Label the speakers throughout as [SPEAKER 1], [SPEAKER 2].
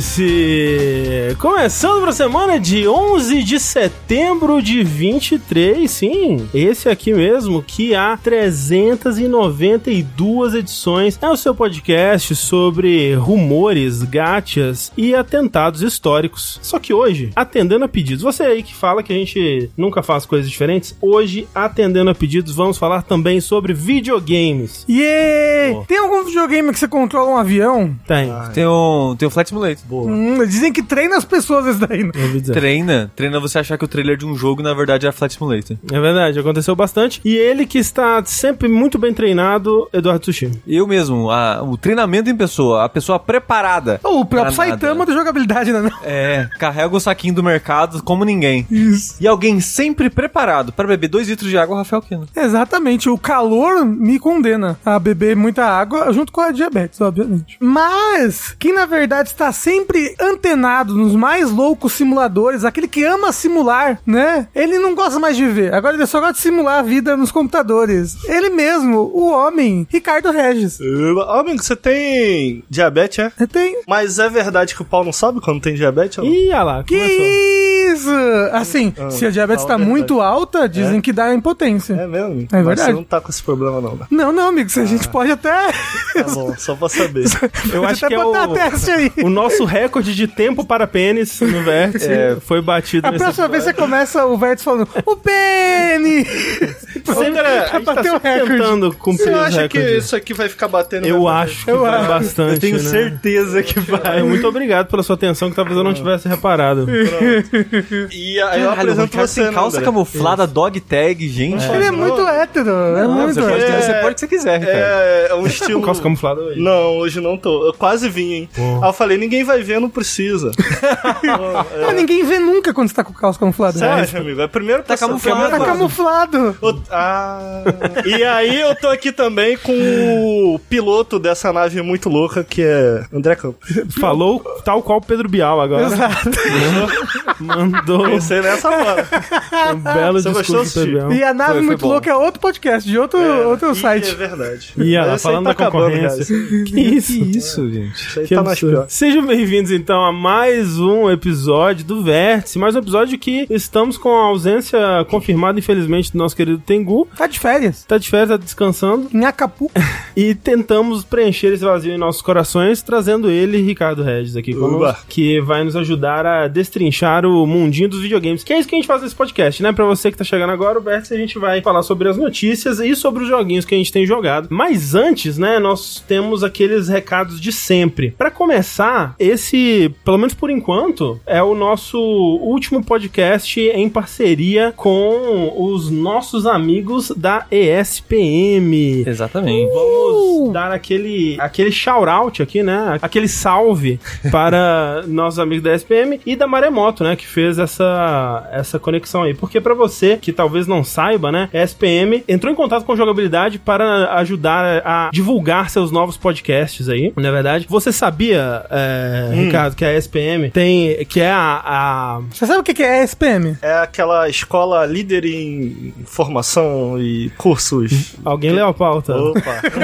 [SPEAKER 1] Vértice! Começando para a semana de 11 de setembro de 23, sim, esse aqui mesmo, que há 392 edições. É o seu podcast sobre rumores, gachas e atentados históricos. Só que hoje, atendendo a pedidos, você aí que fala que a gente nunca faz coisas diferentes, hoje, atendendo a pedidos, vamos falar também sobre videogames.
[SPEAKER 2] Yeah!
[SPEAKER 1] Boa.
[SPEAKER 2] Tem algum videogame que você controla um avião?
[SPEAKER 1] Tem,
[SPEAKER 3] Tem um, tem um Flight Simulator. Boa.
[SPEAKER 2] Hum, dizem que treina as pessoas esse daí. né?
[SPEAKER 1] eu ouvi dizer.
[SPEAKER 3] Treina, treina você achar que o trailer de um jogo, na verdade, é Flight Simulator.
[SPEAKER 1] É verdade, aconteceu bastante. E ele que está sempre muito bem treinado, Eduardo Tsushima.
[SPEAKER 3] Eu mesmo, a- o treinamento em pessoa, a pessoa preparada.
[SPEAKER 2] O próprio
[SPEAKER 3] Pra nada.
[SPEAKER 2] Saitama da jogabilidade, né? não?
[SPEAKER 3] É, carrega o saquinho do mercado como ninguém.
[SPEAKER 2] Isso.
[SPEAKER 3] E alguém sempre preparado para beber dois litros de água, o Rafael Kino.
[SPEAKER 2] Exatamente, o calor me condena a beber muita água junto com a diabetes, obviamente. Mas quem na verdade está sempre antenado nos mais loucos simuladores, aquele que ama simular, né? Ele não gosta mais de ver, agora ele só gosta de simular a vida nos computadores. Ele mesmo, o homem, Ricardo Regis.
[SPEAKER 4] Homem, você tem diabetes, é?
[SPEAKER 2] Você Tem.
[SPEAKER 4] Mas é verdade que o pau não sabe quando tem diabetes? ou não?
[SPEAKER 1] Ih, olha lá,
[SPEAKER 2] Que
[SPEAKER 1] começou.
[SPEAKER 2] isso! Assim,
[SPEAKER 4] Ah,
[SPEAKER 2] se a diabetes está
[SPEAKER 4] fala a verdade.
[SPEAKER 2] muito alta, dizem
[SPEAKER 4] É?
[SPEAKER 2] que dá impotência.
[SPEAKER 4] É mesmo?
[SPEAKER 2] É
[SPEAKER 4] Mas
[SPEAKER 2] verdade.
[SPEAKER 4] Você não tá com esse problema, não, né?
[SPEAKER 2] Não, não, amigo, a gente pode até.
[SPEAKER 4] Tá bom, só pra saber.
[SPEAKER 1] Eu acho
[SPEAKER 2] até
[SPEAKER 1] que é
[SPEAKER 2] botar
[SPEAKER 1] o-
[SPEAKER 2] teste aí.
[SPEAKER 1] O nosso recorde de tempo para pênis no vértice foi batido
[SPEAKER 2] A próxima vez você começa o Vertis falando, o Penny!
[SPEAKER 1] Sempre, a gente tá
[SPEAKER 2] bateu
[SPEAKER 1] sempre
[SPEAKER 2] recorde.
[SPEAKER 1] tentando
[SPEAKER 4] Você
[SPEAKER 1] cumprir os
[SPEAKER 4] acha que
[SPEAKER 1] recordes.
[SPEAKER 4] isso é aqui vai ficar batendo?
[SPEAKER 1] Eu
[SPEAKER 4] vai
[SPEAKER 1] acho que vai bastante,
[SPEAKER 3] Eu tenho
[SPEAKER 1] né?
[SPEAKER 3] certeza que vai.
[SPEAKER 1] Ai, muito obrigado pela sua atenção, que talvez eu não tivesse reparado.
[SPEAKER 4] bater? E aí
[SPEAKER 3] Caralho,
[SPEAKER 4] eu
[SPEAKER 3] o
[SPEAKER 4] apresento
[SPEAKER 3] Ricardo
[SPEAKER 4] você,
[SPEAKER 3] tem
[SPEAKER 4] né,
[SPEAKER 3] calça
[SPEAKER 4] André?
[SPEAKER 3] camuflada, dog tag, gente.
[SPEAKER 2] Ele é muito hétero, é
[SPEAKER 3] Não,
[SPEAKER 2] muito
[SPEAKER 3] você, pode,
[SPEAKER 2] hétero.
[SPEAKER 4] hétero.
[SPEAKER 3] você pode o que você quiser, Ricardo.
[SPEAKER 4] então, É, é um
[SPEAKER 1] Com
[SPEAKER 4] estilo...
[SPEAKER 1] calça camuflada hoje.
[SPEAKER 4] Não, hoje não tô. Eu quase vim, hein? Aí eu falei, ninguém vai ver, não precisa.
[SPEAKER 2] Mas Ah, ninguém vê nunca quando você tá com o calço camuflado.
[SPEAKER 4] Você
[SPEAKER 2] né?
[SPEAKER 4] acha, amigo? É primeiro
[SPEAKER 3] Tá camuflado.
[SPEAKER 2] Tá camuflado.
[SPEAKER 4] O- Ah. E aí eu tô aqui também com o piloto dessa nave muito louca que é André Campos.
[SPEAKER 1] Falou tal qual Pedro Bial agora.
[SPEAKER 2] Exato.
[SPEAKER 1] Mandou um
[SPEAKER 4] Pensei nessa hora.
[SPEAKER 1] belo
[SPEAKER 2] é-
[SPEAKER 4] Você gostou,
[SPEAKER 1] discurso do Pedro
[SPEAKER 4] Steve?
[SPEAKER 1] Bial.
[SPEAKER 2] E a nave
[SPEAKER 3] Foi- foi
[SPEAKER 2] muito
[SPEAKER 3] bom.
[SPEAKER 2] louca é outro podcast, de outro, outro
[SPEAKER 4] É
[SPEAKER 2] site.
[SPEAKER 4] verdade.
[SPEAKER 1] E ela,
[SPEAKER 4] Esse aí
[SPEAKER 1] falando
[SPEAKER 4] tá
[SPEAKER 1] da concorrência.
[SPEAKER 4] Acabando,
[SPEAKER 1] Que isso?
[SPEAKER 3] Que isso, gente.
[SPEAKER 4] cara. Isso aí
[SPEAKER 1] Que
[SPEAKER 4] tá nas
[SPEAKER 1] absurdo.
[SPEAKER 4] piores.
[SPEAKER 1] Sejam bem-vindos então a mais um episódio do Vértice, mais um episódio que estamos com a ausência confirmada, infelizmente, do nosso querido Tengu.
[SPEAKER 2] Tá de férias.
[SPEAKER 1] Tá de férias, tá descansando
[SPEAKER 2] Em Acapulco.
[SPEAKER 1] e tentamos preencher esse vazio em nossos corações, trazendo ele, Ricardo Regis, aqui
[SPEAKER 4] Uba.
[SPEAKER 1] conosco, que vai nos ajudar a destrinchar o mundinho dos videogames, que é isso que a gente faz nesse podcast, né? Pra você que tá chegando agora, o Vértice, a gente vai falar sobre as notícias e sobre os joguinhos que a gente tem jogado. Mas antes, né, nós temos aqueles recados de sempre. Pra começar, esse, pelo menos por enquanto, é o nosso último podcast em parceria com os nossos amigos da ESPM.
[SPEAKER 3] Exatamente.
[SPEAKER 1] Vamos dar aquele, aquele shout-out aqui, né? Aquele salve para nossos amigos da SPM e da Maremoto, né? Que fez essa, essa conexão aí. Porque pra você que talvez não saiba, né? A SPM entrou em contato com a jogabilidade para ajudar a divulgar seus novos podcasts aí, na verdade. Você sabia, é,
[SPEAKER 4] Hum.
[SPEAKER 1] Ricardo, que a SPM tem. que é a. a-
[SPEAKER 2] Você sabe o que que é SPM?
[SPEAKER 4] É aquela escola líder em formação e cursos.
[SPEAKER 1] alguém leu a pauta?
[SPEAKER 4] Opa. Tipo,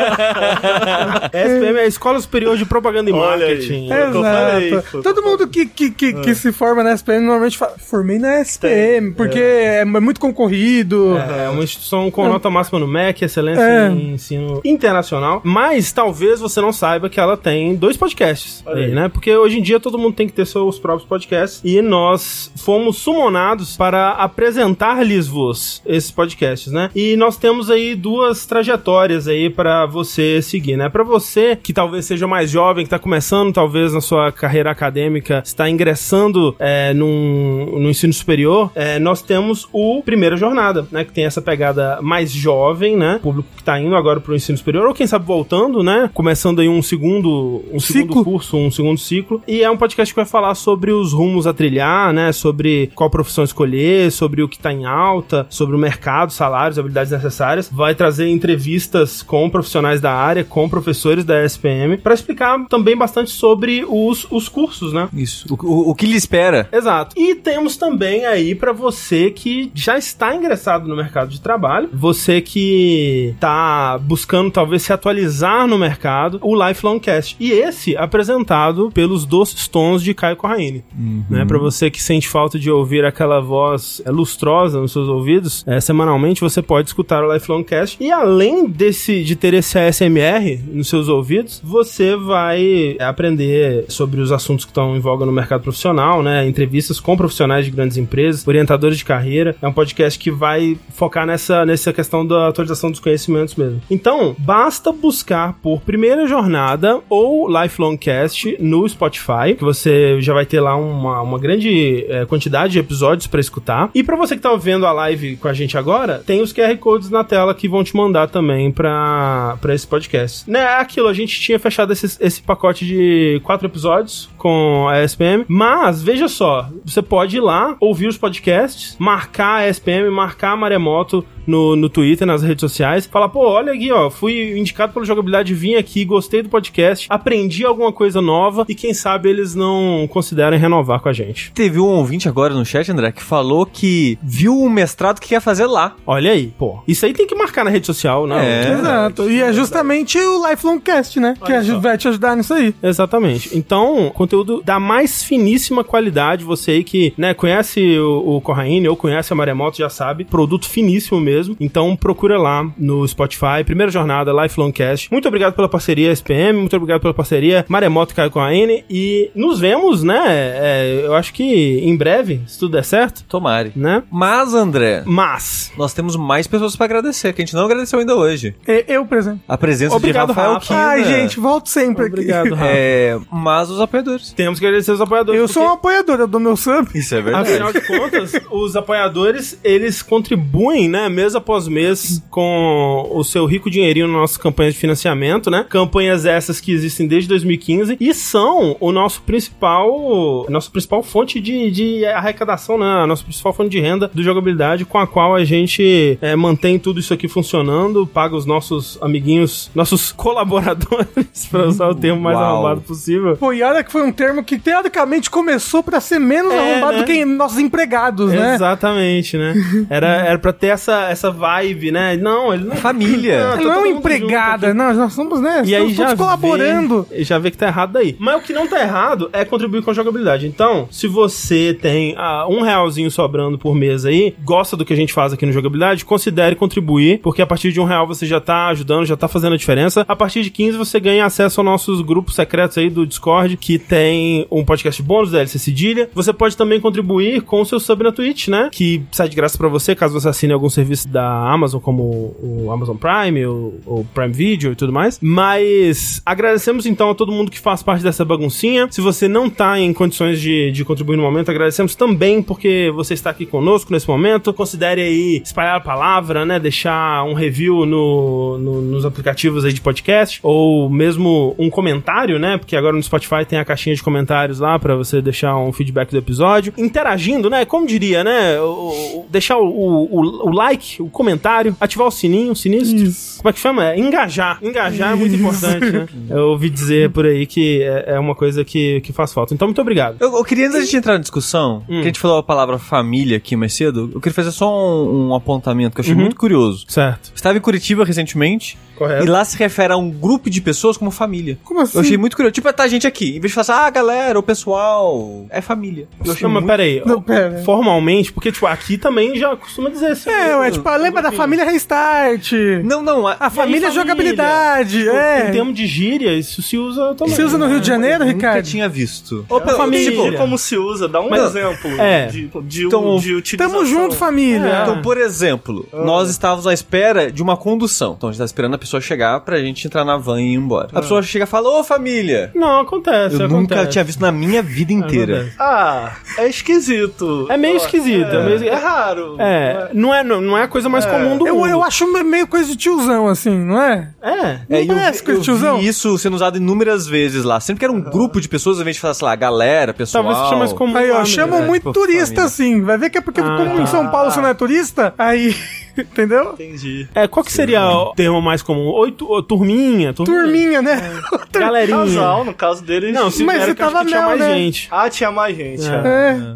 [SPEAKER 1] A SPM é a Escola Superior de Propaganda e
[SPEAKER 4] Olha aí.
[SPEAKER 1] Marketing.
[SPEAKER 4] É o que eu falei, foi o que
[SPEAKER 2] Todo
[SPEAKER 4] eu
[SPEAKER 2] mundo que, que, que,
[SPEAKER 1] Ah.
[SPEAKER 2] que se forma na SPM normalmente fala, formei na SPM, porque é. muito concorrido.
[SPEAKER 1] É uma instituição com nota máxima no MEC, excelência
[SPEAKER 2] É.
[SPEAKER 1] em ensino internacional. Mas talvez você não saiba que ela tem dois podcasts
[SPEAKER 4] Olha
[SPEAKER 1] aí,
[SPEAKER 4] aí.
[SPEAKER 1] né? Porque hoje em dia todo mundo tem que ter seus próprios podcasts. E nós fomos sumonados para apresentar-lhes vos esses podcasts, né? E nós temos aí duas trajetórias aí para você seguir, né? Para você que talvez seja mais jovem, que tá começando talvez na sua carreira acadêmica, está ingressando é, num, no ensino superior, é, nós temos o Primeira Jornada, né? Que tem essa pegada mais jovem, né? Público que tá indo agora pro ensino superior, ou quem sabe voltando, né? Começando aí um segundo, um segundo
[SPEAKER 2] Ciclo.
[SPEAKER 1] curso, um segundo ciclo. E é um podcast que vai falar sobre os rumos a trilhar, né? Sobre qual profissão escolher, sobre o que tá em alta, sobre o mercado, salários, habilidades necessárias. Vai trazer entrevistas com profissionais da área, com professores da SPM, para explicar também bastante sobre os, os cursos, né?
[SPEAKER 3] Isso. O, o- o que lhe espera?
[SPEAKER 1] Exato. E temos também aí pra você que já está ingressado no mercado de trabalho, você que tá buscando talvez se atualizar no mercado, o Lifelong Cast. E esse apresentado pelos Doces Tons de Caio Corraine. Né? Para você que sente falta de ouvir aquela voz é, lustrosa nos seus ouvidos, é, semanalmente você pode escutar o Lifelong Cast. E além desse de ter esse ASMR nos seus ouvidos, você vai é, aprender sobre os assuntos que estão em voga no mercado profissional, né? Entrevistas com profissionais de grandes empresas, orientadores de carreira. É um podcast que vai focar nessa, nessa questão da atualização dos conhecimentos mesmo. Então, basta buscar por Primeira Jornada ou Lifelong Cast no Spotify, que você já vai ter lá uma, uma grande eh, quantidade de episódios para escutar. E para você que tá vendo a live com a gente agora, tem os QR Codes na tela que vão te mandar também para esse podcast. Né, é aquilo, a gente tinha fechado esse, esse pacote de quatro episódios com a SPM, mas veja só, você pode ir lá, ouvir os podcasts, marcar a SPM, marcar a Maremoto no, no Twitter, nas redes sociais, falar, pô, olha aqui, ó, fui indicado pelo Jogabilidade, vim aqui, gostei do podcast, aprendi alguma coisa nova e quem sabe eles não considerem renovar com a gente.
[SPEAKER 3] Teve um ouvinte agora no chat, André, que falou que viu um mestrado que quer fazer lá.
[SPEAKER 1] Olha aí, pô. Isso aí tem que marcar na rede social, né? não?
[SPEAKER 3] É.
[SPEAKER 2] Exato. E é justamente o Lifelong Cast, né? que a gente vai te ajudar nisso aí.
[SPEAKER 1] Exatamente. Então, conteúdo da mais finíssima qualidade. Você aí que né, conhece o, o Corraine ou conhece a Maremoto já sabe. Produto finíssimo mesmo. Então, procura lá no Spotify. Primeira Jornada, Lifelong Cast. Muito obrigado pela parceria, SPM. Muito obrigado pela parceria, Maremoto e Caio Corraine. E nos vemos, né? é, eu acho que em breve, se tudo der certo,
[SPEAKER 3] Tomare.
[SPEAKER 1] né?
[SPEAKER 3] Mas, André,
[SPEAKER 1] Mas,
[SPEAKER 3] nós temos mais pessoas pra agradecer, que a gente não agradeceu ainda hoje.
[SPEAKER 2] E- Eu, por exemplo.
[SPEAKER 3] A presença
[SPEAKER 1] Obrigado,
[SPEAKER 3] de Rafael
[SPEAKER 1] Rafa.
[SPEAKER 3] Kina.
[SPEAKER 2] Ai, gente, volto sempre
[SPEAKER 1] né? obrigado,
[SPEAKER 2] aqui.
[SPEAKER 1] Rafa.
[SPEAKER 3] É, mas os apoiadores.
[SPEAKER 1] Temos que agradecer os apoiadores.
[SPEAKER 2] Eu sou um apoiador, eu dou meu sub.
[SPEAKER 3] Isso é
[SPEAKER 1] Afinal de contas, os apoiadores, eles contribuem, né, mês após mês, com o seu rico dinheirinho nas nossas campanhas de financiamento, né? Campanhas essas que existem desde 2015 e são o nosso principal, nossa principal fonte de, de arrecadação, né? A nossa principal fonte de renda do jogabilidade, com a qual a gente eh, mantém tudo isso aqui funcionando, paga os nossos amiguinhos, nossos colaboradores, pra usar o termo mais
[SPEAKER 3] Uau.
[SPEAKER 1] arrombado possível.
[SPEAKER 2] Pô, e olha que foi um termo que teoricamente começou pra ser menos
[SPEAKER 1] É,
[SPEAKER 2] arrombado
[SPEAKER 1] né?
[SPEAKER 2] que nossos empregados, né?
[SPEAKER 1] Exatamente, né? Era, era pra ter essa, essa vibe, né? Não, ele não.
[SPEAKER 3] Família.
[SPEAKER 1] Ah, tá
[SPEAKER 2] Não é
[SPEAKER 1] todo
[SPEAKER 2] uma
[SPEAKER 1] mundo junto
[SPEAKER 2] empregada,
[SPEAKER 1] aqui.
[SPEAKER 2] não, nós somos, né?
[SPEAKER 1] E aí
[SPEAKER 2] estamos
[SPEAKER 1] já
[SPEAKER 2] todos colaborando.
[SPEAKER 1] Vê, já vê que tá errado daí. Mas o que não tá errado é contribuir com a jogabilidade. Então, se você tem ah, um realzinho sobrando por mês aí, gosta do que a gente faz aqui no jogabilidade, considere contribuir, porque a partir de um real você já tá ajudando, já tá fazendo a diferença. A partir de 15 você ganha acesso aos nossos grupos secretos aí do Discord, que tem um podcast bônus da LC Cedilha. Você pode também contribuir com o seu sub na Twitch, né? Que sai de graça pra você caso você assine algum serviço da Amazon, como o Amazon Prime, o, o Prime Video e tudo mais. Mas agradecemos então a todo mundo que faz parte dessa baguncinha. Se você não tá em condições de, de contribuir no momento, agradecemos também porque você está aqui conosco nesse momento. Considere aí espalhar a palavra, né? Deixar um review no, no- nos aplicativos aí de podcast ou mesmo um comentário, né? Porque agora no Spotify tem a caixinha de comentários lá pra você deixar um feedback do episódio. Interagindo, né? Como diria, né? O- o- deixar o, o- o like, o comentário, ativar o sininho, o sinistro. Como é que chama? É engajar. Engajar é muito importante, né? Eu ouvi dizer por aí que é, é uma coisa que, que faz falta. Então, muito obrigado.
[SPEAKER 3] Eu, eu queria, antes da gente entrar na discussão,
[SPEAKER 1] Hum.
[SPEAKER 3] que a gente falou a palavra família aqui mais cedo, eu queria fazer só um, um apontamento que eu achei
[SPEAKER 1] Uhum.
[SPEAKER 3] muito curioso.
[SPEAKER 1] Certo.
[SPEAKER 3] Estava em Curitiba recentemente,
[SPEAKER 1] Correto.
[SPEAKER 3] e lá se refere a um grupo de pessoas como família.
[SPEAKER 2] Como assim?
[SPEAKER 3] Eu achei muito curioso. Tipo, tá a gente aqui. Em vez de falar assim, ah, galera, o pessoal, é família. Eu achei
[SPEAKER 1] Chama,
[SPEAKER 3] muito...
[SPEAKER 1] peraí.
[SPEAKER 2] Não, pera.
[SPEAKER 1] Formalmente, porque, tipo, aqui também já costuma dizer assim.
[SPEAKER 2] né? É, ué, tipo, lembra da família Restart?
[SPEAKER 3] Não, não. A,
[SPEAKER 2] A família
[SPEAKER 1] família?
[SPEAKER 2] é
[SPEAKER 1] um
[SPEAKER 2] jogabilidade,
[SPEAKER 1] Em
[SPEAKER 2] é.
[SPEAKER 1] termos de gíria, isso se usa também.
[SPEAKER 2] Você usa no
[SPEAKER 1] né?
[SPEAKER 2] Rio de Janeiro,
[SPEAKER 3] eu nunca
[SPEAKER 2] Ricardo?
[SPEAKER 3] tinha visto.
[SPEAKER 1] Opa, família.
[SPEAKER 4] Tipo, como se usa, dá um
[SPEAKER 1] Mas-
[SPEAKER 4] exemplo
[SPEAKER 1] É.
[SPEAKER 4] de, de, um,
[SPEAKER 3] Então,
[SPEAKER 4] de utilização.
[SPEAKER 2] Tamo junto, família.
[SPEAKER 1] É. Ah.
[SPEAKER 3] Então, por exemplo, nós estávamos à espera de uma condução. Então, a gente estava esperando a pessoa chegar pra gente entrar na van e ir embora. A pessoa chega e fala, ô família!
[SPEAKER 1] Não, acontece,
[SPEAKER 3] Eu
[SPEAKER 1] Ah. acontece.
[SPEAKER 3] nunca tinha visto na minha vida inteira.
[SPEAKER 1] Acontece.
[SPEAKER 4] Ah, é esquisito.
[SPEAKER 1] É meio
[SPEAKER 4] Ó,
[SPEAKER 1] esquisito, é meio esqui-
[SPEAKER 4] É raro.
[SPEAKER 1] É, não é, não, não é a coisa mais comum do
[SPEAKER 2] Eu,
[SPEAKER 1] mundo.
[SPEAKER 2] eu acho meio coisa de tiozão, assim, não é?
[SPEAKER 1] É.
[SPEAKER 3] É, e eu,
[SPEAKER 2] parece com
[SPEAKER 3] eu
[SPEAKER 2] esse tiozão?
[SPEAKER 3] vi isso sendo usado inúmeras vezes lá. Sempre que era um
[SPEAKER 1] Ah.
[SPEAKER 3] grupo de pessoas, ao invés de falar, sei lá, galera, pessoal...
[SPEAKER 1] Talvez seja mais comum.
[SPEAKER 2] Aí, ó,
[SPEAKER 1] lá,
[SPEAKER 2] chamam
[SPEAKER 1] né?
[SPEAKER 2] muito
[SPEAKER 3] tipo,
[SPEAKER 2] turista,
[SPEAKER 3] família.
[SPEAKER 2] assim. Vai ver que é porque,
[SPEAKER 1] Ah,
[SPEAKER 2] como
[SPEAKER 1] tá.
[SPEAKER 2] em São Paulo você não é turista, aí. Entendeu?
[SPEAKER 4] Entendi.
[SPEAKER 1] É, qual que seria o termo mais comum? Oi, tu- ô, turminha, turminha.
[SPEAKER 2] Turminha, né?
[SPEAKER 1] Galerinha.
[SPEAKER 4] Casal, no caso deles.
[SPEAKER 1] Não, se
[SPEAKER 2] Mas
[SPEAKER 1] era
[SPEAKER 2] você
[SPEAKER 1] que eu acho
[SPEAKER 2] tava
[SPEAKER 1] que tinha
[SPEAKER 2] mel,
[SPEAKER 1] mais
[SPEAKER 2] né?
[SPEAKER 1] gente.
[SPEAKER 4] Ah, tinha mais gente.
[SPEAKER 1] É.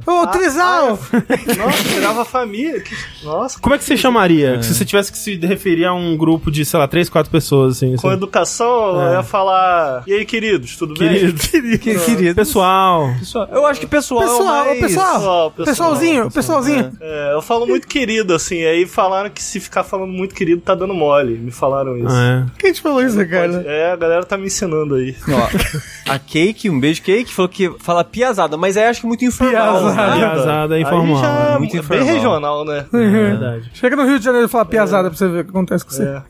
[SPEAKER 2] É. Ô, Trisal!
[SPEAKER 4] é. Nossa, tirava a família. que- Nossa,
[SPEAKER 1] Como é que você chamaria? Se você tivesse que se referir a um grupo de, sei lá, três, quatro pessoas, assim.
[SPEAKER 4] com
[SPEAKER 1] assim.
[SPEAKER 4] educação, eu ia falar. E aí, queridos, tudo bem?
[SPEAKER 1] Querido. Querido. Pessoal.
[SPEAKER 3] Eu acho que pessoal, é o
[SPEAKER 2] Pessoal,
[SPEAKER 1] Ah,
[SPEAKER 2] pessoal,
[SPEAKER 3] mais-
[SPEAKER 4] pessoal, é. pessoal.
[SPEAKER 2] pessoalzinho, pessoalzinho.
[SPEAKER 4] É, eu falo muito querido, assim. Aí falaram que se ficar falando muito querido tá dando mole. Me falaram isso.
[SPEAKER 1] Ah,
[SPEAKER 2] Quem te falou isso, cara?
[SPEAKER 4] É, a galera tá me ensinando aí.
[SPEAKER 3] Ó, a Cake, um beijo, Cake, falou que fala piazada, mas aí acho que muito informal.
[SPEAKER 1] é.
[SPEAKER 2] Piazada.
[SPEAKER 3] né?
[SPEAKER 1] Piazada é informal.
[SPEAKER 4] Aí já
[SPEAKER 1] né?
[SPEAKER 4] é
[SPEAKER 3] muito
[SPEAKER 4] bem
[SPEAKER 3] informal.
[SPEAKER 4] regional, né?
[SPEAKER 1] É verdade.
[SPEAKER 2] Chega no Rio de Janeiro e fala piazada pra você ver o que acontece com você.
[SPEAKER 4] É.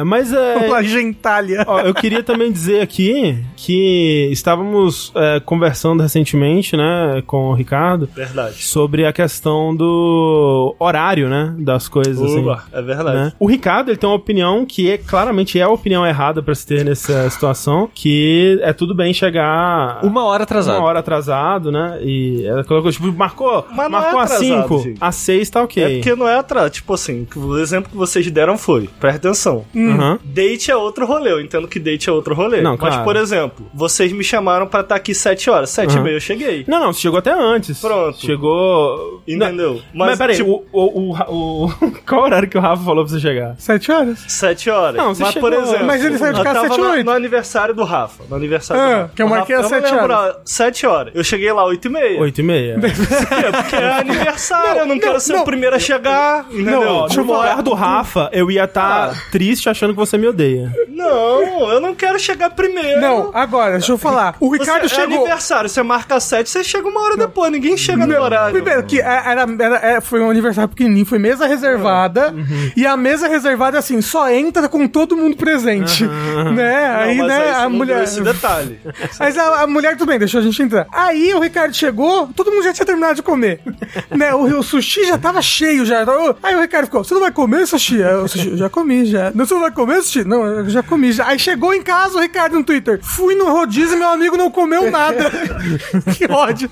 [SPEAKER 1] É, mas é.
[SPEAKER 2] Uma gentalha.
[SPEAKER 1] Ó, eu queria também dizer aqui que estávamos é, conversando recentemente, né, com o Ricardo,
[SPEAKER 4] Verdade.
[SPEAKER 1] sobre a questão do horário, né, das coisas. assim,
[SPEAKER 4] Uba, é verdade.
[SPEAKER 1] né? O Ricardo ele tem uma opinião que é, claramente é a opinião errada pra se ter nessa situação, que é tudo bem chegar
[SPEAKER 3] Uma hora atrasada.
[SPEAKER 1] uma hora atrasado, né? E ela colocou tipo marcou,
[SPEAKER 4] Mas não
[SPEAKER 1] marcou
[SPEAKER 4] é
[SPEAKER 1] a
[SPEAKER 4] atrasado,
[SPEAKER 1] 5,
[SPEAKER 4] gente.
[SPEAKER 1] a 6 tá OK.
[SPEAKER 4] É porque não é atraso. Tipo assim, o exemplo que vocês deram foi, presta atenção.
[SPEAKER 1] Uhum.
[SPEAKER 4] Date é outro rolê, eu entendo que date é outro rolê.
[SPEAKER 1] Não,
[SPEAKER 4] Mas,
[SPEAKER 1] claro.
[SPEAKER 4] por exemplo, vocês me chamaram pra estar aqui 7 horas,
[SPEAKER 2] Uhum.
[SPEAKER 4] 7
[SPEAKER 1] Aham.
[SPEAKER 4] e meia eu cheguei.
[SPEAKER 1] Não, não, você chegou até antes.
[SPEAKER 4] Pronto.
[SPEAKER 1] Chegou.
[SPEAKER 4] Entendeu?
[SPEAKER 1] Não, mas,
[SPEAKER 4] Mas,
[SPEAKER 1] peraí,
[SPEAKER 4] tipo-
[SPEAKER 1] o, o, o- o- qual horário que o Rafa falou pra você chegar?
[SPEAKER 2] Sete horas?
[SPEAKER 4] 7 horas.
[SPEAKER 1] Não, você
[SPEAKER 4] mas, por
[SPEAKER 1] chegou-
[SPEAKER 4] exemplo,
[SPEAKER 2] Mas ele saiu de
[SPEAKER 4] eu
[SPEAKER 2] casa
[SPEAKER 4] tava
[SPEAKER 2] 7 e
[SPEAKER 4] no-
[SPEAKER 2] oito.
[SPEAKER 4] No aniversário do Rafa. No aniversário
[SPEAKER 2] Ah,
[SPEAKER 4] do Rafa.
[SPEAKER 2] que eu marquei às 7
[SPEAKER 4] 7 horas. Eu cheguei lá 8 e meia.
[SPEAKER 1] 8 e meia.
[SPEAKER 4] Porque é aniversário, eu não,
[SPEAKER 2] não,
[SPEAKER 4] quero ser
[SPEAKER 2] não.
[SPEAKER 4] o primeiro a chegar. Entendeu? Tipo, é-
[SPEAKER 1] Não, ó, no
[SPEAKER 4] Uma hora-
[SPEAKER 1] lugar do Rafa, eu ia
[SPEAKER 4] Ah.
[SPEAKER 1] estar triste achando que você me odeia.
[SPEAKER 4] Não, eu não quero chegar primeiro.
[SPEAKER 2] Não, agora, deixa eu falar. O
[SPEAKER 4] Você-
[SPEAKER 2] Ricardo
[SPEAKER 4] é
[SPEAKER 2] chegou.
[SPEAKER 4] aniversário, você marca às 7, você chega uma hora depois, ninguém chega no horário.
[SPEAKER 2] Primeiro, que é, era, era- era- foi um aniversário pequenininho, foi mesa reservada. E a mesa reservada, assim, só entra com todo mundo presente. Né?
[SPEAKER 4] Não,
[SPEAKER 2] aí,
[SPEAKER 4] mas
[SPEAKER 2] né,
[SPEAKER 4] você
[SPEAKER 2] a
[SPEAKER 4] não deu
[SPEAKER 2] mulher.
[SPEAKER 4] Esse detalhe.
[SPEAKER 2] Mas a, a mulher tudo bem, deixou a gente entrar. Aí o Ricardo chegou, todo mundo já tinha terminado de comer. né, o, o sushi já tava cheio já. Ô, Aí o Ricardo ficou: Você não vai comer sushi? Aí, eu, sushi? Eu já comi já. Não, você não vai comer sushi? Não, eu já comi já. Aí chegou em casa o Ricardo no Twitter: Fui no rodízio e meu amigo não comeu nada. que ódio.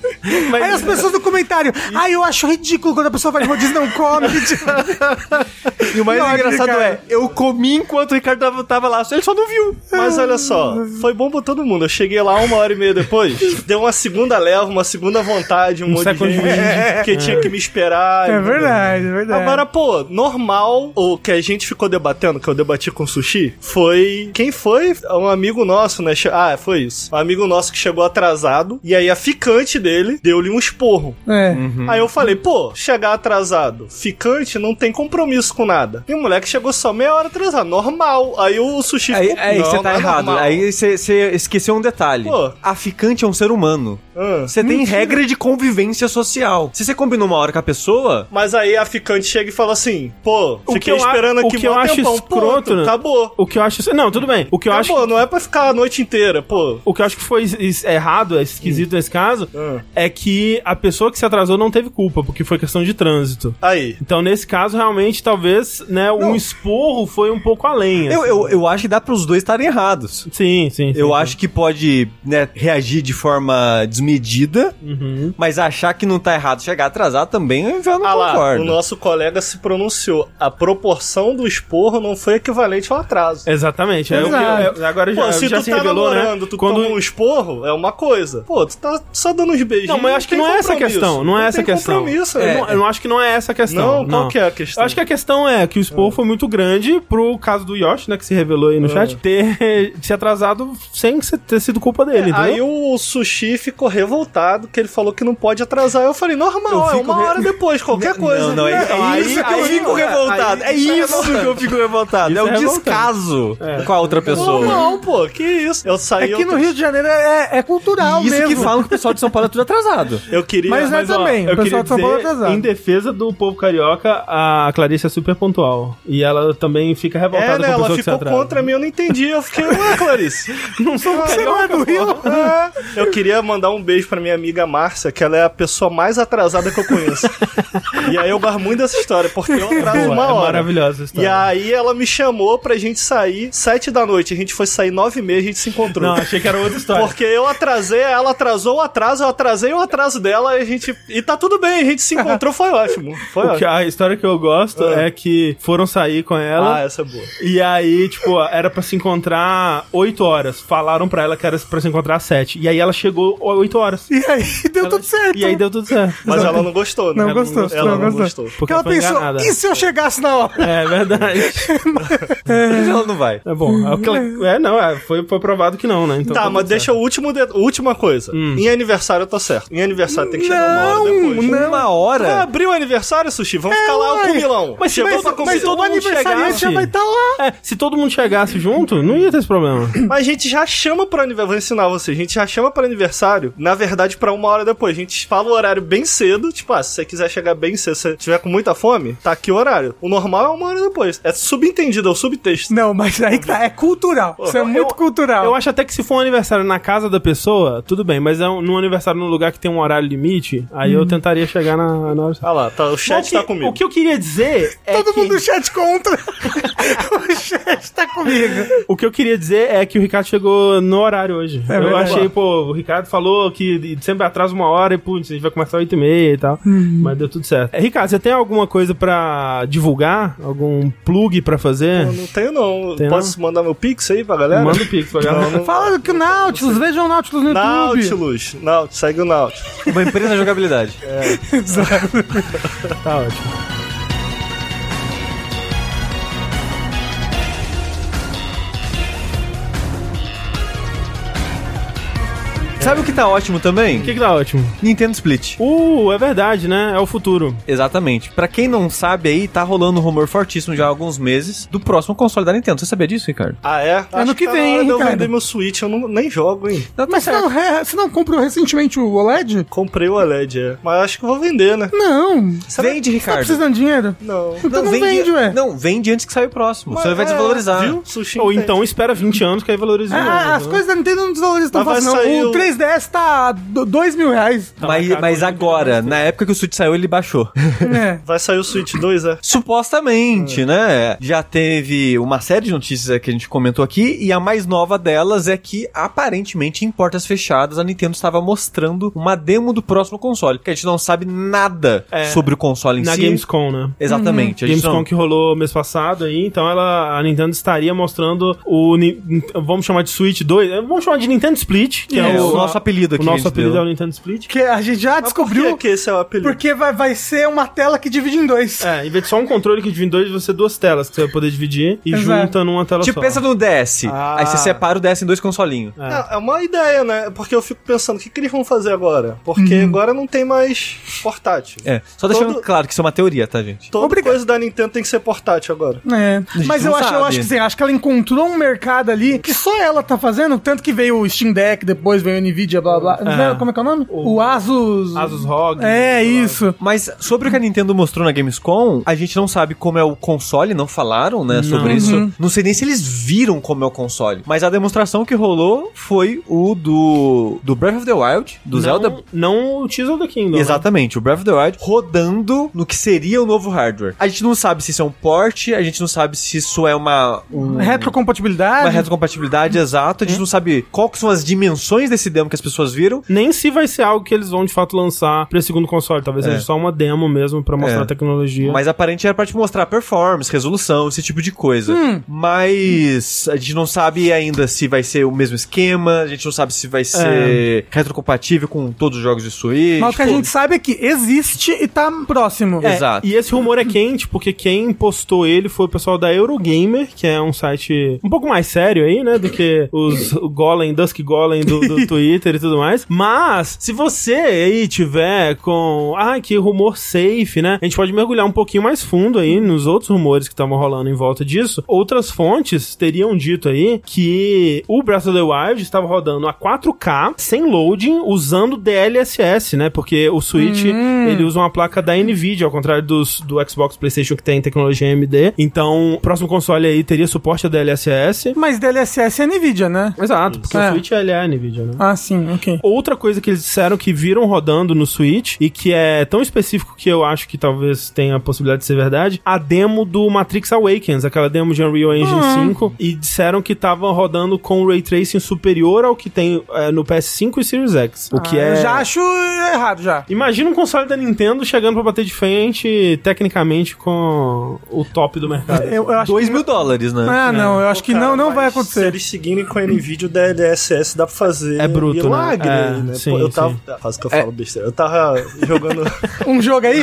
[SPEAKER 2] Aí as pessoas no comentário: Ai, eu acho ridículo quando a pessoa vai no rodízio e não come.
[SPEAKER 3] E o mais
[SPEAKER 2] Não,
[SPEAKER 3] engraçado
[SPEAKER 2] cara.
[SPEAKER 3] é, eu comi enquanto o Ricardo tava, tava lá, ele só não viu.
[SPEAKER 4] Mas olha só, foi bom pra todo mundo. Eu cheguei lá uma hora e meia depois, deu uma segunda leva, uma segunda vontade, um, monte
[SPEAKER 1] second
[SPEAKER 4] de gente
[SPEAKER 1] wind.
[SPEAKER 4] que tinha que me esperar.
[SPEAKER 2] é
[SPEAKER 4] entendeu?
[SPEAKER 2] verdade, é verdade.
[SPEAKER 4] Agora, pô, normal, o que a gente ficou debatendo, que eu debati com o Sushi, foi. Quem foi? Um amigo nosso, né? Che- Ah, foi isso. Um amigo nosso que chegou atrasado, e aí a ficante dele deu-lhe um esporro.
[SPEAKER 2] é.
[SPEAKER 3] Uhum.
[SPEAKER 1] Uhum.
[SPEAKER 4] Aí eu falei, pô, chegar atrasado, ficante, não tem compromisso com nada. E o moleque chegou só meia hora atrasado, normal. Aí o sushi
[SPEAKER 3] Aí,
[SPEAKER 4] ficou,
[SPEAKER 3] aí
[SPEAKER 4] "Não,
[SPEAKER 3] você
[SPEAKER 4] não
[SPEAKER 3] tá
[SPEAKER 4] é
[SPEAKER 3] errado.
[SPEAKER 4] normal."
[SPEAKER 3] Aí você- você esqueceu um detalhe.
[SPEAKER 4] Pô.
[SPEAKER 3] A ficante é um ser humano.
[SPEAKER 4] Ah.
[SPEAKER 3] Você tem regra de convivência social. Se você combinou uma hora com a pessoa,
[SPEAKER 4] Mas aí a ficante chega e fala assim, pô,
[SPEAKER 1] O que
[SPEAKER 4] fiquei
[SPEAKER 1] eu a-
[SPEAKER 4] esperando
[SPEAKER 1] o
[SPEAKER 4] aqui
[SPEAKER 1] que eu
[SPEAKER 4] mó
[SPEAKER 1] acho
[SPEAKER 4] tempão.
[SPEAKER 1] escroto, né?
[SPEAKER 4] Pronto, acabou.
[SPEAKER 1] O que eu acho. Não, tudo bem. O que eu acho.
[SPEAKER 4] Acabou, não é pra ficar a noite inteira, pô.
[SPEAKER 1] O que eu acho que foi es- es- errado, é esquisito nesse caso,
[SPEAKER 4] Hum.
[SPEAKER 1] é que a pessoa que se atrasou não teve culpa, porque foi questão de trânsito.
[SPEAKER 4] Aí.
[SPEAKER 1] Então, nesse caso, realmente, talvez, né, um esporro foi um pouco além.
[SPEAKER 3] eu,
[SPEAKER 1] assim.
[SPEAKER 3] eu, eu acho que dá pros dois estarem errados.
[SPEAKER 1] Sim, sim. sim,
[SPEAKER 3] Eu
[SPEAKER 1] sim.
[SPEAKER 3] acho que pode né, reagir de forma desmedida,
[SPEAKER 1] Uhum.
[SPEAKER 3] mas achar que não tá errado chegar atrasado também, eu já não
[SPEAKER 4] Ah lá,
[SPEAKER 3] concordo.
[SPEAKER 4] o nosso colega se pronunciou. A proporção do esporro não foi equivalente ao atraso.
[SPEAKER 1] Exatamente. É, o que
[SPEAKER 2] Exato.
[SPEAKER 1] eu- agora já,
[SPEAKER 4] Pô, se
[SPEAKER 1] já
[SPEAKER 4] tu
[SPEAKER 1] se
[SPEAKER 4] tá
[SPEAKER 1] revelou,
[SPEAKER 4] namorando,
[SPEAKER 1] né?
[SPEAKER 4] tu
[SPEAKER 1] Quando...
[SPEAKER 4] toma um esporro, é uma coisa. Pô, tu tá só dando uns beijinhos.
[SPEAKER 1] Não, mas eu acho que
[SPEAKER 4] tem
[SPEAKER 1] não é essa a
[SPEAKER 4] compromisso.
[SPEAKER 1] questão. Não é essa a
[SPEAKER 4] tem
[SPEAKER 1] questão.
[SPEAKER 4] compromisso,
[SPEAKER 1] Eu,
[SPEAKER 4] é.
[SPEAKER 1] não, eu não acho que não é essa a questão.
[SPEAKER 4] Não, qual que é a questão? Ah.
[SPEAKER 1] Eu acho que a questão é que o esporro foi muito grande pro caso do Yoshi, né, que se revelou aí no chat, ter se atrasado sem ser- ter sido culpa dele, entendeu?
[SPEAKER 4] É, Aí o sushi ficou revoltado, que ele falou que não pode atrasar. Eu falei, normal,
[SPEAKER 3] Eu
[SPEAKER 4] é
[SPEAKER 3] fico
[SPEAKER 4] uma
[SPEAKER 3] re-
[SPEAKER 4] hora depois, qualquer coisa.
[SPEAKER 3] Não, não, é, é isso que eu fico revoltado. é isso que eu fico revoltado.
[SPEAKER 1] Isso
[SPEAKER 3] é o
[SPEAKER 1] é revoltante.
[SPEAKER 3] descaso com a outra
[SPEAKER 4] Não,
[SPEAKER 3] pessoa.
[SPEAKER 4] não, pô, que isso. Eu
[SPEAKER 2] É
[SPEAKER 4] saí.
[SPEAKER 2] que
[SPEAKER 4] eu-
[SPEAKER 2] no Rio de Janeiro é, é cultural
[SPEAKER 3] Isso
[SPEAKER 2] mesmo.
[SPEAKER 3] que falam que o pessoal de São Paulo é tudo atrasado.
[SPEAKER 4] Eu queria.
[SPEAKER 2] Mas é também, o pessoal de São Paulo é atrasado.
[SPEAKER 1] Em defesa do povo carioca, a Clarice é super pontual. E ela também fica revoltada
[SPEAKER 4] É,
[SPEAKER 1] com a
[SPEAKER 4] né?
[SPEAKER 1] pessoa
[SPEAKER 4] Ela
[SPEAKER 1] que se
[SPEAKER 4] ficou
[SPEAKER 1] atrasa.
[SPEAKER 4] contra mim, eu não entendi. Eu fiquei, ué, Clarice.
[SPEAKER 1] Não sou
[SPEAKER 2] Você não é do Rio?
[SPEAKER 4] Ah, eu queria mandar um beijo pra minha amiga Márcia, que ela é a pessoa mais atrasada que eu conheço. e aí eu gosto muito dessa história, porque eu atraso
[SPEAKER 1] Boa,
[SPEAKER 4] uma
[SPEAKER 1] é
[SPEAKER 4] hora.
[SPEAKER 1] maravilhosa a
[SPEAKER 4] E
[SPEAKER 1] história.
[SPEAKER 4] aí ela me chamou pra gente sair sete da noite. A gente foi sair nove e meia, a gente se encontrou.
[SPEAKER 1] Não, achei que era outra história.
[SPEAKER 4] Porque eu atrasei, ela atrasou o atraso, eu atrasei o atraso dela e a gente. E tá tudo bem, a gente se encontrou, foi ótimo. Foi
[SPEAKER 1] O que-
[SPEAKER 4] ótimo.
[SPEAKER 1] a história que eu gosto
[SPEAKER 4] Ah.
[SPEAKER 1] é que foram sair com ela
[SPEAKER 4] Ah, essa é boa.
[SPEAKER 1] e aí, tipo, era pra se encontrar 8 horas. Falaram pra ela que era pra se encontrar às 7. E aí ela chegou às 8 horas.
[SPEAKER 2] E aí deu
[SPEAKER 1] Ela-
[SPEAKER 2] tudo certo.
[SPEAKER 1] E aí deu tudo certo.
[SPEAKER 4] Mas ela não gostou, né?
[SPEAKER 2] Não
[SPEAKER 4] Ela
[SPEAKER 2] gostou,
[SPEAKER 4] Ela
[SPEAKER 2] não
[SPEAKER 4] não
[SPEAKER 2] gostou.
[SPEAKER 4] gostou.
[SPEAKER 1] Porque
[SPEAKER 2] Porque ela
[SPEAKER 1] foi
[SPEAKER 2] pensou,
[SPEAKER 1] enganada.
[SPEAKER 2] e se eu chegasse na hora?
[SPEAKER 1] É verdade.
[SPEAKER 3] Mas ela não vai.
[SPEAKER 1] É bom. É, o que ela- é, não, é, foi, foi provado que não, né? Então,
[SPEAKER 4] tá, mas
[SPEAKER 1] tudo Hum.
[SPEAKER 4] deixa o último de- última coisa. Em aniversário eu tô certo. Em aniversário tem que chegar uma hora
[SPEAKER 2] Não,
[SPEAKER 4] depois.
[SPEAKER 2] não.
[SPEAKER 3] Uma
[SPEAKER 4] Ah,
[SPEAKER 3] hora?
[SPEAKER 4] abriu o aniversário, Sushi? Vamos ficar lá
[SPEAKER 2] uai.
[SPEAKER 4] com o Milão.
[SPEAKER 1] É. Mas-
[SPEAKER 4] Chegou
[SPEAKER 1] mas-
[SPEAKER 4] pra comer.
[SPEAKER 1] mas todo
[SPEAKER 2] O
[SPEAKER 1] mundo
[SPEAKER 2] aniversariante
[SPEAKER 1] chegasse.
[SPEAKER 2] já vai estar lá.
[SPEAKER 1] certo. É, se todo mundo chegasse junto, não ia ter esse problema.
[SPEAKER 4] Mas a gente já chama pro aniversário. Vou ensinar você. A gente já chama pro aniversário, na verdade, pra uma hora depois. A gente fala o horário bem cedo. Tipo, ah, se você quiser chegar bem cedo, se você tiver com muita fome, tá aqui o horário. O normal é uma hora depois. É subentendido, é o subtexto.
[SPEAKER 2] Não, mas aí que tá, é cultural. Isso é muito cultural.
[SPEAKER 1] Eu acho até que se for um aniversário na casa da pessoa, tudo bem, mas é um, num aniversário num lugar que tem um horário limite, aí eu tentaria chegar na, na hora.
[SPEAKER 4] Ah lá, tá, o Uhum. chat
[SPEAKER 1] Mas o que-
[SPEAKER 4] tá comigo.
[SPEAKER 1] O que eu queria dizer é
[SPEAKER 2] Todo
[SPEAKER 1] que,
[SPEAKER 2] mundo do chat contra. o chat tá comigo.
[SPEAKER 1] O que eu queria dizer é que o Ricardo chegou no horário hoje.
[SPEAKER 4] É
[SPEAKER 1] eu
[SPEAKER 2] verdade.
[SPEAKER 1] achei, pô, o Ricardo falou que sempre atrasa uma hora e, putz, a gente vai começar às 8 e meia e tal.
[SPEAKER 4] Uhum.
[SPEAKER 1] Mas deu tudo certo. É, Ricardo, você tem alguma coisa pra divulgar? Algum plug pra fazer?
[SPEAKER 4] Eu Não tenho, não.
[SPEAKER 1] Tem
[SPEAKER 4] Posso mandar meu pix aí pra galera?
[SPEAKER 1] Manda o pix pra galera.
[SPEAKER 4] Não, né? não-
[SPEAKER 2] Fala que o Nautilus, vejam o Nautilus no YouTube.
[SPEAKER 4] Nautilus. Nautilus. Segue o Nautilus.
[SPEAKER 3] Uma empresa de jogabilidade.
[SPEAKER 2] Exato.
[SPEAKER 1] Tá ótimo.
[SPEAKER 3] Sabe o que tá ótimo também?
[SPEAKER 1] O que que tá ótimo?
[SPEAKER 3] Nintendo Split.
[SPEAKER 1] Uh, é verdade, né? É o futuro.
[SPEAKER 3] Exatamente. Pra quem não sabe aí, tá rolando um rumor fortíssimo já há alguns meses do próximo console da Nintendo. Você sabia disso, Ricardo?
[SPEAKER 4] Ah, é? Acho
[SPEAKER 2] que
[SPEAKER 4] tá
[SPEAKER 2] vem,
[SPEAKER 4] na hora
[SPEAKER 2] hein,
[SPEAKER 4] de eu
[SPEAKER 2] cara?
[SPEAKER 4] vender meu Switch, eu não, nem jogo, hein?
[SPEAKER 2] Mas você não, re- você não comprou recentemente o OLED?
[SPEAKER 4] Comprei o OLED, é. Mas acho que eu vou vender, né?
[SPEAKER 2] Não. Você
[SPEAKER 3] Vende,
[SPEAKER 2] tá
[SPEAKER 3] Ricardo.
[SPEAKER 2] precisando de dinheiro?
[SPEAKER 4] Não.
[SPEAKER 2] Então não, vende, ué.
[SPEAKER 3] Não, vende antes que saia o próximo. Você vai
[SPEAKER 4] É,
[SPEAKER 3] desvalorizar.
[SPEAKER 4] Viu? Sushi
[SPEAKER 1] Ou
[SPEAKER 4] entende.
[SPEAKER 1] então espera 20 anos que aí valoriza de novo,
[SPEAKER 2] Ah, as
[SPEAKER 1] né?
[SPEAKER 2] coisas da Nintendo não desvalorizam tão
[SPEAKER 4] Mas vai
[SPEAKER 2] fácil,
[SPEAKER 4] sair
[SPEAKER 2] não. O
[SPEAKER 4] o-
[SPEAKER 2] 3DS tá 2 mil reais.
[SPEAKER 1] Tá
[SPEAKER 3] mas,
[SPEAKER 1] marcado
[SPEAKER 3] mas
[SPEAKER 1] hoje.
[SPEAKER 3] agora, na época que o Switch saiu, ele baixou.
[SPEAKER 2] É.
[SPEAKER 4] Vai sair o Switch 2, é?
[SPEAKER 1] É.
[SPEAKER 3] Supostamente, né? Já teve uma série de notícias que a gente comentou aqui, e a mais nova delas é que, aparentemente, em portas fechadas, a Nintendo estava mostrando uma demo do próximo console, que a gente não sabe nada
[SPEAKER 1] É.
[SPEAKER 3] sobre o console em
[SPEAKER 1] Na
[SPEAKER 3] si.
[SPEAKER 1] Gamescom, né?
[SPEAKER 3] Exatamente. A gente
[SPEAKER 1] Gamescom
[SPEAKER 3] não...
[SPEAKER 1] que rolou mês passado aí, então ela, a Nintendo estaria mostrando o, Ni- vamos chamar de Switch 2, eh, vamos chamar de Nintendo Split, que
[SPEAKER 3] É, o nosso apelido aqui.
[SPEAKER 1] o
[SPEAKER 3] que a
[SPEAKER 1] nosso
[SPEAKER 3] gente
[SPEAKER 1] apelido
[SPEAKER 3] deu.
[SPEAKER 1] é o Nintendo Split.
[SPEAKER 2] Que a gente já
[SPEAKER 4] Mas por
[SPEAKER 2] descobriu.
[SPEAKER 4] que que esse é o apelido?
[SPEAKER 2] Porque vai, vai ser uma tela que divide em dois.
[SPEAKER 1] É, em vez de só um controle que divide em dois, você duas telas que você vai poder dividir e
[SPEAKER 2] Exato.
[SPEAKER 1] junta numa tela
[SPEAKER 3] Tipo,
[SPEAKER 1] só.
[SPEAKER 3] pensa no DS.
[SPEAKER 4] Ah.
[SPEAKER 3] Aí você separa o DS em dois consolinhos.
[SPEAKER 1] É.
[SPEAKER 4] É, é uma ideia, né? Porque eu fico pensando, o que, que eles vão fazer agora? Porque agora não tem mais portátil.
[SPEAKER 3] É. Só deixando
[SPEAKER 4] Todo-
[SPEAKER 3] claro que isso é uma teoria, tá, gente?
[SPEAKER 4] Toda
[SPEAKER 2] Obrigado.
[SPEAKER 4] coisa da Nintendo tem que ser portátil agora.
[SPEAKER 2] É, mas
[SPEAKER 3] não
[SPEAKER 2] eu acho, eu
[SPEAKER 3] sabe.
[SPEAKER 2] acho que sim, acho que ela encontrou um mercado ali que só ela tá fazendo, tanto que veio o Steam Deck, depois veio o Nvidia, blá blá. blá.
[SPEAKER 1] É.
[SPEAKER 2] Como é que é o nome?
[SPEAKER 1] O-
[SPEAKER 2] O, Asus.
[SPEAKER 1] Asus ROG.
[SPEAKER 2] É isso.
[SPEAKER 3] Mas sobre o que a Nintendo mostrou na Gamescom, a gente não sabe como é o console, não falaram, né, sobre
[SPEAKER 1] Não. Uhum.
[SPEAKER 3] isso. Não sei nem se eles viram como é o console. Mas a demonstração que rolou foi o do, do Breath of the Wild, do
[SPEAKER 1] Não,
[SPEAKER 3] Zelda.
[SPEAKER 1] Não o Tears of the Kingdom. né?
[SPEAKER 3] Exatamente, o Breath of the Wild rodando no que seria o novo hardware. A gente não sabe se isso é um port, a gente não sabe se isso é uma um- uma
[SPEAKER 2] Retrocompatibilidade.
[SPEAKER 3] retrocompatibilidade exata, a gente não sabe qual que são as dimensões desse demo que as pessoas viram.
[SPEAKER 1] Nem se vai ser algo que eles vão de fato lançar pra esse segundo console. Talvez
[SPEAKER 3] É.
[SPEAKER 1] seja só uma demo mesmo pra mostrar
[SPEAKER 3] É.
[SPEAKER 1] a tecnologia.
[SPEAKER 3] Mas aparente era pra te mostrar performance, resolução, esse tipo de coisa. Mas a gente não sabe ainda se vai ser o mesmo esquema, a gente não sabe se vai ser retrocompatível com todos os jogos de Switch.
[SPEAKER 2] Mas o que a
[SPEAKER 3] Pô,
[SPEAKER 2] gente sabe é que existe e tá próximo.
[SPEAKER 1] É,
[SPEAKER 3] Exato.
[SPEAKER 1] E esse rumor é quente, porque quem postou ele foi o pessoal da Eurogamer, que é um site um pouco mais sério aí, né? Do que os o Golem, Dusk Golem do, do Twitter e tudo mais. Mas, se você aí tiver com. Ah, que rumor safe, né? A gente pode mergulhar um pouquinho mais fundo aí nos outros rumores que estavam rolando em volta disso. Outras fontes teriam dito aí que o Breath of the Wild estava rodando a 4K, sem loading, usando DLSS, né? Porque o Switch, ele usa uma placa da NVIDIA, ao contrário dos, do Xbox, Playstation, que tem tecnologia AMD. Então, o próximo console aí teria suporte a DLSS.
[SPEAKER 2] Mas DLSS é NVIDIA, né?
[SPEAKER 1] Exato, porque
[SPEAKER 2] É.
[SPEAKER 1] o Switch, ele é a NVIDIA, né?
[SPEAKER 2] Ah, sim, ok.
[SPEAKER 1] Outra coisa que eles disseram que viram rodando no Switch e que é tão específico que eu acho que talvez tenha a possibilidade de ser verdade, a demo do Matrix Awakens, aquela demo de Unreal Engine 5, e disseram que tava rodando com Ray Tracing superior ao que tem é, no PS5 e Series X. O que
[SPEAKER 2] Ah,
[SPEAKER 1] é...
[SPEAKER 2] Eu já acho errado, já.
[SPEAKER 1] Imagina um console da Nintendo chegando pra bater de frente tecnicamente com o top do mercado.
[SPEAKER 2] Eu, eu acho
[SPEAKER 3] 2
[SPEAKER 2] que...
[SPEAKER 3] mil dólares, né?
[SPEAKER 2] Ah, não, eu acho que
[SPEAKER 4] Cara,
[SPEAKER 2] não, não
[SPEAKER 4] mas
[SPEAKER 2] vai
[SPEAKER 4] Se
[SPEAKER 2] acontecer.
[SPEAKER 4] eles seguirem com a NVIDIA, o DLSS dá pra fazer
[SPEAKER 1] É bruto, né?
[SPEAKER 4] milagre,
[SPEAKER 1] É,
[SPEAKER 4] né?
[SPEAKER 1] sim,
[SPEAKER 4] Pô, eu tava...
[SPEAKER 1] sim.
[SPEAKER 4] Quase que eu falo besteira. Eu tava jogando
[SPEAKER 2] Um jogo aí?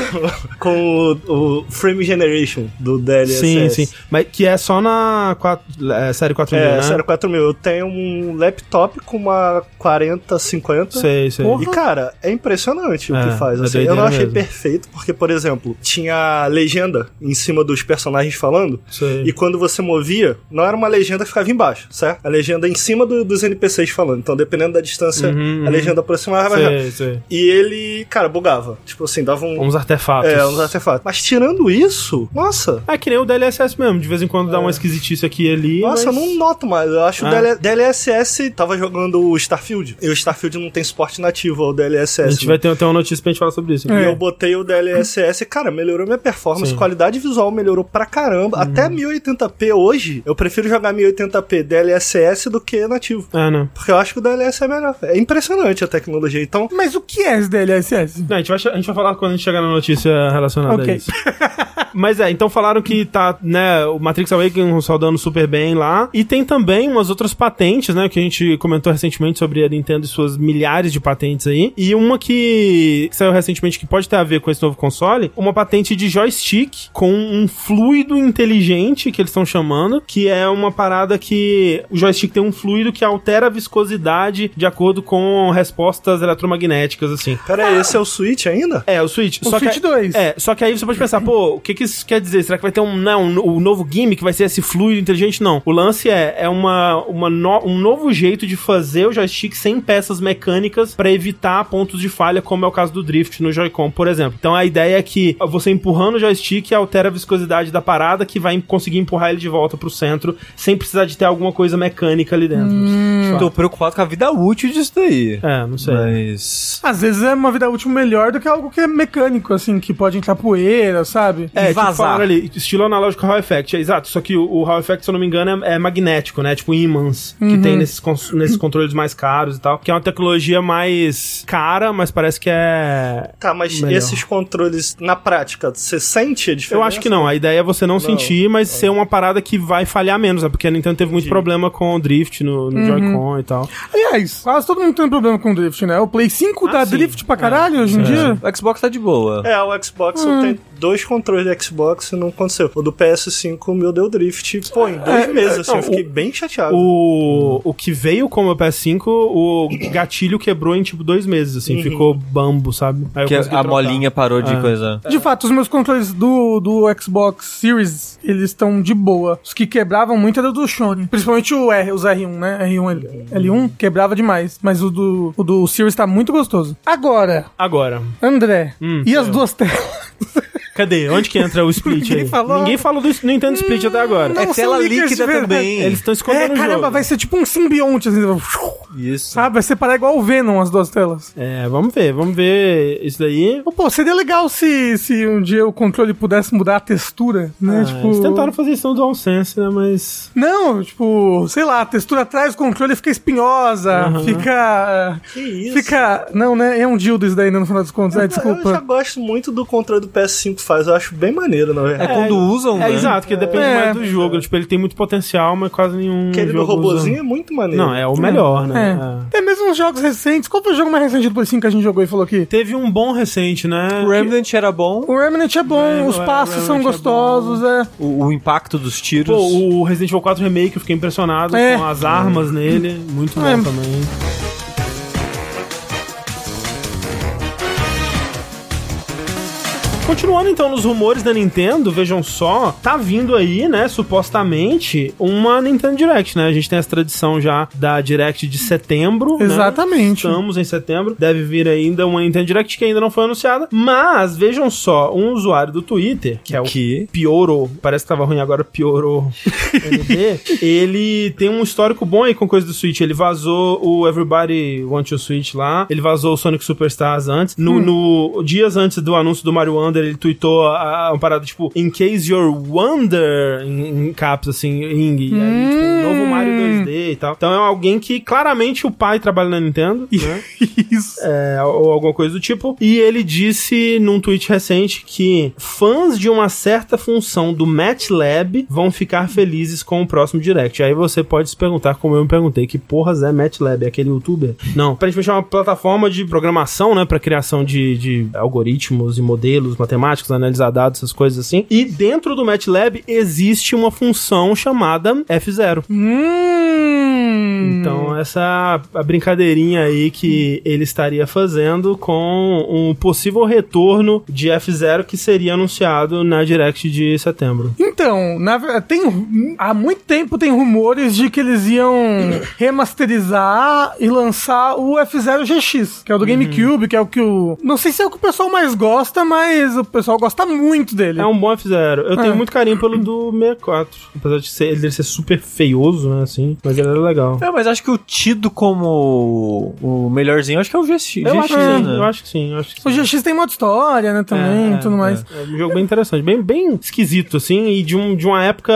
[SPEAKER 4] com o, o Frame Generation do DLSS.
[SPEAKER 1] Sim, sim. é Mas que é só na quatro- é, série 4000,
[SPEAKER 4] É,
[SPEAKER 1] né?
[SPEAKER 4] sério, 4 mil. Eu tenho um laptop com uma 40, 50.
[SPEAKER 1] Sei, sei.
[SPEAKER 4] E, cara, é impressionante o
[SPEAKER 1] É,
[SPEAKER 4] que faz.
[SPEAKER 1] é
[SPEAKER 4] assim. eu não
[SPEAKER 1] doideira
[SPEAKER 4] achei
[SPEAKER 1] mesmo.
[SPEAKER 4] perfeito, porque, por exemplo, tinha legenda em cima dos personagens falando.
[SPEAKER 1] Sei.
[SPEAKER 4] E quando você movia, não era uma legenda que ficava embaixo, certo? A legenda em cima do- dos NPCs falando. Então, dependendo da distância,
[SPEAKER 1] Uhum,
[SPEAKER 4] a
[SPEAKER 1] uhum.
[SPEAKER 4] legenda aproximava.
[SPEAKER 1] Sei, sei.
[SPEAKER 4] E ele, cara, bugava. Tipo assim, dava um.
[SPEAKER 1] Uns artefatos.
[SPEAKER 4] é, uns artefatos. Mas tirando isso, nossa,
[SPEAKER 1] É que nem o DLSS mesmo, de vez em quando dá uma esquisitice aqui e ali.
[SPEAKER 4] É. Nossa,
[SPEAKER 1] mas-
[SPEAKER 4] eu não noto mais. Eu acho
[SPEAKER 1] Ah.
[SPEAKER 4] o DL DLSS tava jogando o Starfield. E o Starfield não tem suporte nativo ao DLSS.
[SPEAKER 1] A gente
[SPEAKER 4] né?
[SPEAKER 1] vai ter até uma notícia pra gente falar sobre isso.
[SPEAKER 4] E
[SPEAKER 2] É.
[SPEAKER 4] eu botei o DLSS, cara, melhorou minha performance,
[SPEAKER 1] Sim. Uhum.
[SPEAKER 4] qualidade visual melhorou pra caramba. Até 1080p hoje, eu prefiro jogar 1080p DLSS do que nativo.
[SPEAKER 1] Ah, não.
[SPEAKER 4] Porque eu acho que o DLSS é melhor. É impressionante a tecnologia. Então,
[SPEAKER 2] Mas o que é esse DLSS?
[SPEAKER 1] Não, a, gente vai, a gente vai falar quando a gente chegar na notícia relacionada
[SPEAKER 2] Ok.
[SPEAKER 1] a isso. Mas é, então falaram que tá, né, o Matrix Awakening saudando super bem lá. E tem também umas outras patentes, né, que a gente comentou recentemente sobre a Nintendo e suas milhares de patentes aí. E uma que, que saiu recentemente que pode ter a ver com esse novo console, uma patente de joystick com um fluido inteligente, que eles estão chamando, que é uma parada que o joystick tem um fluido que altera a viscosidade de acordo com respostas eletromagnéticas, assim.
[SPEAKER 4] peraí, esse é o Switch ainda?
[SPEAKER 1] É, o Switch.
[SPEAKER 2] O
[SPEAKER 1] só
[SPEAKER 2] Switch
[SPEAKER 1] que,
[SPEAKER 2] 2.
[SPEAKER 1] É, só que aí você pode pensar, pô, o que, que isso quer dizer? Será que vai ter um, né, um, no- um novo gimmick? Vai ser esse fluido inteligente? Não. O lance é, é uma, uma no- um novo jeito de fazer o joystick sem peças mecânicas pra evitar pontos de falha, como é o caso do Drift no Joy-Con, por exemplo. Então a ideia é que você empurrando o joystick altera a viscosidade da parada que vai conseguir empurrar ele de volta pro centro sem precisar de ter alguma coisa mecânica ali dentro.
[SPEAKER 2] Hum.
[SPEAKER 1] Tipo,
[SPEAKER 3] Eu Tô preocupado com a vida útil disso daí.
[SPEAKER 1] É, não sei.
[SPEAKER 3] Mas.
[SPEAKER 2] Às vezes é uma vida útil melhor do que algo que é mecânico, assim, que pode entrar poeira, sabe?
[SPEAKER 1] É, tipo,
[SPEAKER 3] vazar.
[SPEAKER 1] falaram ali, estilo analógico Hall Effect, é, exato. Só que o, o Hall Effect, se eu não me engano, é, é magnético, né? Tipo ímãs que tem nesses, cons- nesses controles mais caros e tal. Que é uma tecnologia mais cara, mas parece que é.
[SPEAKER 4] Tá, mas
[SPEAKER 1] Melhor.
[SPEAKER 4] esses controles, na prática, você sente a diferença?
[SPEAKER 1] Eu acho que não. A ideia é você não, sentir, mas ser uma parada que vai falhar menos, né? Porque a Nintendo teve muito problema com o drift no, no Joy-Con e tal.
[SPEAKER 2] Aliás, quase todo mundo tem um problema com drift, né? O Play 5 dá
[SPEAKER 1] Ah, sim.
[SPEAKER 2] drift pra caralho hoje em dia.
[SPEAKER 3] O Xbox tá de boa.
[SPEAKER 4] É, o Xbox eu tenho dois controles do Xbox e não aconteceu. O do PS5, o meu deu drift, pô, em dois meses, assim,
[SPEAKER 1] É, não,
[SPEAKER 4] eu fiquei bem chateado.
[SPEAKER 1] O, o que veio com o meu PS5, o gatilho quebrou em tipo dois meses, assim, ficou bambo, sabe? Aí eu
[SPEAKER 3] Porque
[SPEAKER 1] consegui
[SPEAKER 3] a
[SPEAKER 1] trocar.
[SPEAKER 3] molinha parou de
[SPEAKER 1] É.
[SPEAKER 3] coisa.
[SPEAKER 2] De fato, os meus controles do, do Xbox Series, eles estão de boa. Os que quebravam muito era do Sony. Principalmente o R, os R1, né? R1, L, L1 quebrava demais. Mas o do, o do Series tá muito gostoso. Agora,
[SPEAKER 1] Agora.
[SPEAKER 2] André,
[SPEAKER 1] Hum,
[SPEAKER 2] e as
[SPEAKER 1] eu.
[SPEAKER 2] duas telas?
[SPEAKER 1] Cadê? Onde que entra o Split
[SPEAKER 2] Ninguém
[SPEAKER 1] aí?
[SPEAKER 2] falou.
[SPEAKER 1] Ninguém falou do Nintendo Split até agora.
[SPEAKER 2] não
[SPEAKER 3] é
[SPEAKER 2] são
[SPEAKER 3] tela
[SPEAKER 2] leakers de
[SPEAKER 3] líquida
[SPEAKER 2] verdade.
[SPEAKER 3] também.
[SPEAKER 1] Eles estão
[SPEAKER 2] É,
[SPEAKER 1] escondendo o
[SPEAKER 2] caramba,
[SPEAKER 1] jogo.
[SPEAKER 2] vai ser tipo um simbionte, assim.
[SPEAKER 3] Isso.
[SPEAKER 2] Sabe? Vai separar igual o Venom as duas telas.
[SPEAKER 1] É, vamos ver, vamos ver isso daí.
[SPEAKER 2] Ô, Pô, seria legal se, se um dia o controle pudesse mudar a textura, né?
[SPEAKER 1] Ah,
[SPEAKER 2] tipo...
[SPEAKER 1] Eles tentaram fazer isso no DualSense, né, mas...
[SPEAKER 2] Não, tipo, sei lá, a textura atrás do controle fica espinhosa,
[SPEAKER 1] Aham.
[SPEAKER 2] fica...
[SPEAKER 4] que isso?
[SPEAKER 2] Fica... Não, né? É um dildo isso daí, né, no final dos contos. É,
[SPEAKER 4] Eu já
[SPEAKER 2] desculpa.
[SPEAKER 4] gosto muito do controle do PS5 faz, eu acho bem maneiro, na
[SPEAKER 3] É
[SPEAKER 4] verdade.
[SPEAKER 3] quando usam,
[SPEAKER 1] É,
[SPEAKER 3] né?
[SPEAKER 1] exato, que depende
[SPEAKER 2] É.
[SPEAKER 1] mais do jogo. Tipo, ele tem muito potencial, mas quase nenhum
[SPEAKER 4] Aquele do
[SPEAKER 1] jogo usa.
[SPEAKER 4] robozinho é muito maneiro.
[SPEAKER 1] um Não, é o melhor, né? É.
[SPEAKER 2] É. Até mesmo os jogos recentes. Qual foi o jogo mais recente do Play 5 que a gente jogou e falou aqui?
[SPEAKER 1] Teve um bom recente, né?
[SPEAKER 3] O Remnant era bom,
[SPEAKER 2] O Remnant é bom,
[SPEAKER 1] É,
[SPEAKER 2] os
[SPEAKER 1] o
[SPEAKER 2] passos são
[SPEAKER 1] Remnant é
[SPEAKER 2] gostosos, é.
[SPEAKER 3] o, o impacto dos tiros.
[SPEAKER 1] Pô, o Resident Evil 4 Remake, eu fiquei impressionado
[SPEAKER 2] É.
[SPEAKER 1] com as armas nele. Muito bom
[SPEAKER 2] É.
[SPEAKER 1] também. Continuando então nos rumores da Nintendo, vejam só, tá vindo aí, né, supostamente, uma Nintendo Direct, né? A gente tem essa tradição já da Direct de setembro. né?
[SPEAKER 2] Exatamente.
[SPEAKER 1] Estamos em setembro, deve vir ainda uma Nintendo Direct que ainda não foi anunciada. Mas, vejam só, um usuário do Twitter, que é o
[SPEAKER 3] Que?
[SPEAKER 1] Pioro, parece que tava ruim agora, Pioro NB, ele tem um histórico bom aí com coisa do Switch. Ele vazou o Everybody Want Your Switch lá, ele vazou o Sonic Superstars antes. No, no- dias antes do anúncio do Mario Wonder, ele tweetou a, a- uma parada tipo, In case you're wonder, em, em caps assim, ing, e aí, tipo, um novo Mario 2D e tal. Então é alguém que claramente o pai trabalha na Nintendo, né?
[SPEAKER 2] Isso.
[SPEAKER 1] é, ou alguma coisa do tipo. E ele disse num tweet recente que fãs de uma certa função do MATLAB vão ficar felizes com o próximo direct. Aí você pode se perguntar, como eu me perguntei, que porras é MATLAB? É aquele youtuber? Não. Aparentemente é uma plataforma de programação, né, pra criação de, de algoritmos e modelos matemáticos, analisar dados, essas coisas assim. E dentro do MATLAB existe uma função chamada F0.
[SPEAKER 2] Hum.
[SPEAKER 1] Então, essa a brincadeirinha aí que ele estaria fazendo com um possível retorno de F0 que seria anunciado na Direct de setembro.
[SPEAKER 2] Então, na verdade, tem, ru- há muito tempo tem rumores de que eles iam remasterizar e lançar o F0 GX, que é o
[SPEAKER 1] Uhum.
[SPEAKER 2] do GameCube, que é o que o. Não sei se é o que o pessoal mais gosta, mas o pessoal gosta muito dele.
[SPEAKER 1] É um bom F0. Eu tenho
[SPEAKER 2] É.
[SPEAKER 1] muito carinho pelo do 64. Apesar de ser, ele ser super feioso, né, assim. Mas ele era legal.
[SPEAKER 3] É, mas acho que o tido como o melhorzinho, acho que é o GX.
[SPEAKER 1] Eu acho, que
[SPEAKER 3] né?
[SPEAKER 1] sim, eu acho que sim, eu acho que sim.
[SPEAKER 2] O GX tem modo história, né, também,
[SPEAKER 1] É,
[SPEAKER 2] e tudo
[SPEAKER 1] é,
[SPEAKER 2] mais.
[SPEAKER 1] É, um jogo bem interessante, bem, bem esquisito, assim, e de, um, de uma época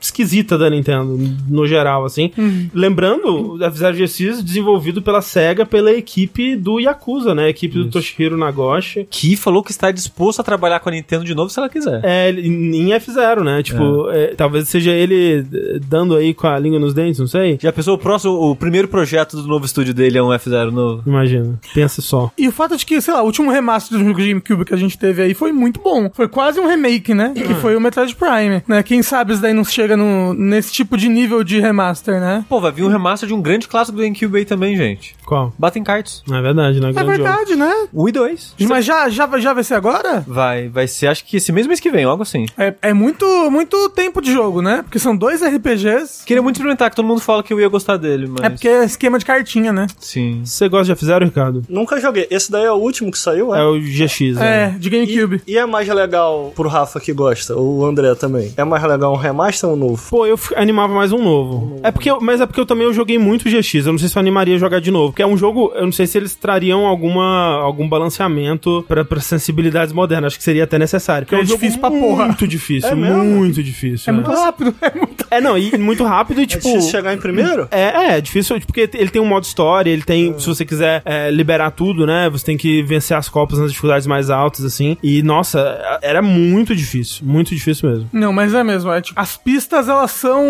[SPEAKER 1] esquisita da Nintendo, no geral, assim.
[SPEAKER 2] Uhum.
[SPEAKER 1] Lembrando, o F-Zero GX desenvolvido pela SEGA, pela equipe do Yakuza, né? A equipe do Toshihiro Nagoshi.
[SPEAKER 3] Que falou que está disposto a trabalhar com a Nintendo de novo se ela quiser.
[SPEAKER 1] É, ele- em F-Zero, né? Tipo, é, talvez seja ele eh, dando aí com a língua nos dentes, não sei.
[SPEAKER 3] Já pensou o próximo, o primeiro projeto do novo estúdio dele é um F0 novo?
[SPEAKER 1] Imagina, pensa só.
[SPEAKER 2] E o fato de que, sei lá, o último remaster do jogo de GameCube que a gente teve aí foi muito bom. Foi quase um remake, né? Que foi o Metroid Prime, né? Quem sabe isso daí não chega no, nesse tipo de nível de remaster, né?
[SPEAKER 3] Pô, vai vir um remaster de um grande clássico do GameCube aí também, gente.
[SPEAKER 1] Qual?
[SPEAKER 3] Batem Cards.
[SPEAKER 1] Não é verdade, né?
[SPEAKER 2] É
[SPEAKER 1] Grande jogo.
[SPEAKER 2] verdade, né?
[SPEAKER 3] 1 e 2.
[SPEAKER 2] Mas já, já, vai- já vai ser agora?
[SPEAKER 3] Vai, vai ser, acho que esse mesmo mês que vem, algo assim.
[SPEAKER 2] É, é muito, muito tempo de jogo, né? Porque são dois RPGs.
[SPEAKER 3] Queria muito experimentar, que todo mundo fala que eu ia gostar dele, mas...
[SPEAKER 2] É porque é esquema de cartinha, né?
[SPEAKER 3] Sim.
[SPEAKER 1] Você gosta de F-Zero, Ricardo?
[SPEAKER 4] Nunca joguei. Esse daí é o último que saiu,
[SPEAKER 1] É
[SPEAKER 4] é?
[SPEAKER 1] o GX,
[SPEAKER 2] É,
[SPEAKER 1] né?
[SPEAKER 2] de GameCube.
[SPEAKER 4] E, e é mais legal pro Rafa que gosta, ou o André também. É mais legal um remaster ou um novo?
[SPEAKER 1] Pô, eu fi- animava mais um novo. É porque, eu- mas é porque eu também eu joguei muito GX. Eu não sei se eu animaria a jogar de novo. Porque é um jogo, eu não sei se eles trariam alguma, algum balanceamento pra, pra sensibilidades modernas. Acho que seria até necessário. Porque
[SPEAKER 2] É
[SPEAKER 1] um jogo
[SPEAKER 2] difícil pra porra.
[SPEAKER 1] Muito difícil,
[SPEAKER 4] É mesmo?
[SPEAKER 1] muito difícil.
[SPEAKER 2] É muito rápido. É muito...
[SPEAKER 1] É, não, e muito rápido e
[SPEAKER 4] É
[SPEAKER 1] tipo.
[SPEAKER 4] difícil chegar em primeiro?
[SPEAKER 1] É, é, é difícil, porque ele tem um modo história, ele tem, se você quiser é, liberar tudo, né, você tem que vencer as copas nas dificuldades mais altas, assim, e, nossa, é, era muito difícil, muito difícil mesmo.
[SPEAKER 2] Não, mas é mesmo. É, tipo, as pistas, elas são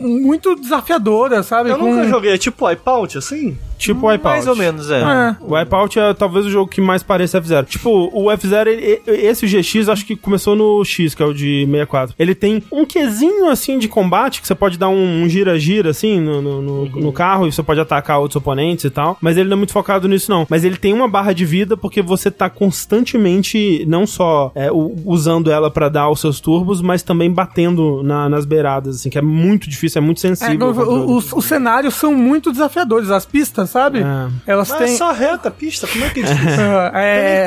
[SPEAKER 2] muito desafiadoras, sabe?
[SPEAKER 4] Eu
[SPEAKER 2] Com-
[SPEAKER 4] nunca joguei. É tipo iPout, assim?
[SPEAKER 1] Tipo o Wipeout.
[SPEAKER 3] Mais ou menos, é.
[SPEAKER 2] É.
[SPEAKER 1] O Wipeout é talvez o jogo que mais parece F-Zero. Tipo, o F-Zero, ele- e- esse GX, acho que começou no X, que é o de 64. Ele tem um quezinho, assim, de combate, que você pode dar um um gira-gira, assim, no, no, no-
[SPEAKER 2] Uhum.
[SPEAKER 1] no carro, e você pode atacar outros oponentes e tal. Mas ele não é muito focado nisso, não. Mas ele tem uma barra de vida, porque você tá constantemente, não só é, u- usando ela pra dar os seus turbos, mas também batendo na- nas beiradas, assim, que é muito difícil, é muito
[SPEAKER 2] É,
[SPEAKER 1] sensível.
[SPEAKER 2] não,
[SPEAKER 1] o controle.
[SPEAKER 2] os, os cenários são muito desafiadores. As pistas, sabe?
[SPEAKER 1] É.
[SPEAKER 2] Elas
[SPEAKER 4] Mas
[SPEAKER 2] têm...
[SPEAKER 4] é só reta, pista. Como é que é difícil?
[SPEAKER 2] Ah,
[SPEAKER 4] É.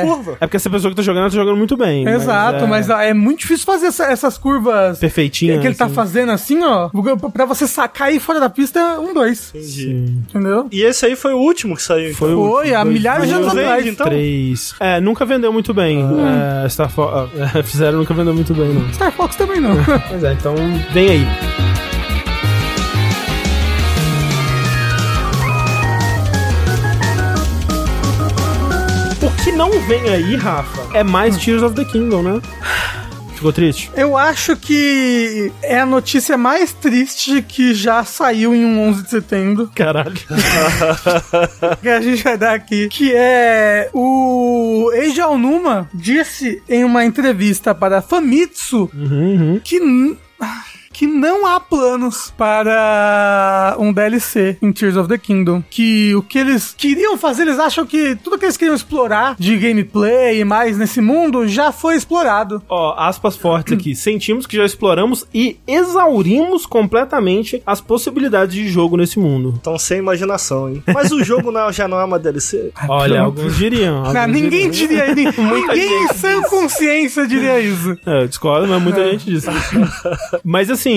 [SPEAKER 2] é...
[SPEAKER 4] curva.
[SPEAKER 1] É porque essa pessoa que tá jogando, ela tá jogando muito bem.
[SPEAKER 2] Exato, mas é... muito difícil fazer essa- essas curvas...
[SPEAKER 1] perfeitinha.
[SPEAKER 2] É que ele tá
[SPEAKER 1] assim.
[SPEAKER 2] fazendo assim, ó. Pra você sacar e ir fora da pista, é um, dois.
[SPEAKER 4] Entendi.
[SPEAKER 2] Entendeu?
[SPEAKER 4] E esse aí foi o último que saiu. Então.
[SPEAKER 1] Foi, o
[SPEAKER 2] Foi,
[SPEAKER 1] último,
[SPEAKER 2] há
[SPEAKER 1] dois-
[SPEAKER 2] milhares de
[SPEAKER 1] dois-
[SPEAKER 2] anos
[SPEAKER 4] Vende,
[SPEAKER 2] atrás.
[SPEAKER 4] então?
[SPEAKER 1] Três. É, nunca vendeu muito bem. É, Star Fox. F0 nunca vendeu muito bem, não.
[SPEAKER 2] Star Fox também não.
[SPEAKER 1] Mas é, então vem aí. O que não vem aí, Rafa, é mais Tears of the Kingdom, né? Ficou triste?
[SPEAKER 2] Eu acho que é a notícia mais triste que já saiu em um 11 de setembro,
[SPEAKER 1] Caralho.
[SPEAKER 2] que a gente vai dar aqui, que é o Eiji Aonuma disse em uma entrevista para a Famitsu
[SPEAKER 1] Uhum, uhum.
[SPEAKER 2] que n- que não há planos para um DLC em Tears of the Kingdom. Que o que eles queriam fazer, eles acham que tudo que eles queriam explorar de gameplay e mais nesse mundo já foi explorado.
[SPEAKER 1] Ó, aspas fortes aqui. Sentimos que já exploramos e exaurimos completamente as possibilidades de jogo nesse mundo.
[SPEAKER 4] Então, sem imaginação, hein? Mas o jogo não- já não é uma DLC?
[SPEAKER 1] Olha,
[SPEAKER 2] pronto.
[SPEAKER 1] alguns diriam. alguns
[SPEAKER 2] Ah, ninguém
[SPEAKER 1] diriam.
[SPEAKER 2] diria isso. ninguém em sã consciência diria isso.
[SPEAKER 1] É, eu discordo, mas muita gente disse. mas assim,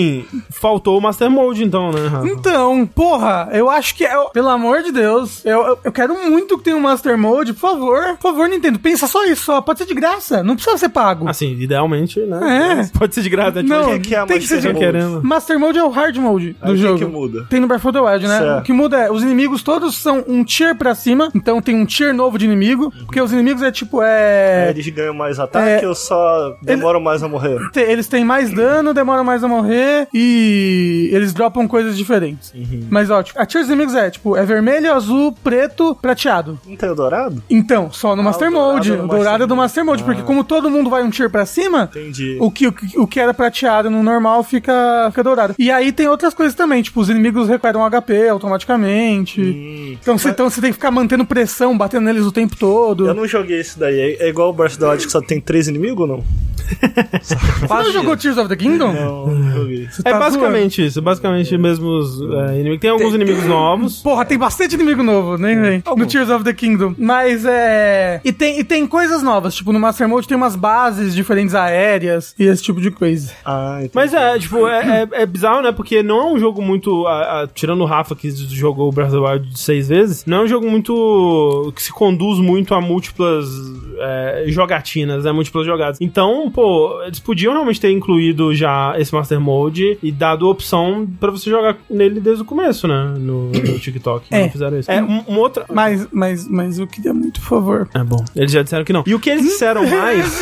[SPEAKER 1] faltou o Master Mode então, né, Rafa?
[SPEAKER 2] Então, porra, eu acho que. eu- pelo amor de Deus, eu, eu, eu quero muito que tenha um Master Mode, por favor. Por favor, Nintendo, pensa só isso, só. Pode ser de graça, não precisa ser pago.
[SPEAKER 1] Assim, idealmente, né?
[SPEAKER 2] É.
[SPEAKER 1] Pode ser de graça. tipo,
[SPEAKER 2] Não,
[SPEAKER 1] a
[SPEAKER 4] O
[SPEAKER 1] gente
[SPEAKER 4] que é a
[SPEAKER 2] tem que ser
[SPEAKER 1] tá
[SPEAKER 4] Master Mode?
[SPEAKER 1] querendo.
[SPEAKER 2] Master Mode é o hard mode do
[SPEAKER 4] Aí o que
[SPEAKER 2] jogo.
[SPEAKER 4] que muda?
[SPEAKER 2] Tem no Breath of the Wild, né?
[SPEAKER 4] Certo.
[SPEAKER 2] O que muda é, os inimigos todos são um tier pra cima, então tem um tier novo de inimigo, porque os inimigos é tipo,
[SPEAKER 4] Uhum. É,
[SPEAKER 2] é...
[SPEAKER 4] Eles ganham mais ataque
[SPEAKER 2] É.
[SPEAKER 4] ou só demoram mais a morrer?
[SPEAKER 2] te- Eles têm mais dano, demoram mais a morrer e eles dropam coisas diferentes.
[SPEAKER 4] Uhum.
[SPEAKER 2] Mas ó, tipo, a tier dos inimigos é tipo, é vermelho, azul, preto, prateado.
[SPEAKER 4] Não tem o dourado?
[SPEAKER 2] Então, só no Master
[SPEAKER 4] o dourado
[SPEAKER 2] Mode.
[SPEAKER 4] é no
[SPEAKER 2] O dourado é do
[SPEAKER 4] Master
[SPEAKER 2] Master Mode, porque como todo mundo vai um tier pra cima,
[SPEAKER 4] Entendi.
[SPEAKER 2] O que, o que- o que era prateado no normal fica, fica dourado. E aí tem outras coisas também, tipo, os inimigos recuperam HP automaticamente.
[SPEAKER 4] Hum.
[SPEAKER 2] então, você, então você tem que ficar mantendo pressão, batendo neles o tempo todo.
[SPEAKER 4] Eu não joguei isso daí. É, é igual o Breath of the Wild que só tem três inimigos ou não?
[SPEAKER 2] Você não jogou Tears of the Kingdom?
[SPEAKER 4] Não, não joguei.
[SPEAKER 2] Você
[SPEAKER 1] É
[SPEAKER 2] tá
[SPEAKER 1] basicamente isso, basicamente mesmos é, inimigos. Tem alguns inimigos novos.
[SPEAKER 2] zoando. Porra, tem bastante inimigo novo, nem vem.
[SPEAKER 1] tá
[SPEAKER 2] No Tears of the Kingdom. Mas é. E tem, e tem coisas novas. Tipo, no Master Mode tem umas bases diferentes aéreas e esse tipo de coisa.
[SPEAKER 4] Ah, entendi.
[SPEAKER 1] Mas é, tipo, é, é, é bizarro, né? Porque não é um jogo muito. a- a- tirando o Rafa, que jogou o Breath of the Wild seis vezes, não é um jogo muito. que se conduz muito a múltiplas é, jogatinas, né? Múltiplas jogadas. Então, pô, eles podiam realmente ter incluído já esse Master Mode e dado a opção pra você jogar nele desde o começo, né? No, no TikTok.
[SPEAKER 2] É.
[SPEAKER 1] Não fizeram isso. É, um, um outra.
[SPEAKER 2] Mas, mas, mas eu queria muito, por favor.
[SPEAKER 1] É bom, eles já disseram que não. E o que eles disseram mais,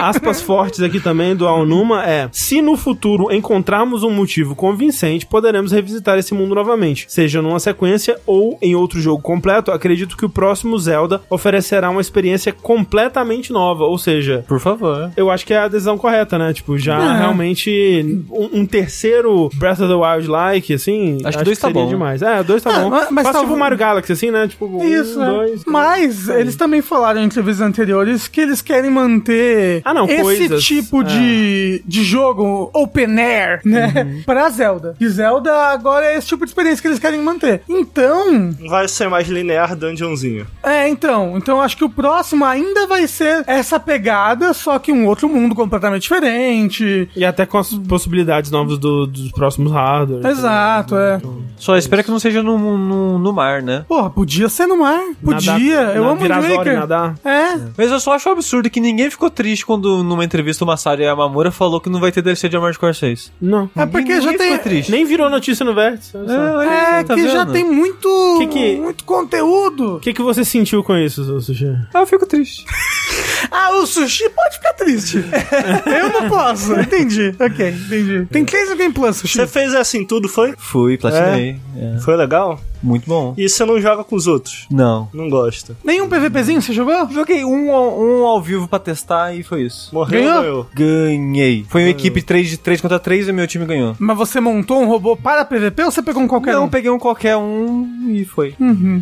[SPEAKER 1] aspas fortes aqui também do Alnuma, é: se no futuro encontrarmos um motivo convincente, poderemos revisitar esse mundo novamente, seja numa sequência ou em outro jogo completo. Acredito que o próximo Zelda oferecerá uma experiência completamente nova, ou seja.
[SPEAKER 3] Por favor.
[SPEAKER 1] Eu acho que é a decisão correta, né? Tipo, já
[SPEAKER 2] É.
[SPEAKER 1] realmente um, um terceiro Breath of the Wild like, assim.
[SPEAKER 3] Acho que dois tá
[SPEAKER 1] seria
[SPEAKER 3] bom.
[SPEAKER 1] demais. É, dois tá
[SPEAKER 2] Ah,
[SPEAKER 1] bom.
[SPEAKER 2] mas-
[SPEAKER 1] Mas,
[SPEAKER 2] mas
[SPEAKER 1] Faz tipo
[SPEAKER 2] talvez-
[SPEAKER 1] Mario Galaxy, assim, né? Tipo, um,
[SPEAKER 2] Isso, né?
[SPEAKER 1] dois. três.
[SPEAKER 2] Mas eles também falaram em entrevistas anteriores que eles querem manter
[SPEAKER 1] Ah, não,
[SPEAKER 2] esse
[SPEAKER 1] coisas,
[SPEAKER 2] tipo
[SPEAKER 1] é.
[SPEAKER 2] de, de jogo open air, né?
[SPEAKER 1] Uhum.
[SPEAKER 2] Pra Zelda. E Zelda agora é esse tipo de experiência que eles querem manter. Então,
[SPEAKER 4] Não Vai ser mais linear dungeonzinho.
[SPEAKER 2] é, então. Então acho que o próximo ainda vai ser essa pegada, só que um outro mundo completamente diferente.
[SPEAKER 1] E até com as possibilidades novas do- dos próximos hardware.
[SPEAKER 2] Exato, é.
[SPEAKER 3] Só espero que não seja no, no, no mar, né?
[SPEAKER 2] Porra, podia ser no mar. Podia. Eu amo
[SPEAKER 1] virar
[SPEAKER 2] o Waker.
[SPEAKER 1] nadar.
[SPEAKER 2] É.
[SPEAKER 3] Mas eu só acho um absurdo que ninguém ficou triste quando, numa entrevista, o Masaru Yamamura falou que não vai ter DLC de Armored Core 6.
[SPEAKER 1] Não.
[SPEAKER 2] É porque
[SPEAKER 3] Ninguém
[SPEAKER 2] já tem.
[SPEAKER 3] ficou triste.
[SPEAKER 1] Nem virou notícia no Vértice. olha só.
[SPEAKER 3] olha
[SPEAKER 2] É,
[SPEAKER 3] aí, tá
[SPEAKER 2] que já
[SPEAKER 3] vendo?
[SPEAKER 2] tem muito,
[SPEAKER 1] Que que-
[SPEAKER 2] muito conteúdo.
[SPEAKER 1] O que, que você sentiu com isso, seu Sushi?
[SPEAKER 3] Ah, eu fico triste.
[SPEAKER 2] Ah, o sushi pode ficar triste. Eu não posso. Entendi. Ok, entendi.
[SPEAKER 3] É.
[SPEAKER 2] Tem três no Game Plus, sushi.
[SPEAKER 4] Você fez assim tudo, foi?
[SPEAKER 3] Fui, platinei. É.
[SPEAKER 4] Foi legal?
[SPEAKER 3] Muito bom.
[SPEAKER 4] E você não joga com os outros?
[SPEAKER 3] Não.
[SPEAKER 4] Não gosta.
[SPEAKER 2] Nenhum PVPzinho você jogou?
[SPEAKER 3] Joguei um, ao- um ao vivo pra testar e foi isso.
[SPEAKER 4] Morreu
[SPEAKER 2] Ganhou?
[SPEAKER 4] ou ganhou?
[SPEAKER 3] Ganhei. Foi uma equipe 3 de 3 contra 3 e meu time ganhou.
[SPEAKER 2] Mas você montou um robô para PVP ou você pegou um qualquer
[SPEAKER 3] não,
[SPEAKER 2] um?
[SPEAKER 3] peguei um qualquer um e foi.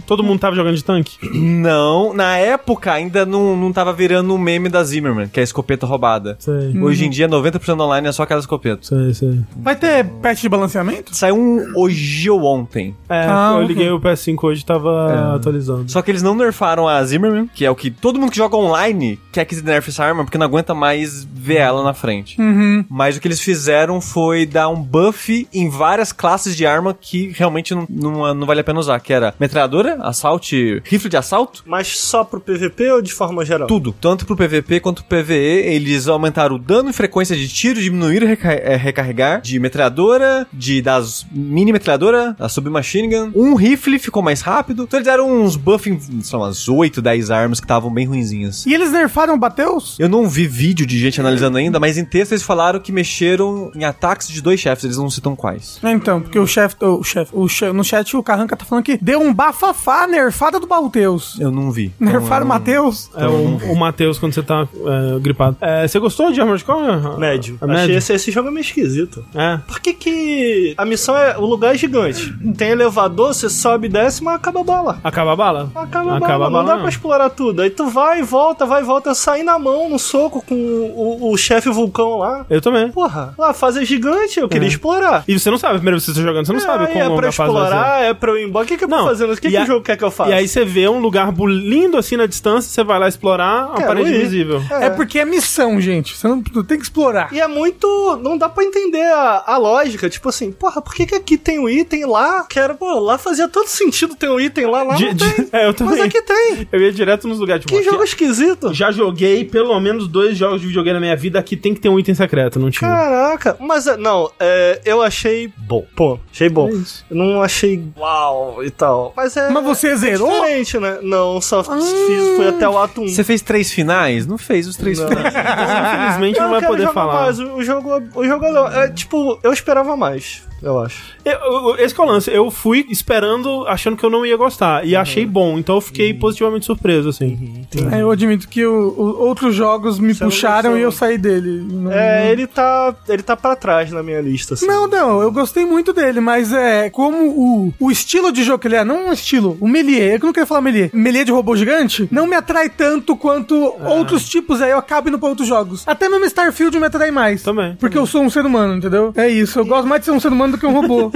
[SPEAKER 1] Todo mundo tava jogando de tanque?
[SPEAKER 3] Não, na época ainda não, não tava virando um meme da Zimmerman, que é a escopeta roubada.
[SPEAKER 1] Sei.
[SPEAKER 3] Hoje em dia, 90% online é só aquela escopeta.
[SPEAKER 1] Sei, sei.
[SPEAKER 2] Vai ter patch de balanceamento?
[SPEAKER 3] Saiu um hoje ou ontem.
[SPEAKER 1] É,
[SPEAKER 2] Ah,
[SPEAKER 1] eu
[SPEAKER 2] ok.
[SPEAKER 1] liguei o PS5 hoje e
[SPEAKER 4] É.
[SPEAKER 1] tava atualizando.
[SPEAKER 3] Só que eles não nerfaram a Zimmerman, que é o que todo mundo que joga online quer que se nerfe essa arma, porque não aguenta mais ver ela na frente.
[SPEAKER 2] Uhum.
[SPEAKER 3] Mas o que eles fizeram foi dar um buff em várias classes de arma que realmente não, não, não vale a pena usar, que era metralhadora, assalto, rifle de assalto,
[SPEAKER 4] Mas só pro PVP ou de forma geral?
[SPEAKER 3] tudo. Tanto pro PVP quanto pro PVE, eles aumentaram o dano e frequência de tiro, diminuíram o reca- eh, recarregar de metralhadora, de das mini metralhadora, da submachine gun. Um rifle ficou mais rápido. Então eles deram uns buff em, sei lá, umas 8, 10 armas que estavam bem ruinzinhas.
[SPEAKER 2] E eles nerfaram o Bateus?
[SPEAKER 3] Eu não vi vídeo de gente analisando ainda, mas em texto eles falaram que mexeram em ataques de dois chefes, eles não citam quais.
[SPEAKER 2] É, Então, porque o chefe, o chefe, o chefe, no chat o Carranca tá falando que deu um bafafá nerfada do Bateus.
[SPEAKER 3] Eu não vi. Então,
[SPEAKER 2] Nerfaram
[SPEAKER 3] eu
[SPEAKER 2] o
[SPEAKER 3] não-
[SPEAKER 2] Mateus?
[SPEAKER 1] É o, o Matheus, quando você tá é, gripado. É, você gostou de Armored Core?
[SPEAKER 4] Médio.
[SPEAKER 1] É
[SPEAKER 4] Achei
[SPEAKER 1] médio?
[SPEAKER 4] Esse, esse jogo é meio esquisito.
[SPEAKER 1] É.
[SPEAKER 4] Por que que a missão é... O lugar é gigante. Tem elevador, você sobe, e desce, mas acaba a bala.
[SPEAKER 1] Acaba a bala?
[SPEAKER 4] Acaba, a
[SPEAKER 1] Acaba
[SPEAKER 4] bala,
[SPEAKER 1] a
[SPEAKER 4] não
[SPEAKER 1] bala,
[SPEAKER 4] dá
[SPEAKER 1] não.
[SPEAKER 4] pra explorar tudo. Aí tu vai, volta, vai, volta, sai na mão, no soco com o, o- o chefe vulcão lá.
[SPEAKER 1] Eu também.
[SPEAKER 4] Porra, lá a fase é gigante, eu queria
[SPEAKER 1] É.
[SPEAKER 4] explorar.
[SPEAKER 1] E você não sabe, a primeira vez que você tá jogando, você não
[SPEAKER 4] É,
[SPEAKER 1] sabe
[SPEAKER 4] aí
[SPEAKER 1] como
[SPEAKER 4] é pra
[SPEAKER 1] a fase vai ser.
[SPEAKER 4] explorar, é pra eu ir embora. O que, que eu tô
[SPEAKER 1] Não,
[SPEAKER 4] fazendo? O que,
[SPEAKER 1] e
[SPEAKER 4] que
[SPEAKER 1] a-
[SPEAKER 4] o jogo quer que eu faça?
[SPEAKER 1] E aí você vê um lugar bu- lindo assim na distância, você vai lá explorar, a
[SPEAKER 4] Quero
[SPEAKER 1] parede
[SPEAKER 4] ir.
[SPEAKER 1] invisível.
[SPEAKER 2] É. porque é missão, gente. Você não tem que explorar.
[SPEAKER 4] E é muito. Não dá pra entender a, a lógica. Tipo assim, porra, por que, que aqui tem um item lá? Que era, pô, lá fazia todo sentido ter um item lá, lá
[SPEAKER 1] De-
[SPEAKER 4] não
[SPEAKER 1] de-
[SPEAKER 4] tem.
[SPEAKER 1] é, eu também. é-
[SPEAKER 4] Mas aqui tem.
[SPEAKER 1] Eu ia direto nos lugares de
[SPEAKER 4] Que jogo é esquisito.
[SPEAKER 1] Já joguei pelo menos dois jogos de videogame na minha vida que tem que ter um item secreto, não tinha.
[SPEAKER 4] Caraca, mas é, não, é, eu achei bom. Pô, achei
[SPEAKER 1] É
[SPEAKER 4] bom. Eu não achei uau e tal. Mas é.
[SPEAKER 2] Mas você zerou?
[SPEAKER 4] Diferente, né? Não, só
[SPEAKER 1] Ah.
[SPEAKER 4] fiz, fui até o ato 1.
[SPEAKER 3] Você fez três finais? Não fez os três finais.
[SPEAKER 1] Então, Infelizmente não vai
[SPEAKER 4] quero
[SPEAKER 1] poder
[SPEAKER 4] jogar
[SPEAKER 1] falar.
[SPEAKER 4] mais. O o jogo, o jogo é, é, tipo, eu esperava mais, eu acho.
[SPEAKER 1] Eu- eu- esse que é o lance. Eu fui esperando, achando que eu não ia gostar.
[SPEAKER 4] Uhum.
[SPEAKER 1] E achei bom, então eu fiquei positivamente surpreso, assim.
[SPEAKER 2] É, eu admito que o- o- outros jogos me
[SPEAKER 4] Você não
[SPEAKER 2] puxaram
[SPEAKER 4] gostou.
[SPEAKER 2] e eu saí dele. Não-
[SPEAKER 1] Hum.
[SPEAKER 4] É, ele tá, ele tá pra trás na minha lista. assim.
[SPEAKER 2] Não, não, eu gostei muito dele, mas é como o, o estilo de jogo que ele é, não um estilo, o Melee, eu que não queria falar Melee, Melee de robô gigante, não me atrai tanto quanto
[SPEAKER 1] Ah.
[SPEAKER 2] outros tipos, aí eu acabo indo pra outros jogos. Até mesmo Starfield me atrai mais.
[SPEAKER 1] Também.
[SPEAKER 2] Porque eu sou um ser humano, entendeu? É isso, eu gosto mais de ser um ser humano do que um robô.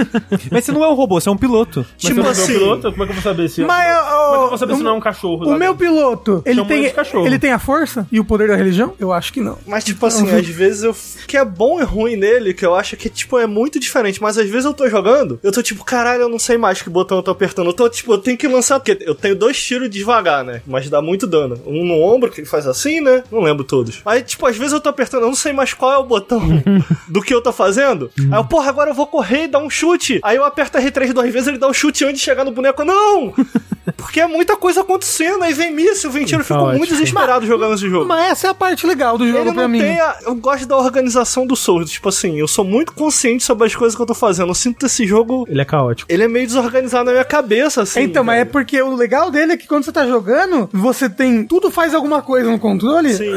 [SPEAKER 3] Mas você não é um robô, você é um piloto.
[SPEAKER 1] Mas você
[SPEAKER 4] Tipo
[SPEAKER 1] não
[SPEAKER 4] assim.
[SPEAKER 1] é piloto? Como é que eu vou saber se.
[SPEAKER 2] mas eu,
[SPEAKER 1] como é que eu vou saber se não é um cachorro?
[SPEAKER 2] o
[SPEAKER 1] lá
[SPEAKER 2] meu
[SPEAKER 1] dentro?
[SPEAKER 2] piloto, ele
[SPEAKER 1] Chamou ele
[SPEAKER 2] tem,
[SPEAKER 1] de cachorro.
[SPEAKER 2] ele tem a força e o poder da religião? Eu acho que não.
[SPEAKER 4] Mas, tipo assim, às vezes eu. O que é bom e ruim nele, que eu acho que, tipo, é muito diferente. Mas às vezes eu tô jogando, eu tô tipo, caralho, eu não sei mais que botão eu tô apertando. Eu tô, tipo, eu tenho que lançar. Porque eu tenho dois tiros devagar, né? Mas dá muito dano. Um no ombro, que faz assim, né? Não lembro todos. Aí, tipo, às vezes eu tô apertando, eu não sei mais qual é o botão do que eu tô fazendo. Aí eu, porra, agora eu vou correr e dar um chute. Aí eu aperto R3 duas vezes, ele dá um chute antes de chegar no boneco. Não! Porque é muita coisa acontecendo. Aí vem míssil, vem tiro. Eu fico
[SPEAKER 1] ótimo.
[SPEAKER 4] muito desesperado jogando esse jogo.
[SPEAKER 2] Mas essa é a parte legal do
[SPEAKER 4] Ele
[SPEAKER 2] jogo pra
[SPEAKER 4] não
[SPEAKER 2] mim.
[SPEAKER 4] tem a- Eu gosto da organização do Souls. Tipo assim, eu sou muito consciente sobre as coisas que eu tô fazendo. Eu sinto esse jogo.
[SPEAKER 1] Ele é caótico.
[SPEAKER 4] Ele é meio desorganizado na minha cabeça, assim.
[SPEAKER 2] então, mas é
[SPEAKER 4] velho.
[SPEAKER 2] porque o legal dele é que quando você tá jogando, você tem. Tudo faz alguma coisa no controle.
[SPEAKER 4] Sim.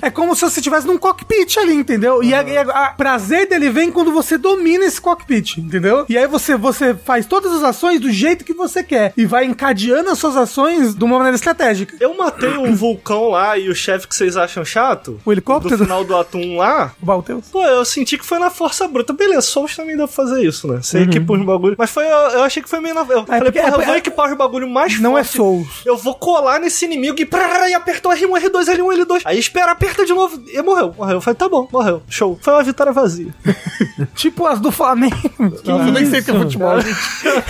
[SPEAKER 2] É como se você estivesse num cockpit ali, entendeu? E a, e a- a prazer dele vem quando você domina esse cockpit, entendeu? E aí você, você faz todas as ações do jeito que você quer. E vai encadeando as suas ações de uma maneira estratégica.
[SPEAKER 4] Eu matei um vulcão lá e o chefe que vocês acham chato.
[SPEAKER 2] O
[SPEAKER 4] Do
[SPEAKER 2] Um helicóptero.
[SPEAKER 4] final do Atum lá.
[SPEAKER 2] O Balteus.
[SPEAKER 4] Pô, eu senti que foi na força bruta. Beleza, Souls também dá pra fazer isso, né? Você equipa os bagulhos. Mas foi, eu, eu achei que foi meio na. Eu falei,
[SPEAKER 2] porque-
[SPEAKER 4] porra,
[SPEAKER 2] Uhum. é-
[SPEAKER 4] eu vou
[SPEAKER 2] é-
[SPEAKER 4] equipar os bagulhos mais
[SPEAKER 2] Não é
[SPEAKER 4] forte.
[SPEAKER 2] Souls.
[SPEAKER 4] Eu vou colar nesse inimigo e, prá, e apertou R1, R2, L1, L2. um, Aí espera, aperta de novo. E morreu, morreu. Eu falei, tá bom, morreu. Show. Foi uma vitória vazia.
[SPEAKER 2] Tipo as do Flamengo. Que eu nem sei o que é futebol, gente.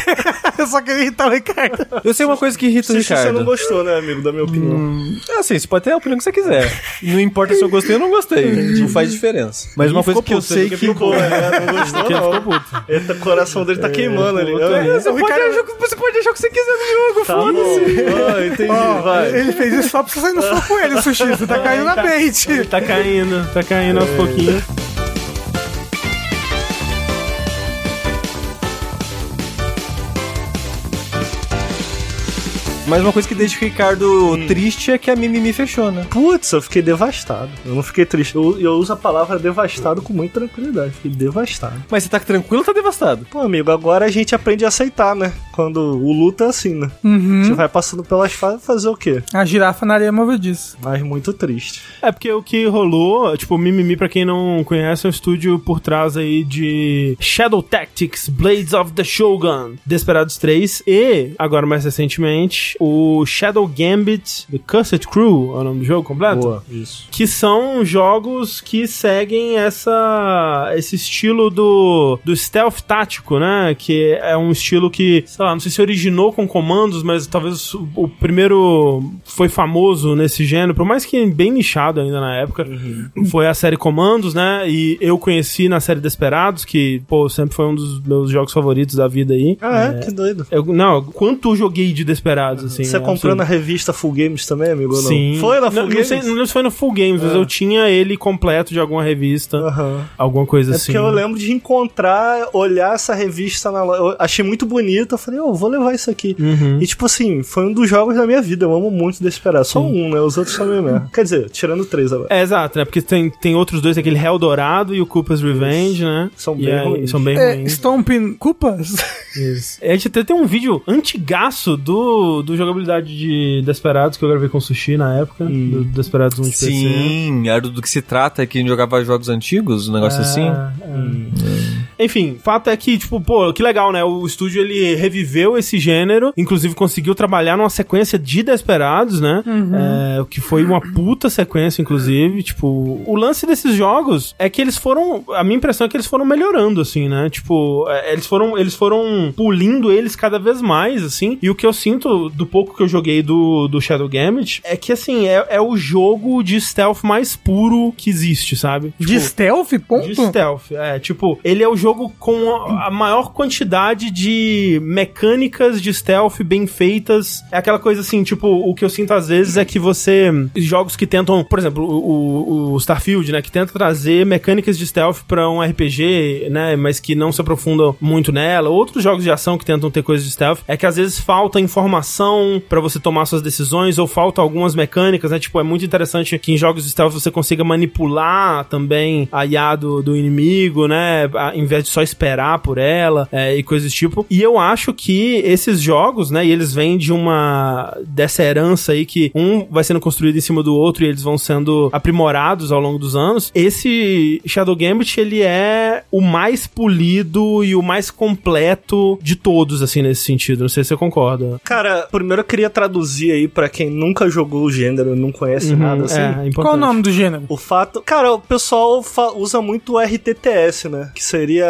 [SPEAKER 2] eu só queria irritar o Ricardo.
[SPEAKER 3] Eu sei uma coisa que irrita o
[SPEAKER 4] Se você
[SPEAKER 3] Ricardo.
[SPEAKER 4] não gostou, né, amigo, da minha opinião.
[SPEAKER 3] Ah, sim, você pode ter a opinião que você quiser. Não importa se eu gostei ou não gostei. Não faz diferença. Mas uma coisa que eu sei que.
[SPEAKER 4] Ficou, é, não gostou, não. Ele tá- o coração dele tá queimando ali. Ah,
[SPEAKER 3] Você pode, achar, o que- você pode achar o que você quiser no jogo,
[SPEAKER 4] Tá bom. Ah, entendi, vai.
[SPEAKER 2] Ele fez isso só pra você sair no soco com ele, Sushi. Você tá caindo na bait.
[SPEAKER 1] Tá caindo, tá caindo aos pouquinhos.
[SPEAKER 3] Mas uma coisa que deixa o Ricardo triste é que a Mimimi fechou, né?
[SPEAKER 4] Putz, eu fiquei devastado. Eu não fiquei triste. Eu, eu uso a palavra devastado com muita tranquilidade. Fiquei devastado.
[SPEAKER 3] Mas você tá tranquilo ou tá devastado?
[SPEAKER 4] Pô, amigo, agora a gente aprende a aceitar, né? Quando o luto é assim, né? Você vai passando pelas fases fazer o quê?
[SPEAKER 2] A girafa na areia movediça.
[SPEAKER 4] Mas muito triste.
[SPEAKER 1] É porque o que rolou, tipo, o Mimimi, pra quem não conhece, é um estúdio por trás aí de Shadow Tactics, Blades of the Shogun, Desperados 3 e, agora mais recentemente, o Shadow Gambit, The Cursed Crew, é o nome do jogo completo?
[SPEAKER 4] Isso.
[SPEAKER 1] Que são jogos que seguem essa, esse estilo do, do stealth tático, né? Que é um estilo que, sei lá, não sei se originou com comandos, mas talvez o, o primeiro foi famoso nesse gênero, por mais que bem nichado ainda na época.
[SPEAKER 4] Uhum.
[SPEAKER 1] Foi a série Comandos, né? E eu conheci na série Desperados, que, pô, sempre foi um dos meus jogos favoritos da vida aí.
[SPEAKER 4] Ah, é? Que doido.
[SPEAKER 1] Eu, não, quanto eu joguei de Desperados, assim.
[SPEAKER 4] Você
[SPEAKER 1] é
[SPEAKER 4] comprou
[SPEAKER 1] absurdo.
[SPEAKER 4] na revista Full Games também, amigo? ou Não?
[SPEAKER 1] Sim.
[SPEAKER 4] Foi na
[SPEAKER 1] não,
[SPEAKER 4] Full
[SPEAKER 1] não
[SPEAKER 4] Games?
[SPEAKER 1] sei- não lembro se foi no Full Games, mas eu tinha ele completo de alguma revista,
[SPEAKER 4] Aham.
[SPEAKER 1] alguma coisa
[SPEAKER 4] É
[SPEAKER 1] assim.
[SPEAKER 4] porque eu lembro de encontrar, olhar essa revista na loja. Eu achei muito bonita. Eu falei, eu vou levar isso aqui. E tipo assim, foi um dos jogos da minha vida. Eu amo muito Desesperar. Só um, né? Os outros são meio merda. Quer dizer, tirando três agora.
[SPEAKER 1] É, exato, né? Porque tem, tem outros dois, aquele Hell Dourado e o Cooper's Revenge, né?
[SPEAKER 4] São
[SPEAKER 1] E
[SPEAKER 4] bem
[SPEAKER 1] aí-
[SPEAKER 4] ruins.
[SPEAKER 1] São bem
[SPEAKER 2] É,
[SPEAKER 1] ruins.
[SPEAKER 2] Stomping Culpas?
[SPEAKER 1] Isso. A gente até tem um vídeo antigaço do, do jogabilidade de Desperados que eu gravei com o Sushi na época, do
[SPEAKER 4] Hum.
[SPEAKER 1] Desperados 1 de PC.
[SPEAKER 3] Sim, era do que se trata, é que a gente jogava jogos antigos, um negócio assim.
[SPEAKER 1] Enfim, fato Ah, é que, tipo, pô, que legal, né? O estúdio ele reviveu esse gênero, inclusive conseguiu trabalhar numa sequência de Desperados, né? É, o que foi uma puta sequência, inclusive. Tipo, o lance desses jogos é que eles foram. A minha impressão é que eles foram melhorando, assim, né? Tipo, é, eles foram, eles foram pulindo eles cada vez mais, assim. E o que eu sinto do pouco que eu joguei do, do Shadow Gambit é que, assim, é, é o jogo de stealth mais puro que existe, sabe? Tipo,
[SPEAKER 2] De stealth,
[SPEAKER 1] de
[SPEAKER 2] ponto?
[SPEAKER 1] stealth, é, tipo, ele é o jogo com a, a maior quantidade de mecânicas de stealth bem feitas. É aquela coisa assim, tipo, o que eu sinto às vezes é que você. Jogos que tentam, por exemplo, o, o- o Starfield, né, que tenta trazer mecânicas de stealth pra um RPG, né, mas que não se aprofundam muito nela. Outros jogos de ação que tentam ter coisas de stealth, é que às vezes falta informação pra você tomar suas decisões ou falta algumas mecânicas, né? Tipo, é muito interessante que em jogos de stealth você consiga manipular também a IA do, do inimigo, né? A- Em vez de só esperar por ela é, e coisas do tipo. E eu acho que esses jogos, né? E eles vêm de uma. dessa herança aí que um vai sendo construído em cima do outro e eles vão sendo aprimorados ao longo dos anos. Esse Shadow Gambit, ele é o mais polido e o mais completo de todos, assim, nesse sentido. Não sei se você concorda.
[SPEAKER 4] Cara, primeiro eu queria traduzir aí pra quem nunca jogou o gênero, não conhece nada assim.
[SPEAKER 1] é, importante.
[SPEAKER 2] Qual o nome do gênero?
[SPEAKER 4] O fato. Cara, o pessoal fa- usa muito o RTTS, né? Que seria.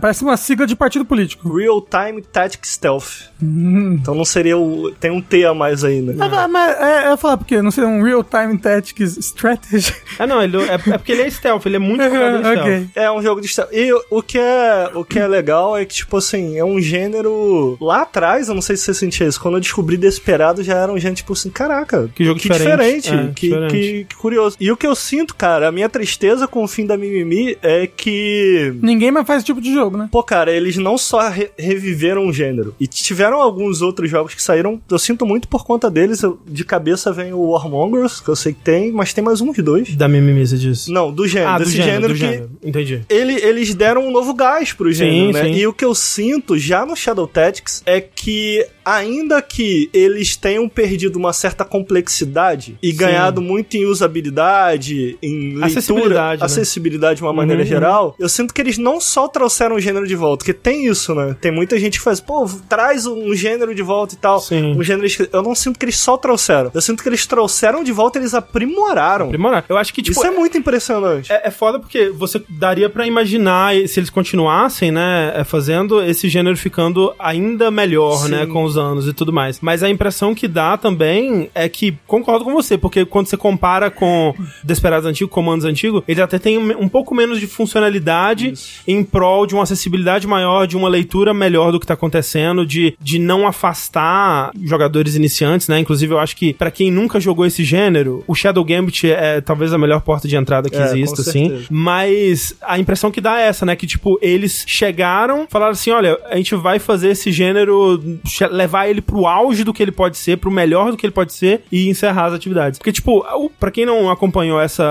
[SPEAKER 2] Parece uma sigla de partido político.
[SPEAKER 4] Real Time Tactic Stealth. Então não seria o. Tem um T a mais aí, né?
[SPEAKER 2] Mas, Hum. mas é, eu ia falar porque não sei, um real time tactics strategy.
[SPEAKER 1] Ah, não, ele, é, é porque ele é stealth, ele é muito focado em stealth.
[SPEAKER 2] ok.
[SPEAKER 4] É um jogo de stealth. E o que é, o que é legal é que, tipo assim, é um gênero. Lá atrás, eu não sei se você sentia isso, quando eu descobri Desperado já era um gênero, tipo assim, caraca.
[SPEAKER 1] Que jogo
[SPEAKER 4] que
[SPEAKER 1] diferente.
[SPEAKER 4] diferente,
[SPEAKER 1] É,
[SPEAKER 4] que,
[SPEAKER 1] diferente.
[SPEAKER 4] que- que curioso. E o que eu sinto, cara, a minha tristeza com o fim da Mimimi é que.
[SPEAKER 2] Ninguém mais faz esse tipo de jogo, né?
[SPEAKER 4] Pô, cara, eles não só re- reviveram o gênero. E tiveram alguns outros jogos que saíram. Eu sinto muito por conta deles. eu- de cabeça vem o Warmongers, que eu sei que tem, mas tem mais um de dois.
[SPEAKER 1] Da mimimice disso.
[SPEAKER 4] Não, do gênero.
[SPEAKER 1] Ah, do
[SPEAKER 4] É, desse
[SPEAKER 1] gênero,
[SPEAKER 4] gênero
[SPEAKER 1] do
[SPEAKER 4] que
[SPEAKER 1] gênero. Entendi.
[SPEAKER 4] ele- eles deram um novo gás pro gênero, né?
[SPEAKER 1] sim.
[SPEAKER 4] E o que eu sinto já no Shadow Tactics é que, ainda que eles tenham perdido uma certa complexidade e
[SPEAKER 1] Sim.
[SPEAKER 4] ganhado muito em usabilidade, em
[SPEAKER 1] Acessibilidade,
[SPEAKER 4] leitura,
[SPEAKER 1] né?
[SPEAKER 4] acessibilidade de uma maneira
[SPEAKER 1] Uhum,
[SPEAKER 4] geral, eu sinto que eles não só trouxeram o gênero de volta, que tem isso, né? Tem muita gente que faz, pô, traz um gênero de volta e tal.
[SPEAKER 1] Sim.
[SPEAKER 4] Um gênero esquisito. Eu não sinto que eles só trouxeram. Eu sinto que eles trouxeram de volta e eles aprimoraram.
[SPEAKER 1] Aprimorar. Eu acho que, tipo,
[SPEAKER 4] isso é muito impressionante.
[SPEAKER 1] É, é foda porque você daria pra imaginar e se eles continuassem, né, é, fazendo esse gênero ficando ainda melhor,
[SPEAKER 4] Sim.
[SPEAKER 1] né, com os anos e tudo mais. Mas a impressão que dá também é que concordo com você, porque quando você compara com Desperados Antigo, Comandos Antigo, ele até tem um, um pouco menos de funcionalidade em prol de uma acessibilidade maior, de uma leitura melhor do que tá acontecendo, de, de não afastar jogadores iniciantes, né? Inclusive, eu acho que pra quem nunca jogou esse gênero, o Shadow Gambit é talvez a melhor porta de entrada que
[SPEAKER 4] É, com
[SPEAKER 1] existe,
[SPEAKER 4] certeza.
[SPEAKER 1] assim. Mas a impressão que dá é essa, né? Que, tipo, eles chegaram, falaram assim: olha, a gente vai fazer esse gênero, che- levar ele pro auge do que ele pode ser, pro melhor do que ele pode ser e encerrar as atividades. Porque, tipo, o- pra quem não acompanhou essa.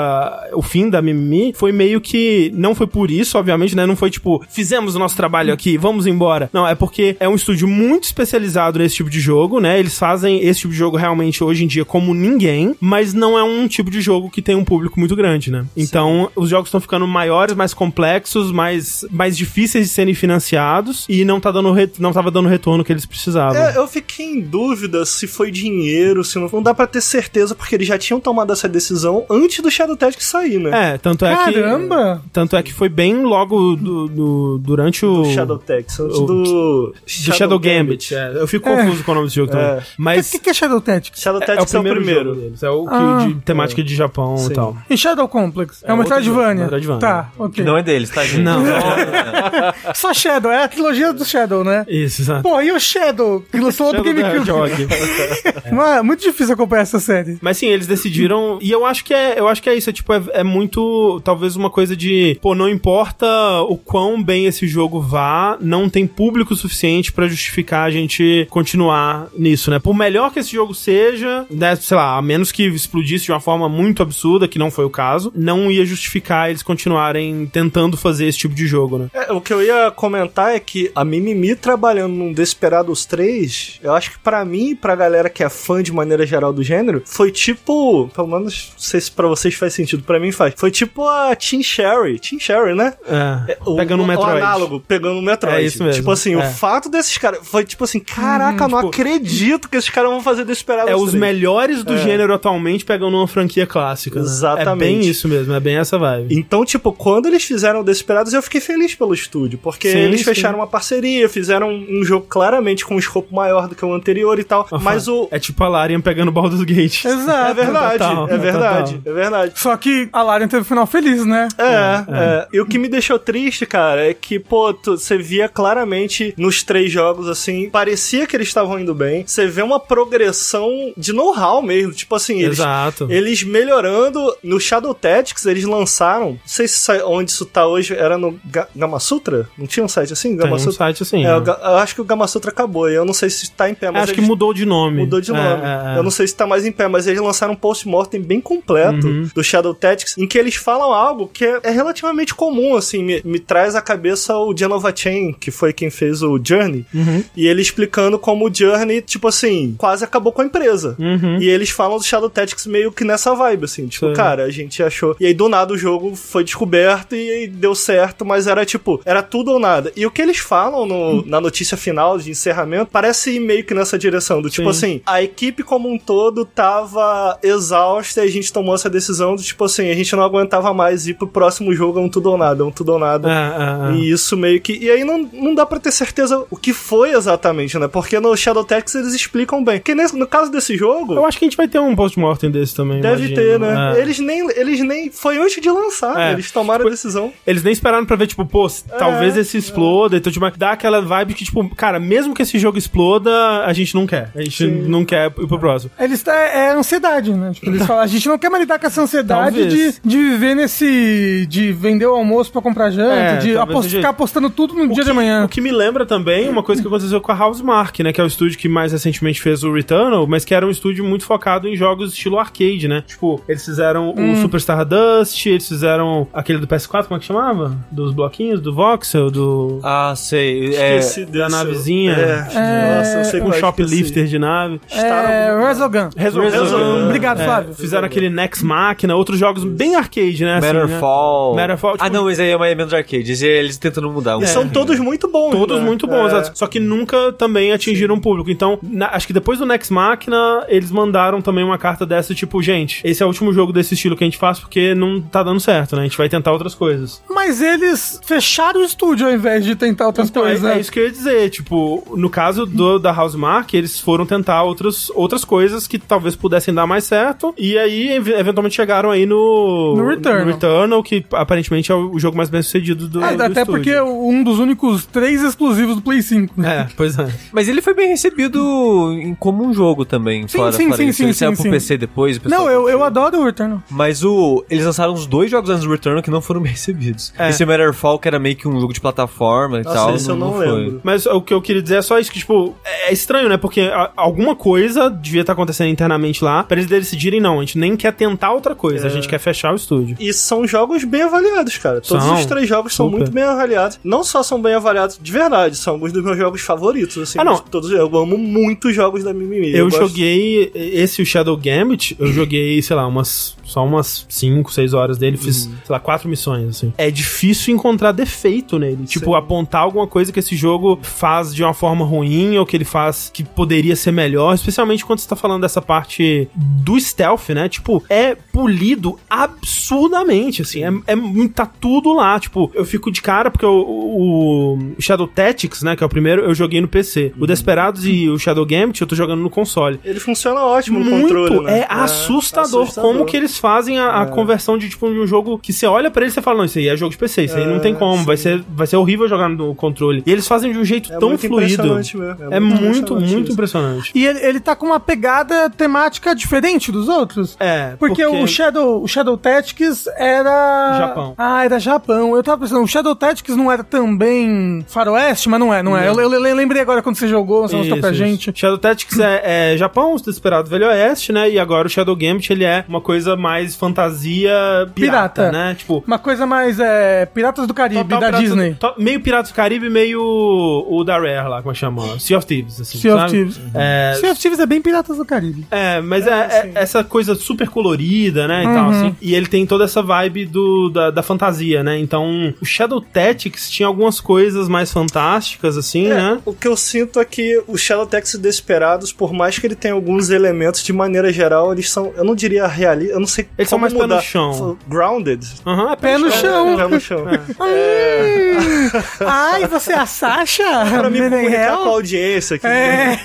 [SPEAKER 1] o fim da Mimimi, foi meio que. Não foi por isso, obviamente, né? Não foi tipo, fizemos o nosso trabalho aqui, vamos embora. Não, é porque é um estúdio muito especializado nesse tipo de jogo, né? Eles fazem esse tipo de jogo realmente hoje em dia como ninguém, mas não é um tipo de jogo que tem um público muito grande, né? Então, os jogos estão ficando maiores, mais complexos, mais, mais difíceis de serem financiados e não tá dando re- não tava dando o retorno que eles precisavam.
[SPEAKER 4] É, eu fiquei em dúvida se foi dinheiro, se não. Não dá pra ter certeza, porque eles já tinham tomado essa decisão antes do Shadow Tactics sair, né?
[SPEAKER 1] É, tanto é que
[SPEAKER 2] Caramba!
[SPEAKER 1] tanto é que foi bem logo do, do- durante o
[SPEAKER 4] Do Shadow Tactics, antes
[SPEAKER 1] o-
[SPEAKER 4] do.
[SPEAKER 1] do Shadow Gambit. é. eu fico confuso com o nome do jogo também.
[SPEAKER 4] É.
[SPEAKER 2] O
[SPEAKER 1] Mas
[SPEAKER 2] que, que é Shadow Tactics?
[SPEAKER 4] Shadow
[SPEAKER 1] é, o
[SPEAKER 4] Tactics é,
[SPEAKER 1] primeiro, jogo deles, é o que
[SPEAKER 2] Ah.
[SPEAKER 1] de temática de Japão e tal.
[SPEAKER 2] E Shadow Complex? É,
[SPEAKER 1] É
[SPEAKER 2] uma
[SPEAKER 1] outro
[SPEAKER 2] Metroidvania.
[SPEAKER 1] jogo, Metroidvania.
[SPEAKER 2] Tá, ok.
[SPEAKER 3] Não é deles, tá, gente?
[SPEAKER 1] Não.
[SPEAKER 2] Só Shadow, é a trilogia do Shadow, né?
[SPEAKER 1] Isso, exato.
[SPEAKER 2] Pô, e o Shadow, que lançou lá do
[SPEAKER 1] Shadow the
[SPEAKER 2] GameCube?
[SPEAKER 1] Hedgehog.
[SPEAKER 2] Mano, é muito difícil acompanhar essa série.
[SPEAKER 1] Mas sim, eles decidiram. E eu acho que é, eu acho que é isso. É, tipo, é, é muito. Talvez uma coisa de. Pô, não importa o quão bem esse jogo vá, não tem público suficiente pra justificar a gente continuar nisso, né? Por melhor que esse jogo seja, né, sei lá, a menos que explodisse de uma forma muito absurda, que não foi o caso, não ia justificar eles continuarem tentando fazer esse tipo de jogo, né?
[SPEAKER 4] É, o que eu ia comentar é que a Mimimi trabalhando num Desperados 3, eu acho que pra mim e pra galera que é fã de maneira geral do gênero, foi tipo, pelo menos, não sei se pra vocês faz sentido, pra mim faz, foi tipo a Tim Sherry, Tim Sherry, né?
[SPEAKER 1] É,
[SPEAKER 4] É, o-
[SPEAKER 1] pegando o Metroid.
[SPEAKER 4] análogo, pegando o Metroid.
[SPEAKER 1] É isso mesmo,
[SPEAKER 4] Tipo assim,
[SPEAKER 1] é.
[SPEAKER 4] o fato desses caras. Foi tipo assim, caraca, não
[SPEAKER 1] tipo-
[SPEAKER 4] acredito que esses caras vão fazer Desperados
[SPEAKER 1] É os
[SPEAKER 4] 3.
[SPEAKER 1] melhores do gênero atualmente pegando uma franquia clássica. né?
[SPEAKER 4] Exatamente.
[SPEAKER 1] É bem isso mesmo, é bem essa vibe.
[SPEAKER 4] Então, tipo, quando eles fizeram Desperados, eu fiquei feliz pelo estúdio, porque
[SPEAKER 1] Sim,
[SPEAKER 4] eles
[SPEAKER 1] sim.
[SPEAKER 4] fecharam uma parceria, fizeram um um jogo claramente com um escopo maior do que o anterior e tal. Mas o.
[SPEAKER 1] É tipo a Larian pegando Baldur's Gate.
[SPEAKER 2] Exato.
[SPEAKER 4] É verdade,
[SPEAKER 1] total,
[SPEAKER 4] é verdade, é verdade.
[SPEAKER 2] Só que a Larian teve um final feliz, né?
[SPEAKER 4] É, é. E o que me deixou triste, cara, é que, pô, tu- você via claramente nos três jogos, assim, parecia que eles estavam indo bem. Você vê uma progressão de know-how mesmo. Tipo assim, eles,
[SPEAKER 1] Exato.
[SPEAKER 4] eles melhorando. No Shadow Tactics, eles lançaram. Não sei se sai- onde isso tá hoje. Era no Ga Gama Sutra? Não tinha um site assim?
[SPEAKER 1] Tem
[SPEAKER 4] Gama
[SPEAKER 1] um
[SPEAKER 4] Sutra?
[SPEAKER 1] site assim.
[SPEAKER 4] É,
[SPEAKER 1] né?
[SPEAKER 4] o Ga- eu acho que o Gama Sutra acabou. e Eu não sei se tá em pé, mas
[SPEAKER 1] É, Acho que
[SPEAKER 4] eles-
[SPEAKER 1] mudou de nome.
[SPEAKER 4] Mudou de
[SPEAKER 1] É,
[SPEAKER 4] nome.
[SPEAKER 1] é, é.
[SPEAKER 4] Eu não sei se tá mais em pé, mas eles lançaram um post-mortem bem completo
[SPEAKER 1] Uhum.
[SPEAKER 4] do Shadow Tactics, em que eles falam algo que é, é relativamente comum, assim, me, me traz à cabeça o Genova Chain, que foi quem fez o Journey,
[SPEAKER 1] Uhum.
[SPEAKER 4] e ele explicando como o Journey, tipo assim, quase acabou com a empresa. E eles falam do Shadow Tactics meio que nessa vibe, assim, tipo,
[SPEAKER 1] Uhum. Sim.
[SPEAKER 4] cara, a gente achou... E aí, do nada, o jogo foi descoberto e aí deu certo, mas era tipo, era tudo ou nada. E o que eles falam
[SPEAKER 1] Hum.
[SPEAKER 4] no- na notícia final de encerramento parece ir meio que nessa direção, do tipo
[SPEAKER 1] Sim.
[SPEAKER 4] assim, assim, a equipe como um todo tava exausta e a gente tomou essa decisão do tipo assim, a gente não aguentava mais ir pro próximo jogo, é um tudo ou nada, é um tudo ou nada.
[SPEAKER 1] É, é, é.
[SPEAKER 4] E isso meio que. E aí não, não dá pra ter certeza o que foi exatamente, né? Porque no Shadow Tactics eles explicam bem. Porque nesse- no caso desse jogo,
[SPEAKER 1] Eu acho que a gente vai ter um post-mortem desse também.
[SPEAKER 4] deve
[SPEAKER 1] imagino.
[SPEAKER 4] ter, né?
[SPEAKER 1] É.
[SPEAKER 4] Eles nem. Eles nem. Foi antes de lançar,
[SPEAKER 1] É.
[SPEAKER 4] eles tomaram a decisão.
[SPEAKER 1] Eles nem esperaram pra ver, tipo, pô, se-
[SPEAKER 4] É,
[SPEAKER 1] talvez esse exploda. Então, tipo, dá aquela vibe que, tipo, cara, mesmo que esse jogo exploda, a gente não quer. A gente não quer ir pro próximo.
[SPEAKER 2] Eles, é, é ansiedade, né? Tipo, eles falam, a gente não quer mais lidar com essa ansiedade
[SPEAKER 1] Talvez.
[SPEAKER 2] de, de viver nesse. de vender o almoço pra comprar janta,
[SPEAKER 1] É,
[SPEAKER 2] de
[SPEAKER 1] talvez
[SPEAKER 2] apos-
[SPEAKER 1] seja isso.
[SPEAKER 2] ficar apostando tudo no Um dia
[SPEAKER 1] que,
[SPEAKER 2] de amanhã.
[SPEAKER 1] o que me lembra também uma coisa que aconteceu com a Housemark, né? Que é o estúdio que mais recentemente fez o Returnal, mas que era um estúdio muito focado em jogos estilo arcade, né? Tipo, eles fizeram
[SPEAKER 2] Hum.
[SPEAKER 1] o Superstar Dust, eles fizeram aquele do PS4, como é que chamava? Dos bloquinhos, do Voxel, do.
[SPEAKER 3] Ah, sei. é-
[SPEAKER 4] Esqueci
[SPEAKER 1] da
[SPEAKER 4] desse-
[SPEAKER 1] navezinha.
[SPEAKER 4] Ah, É, Nossa, eu sei
[SPEAKER 1] com
[SPEAKER 4] qual é, esqueci.
[SPEAKER 1] shoplifter de nave.
[SPEAKER 2] É, Resogun.
[SPEAKER 1] Resolveu.
[SPEAKER 4] Resolveu.
[SPEAKER 2] Obrigado,
[SPEAKER 1] É,
[SPEAKER 2] Flávio.
[SPEAKER 1] Fizeram aquele Nex Machina, outros jogos bem arcade, né? assim, né?
[SPEAKER 3] Matterfall.
[SPEAKER 1] Matterfall, tipo-
[SPEAKER 3] Ah, não, esse aí é mais menos arcade. Esse aí eles tentando mudar. um
[SPEAKER 4] E são todos muito bons.
[SPEAKER 1] é. Todos
[SPEAKER 4] né?
[SPEAKER 1] muito bons,
[SPEAKER 4] É.
[SPEAKER 1] exato. só que nunca também atingiram o público. Então, na- acho que depois do Next Machina, eles mandaram também uma carta dessa, tipo, gente, esse é o último jogo desse estilo que a gente faz porque não tá dando certo, né? A gente vai tentar outras coisas.
[SPEAKER 2] Mas eles fecharam o estúdio ao invés de tentar outras
[SPEAKER 1] Então, é,
[SPEAKER 2] coisas. né?
[SPEAKER 1] é isso que eu ia dizer. Tipo, no caso do, da Housemark, eles foram tentar outras, outras coisas que talvez pudessem dar mais certo. E aí, ev- eventualmente, chegaram aí no.
[SPEAKER 2] No Returnal.
[SPEAKER 1] Returnal, que aparentemente é o jogo mais bem sucedido do.
[SPEAKER 2] Ah,
[SPEAKER 1] do
[SPEAKER 2] até
[SPEAKER 1] estúdio.
[SPEAKER 2] porque é um dos únicos três exclusivos do Play 5. né?
[SPEAKER 1] É, pois é.
[SPEAKER 3] Mas ele foi bem recebido em- como um jogo também.
[SPEAKER 2] Sim,
[SPEAKER 3] fora,
[SPEAKER 2] sim,
[SPEAKER 3] fora
[SPEAKER 2] sim,
[SPEAKER 3] isso.
[SPEAKER 2] sim,
[SPEAKER 3] Ele saiu
[SPEAKER 2] sim,
[SPEAKER 3] pro
[SPEAKER 2] sim.
[SPEAKER 3] PC depois. o
[SPEAKER 1] É,
[SPEAKER 3] pessoal
[SPEAKER 2] Não, eu, eu
[SPEAKER 3] curtiu.
[SPEAKER 2] adoro o Returnal.
[SPEAKER 3] Mas o. Eles lançaram os dois jogos antes do Return que não foram bem recebidos.
[SPEAKER 1] É.
[SPEAKER 3] Esse Matterfall, que era meio que um jogo de plataforma e
[SPEAKER 4] Nossa,
[SPEAKER 3] tal.
[SPEAKER 4] esse eu não
[SPEAKER 3] foi.
[SPEAKER 4] lembro.
[SPEAKER 1] Mas o que eu queria dizer é só isso, que, tipo, é estranho, né? Porque a- alguma coisa devia estar acontecendo internamente lá, pra eles decidirem, não, a gente nem quer tentar outra coisa, a gente quer fechar o estúdio.
[SPEAKER 4] E são jogos bem avaliados, cara. Todos
[SPEAKER 1] São.
[SPEAKER 4] os três jogos são
[SPEAKER 1] Super.
[SPEAKER 4] muito bem avaliados. Não só são bem avaliados de verdade, são alguns dos meus jogos favoritos, assim.
[SPEAKER 1] Ah, não.
[SPEAKER 4] de Todos, eu amo muito os jogos da Mimimi.
[SPEAKER 1] Eu,
[SPEAKER 4] gosto-
[SPEAKER 1] joguei esse, o Shadow Gambit, eu joguei, sei lá, umas só umas 5, 6 horas dele, fiz, sei lá, quatro missões, assim. Uhum. É difícil encontrar defeito nele, tipo, apontar alguma coisa que esse jogo faz de uma forma ruim ou que ele faz que poderia ser melhor, especialmente quando você tá falando dessa parte do stealth, né? Tipo, é polido absurdamente, assim, é, é- tá tudo lá, tipo, eu fico de cara porque o- o, o Shadow Tactics, né, que é o primeiro, eu joguei no PC. O Desperados e o Shadow Gambit eu tô jogando no console
[SPEAKER 4] Ele funciona ótimo no
[SPEAKER 1] muito,
[SPEAKER 4] controle, né?
[SPEAKER 1] é, assustador, como que eles fazem a, a conversão de tipo de um jogo que você olha pra ele e você fala, não, isso aí é jogo de PC, isso aí não tem como, vai ser, vai ser horrível jogar no controle. E eles fazem de um jeito
[SPEAKER 4] É
[SPEAKER 1] tão
[SPEAKER 4] muito
[SPEAKER 1] fluido.
[SPEAKER 4] impressionante mesmo,
[SPEAKER 1] É, muito,
[SPEAKER 4] impressionante
[SPEAKER 1] muito
[SPEAKER 4] isso.
[SPEAKER 1] impressionante.
[SPEAKER 2] E ele, ele tá com uma pegada temática diferente dos outros.
[SPEAKER 1] É,
[SPEAKER 2] Porque, o Shadow, o Shadow Tactics era.
[SPEAKER 1] Japão.
[SPEAKER 2] Ah, era Japão. Eu tava pensando, o Shadow Tactics não era também faroeste, mas não é, não é. Eu, eu le- lembrei lembrei agora quando você jogou, você mostrou pra gente.
[SPEAKER 1] Shadow Tactics é, é Japão, desesperado Velho Oeste, né? E agora o Shadow Gambit, ele é uma coisa mais fantasia pirata,
[SPEAKER 2] Pirata.
[SPEAKER 1] né? Tipo,
[SPEAKER 2] Uma coisa mais é. Piratas do Caribe,
[SPEAKER 1] total
[SPEAKER 2] da
[SPEAKER 1] pirata-
[SPEAKER 2] Disney.
[SPEAKER 1] to- meio Piratas do Caribe, meio o da Rare lá, como é que chama? Sea of Thieves, assim,
[SPEAKER 2] Sea of
[SPEAKER 1] sabe?
[SPEAKER 2] Thieves.
[SPEAKER 1] É,
[SPEAKER 2] Sea of Thieves é bem Piratas do Caribe.
[SPEAKER 1] É, mas é, é- essa coisa super colorida, né, e tal, assim. E ele tem toda essa vibe do, da, da fantasia, né? Então, o Shadow Tactics tinha algumas coisas mais fantásticas, assim, né?
[SPEAKER 4] O que eu sinto é que o Shadow Tactics Desperados, por mais que ele tenha alguns elementos, de maneira geral, eles são, eu não diria realistas, eu não sei
[SPEAKER 1] Eles são mais pé no chão.
[SPEAKER 4] Grounded.
[SPEAKER 1] Aham, é
[SPEAKER 2] Pé no
[SPEAKER 1] chão. É.
[SPEAKER 2] chão.
[SPEAKER 4] Pé no chão.
[SPEAKER 2] Ai, você é a Sasha?
[SPEAKER 4] Pra me
[SPEAKER 1] é
[SPEAKER 4] comunicar com a
[SPEAKER 2] Meneghel?
[SPEAKER 4] audiência aqui.
[SPEAKER 2] É.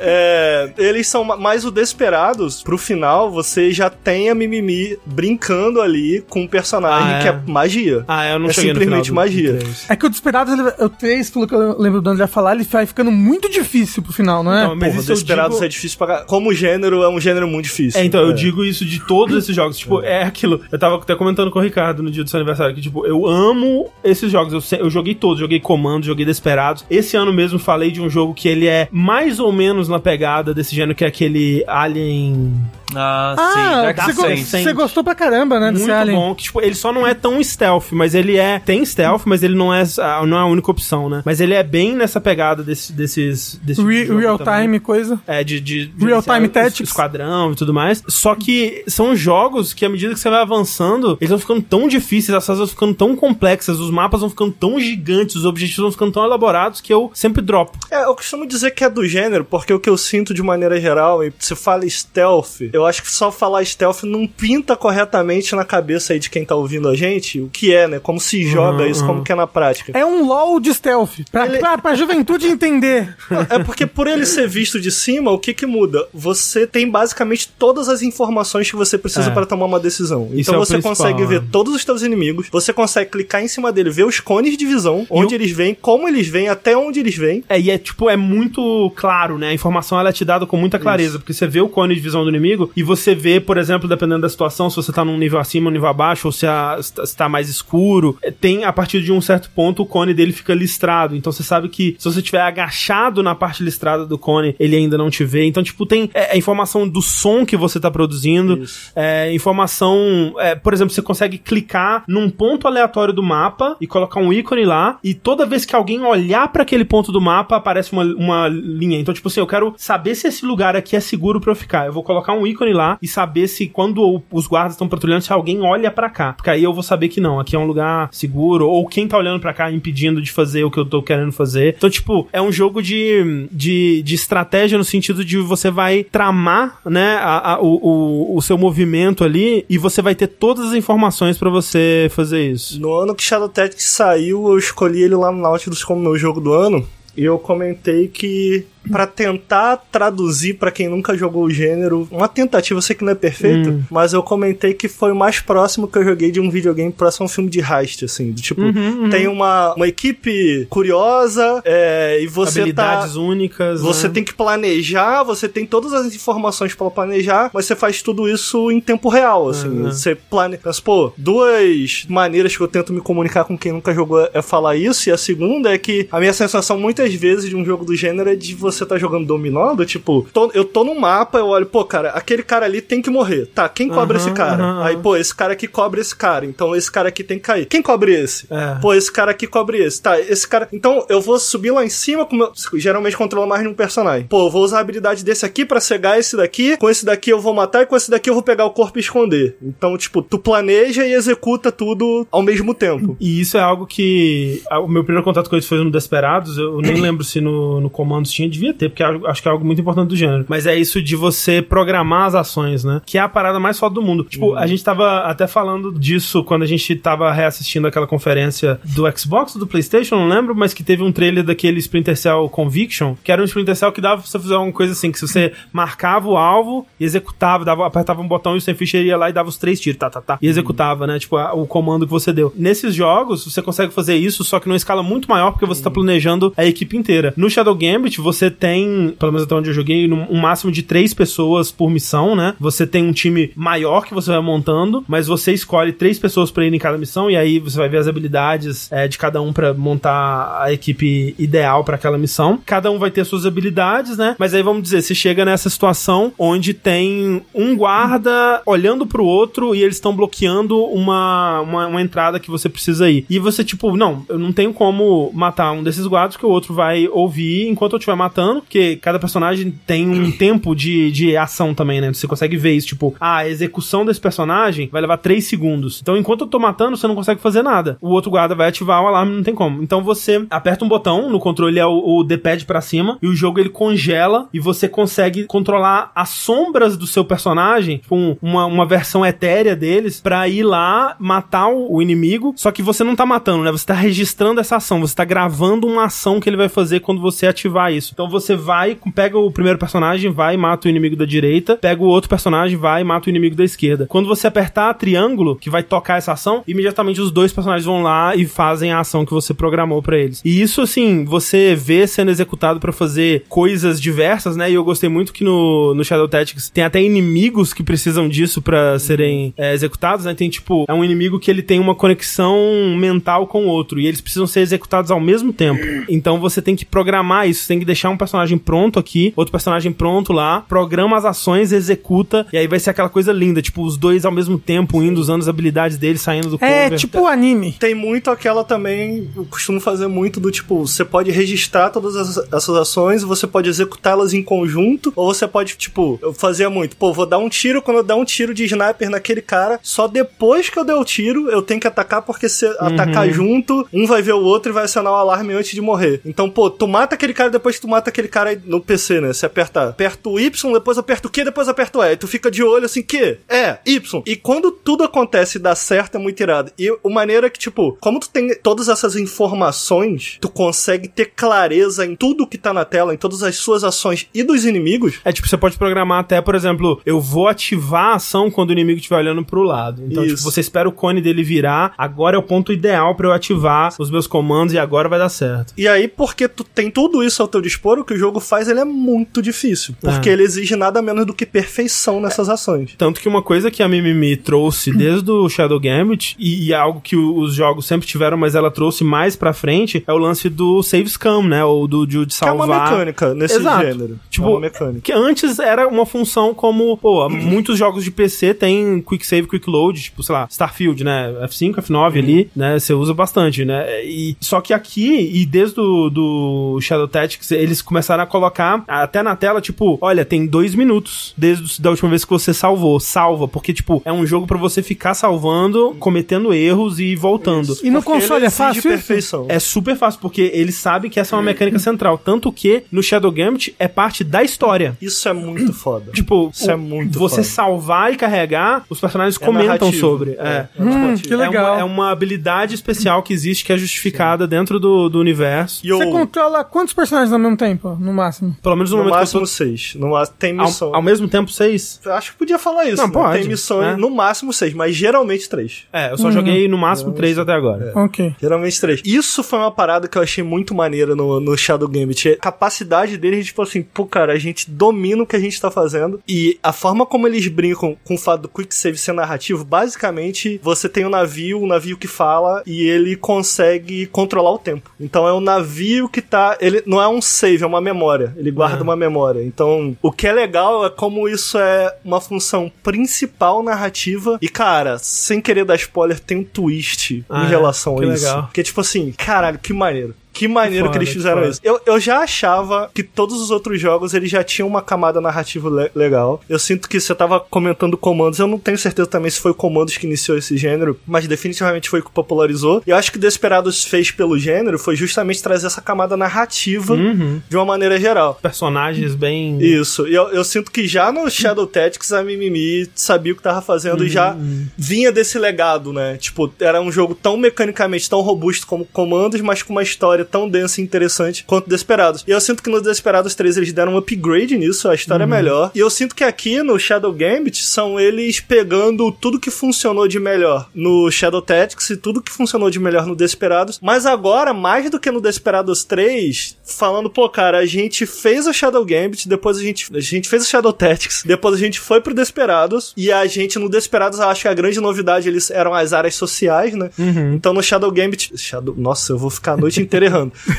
[SPEAKER 4] É, eles são ma- mais o Desperados. Pro final, você já tem a Mimimi brincando ali com um personagem
[SPEAKER 1] Ah, é.
[SPEAKER 4] que é magia.
[SPEAKER 1] Ah, eu não
[SPEAKER 4] É
[SPEAKER 1] cheguei no final
[SPEAKER 4] simplesmente
[SPEAKER 1] do
[SPEAKER 4] magia.
[SPEAKER 1] três.
[SPEAKER 2] É que o Desperados, ele, o 3, pelo que eu lembro do André falar, ele vai ficando muito difícil pro final, não é?
[SPEAKER 1] Então, mas
[SPEAKER 4] Porra,
[SPEAKER 1] isso eu
[SPEAKER 4] Desperados
[SPEAKER 1] digo-
[SPEAKER 4] é difícil pra... ca- Como gênero, é um gênero muito difícil.
[SPEAKER 1] É, então, eu digo isso de todos esses jogos. Tipo, é. aquilo. Eu tava até comentando com o Ricardo no dia do seu aniversário que, tipo, eu amo esses jogos. Eu, se- eu joguei todos. Joguei Comando, joguei Desperados. Esse ano mesmo falei de um jogo que ele é mais ou menos na pegada desse gênero, que é aquele Alien.
[SPEAKER 3] Ah,
[SPEAKER 2] Ah, você, go-
[SPEAKER 1] Sense.
[SPEAKER 2] você gostou pra caramba, né, desse
[SPEAKER 1] Muito
[SPEAKER 2] Alien?
[SPEAKER 1] bom. Que, tipo, ele só não é tão stealth, mas ele é. Tem stealth, mas ele não é, a- não é a única opção, né? Mas ele é bem nessa pegada desse, desses. Desse tipo de
[SPEAKER 2] Re-
[SPEAKER 1] jogo
[SPEAKER 2] real
[SPEAKER 1] também.
[SPEAKER 2] time, coisa.
[SPEAKER 1] É, de, de
[SPEAKER 2] Real
[SPEAKER 1] gerenciar
[SPEAKER 2] Time
[SPEAKER 1] o-
[SPEAKER 2] Tactics.
[SPEAKER 1] Esquadrão e tudo mais. Só que são jogos que, à medida que você vai avançando, eles vão ficando tão difíceis, as fases vão ficando tão complexas, os mapas vão ficando tão gigantes, os objetivos vão ficando tão elaborados que eu sempre dropo.
[SPEAKER 4] É, eu costumo dizer que é do gênero, porque o que eu sinto de maneira geral, e se fala stealth, eu acho que só falar stealth não pinta corretamente na cabeça aí de quem tá ouvindo a gente o que é, né? Como se
[SPEAKER 1] Uhum,
[SPEAKER 4] joga isso, como que é na prática.
[SPEAKER 2] É um LOL de stealth. Pra,
[SPEAKER 4] Ele-
[SPEAKER 2] pra, pra juventude entender.
[SPEAKER 4] É porque por ele ser visto de cima, o que que muda? Você tem basicamente todas as informações que você precisa
[SPEAKER 1] É.
[SPEAKER 4] pra tomar uma decisão.
[SPEAKER 1] Isso
[SPEAKER 4] então
[SPEAKER 1] é o
[SPEAKER 4] você
[SPEAKER 1] principal,
[SPEAKER 4] consegue
[SPEAKER 1] né?
[SPEAKER 4] ver todos os seus inimigos, você consegue clicar em cima dele, ver os cones de visão, onde eles vêm, como eles vêm, até onde eles vêm.
[SPEAKER 1] É, e é tipo, é muito claro, né? A informação ela é te dada com muita clareza, porque você vê o cone de visão do inimigo e você vê, por exemplo, dependendo da situação, se você tá num nível acima, um nível abaixo, ou se, a, se tá- se tá mais escuro, é, tem, a partir de um certo ponto, o cone dele fica listrado. Então você sabe que se você tiver agachado na parte listrada do cone, ele ainda não te vê. Então, tipo, tem é, a informação do som que você tá produzindo, é, informação, é, por exemplo, você consegue clicar num ponto aleatório do mapa e colocar um ícone lá, e toda vez que alguém olhar pra aquele ponto do mapa, aparece uma, uma linha. Então, tipo assim, eu quero saber se esse lugar aqui é seguro pra eu ficar. Eu vou colocar um ícone lá e saber se quando o- os guardas estão patrulhando, se alguém olha pra cá. Porque aí eu vou saber que não, aqui é um lugar seguro, ou quem tá olhando pra cá impedindo de fazer o que eu tô querendo fazer. Então, tipo, é um jogo de, de, de estratégia no sentido de você vai tramar, né, a- a- o, o, o seu movimento ali e você vai ter todas as informações pra você fazer isso.
[SPEAKER 4] No ano que Shadow Tactics saiu, eu escolhi ele lá no Nautilus como meu jogo do ano. E eu comentei que, pra tentar traduzir pra quem nunca jogou o gênero, uma tentativa, eu sei que não é perfeita,
[SPEAKER 1] Hum.
[SPEAKER 4] mas eu comentei que foi o mais próximo que eu joguei de um videogame próximo a um filme de heist, assim. do Tipo,
[SPEAKER 1] Uhum,
[SPEAKER 4] tem uma, uma equipe curiosa é, e você tá.
[SPEAKER 1] Habilidades únicas.
[SPEAKER 4] Você
[SPEAKER 1] né?
[SPEAKER 4] tem que planejar, você tem todas as informações pra planejar, mas você faz tudo isso em tempo real, assim. Você planeja. Pô, duas maneiras que eu tento me comunicar com quem nunca jogou é falar isso, e a segunda é que a minha sensação muitas vezes de um jogo do gênero é de você tá jogando dominó, do tipo, tô- eu tô no mapa, eu olho, pô, cara, aquele cara ali tem que morrer. Tá, quem cobre
[SPEAKER 1] Aham,
[SPEAKER 4] esse cara?
[SPEAKER 1] aham,
[SPEAKER 4] Aí,
[SPEAKER 1] aham.
[SPEAKER 4] pô, esse cara aqui cobre esse cara, então esse cara aqui tem que cair. Quem cobre esse?
[SPEAKER 1] É.
[SPEAKER 4] Pô, esse cara aqui cobre esse. Tá, esse cara. Então eu vou subir lá em cima com o meu. Geralmente controla mais de um personagem. Pô, eu vou usar a habilidade desse aqui pra cegar esse daqui. Com esse daqui eu vou matar e com esse daqui eu vou pegar o corpo e esconder. Então, tipo, tu planeja e executa tudo ao mesmo tempo.
[SPEAKER 1] E isso é algo que. a- O meu primeiro contato com eles foi no Desperados. Eu nem lembro se no, no Comandos tinha, devia ter, porque é algo- acho que é algo muito importante do gênero. Mas é isso de você programar as ações, né? Que é a parada mais foda do mundo. Tipo, a gente tava até falando disso quando a gente tava reassistindo aquela conferência do Xbox, do PlayStation, não lembro, mas que teve um trailer daquele Splinter Cell Conviction, que era um Splinter Cell que dava pra você fazer uma coisa assim, que se você marcava o alvo e executava, dava, apertava um botão e o Sam Fisher ia lá e dava os três tiros, tá, tá, tá, e executava, né? Tipo, a- o comando que você deu. Nesses jogos, você consegue fazer isso, só que numa escala muito maior, porque você tá planejando a equipe inteira. No Shadow Gambit, você tem, pelo menos até onde eu joguei, num- um máximo de três pessoas por missão, né? Você tem um time maior que você vai montando, mas você escolhe três pessoas pra ir em cada missão e aí você vai ver as habilidades é, de cada um pra montar a equipe ideal pra aquela missão. Cada um vai ter suas habilidades, né? Mas aí vamos dizer, você chega nessa situação onde tem um guarda olhando pro outro e eles estão bloqueando uma, uma, uma entrada que você precisa ir. E você, tipo, não, eu não tenho como matar um desses guardas que o outro vai ouvir enquanto eu estiver matando, porque cada personagem tem um tempo de, de ação também, né? Você consegue ver isso, tipo, a execução desse personagem vai levar 3 segundos. Então, enquanto eu tô matando, você não consegue fazer nada. O outro guarda vai ativar o alarme, não tem como. Então, você aperta um botão, no controle é o, o D-pad pra cima, e o jogo ele congela e você consegue controlar as sombras do seu personagem, com uma, uma versão etérea deles, pra ir lá matar o, o inimigo. Só que você não tá matando, né? Você tá registrando essa ação, você tá gravando uma ação que ele vai fazer quando você ativar isso. Então você vai, pega o primeiro personagem, vai e mata o inimigo da direita, pega o outro personagem, vai e mata o inimigo da esquerda. Quando você apertar triângulo, que vai tocar essa ação, imediatamente os dois personagens vão lá e fazem a ação que você programou pra eles. E isso assim, você vê sendo executado pra fazer coisas diversas, né? E eu gostei muito que no, no Shadow Tactics tem até inimigos que precisam disso pra serem é, executados, né? Tem tipo, é um inimigo que ele tem uma conexão mental com o outro e eles precisam ser executados ao mesmo tempo. Então você tem que programar isso, tem que deixar um personagem pronto aqui, outro personagem pronto lá, programa as ações, executa e aí vai ser aquela coisa linda, tipo os dois ao mesmo tempo indo usando as habilidades dele, saindo do
[SPEAKER 2] É
[SPEAKER 1] cover.
[SPEAKER 2] tipo anime.
[SPEAKER 4] Tem muito aquela também, eu costumo fazer muito do tipo, você pode registrar todas as- essas ações, você pode executá-las em conjunto, ou você pode, tipo, eu fazia muito, pô, vou dar um tiro, quando eu dar um tiro de sniper naquele cara, só depois que eu der o tiro, eu tenho que atacar, porque se atacar junto, um vai ver o outro e vai acionar o alarme antes de morrer. Então, pô, tu mata aquele cara, depois tu mata aquele cara aí no PC, né? Você aperta, aperta o Y, depois aperta o Q, depois aperta o E. Aí tu fica de olho assim, Q, é, Y. E quando tudo acontece e dá certo, é muito irado. E o maneiro é que, tipo, como tu tem todas essas informações, tu consegue ter clareza em tudo que tá na tela, em todas as suas ações e dos inimigos.
[SPEAKER 1] É tipo, você pode programar até, por exemplo, eu vou ativar a ação quando o inimigo estiver olhando pro lado. Então,
[SPEAKER 4] Isso.
[SPEAKER 1] tipo, você espera o cone dele virar, agora é o ponto ideal pra eu ativar os meus comandos e agora vai dar certo.
[SPEAKER 4] E aí, porque tu tem tudo isso ao teu dispor, o que o jogo faz, ele é muito difícil. Porque
[SPEAKER 1] Ah.
[SPEAKER 4] ele exige nada menos do que perfeição nessas ações.
[SPEAKER 1] Tanto que uma coisa que a Mimimi trouxe desde o Shadow Gambit, e, e algo que o- os jogos sempre tiveram, mas ela trouxe mais pra frente, é o lance do save scam, né? Ou do de, de
[SPEAKER 4] Que é
[SPEAKER 1] salvar.
[SPEAKER 4] uma mecânica nesse
[SPEAKER 1] Exato.
[SPEAKER 4] gênero.
[SPEAKER 1] Tipo,
[SPEAKER 4] é uma mecânica.
[SPEAKER 1] Que antes era uma função como, pô, muitos jogos de PC tem quick save, quick load, tipo, sei lá, Starfield, né? F5, F9 ali, né? Você usa bastante, né? E, só que aqui, e desde do, do Shadow Tactics, eles começaram a colocar até na tela, tipo, olha, tem dois minutos desde os- da última vez que você salvou. Salva, porque, tipo, é um jogo pra você ficar salvando, cometendo erros e voltando.
[SPEAKER 2] E no
[SPEAKER 4] Porque ele
[SPEAKER 2] console é
[SPEAKER 4] exige
[SPEAKER 2] fácil isso?
[SPEAKER 4] perfeição.
[SPEAKER 1] É super fácil, porque eles sabem que essa é uma mecânica central. Tanto que no Shadow Gambit é parte da história.
[SPEAKER 4] Isso é muito foda.
[SPEAKER 1] Tipo,
[SPEAKER 4] Isso é muito
[SPEAKER 1] você
[SPEAKER 4] foda.
[SPEAKER 1] salvar e carregar, os personagens
[SPEAKER 4] É
[SPEAKER 1] comentam
[SPEAKER 4] narrativo.
[SPEAKER 1] sobre.
[SPEAKER 4] É,
[SPEAKER 1] É.
[SPEAKER 4] é narrativo.
[SPEAKER 2] Hum, que legal.
[SPEAKER 1] É uma, é uma habilidade especial que existe, que é justificada dentro do, do universo.
[SPEAKER 4] E eu,
[SPEAKER 2] Você controla quantos personagens ao mesmo tempo, no máximo?
[SPEAKER 1] Pelo menos no,
[SPEAKER 4] no
[SPEAKER 1] momento
[SPEAKER 4] máximo
[SPEAKER 1] que
[SPEAKER 4] seis. No máximo, tem
[SPEAKER 1] eu tô,
[SPEAKER 4] missão.
[SPEAKER 1] ao, ao mesmo tempo, seis.
[SPEAKER 4] Acho que podia falar isso.
[SPEAKER 1] Não,
[SPEAKER 4] né?
[SPEAKER 1] pode,
[SPEAKER 4] Tem missão
[SPEAKER 1] né?
[SPEAKER 4] no máximo seis, mas geralmente três.
[SPEAKER 1] É, eu só joguei no máximo três até agora.
[SPEAKER 4] É.
[SPEAKER 2] Ok.
[SPEAKER 4] Geralmente três. Isso foi uma parada que eu achei muito maneira no, no Shadow Gambit. A capacidade deles, tipo assim, pô, cara, a gente domina o que a gente tá fazendo. E a forma como eles brincam com o fato do Quick Save ser narrativo, basicamente, você tem um navio, um navio que fala e ele consegue controlar o tempo. Então é um navio que tá. Ele não é um save, é uma memória. Ele guarda uma memória. Então, o que é legal é como isso é uma função principal narrativa. E, cara, sem querer dar spoiler, tem um twist
[SPEAKER 1] Ah,
[SPEAKER 4] em
[SPEAKER 1] é?
[SPEAKER 4] relação
[SPEAKER 1] Que
[SPEAKER 4] a isso.
[SPEAKER 1] legal.
[SPEAKER 4] Porque, tipo assim, caralho, que maneiro. Que maneiro
[SPEAKER 1] Foda,
[SPEAKER 4] que eles fizeram
[SPEAKER 1] foda.
[SPEAKER 4] isso. Eu, eu já achava que todos os outros jogos eles já tinham uma camada narrativa le- legal. Eu sinto que você tava comentando comandos. Eu não tenho certeza também se foi o comandos que iniciou esse gênero, mas definitivamente foi o que popularizou. E eu acho que o Desperados fez pelo gênero foi justamente trazer essa camada narrativa
[SPEAKER 1] Uhum.
[SPEAKER 4] de uma maneira geral.
[SPEAKER 1] Personagens bem.
[SPEAKER 4] Isso, e eu, eu sinto que já no Shadow Tactics a Mimimi sabia o que tava fazendo e já vinha desse legado, né? Tipo, era um jogo tão mecanicamente tão robusto como Comandos, mas com uma história história tão densa e interessante quanto Desperados. E eu sinto que no Desperados 3 eles deram um upgrade nisso, a história é melhor. E eu sinto que aqui no Shadow Gambit são eles pegando tudo que funcionou de melhor no Shadow Tactics e tudo que funcionou de melhor no Desperados. Mas agora, mais do que no Desperados 3, falando, pô, cara, a gente fez o Shadow Gambit, depois a gente, a gente fez o Shadow Tactics, depois a gente foi pro Desperados. E a gente no Desperados, eu acho que a grande novidade eles eram as áreas sociais, né?
[SPEAKER 1] Uhum.
[SPEAKER 4] Então no Shadow Gambit. Shadow, nossa, eu vou ficar a noite inteira errando.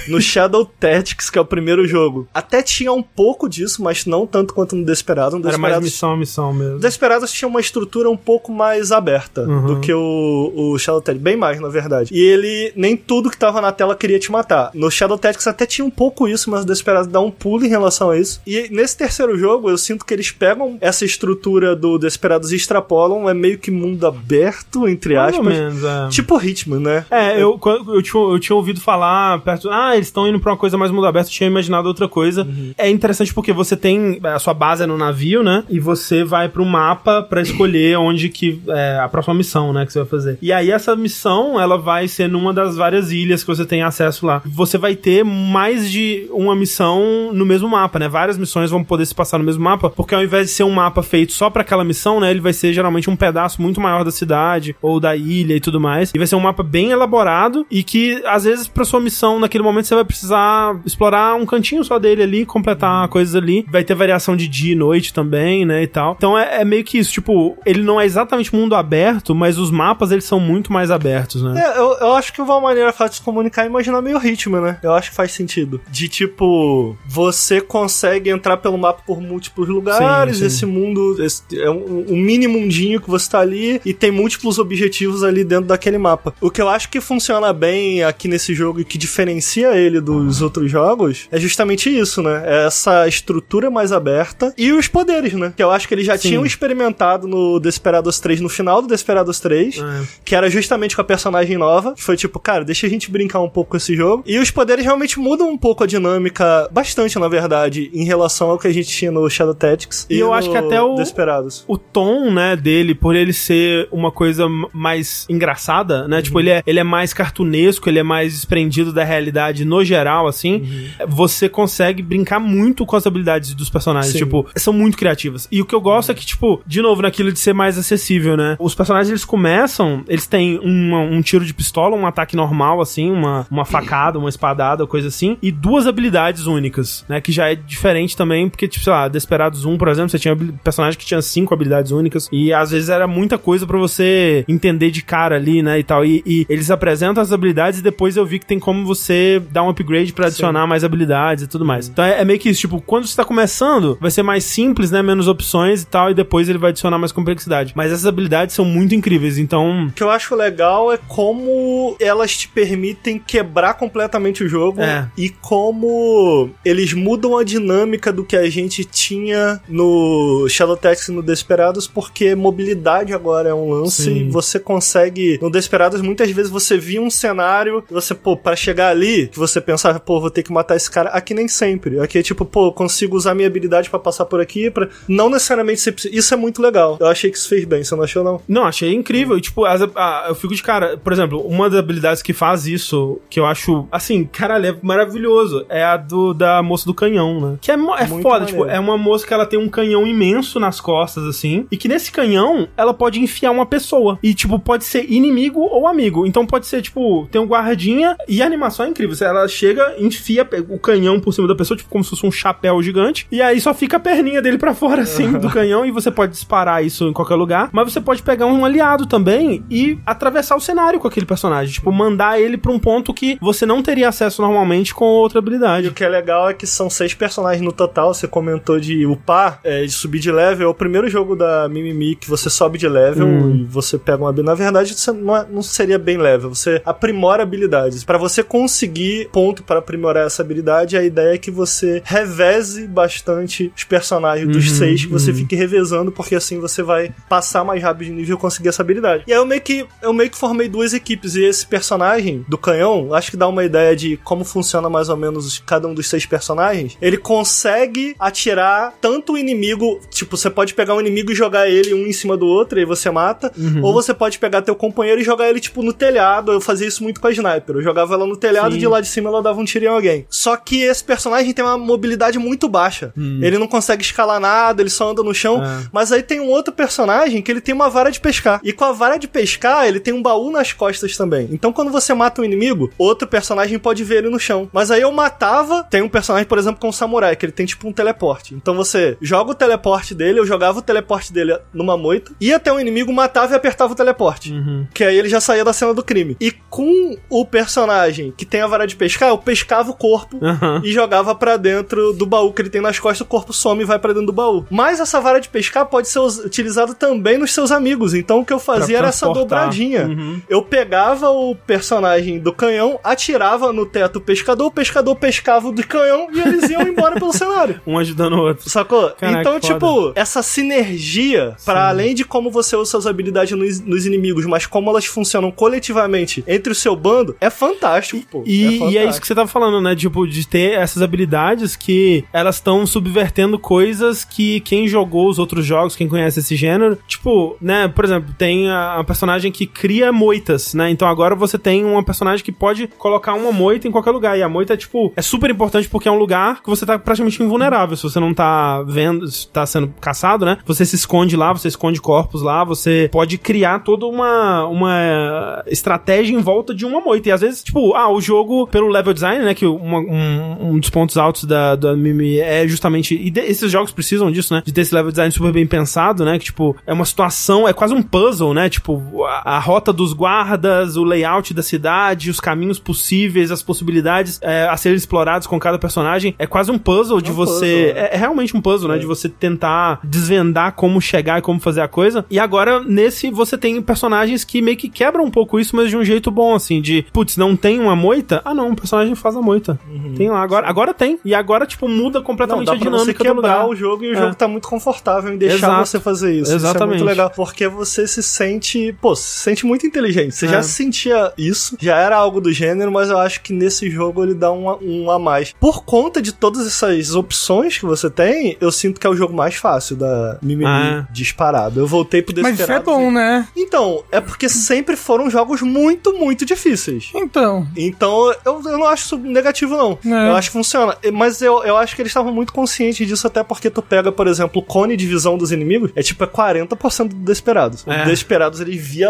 [SPEAKER 4] No Shadow Tactics, que é o primeiro jogo, até tinha um pouco disso, mas não tanto quanto no Desperados. No
[SPEAKER 1] Era mais
[SPEAKER 4] Desperados-
[SPEAKER 1] missão a missão mesmo.
[SPEAKER 4] Desperados tinha uma estrutura um pouco mais aberta
[SPEAKER 1] Uhum.
[SPEAKER 4] do que o, o Shadow Tactics, bem mais, na verdade. E ele, nem tudo que tava na tela queria te matar. No Shadow Tactics até tinha um pouco isso, mas o Desperados dá um pulo em relação a isso. E nesse terceiro jogo, eu sinto que eles pegam essa estrutura do Desperados e extrapolam, é meio que mundo aberto, entre
[SPEAKER 1] Mais ou
[SPEAKER 4] aspas.
[SPEAKER 1] menos, é.
[SPEAKER 4] Tipo Hitman, né?
[SPEAKER 1] É, eu, quando- eu, tinha, eu tinha ouvido falar perto. Ah, eles estão indo pra uma coisa mais mundo aberto, eu tinha imaginado outra coisa. É interessante porque você tem. A sua base é no navio, né? E você vai pro mapa pra escolher onde que. É, a próxima missão, né? Que você vai fazer. E aí essa missão, ela vai ser numa das várias ilhas que você tem acesso lá. Você vai ter mais de uma missão no mesmo mapa, né? Várias missões vão poder se passar no mesmo mapa, porque ao invés de ser um mapa feito só pra aquela missão, né? Ele vai ser geralmente um pedaço muito maior da cidade ou da ilha e tudo mais. E vai ser um mapa bem elaborado e que às vezes pra sua missão naquele momento você vai precisar explorar um cantinho só dele ali, completar coisas ali. Vai ter variação de dia e noite também, né, e tal. Então é, é meio que isso, tipo, ele não é exatamente mundo aberto, mas os mapas eles são muito mais abertos, né?
[SPEAKER 4] É, eu, eu acho que uma maneira fácil de se comunicar é imaginar meio ritmo, né? Eu acho que faz sentido. De tipo, você consegue entrar pelo mapa por múltiplos lugares,
[SPEAKER 1] Sim, sim.
[SPEAKER 4] esse mundo esse- é um, um mini mundinho que você tá ali e tem múltiplos objetivos ali dentro daquele mapa. O que eu acho que funciona bem aqui nesse jogo e que diferencia ele dos outros jogos é justamente isso, né? É essa estrutura mais aberta e os poderes, né? Que eu acho que eles já
[SPEAKER 1] Sim.
[SPEAKER 4] tinham experimentado no Desperados 3, no final do Desperados 3
[SPEAKER 1] É.
[SPEAKER 4] que era justamente com a personagem nova, que foi tipo, cara, deixa a gente brincar um pouco com esse jogo. E os poderes realmente mudam um pouco a dinâmica, bastante, na verdade, em relação ao que a gente tinha no Shadow Tactics.
[SPEAKER 1] E eu acho
[SPEAKER 4] no
[SPEAKER 1] que até o-
[SPEAKER 4] Desperados.
[SPEAKER 1] o tom, né, dele, por ele ser uma coisa m- mais engraçada, né? Tipo, ele é, ele é mais cartunesco, ele é mais desprendido da realidade no geral, assim. Você consegue brincar muito com as habilidades dos personagens.
[SPEAKER 4] Sim.
[SPEAKER 1] Tipo, são muito criativas. E o que eu gosto é que, tipo, de novo, naquilo de ser mais acessível, né? Os personagens, eles começam, eles têm uma- um tiro de pistola, um ataque normal, assim, uma, uma facada, uma espadada, coisa assim, e duas habilidades únicas, né? Que já é diferente também, porque, tipo, sei lá, Desperados 1, por exemplo, você tinha habili- personagem que tinha cinco habilidades únicas, e às vezes era muita coisa pra você entender de cara ali, né? E tal. E, e eles apresentam as habilidades e depois eu vi que tem como você dar um upgrade pra adicionar mais habilidades e tudo mais. Então é, é meio que isso, tipo, quando você tá começando, vai ser mais simples, né? Menos opções e tal, e depois ele vai adicionar mais complexidade. Mas essas habilidades são muito incríveis, então.
[SPEAKER 4] O que eu acho legal é como elas te permitem quebrar completamente o jogo
[SPEAKER 1] É.
[SPEAKER 4] e como eles mudam a dinâmica do que a gente tinha no Shadow Tactics e no Desperados, porque mobilidade agora é um lance
[SPEAKER 1] Sim.
[SPEAKER 4] e você consegue. No Desperados, muitas vezes você via um cenário, você, pô, pra chegar ali, que você pensava, pô, vou ter que matar esse cara. Aqui nem sempre. Aqui é tipo, pô, eu consigo usar minha habilidade pra passar por aqui. Pra... Não necessariamente você precisa. Isso é muito legal. Eu achei que isso fez bem, você não achou, não?
[SPEAKER 1] Não, achei incrível. E, tipo, as- a- eu fico de cara. Por exemplo, uma das habilidades que faz isso, que eu acho, assim, caralho, é maravilhoso, é a do, da moça do canhão, né? Que é, mo- é
[SPEAKER 4] Muito
[SPEAKER 1] foda,
[SPEAKER 4] maneiro.
[SPEAKER 1] tipo, é uma moça que ela tem um canhão imenso nas costas, assim, e que nesse canhão ela pode enfiar uma pessoa. E, tipo, pode ser inimigo ou amigo. Então pode ser, tipo, tem um guardinha e a animação é incrível. Você- Ela chega, enfia pe- o canhão por cima da pessoa, tipo, como se fosse um chapéu gigante, e aí só fica a perninha dele pra fora, assim, do canhão, e você pode disparar isso em qualquer lugar. Mas você pode pegar um aliado também e atravessar o cenário com aquele personagem. Tipo, mandar ele pra um ponto que você não teria acesso normalmente com outra
[SPEAKER 4] E
[SPEAKER 1] habilidade.
[SPEAKER 4] o que é legal é que são seis personagens no total. Você comentou de upar, é, de subir de level. É o primeiro jogo da Mimimi que você sobe de level
[SPEAKER 1] Hum.
[SPEAKER 4] e você pega uma habilidade. Na verdade, isso não, é- não seria bem level. Você aprimora habilidades. Pra você conseguir ponto pra aprimorar essa habilidade, a ideia é que você reveze bastante os personagens dos
[SPEAKER 1] Uhum,
[SPEAKER 4] seis, que você
[SPEAKER 1] uhum.
[SPEAKER 4] fique revezando, porque assim você vai passar mais rápido de nível e conseguir essa habilidade. E aí eu meio que eu meio que formei duas equipes e esse personagem do canhão, acho que dá uma ideia de como funciona mais ou menos os- cada um dos seis personagens. Ele consegue atirar tanto o inimigo, tipo, você pode pegar um inimigo e jogar ele um em cima do outro e você mata, ou você pode pegar teu companheiro e jogar ele tipo no telhado. Eu fazia isso muito com a sniper. Eu jogava ela no telhado
[SPEAKER 3] Sim.
[SPEAKER 4] de lá de cima ela dava um tiro em alguém. Só que esse personagem tem uma mobilidade muito baixa. Ele não consegue escalar nada, ele só anda no chão.
[SPEAKER 1] É.
[SPEAKER 4] Mas aí tem um outro personagem que ele tem uma vara de pescar. E com a vara de pescar, ele tem um baú nas costas também. Então quando você mata um inimigo, outro personagem pode ver ele no chão. Mas aí eu matava, tem um personagem, por exemplo, com um samurai, que ele tem tipo um teleporte. Então você joga o teleporte dele, eu jogava o teleporte dele numa moita, ia até um inimigo, matava e apertava o teleporte. Que aí ele já saía da cena do crime. E com o personagem que tem a vara de pescar, eu pescava o corpo
[SPEAKER 1] Aham.
[SPEAKER 4] e jogava pra dentro do baú que ele tem nas costas, o corpo some e vai pra dentro do baú. Mas essa vara de pescar pode ser us- utilizada também nos seus amigos. Então o que eu fazia era essa
[SPEAKER 1] transportar.
[SPEAKER 4] dobradinha. Eu pegava o personagem do canhão, atirava no teto o pescador, o pescador pescava o do canhão e eles iam embora pelo cenário.
[SPEAKER 1] Um ajudando o outro.
[SPEAKER 4] Sacou?
[SPEAKER 1] Caraca,
[SPEAKER 4] então,
[SPEAKER 1] que foda.
[SPEAKER 4] tipo, essa sinergia, pra além de como você usa suas habilidades nos, nos inimigos, mas como elas funcionam coletivamente entre o seu bando, é fantástico, pô.
[SPEAKER 1] E e é,
[SPEAKER 4] fantástico.
[SPEAKER 1] isso que você tava falando, né? Tipo, de ter essas habilidades que elas estão subvertendo coisas que quem jogou os outros jogos, quem conhece esse gênero, tipo, né? Por exemplo, tem a, a personagem que cria moitas, né? Então agora você tem uma personagem que pode colocar uma moita em qualquer lugar. E a moita, tipo, é super importante porque é um lugar que você tá praticamente vulnerável. Se você não tá vendo, se tá sendo caçado, né? Você se esconde lá, você esconde corpos lá, você pode criar toda uma, uma estratégia em volta de uma moita. E às vezes, tipo, ah, o jogo, pelo level design, né? Que uma- um, um dos pontos altos da, da Mimi é justamente. E de- esses jogos precisam disso, né? De ter esse level design super bem pensado, né? Que, tipo, é uma situação, é quase um puzzle, né? Tipo, a, a rota dos guardas, o layout da cidade, os caminhos possíveis, as possibilidades é, a serem explorados com cada personagem. É quase um puzzle de
[SPEAKER 4] um
[SPEAKER 1] você.
[SPEAKER 4] puzzle,
[SPEAKER 1] é,
[SPEAKER 4] né?
[SPEAKER 1] é realmente um puzzle, né? De você tentar desvendar como chegar e como fazer a coisa. E agora, nesse, você tem personagens que meio que quebram um pouco isso, mas de um jeito bom, assim, de, putz, não tem uma moita? Ah, não, o personagem faz a moita. Tem lá, agora, agora tem. E agora, tipo, muda
[SPEAKER 4] Uhum. Não,
[SPEAKER 1] completamente
[SPEAKER 4] dá
[SPEAKER 1] a
[SPEAKER 4] pra você
[SPEAKER 1] dinâmica do
[SPEAKER 4] quebrar
[SPEAKER 1] lugar.
[SPEAKER 4] o jogo e o
[SPEAKER 1] É.
[SPEAKER 4] jogo tá muito confortável em deixar
[SPEAKER 1] Exato.
[SPEAKER 4] você fazer isso. Isso é
[SPEAKER 1] Exatamente.
[SPEAKER 4] muito legal. Porque você se sente, pô, se sente muito inteligente. Você
[SPEAKER 1] É.
[SPEAKER 4] já se sentia isso, já era algo do gênero, mas eu acho que nesse jogo ele dá um a, um a mais. Por conta de todas essas opções que você tem, eu sinto que é o jogo mais fácil da Mimimi
[SPEAKER 1] Ah.
[SPEAKER 4] disparado. Eu voltei pro
[SPEAKER 2] Mas isso é
[SPEAKER 4] Desperados
[SPEAKER 2] bom,
[SPEAKER 4] e-
[SPEAKER 2] né?
[SPEAKER 4] Então, é porque sempre foram jogos muito, muito difíceis.
[SPEAKER 2] Então.
[SPEAKER 4] Então, eu, eu não acho isso negativo, não.
[SPEAKER 2] É.
[SPEAKER 4] Eu acho que funciona. E- Mas eu, eu acho que eles estavam muito conscientes disso, até porque tu pega, por exemplo, o cone de visão dos inimigos, é tipo é 40% do Desperados.
[SPEAKER 1] É.
[SPEAKER 4] O Desperados ele via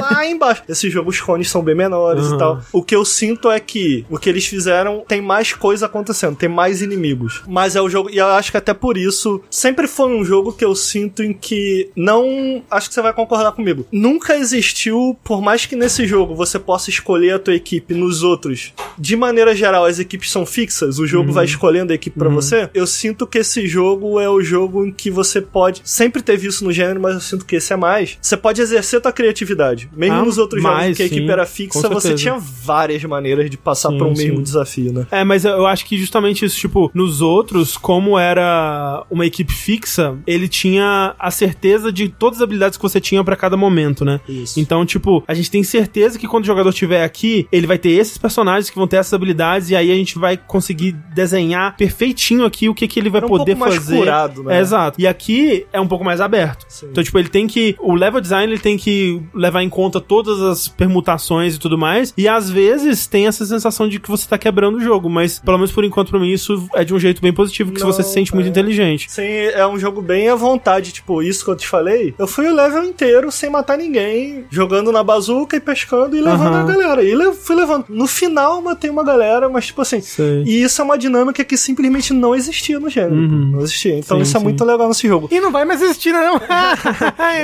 [SPEAKER 4] lá embaixo. Esse jogo os cones são bem menores
[SPEAKER 1] Uhum.
[SPEAKER 4] e tal. O que eu sinto é que o que eles fizeram tem mais coisa acontecendo, tem mais inimigos. Mas é o jogo, e eu acho que até por isso, sempre foi um jogo que eu sinto em que não. Acho que você vai concordar comigo. Nunca existiu, por mais que nesse jogo você possa escolher a tua equipe nos outros, de maneira geral, as equipes são fixas, o jogo
[SPEAKER 1] Uhum.
[SPEAKER 4] vai escolhendo a equipe pra você. Eu sinto que esse jogo é o jogo em que você pode. Sempre teve isso no gênero, mas eu sinto que esse é mais. Você pode exercer tua criatividade. Mesmo
[SPEAKER 1] Ah,
[SPEAKER 4] nos outros
[SPEAKER 1] mais,
[SPEAKER 4] jogos que a
[SPEAKER 1] sim,
[SPEAKER 4] equipe era
[SPEAKER 1] com
[SPEAKER 4] fixa, você
[SPEAKER 1] certeza.
[SPEAKER 4] tinha várias maneiras de passar
[SPEAKER 1] Sim,
[SPEAKER 4] por um
[SPEAKER 1] sim.
[SPEAKER 4] mesmo desafio, né?
[SPEAKER 1] É, mas eu- eu acho que justamente isso, tipo, nos outros, como era uma equipe fixa, ele tinha a certeza de todas as habilidades que você tinha pra cada momento, né?
[SPEAKER 4] Isso.
[SPEAKER 1] Então, tipo, a gente tem certeza que quando o jogador estiver aqui, ele vai ter esses personagens que vão ter essas habilidades, e aí a gente vai conseguir desenhar perfeitinho aqui o que, que ele vai
[SPEAKER 4] Era um
[SPEAKER 1] poder
[SPEAKER 4] pouco mais
[SPEAKER 1] fazer.
[SPEAKER 4] curado, né?
[SPEAKER 1] É, exato. E aqui é um pouco mais aberto.
[SPEAKER 4] Sim.
[SPEAKER 1] Então, tipo, ele tem que. O level design ele tem que levar em conta todas as permutações e tudo mais. E às vezes tem essa sensação de que você tá quebrando o jogo. Mas, pelo menos por enquanto, pra mim, isso é de um jeito bem positivo, que
[SPEAKER 4] Não,
[SPEAKER 1] você se sente muito
[SPEAKER 4] é.
[SPEAKER 1] inteligente.
[SPEAKER 4] Sim, é um jogo bem à vontade, tipo, isso que eu te falei. Eu fui o level inteiro sem matar ninguém, jogando na bazuca e pescando e levando
[SPEAKER 1] Aham.
[SPEAKER 4] a galera. E le- fui levando. No final, eu matei uma galera, mas tipo assim,
[SPEAKER 1] Sei.
[SPEAKER 4] E isso é uma dinâmica que simplesmente não existia no gênero.
[SPEAKER 1] Uhum.
[SPEAKER 4] Não existia. Então
[SPEAKER 1] Sim,
[SPEAKER 4] isso é
[SPEAKER 1] sim.
[SPEAKER 4] muito legal nesse jogo.
[SPEAKER 2] E não vai mais existir, né, não.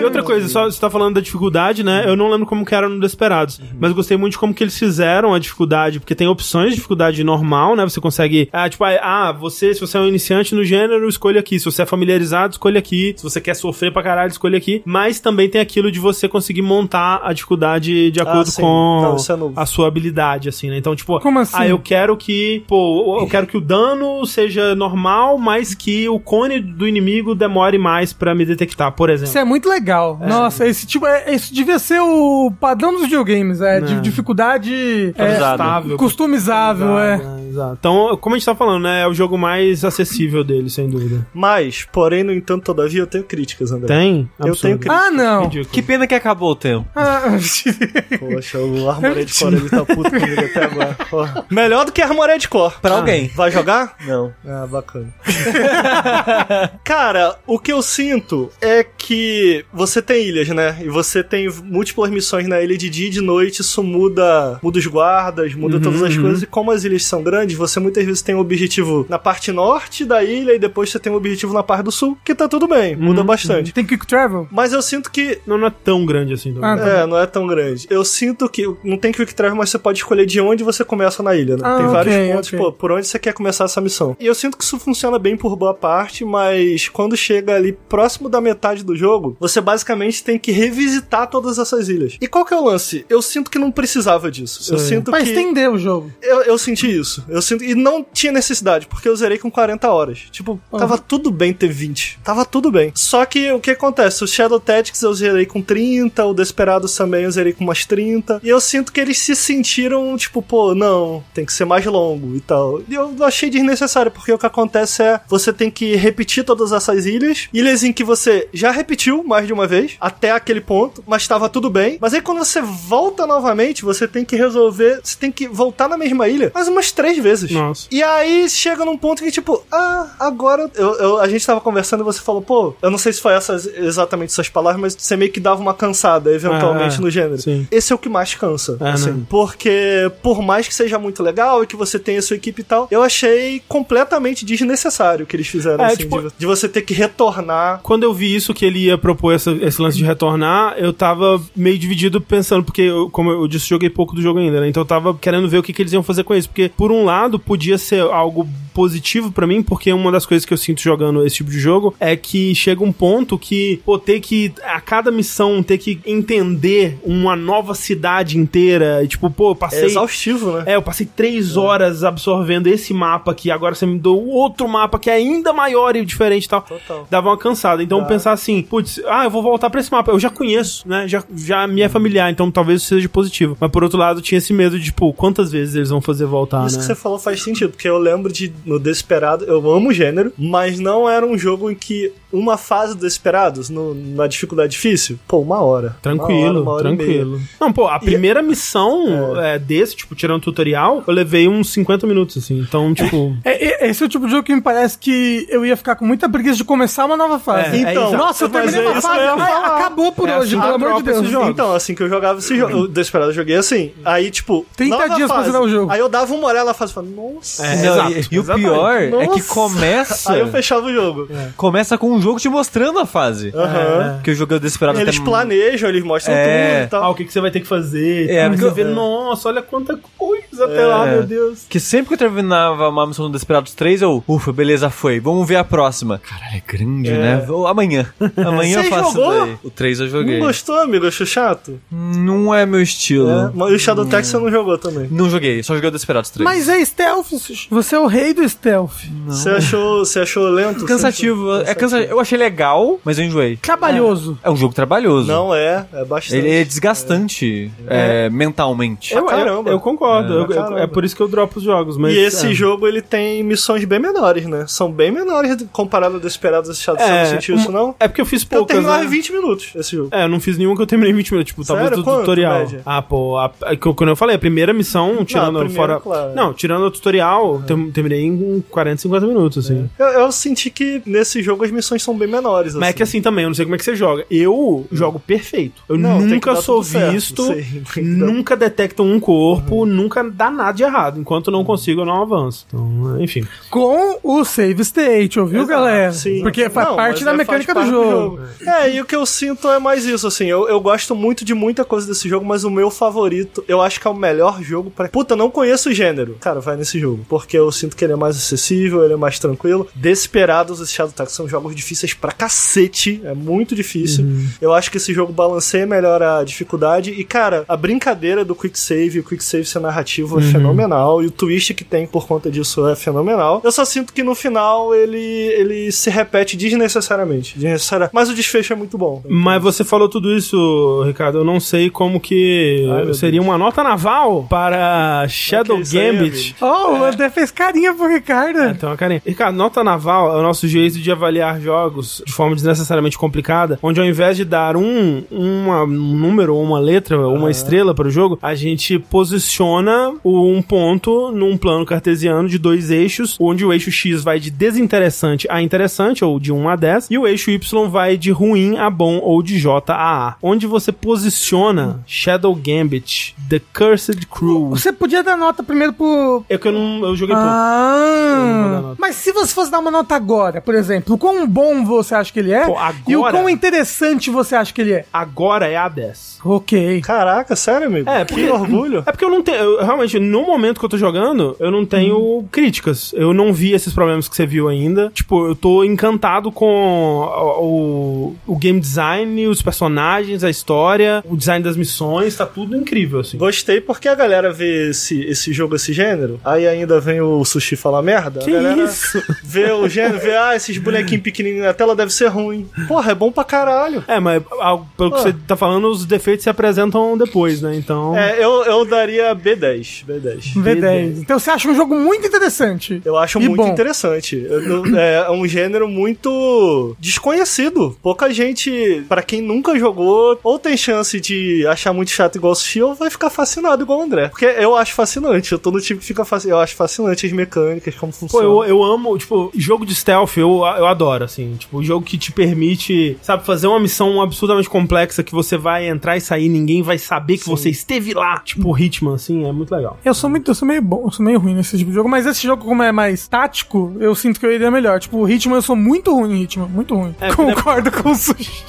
[SPEAKER 1] E outra coisa, só você tá falando da dificuldade, né? Eu não lembro como que era no Desperados,
[SPEAKER 4] Uhum.
[SPEAKER 1] mas eu gostei muito de como que eles fizeram a dificuldade, porque tem opções de dificuldade normal, né? Você consegue, ah, tipo, ah, ah, você, se você é um iniciante no gênero, escolha aqui. Se você é familiarizado, escolha aqui. Se você quer sofrer pra caralho, escolha aqui. Mas também tem aquilo de você conseguir montar a dificuldade de acordo
[SPEAKER 4] Ah, sim.
[SPEAKER 1] com
[SPEAKER 4] Não, isso é novo.
[SPEAKER 1] a sua habilidade, assim, né? Então, tipo,
[SPEAKER 2] Como assim?
[SPEAKER 1] ah, eu quero que, pô, eu quero que o dano seja normal, mas que o cone do inimigo demore mais pra me detectar, por exemplo.
[SPEAKER 2] Isso é muito legal. Nossa, esse tipo. É, isso devia ser o padrão dos videogames, é. De
[SPEAKER 1] Não.
[SPEAKER 2] dificuldade. É,
[SPEAKER 1] Customizável.
[SPEAKER 2] customizável, é.
[SPEAKER 1] Exato, exato. Então, como a gente tá falando, né? É o jogo mais acessível dele, sem dúvida.
[SPEAKER 4] Mas, porém, no entanto, todavia, eu tenho críticas, André.
[SPEAKER 1] Tem?
[SPEAKER 4] Eu tenho
[SPEAKER 1] É
[SPEAKER 4] que-
[SPEAKER 2] Ah, não.
[SPEAKER 1] Ridículo.
[SPEAKER 3] Que pena que acabou o tempo.
[SPEAKER 2] Ah,
[SPEAKER 4] Poxa, o Armored Core ele tá puto comigo amigo até agora. Porra. Melhor do que Armored Core.
[SPEAKER 3] Pra alguém.
[SPEAKER 4] Vai jogar?
[SPEAKER 3] Não.
[SPEAKER 4] Ah, bacana. Cara, o que eu sinto é que você tem ilhas, né? E você tem múltiplas missões na ilha de dia e de noite, isso muda, muda os guardas, muda todas as coisas. E como as ilhas são grandes, você muitas vezes tem um objetivo na parte norte da ilha e depois você tem um objetivo na parte do sul, que tá tudo bem, muda bastante.
[SPEAKER 2] Tem Quick Travel?
[SPEAKER 4] Mas eu sinto que
[SPEAKER 1] Não, não é tão grande assim. Douglas.
[SPEAKER 2] Ah, tá.
[SPEAKER 4] é, não é tão grande. Eu sinto que não tem quick travel, mas você pode escolher de onde você começa na ilha, né?
[SPEAKER 2] Ah,
[SPEAKER 4] tem
[SPEAKER 2] ok,
[SPEAKER 4] vários pontos,
[SPEAKER 2] ok.
[SPEAKER 4] pô, por onde você quer começar essa missão. E eu sinto que isso funciona bem por boa parte, mas quando chega ali próximo da metade do jogo, você basicamente tem que revisitar todas essas ilhas. E qual que é o lance? Eu sinto que não precisava disso. Eu
[SPEAKER 1] Sei.
[SPEAKER 4] sinto
[SPEAKER 2] Pra
[SPEAKER 4] que...
[SPEAKER 2] estender o jogo.
[SPEAKER 4] Eu, eu senti isso. Eu sinto. E não tinha necessidade, porque eu zerei com 40 horas. Tipo, tava tudo bem ter 20. Tava tudo bem. Só que o que acontece? O Shadow Tactics eu zerei com 30, o Desperados também eu zerei com umas 30. E eu sinto que eles se sentiram, tipo, pô, não, tem que ser mais longo e tal. E eu achei desnecessário, porque o que acontece é você tem que repetir todas essas ilhas. Ilhas em que você já repetiu mais de uma vez, até aquele ponto, mas tava tudo bem. Mas aí quando você volta novamente, você tem que resolver. Você tem que voltar na mesma ilha mais umas três vezes.
[SPEAKER 1] Nossa.
[SPEAKER 4] E aí chega num ponto que, tipo, ah, agora. Eu, eu- a gente tava conversando e você falou, pô, eu não sei se foi essas, exatamente suas palavras, mas você meio que dava uma cansada, eventualmente,
[SPEAKER 1] Ah,
[SPEAKER 4] no gênero.
[SPEAKER 1] sim.
[SPEAKER 4] Esse é o que mais cansa.
[SPEAKER 1] Ah,
[SPEAKER 4] assim,
[SPEAKER 1] não.
[SPEAKER 4] porque, por mais que seja muito legal e que você tenha sua equipe e tal, eu achei completamente desnecessário o que eles fizeram,
[SPEAKER 1] É,
[SPEAKER 4] assim,
[SPEAKER 1] tipo-
[SPEAKER 4] de, de você ter que retornar.
[SPEAKER 1] Quando eu vi isso, que ele ia propor essa- esse lance de retornar, eu tava meio dividido pensando, porque, eu- como eu disse, joguei pouco do jogo ainda, né? Então eu tava querendo ver o que, que eles iam fazer com isso. Porque, por um lado, podia ser algo positivo pra mim, porque uma das coisas que eu sinto jogando esse tipo de jogo é que chega um ponto que, pô, ter que, a cada missão, ter que entender uma nova cidade inteira, e, tipo, pô, eu
[SPEAKER 4] É
[SPEAKER 1] passei...
[SPEAKER 4] exaustivo, né?
[SPEAKER 1] É, eu passei três horas absorvendo esse mapa aqui, agora você me deu outro mapa que é ainda maior e diferente e tal.
[SPEAKER 4] Total.
[SPEAKER 1] Dava uma cansada. Então pensar assim, putz, ah, eu vou voltar pra esse mapa, eu já conheço, né? Já, já me é familiar, então talvez isso seja positivo. Mas por outro lado, tinha esse medo de, tipo, quantas vezes eles vão fazer voltar,
[SPEAKER 4] Isso
[SPEAKER 1] né?
[SPEAKER 4] que você falou faz sentido, porque eu lembro de no Desesperado, eu amo o gênero, mas não era um jogo em que uma fase do Desesperados, no- na dificuldade difícil, pô, uma hora. Uma hora,
[SPEAKER 1] Tranquilo,
[SPEAKER 4] uma hora e é. meia.
[SPEAKER 1] tranquilo. Não, pô, a primeira missão é, desse, tipo, tirando o tutorial, eu levei uns 50 minutos, assim. Então, tipo.
[SPEAKER 2] É, é- esse é o tipo de jogo que me parece que eu ia ficar com muita preguiça de começar uma nova fase.
[SPEAKER 1] É,
[SPEAKER 4] Então,
[SPEAKER 1] isso.
[SPEAKER 2] Nossa, eu
[SPEAKER 4] mas
[SPEAKER 2] terminei
[SPEAKER 4] é
[SPEAKER 2] uma
[SPEAKER 4] isso
[SPEAKER 2] fase.
[SPEAKER 4] que eu ia
[SPEAKER 2] ai,
[SPEAKER 4] falar.
[SPEAKER 2] acabou por
[SPEAKER 3] É
[SPEAKER 2] hoje,
[SPEAKER 3] assim
[SPEAKER 4] Tá,
[SPEAKER 2] pelo
[SPEAKER 3] que
[SPEAKER 2] amor de
[SPEAKER 3] troca esses
[SPEAKER 2] Deus.
[SPEAKER 3] jogos.
[SPEAKER 4] Então, assim que eu jogava esse jogo, o Desesperado eu joguei assim. Aí, tipo,
[SPEAKER 2] 30
[SPEAKER 4] nova
[SPEAKER 2] dias pra
[SPEAKER 4] fase.
[SPEAKER 2] zerar o jogo.
[SPEAKER 4] Aí eu dava uma olhada na fase e falava, nossa.
[SPEAKER 1] É,
[SPEAKER 3] Não,
[SPEAKER 1] exato,
[SPEAKER 3] e, e o
[SPEAKER 1] exatamente.
[SPEAKER 3] pior é que
[SPEAKER 4] Nossa.
[SPEAKER 3] começa.
[SPEAKER 4] Aí eu fechava o jogo.
[SPEAKER 3] Começa com um jogo te mostrando a fase.
[SPEAKER 4] Aham.
[SPEAKER 3] Que eu joguei o Desesperado
[SPEAKER 4] Ah. Eles
[SPEAKER 3] até-
[SPEAKER 4] planejam, eles mostram
[SPEAKER 3] É.
[SPEAKER 4] tudo e
[SPEAKER 1] Ah,
[SPEAKER 4] tal.
[SPEAKER 1] o que, que você vai ter que fazer?
[SPEAKER 3] É,
[SPEAKER 1] Aí
[SPEAKER 3] porque
[SPEAKER 1] você
[SPEAKER 3] eu-
[SPEAKER 1] vê, nossa, olha quanta coisa até
[SPEAKER 4] É.
[SPEAKER 1] lá, meu Deus.
[SPEAKER 3] Que sempre que eu terminava uma missão do Desperados 3, eu, ufa, beleza, foi. Vamos ver a próxima. Caralho, é grande, né? Vou- Amanhã. Amanhã eu
[SPEAKER 4] Você
[SPEAKER 3] faço
[SPEAKER 4] jogou?
[SPEAKER 3] daí. O 3 eu
[SPEAKER 4] Não
[SPEAKER 3] joguei.
[SPEAKER 4] gostou, amigo? Achou chato?
[SPEAKER 3] Não é meu estilo.
[SPEAKER 4] É. Mas o Shadow Tactics você não jogou também.
[SPEAKER 3] Não joguei, só joguei o Desperados 3.
[SPEAKER 2] Mas é stealth, Sushi. você é o rei do stealth.
[SPEAKER 4] Você achou, você achou lento? Você
[SPEAKER 3] cansativo.
[SPEAKER 4] achou-
[SPEAKER 3] É cansativo. Eu achei legal, mas eu enjoei.
[SPEAKER 2] Trabalhoso.
[SPEAKER 3] É um jogo trabalhoso.
[SPEAKER 4] Não é, é bastante.
[SPEAKER 3] Ele é desgastante é, mentalmente.
[SPEAKER 4] Pra caramba.
[SPEAKER 1] Eu, eu concordo. eu- eu-
[SPEAKER 4] Pra caramba.
[SPEAKER 1] é por isso que eu dropo os jogos. Mas,
[SPEAKER 4] e esse
[SPEAKER 1] é.
[SPEAKER 4] jogo ele tem missões bem menores, né? São bem menores do- comparado ao Desperados e Shadow.
[SPEAKER 1] É,
[SPEAKER 4] você não sentiu isso, não? Então
[SPEAKER 1] É porque eu fiz
[SPEAKER 4] Eu
[SPEAKER 1] poucas,
[SPEAKER 4] terminava em
[SPEAKER 1] né?
[SPEAKER 4] 20 minutos esse jogo.
[SPEAKER 1] É, eu não fiz nenhum que eu terminei em 20 minutos, tipo,
[SPEAKER 4] Sério?
[SPEAKER 1] talvez do
[SPEAKER 4] Quanto,
[SPEAKER 1] tutorial.
[SPEAKER 4] média?
[SPEAKER 1] Ah, pô, a, a- que eu- quando eu falei, a primeira missão, tirando
[SPEAKER 4] a
[SPEAKER 1] fora.
[SPEAKER 4] primeira, claro. É.
[SPEAKER 1] Não, tirando o tutorial, tem- terminei em 40, 50 minutos, assim.
[SPEAKER 4] Eu, eu senti que nesse jogo as missões são bem menores.
[SPEAKER 1] Mas é que assim também, eu não sei como é que você joga. Eu jogo perfeito. Eu
[SPEAKER 4] Hum. Não, tem que
[SPEAKER 1] nunca
[SPEAKER 4] dar
[SPEAKER 1] sou
[SPEAKER 4] tudo certo,
[SPEAKER 1] visto,
[SPEAKER 4] sim, Uhum. tem que dar-
[SPEAKER 1] nunca detectam um corpo, nunca dá nada de errado. Enquanto eu
[SPEAKER 4] Uhum.
[SPEAKER 1] não consigo, eu não avanço. Então, enfim.
[SPEAKER 2] É. Com o save state, ouviu,
[SPEAKER 4] Exato,
[SPEAKER 2] galera?
[SPEAKER 4] sim.
[SPEAKER 2] Porque faz
[SPEAKER 4] Não,
[SPEAKER 2] parte
[SPEAKER 4] mas
[SPEAKER 2] da
[SPEAKER 4] é,
[SPEAKER 2] mecânica
[SPEAKER 4] faz
[SPEAKER 2] do
[SPEAKER 4] parte
[SPEAKER 2] jogo.
[SPEAKER 4] É, e o que eu sinto é mais isso, assim. Eu, eu gosto muito de muita coisa desse jogo, mas o meu favorito, eu acho que é o melhor jogo pra. Puta, eu não conheço o gênero. Cara, vai nesse jogo. Porque eu sinto que ele é mais acessível, ele é mais tranquilo. Desperados e Shadow Tactics são jogos difíceis pra cacete. É muito difícil. Eu acho que esse jogo balanceia melhor a dificuldade. E, cara, a brincadeira do Quick Save, o Quick Save ser narrativo é
[SPEAKER 1] Uhum.
[SPEAKER 4] fenomenal. E o twist que tem por conta disso é fenomenal. Eu só sinto que no final ele, ele se repete desnecessariamente. desnecessari- Mas o desfecho é muito bom.
[SPEAKER 1] Mas você falou tudo isso, Ricardo. Eu não sei como que
[SPEAKER 4] Ai, meu
[SPEAKER 1] seria uma nota naval para Shadow
[SPEAKER 4] É que isso aí,
[SPEAKER 1] Gambit.
[SPEAKER 2] Ó, o André fez carinha pro Ricardo.
[SPEAKER 1] É, Então, Karen. Ricardo, nota naval é o nosso jeito de avaliar jogos de forma desnecessariamente complicada, onde ao invés de dar um, uma- um número, ou uma letra, ou uma estrela para o jogo, a gente posiciona forma um ponto num plano cartesiano de dois eixos, onde o eixo X vai de desinteressante a interessante, ou de 1 a 10, e o eixo Y vai de ruim a bom, ou de J a A. Onde você posiciona Shadow Gambit, The Cursed Crew.
[SPEAKER 2] Você podia dar nota primeiro pro.
[SPEAKER 1] É que eu não. Eu joguei pouco. vou dar
[SPEAKER 2] Ah,
[SPEAKER 1] nota.
[SPEAKER 2] mas se você fosse dar uma nota agora, por exemplo, o quão bom você acha que ele é
[SPEAKER 1] Pô,
[SPEAKER 2] e o
[SPEAKER 1] agora?
[SPEAKER 2] quão interessante você acha que ele é.
[SPEAKER 1] Agora é a 10.
[SPEAKER 2] Ok.
[SPEAKER 4] Caraca, sério, amigo?
[SPEAKER 1] É,
[SPEAKER 4] que
[SPEAKER 1] porque-
[SPEAKER 4] orgulho.
[SPEAKER 1] É porque eu não tenho. eu, Realmente, no momento que eu tô jogando, eu não tenho críticas. Eu não vi esses problemas que você viu ainda. Tipo, eu tô encantado com o, o- o game design, os personagens, a história, o design das missões, tá tudo incrível, assim.
[SPEAKER 4] Gostei porque a galera vê esse, esse jogo, esse gênero, aí ainda vem o sushi falar merda.
[SPEAKER 1] Que
[SPEAKER 4] a galera
[SPEAKER 1] isso?
[SPEAKER 4] vê o gênero, vê, ah, esses bonequinhos pequenininhos na tela deve ser ruim. Porra, é bom pra caralho.
[SPEAKER 1] É, mas ah, pelo que
[SPEAKER 4] Ah.
[SPEAKER 1] você tá falando, os defeitos se apresentam depois, né? Então.
[SPEAKER 4] É, eu, eu daria B10, B10.
[SPEAKER 2] V10. Então você acha um jogo muito interessante.
[SPEAKER 4] Eu acho
[SPEAKER 2] E
[SPEAKER 4] muito
[SPEAKER 2] bom.
[SPEAKER 4] interessante. Eu não- é um gênero muito desconhecido. Pouca gente, pra quem nunca jogou, ou tem chance de achar muito chato igual o Sushi, ou vai ficar fascinado igual o André. Porque eu acho fascinante. Eu tô no time que fica fascinante. Eu acho fascinante as mecânicas, como
[SPEAKER 1] Pô,
[SPEAKER 4] funciona.
[SPEAKER 1] eu, eu amo, tipo, jogo de stealth, eu, eu adoro, assim. Tipo, jogo que te permite, sabe, fazer uma missão absurdamente complexa que você vai entrar e sair, ninguém vai saber que você esteve lá. Tipo, Hitman, assim, é muito legal.
[SPEAKER 2] Eu sou muito, eu sou meio bom, eu sou meio ruim nesse tipo de jogo, mas esse jogo, como é mais tático, eu sinto que eu iria melhor. Tipo, o ritmo eu sou muito ruim em ritmo, muito ruim.
[SPEAKER 1] É,
[SPEAKER 2] Concordo com o sushi.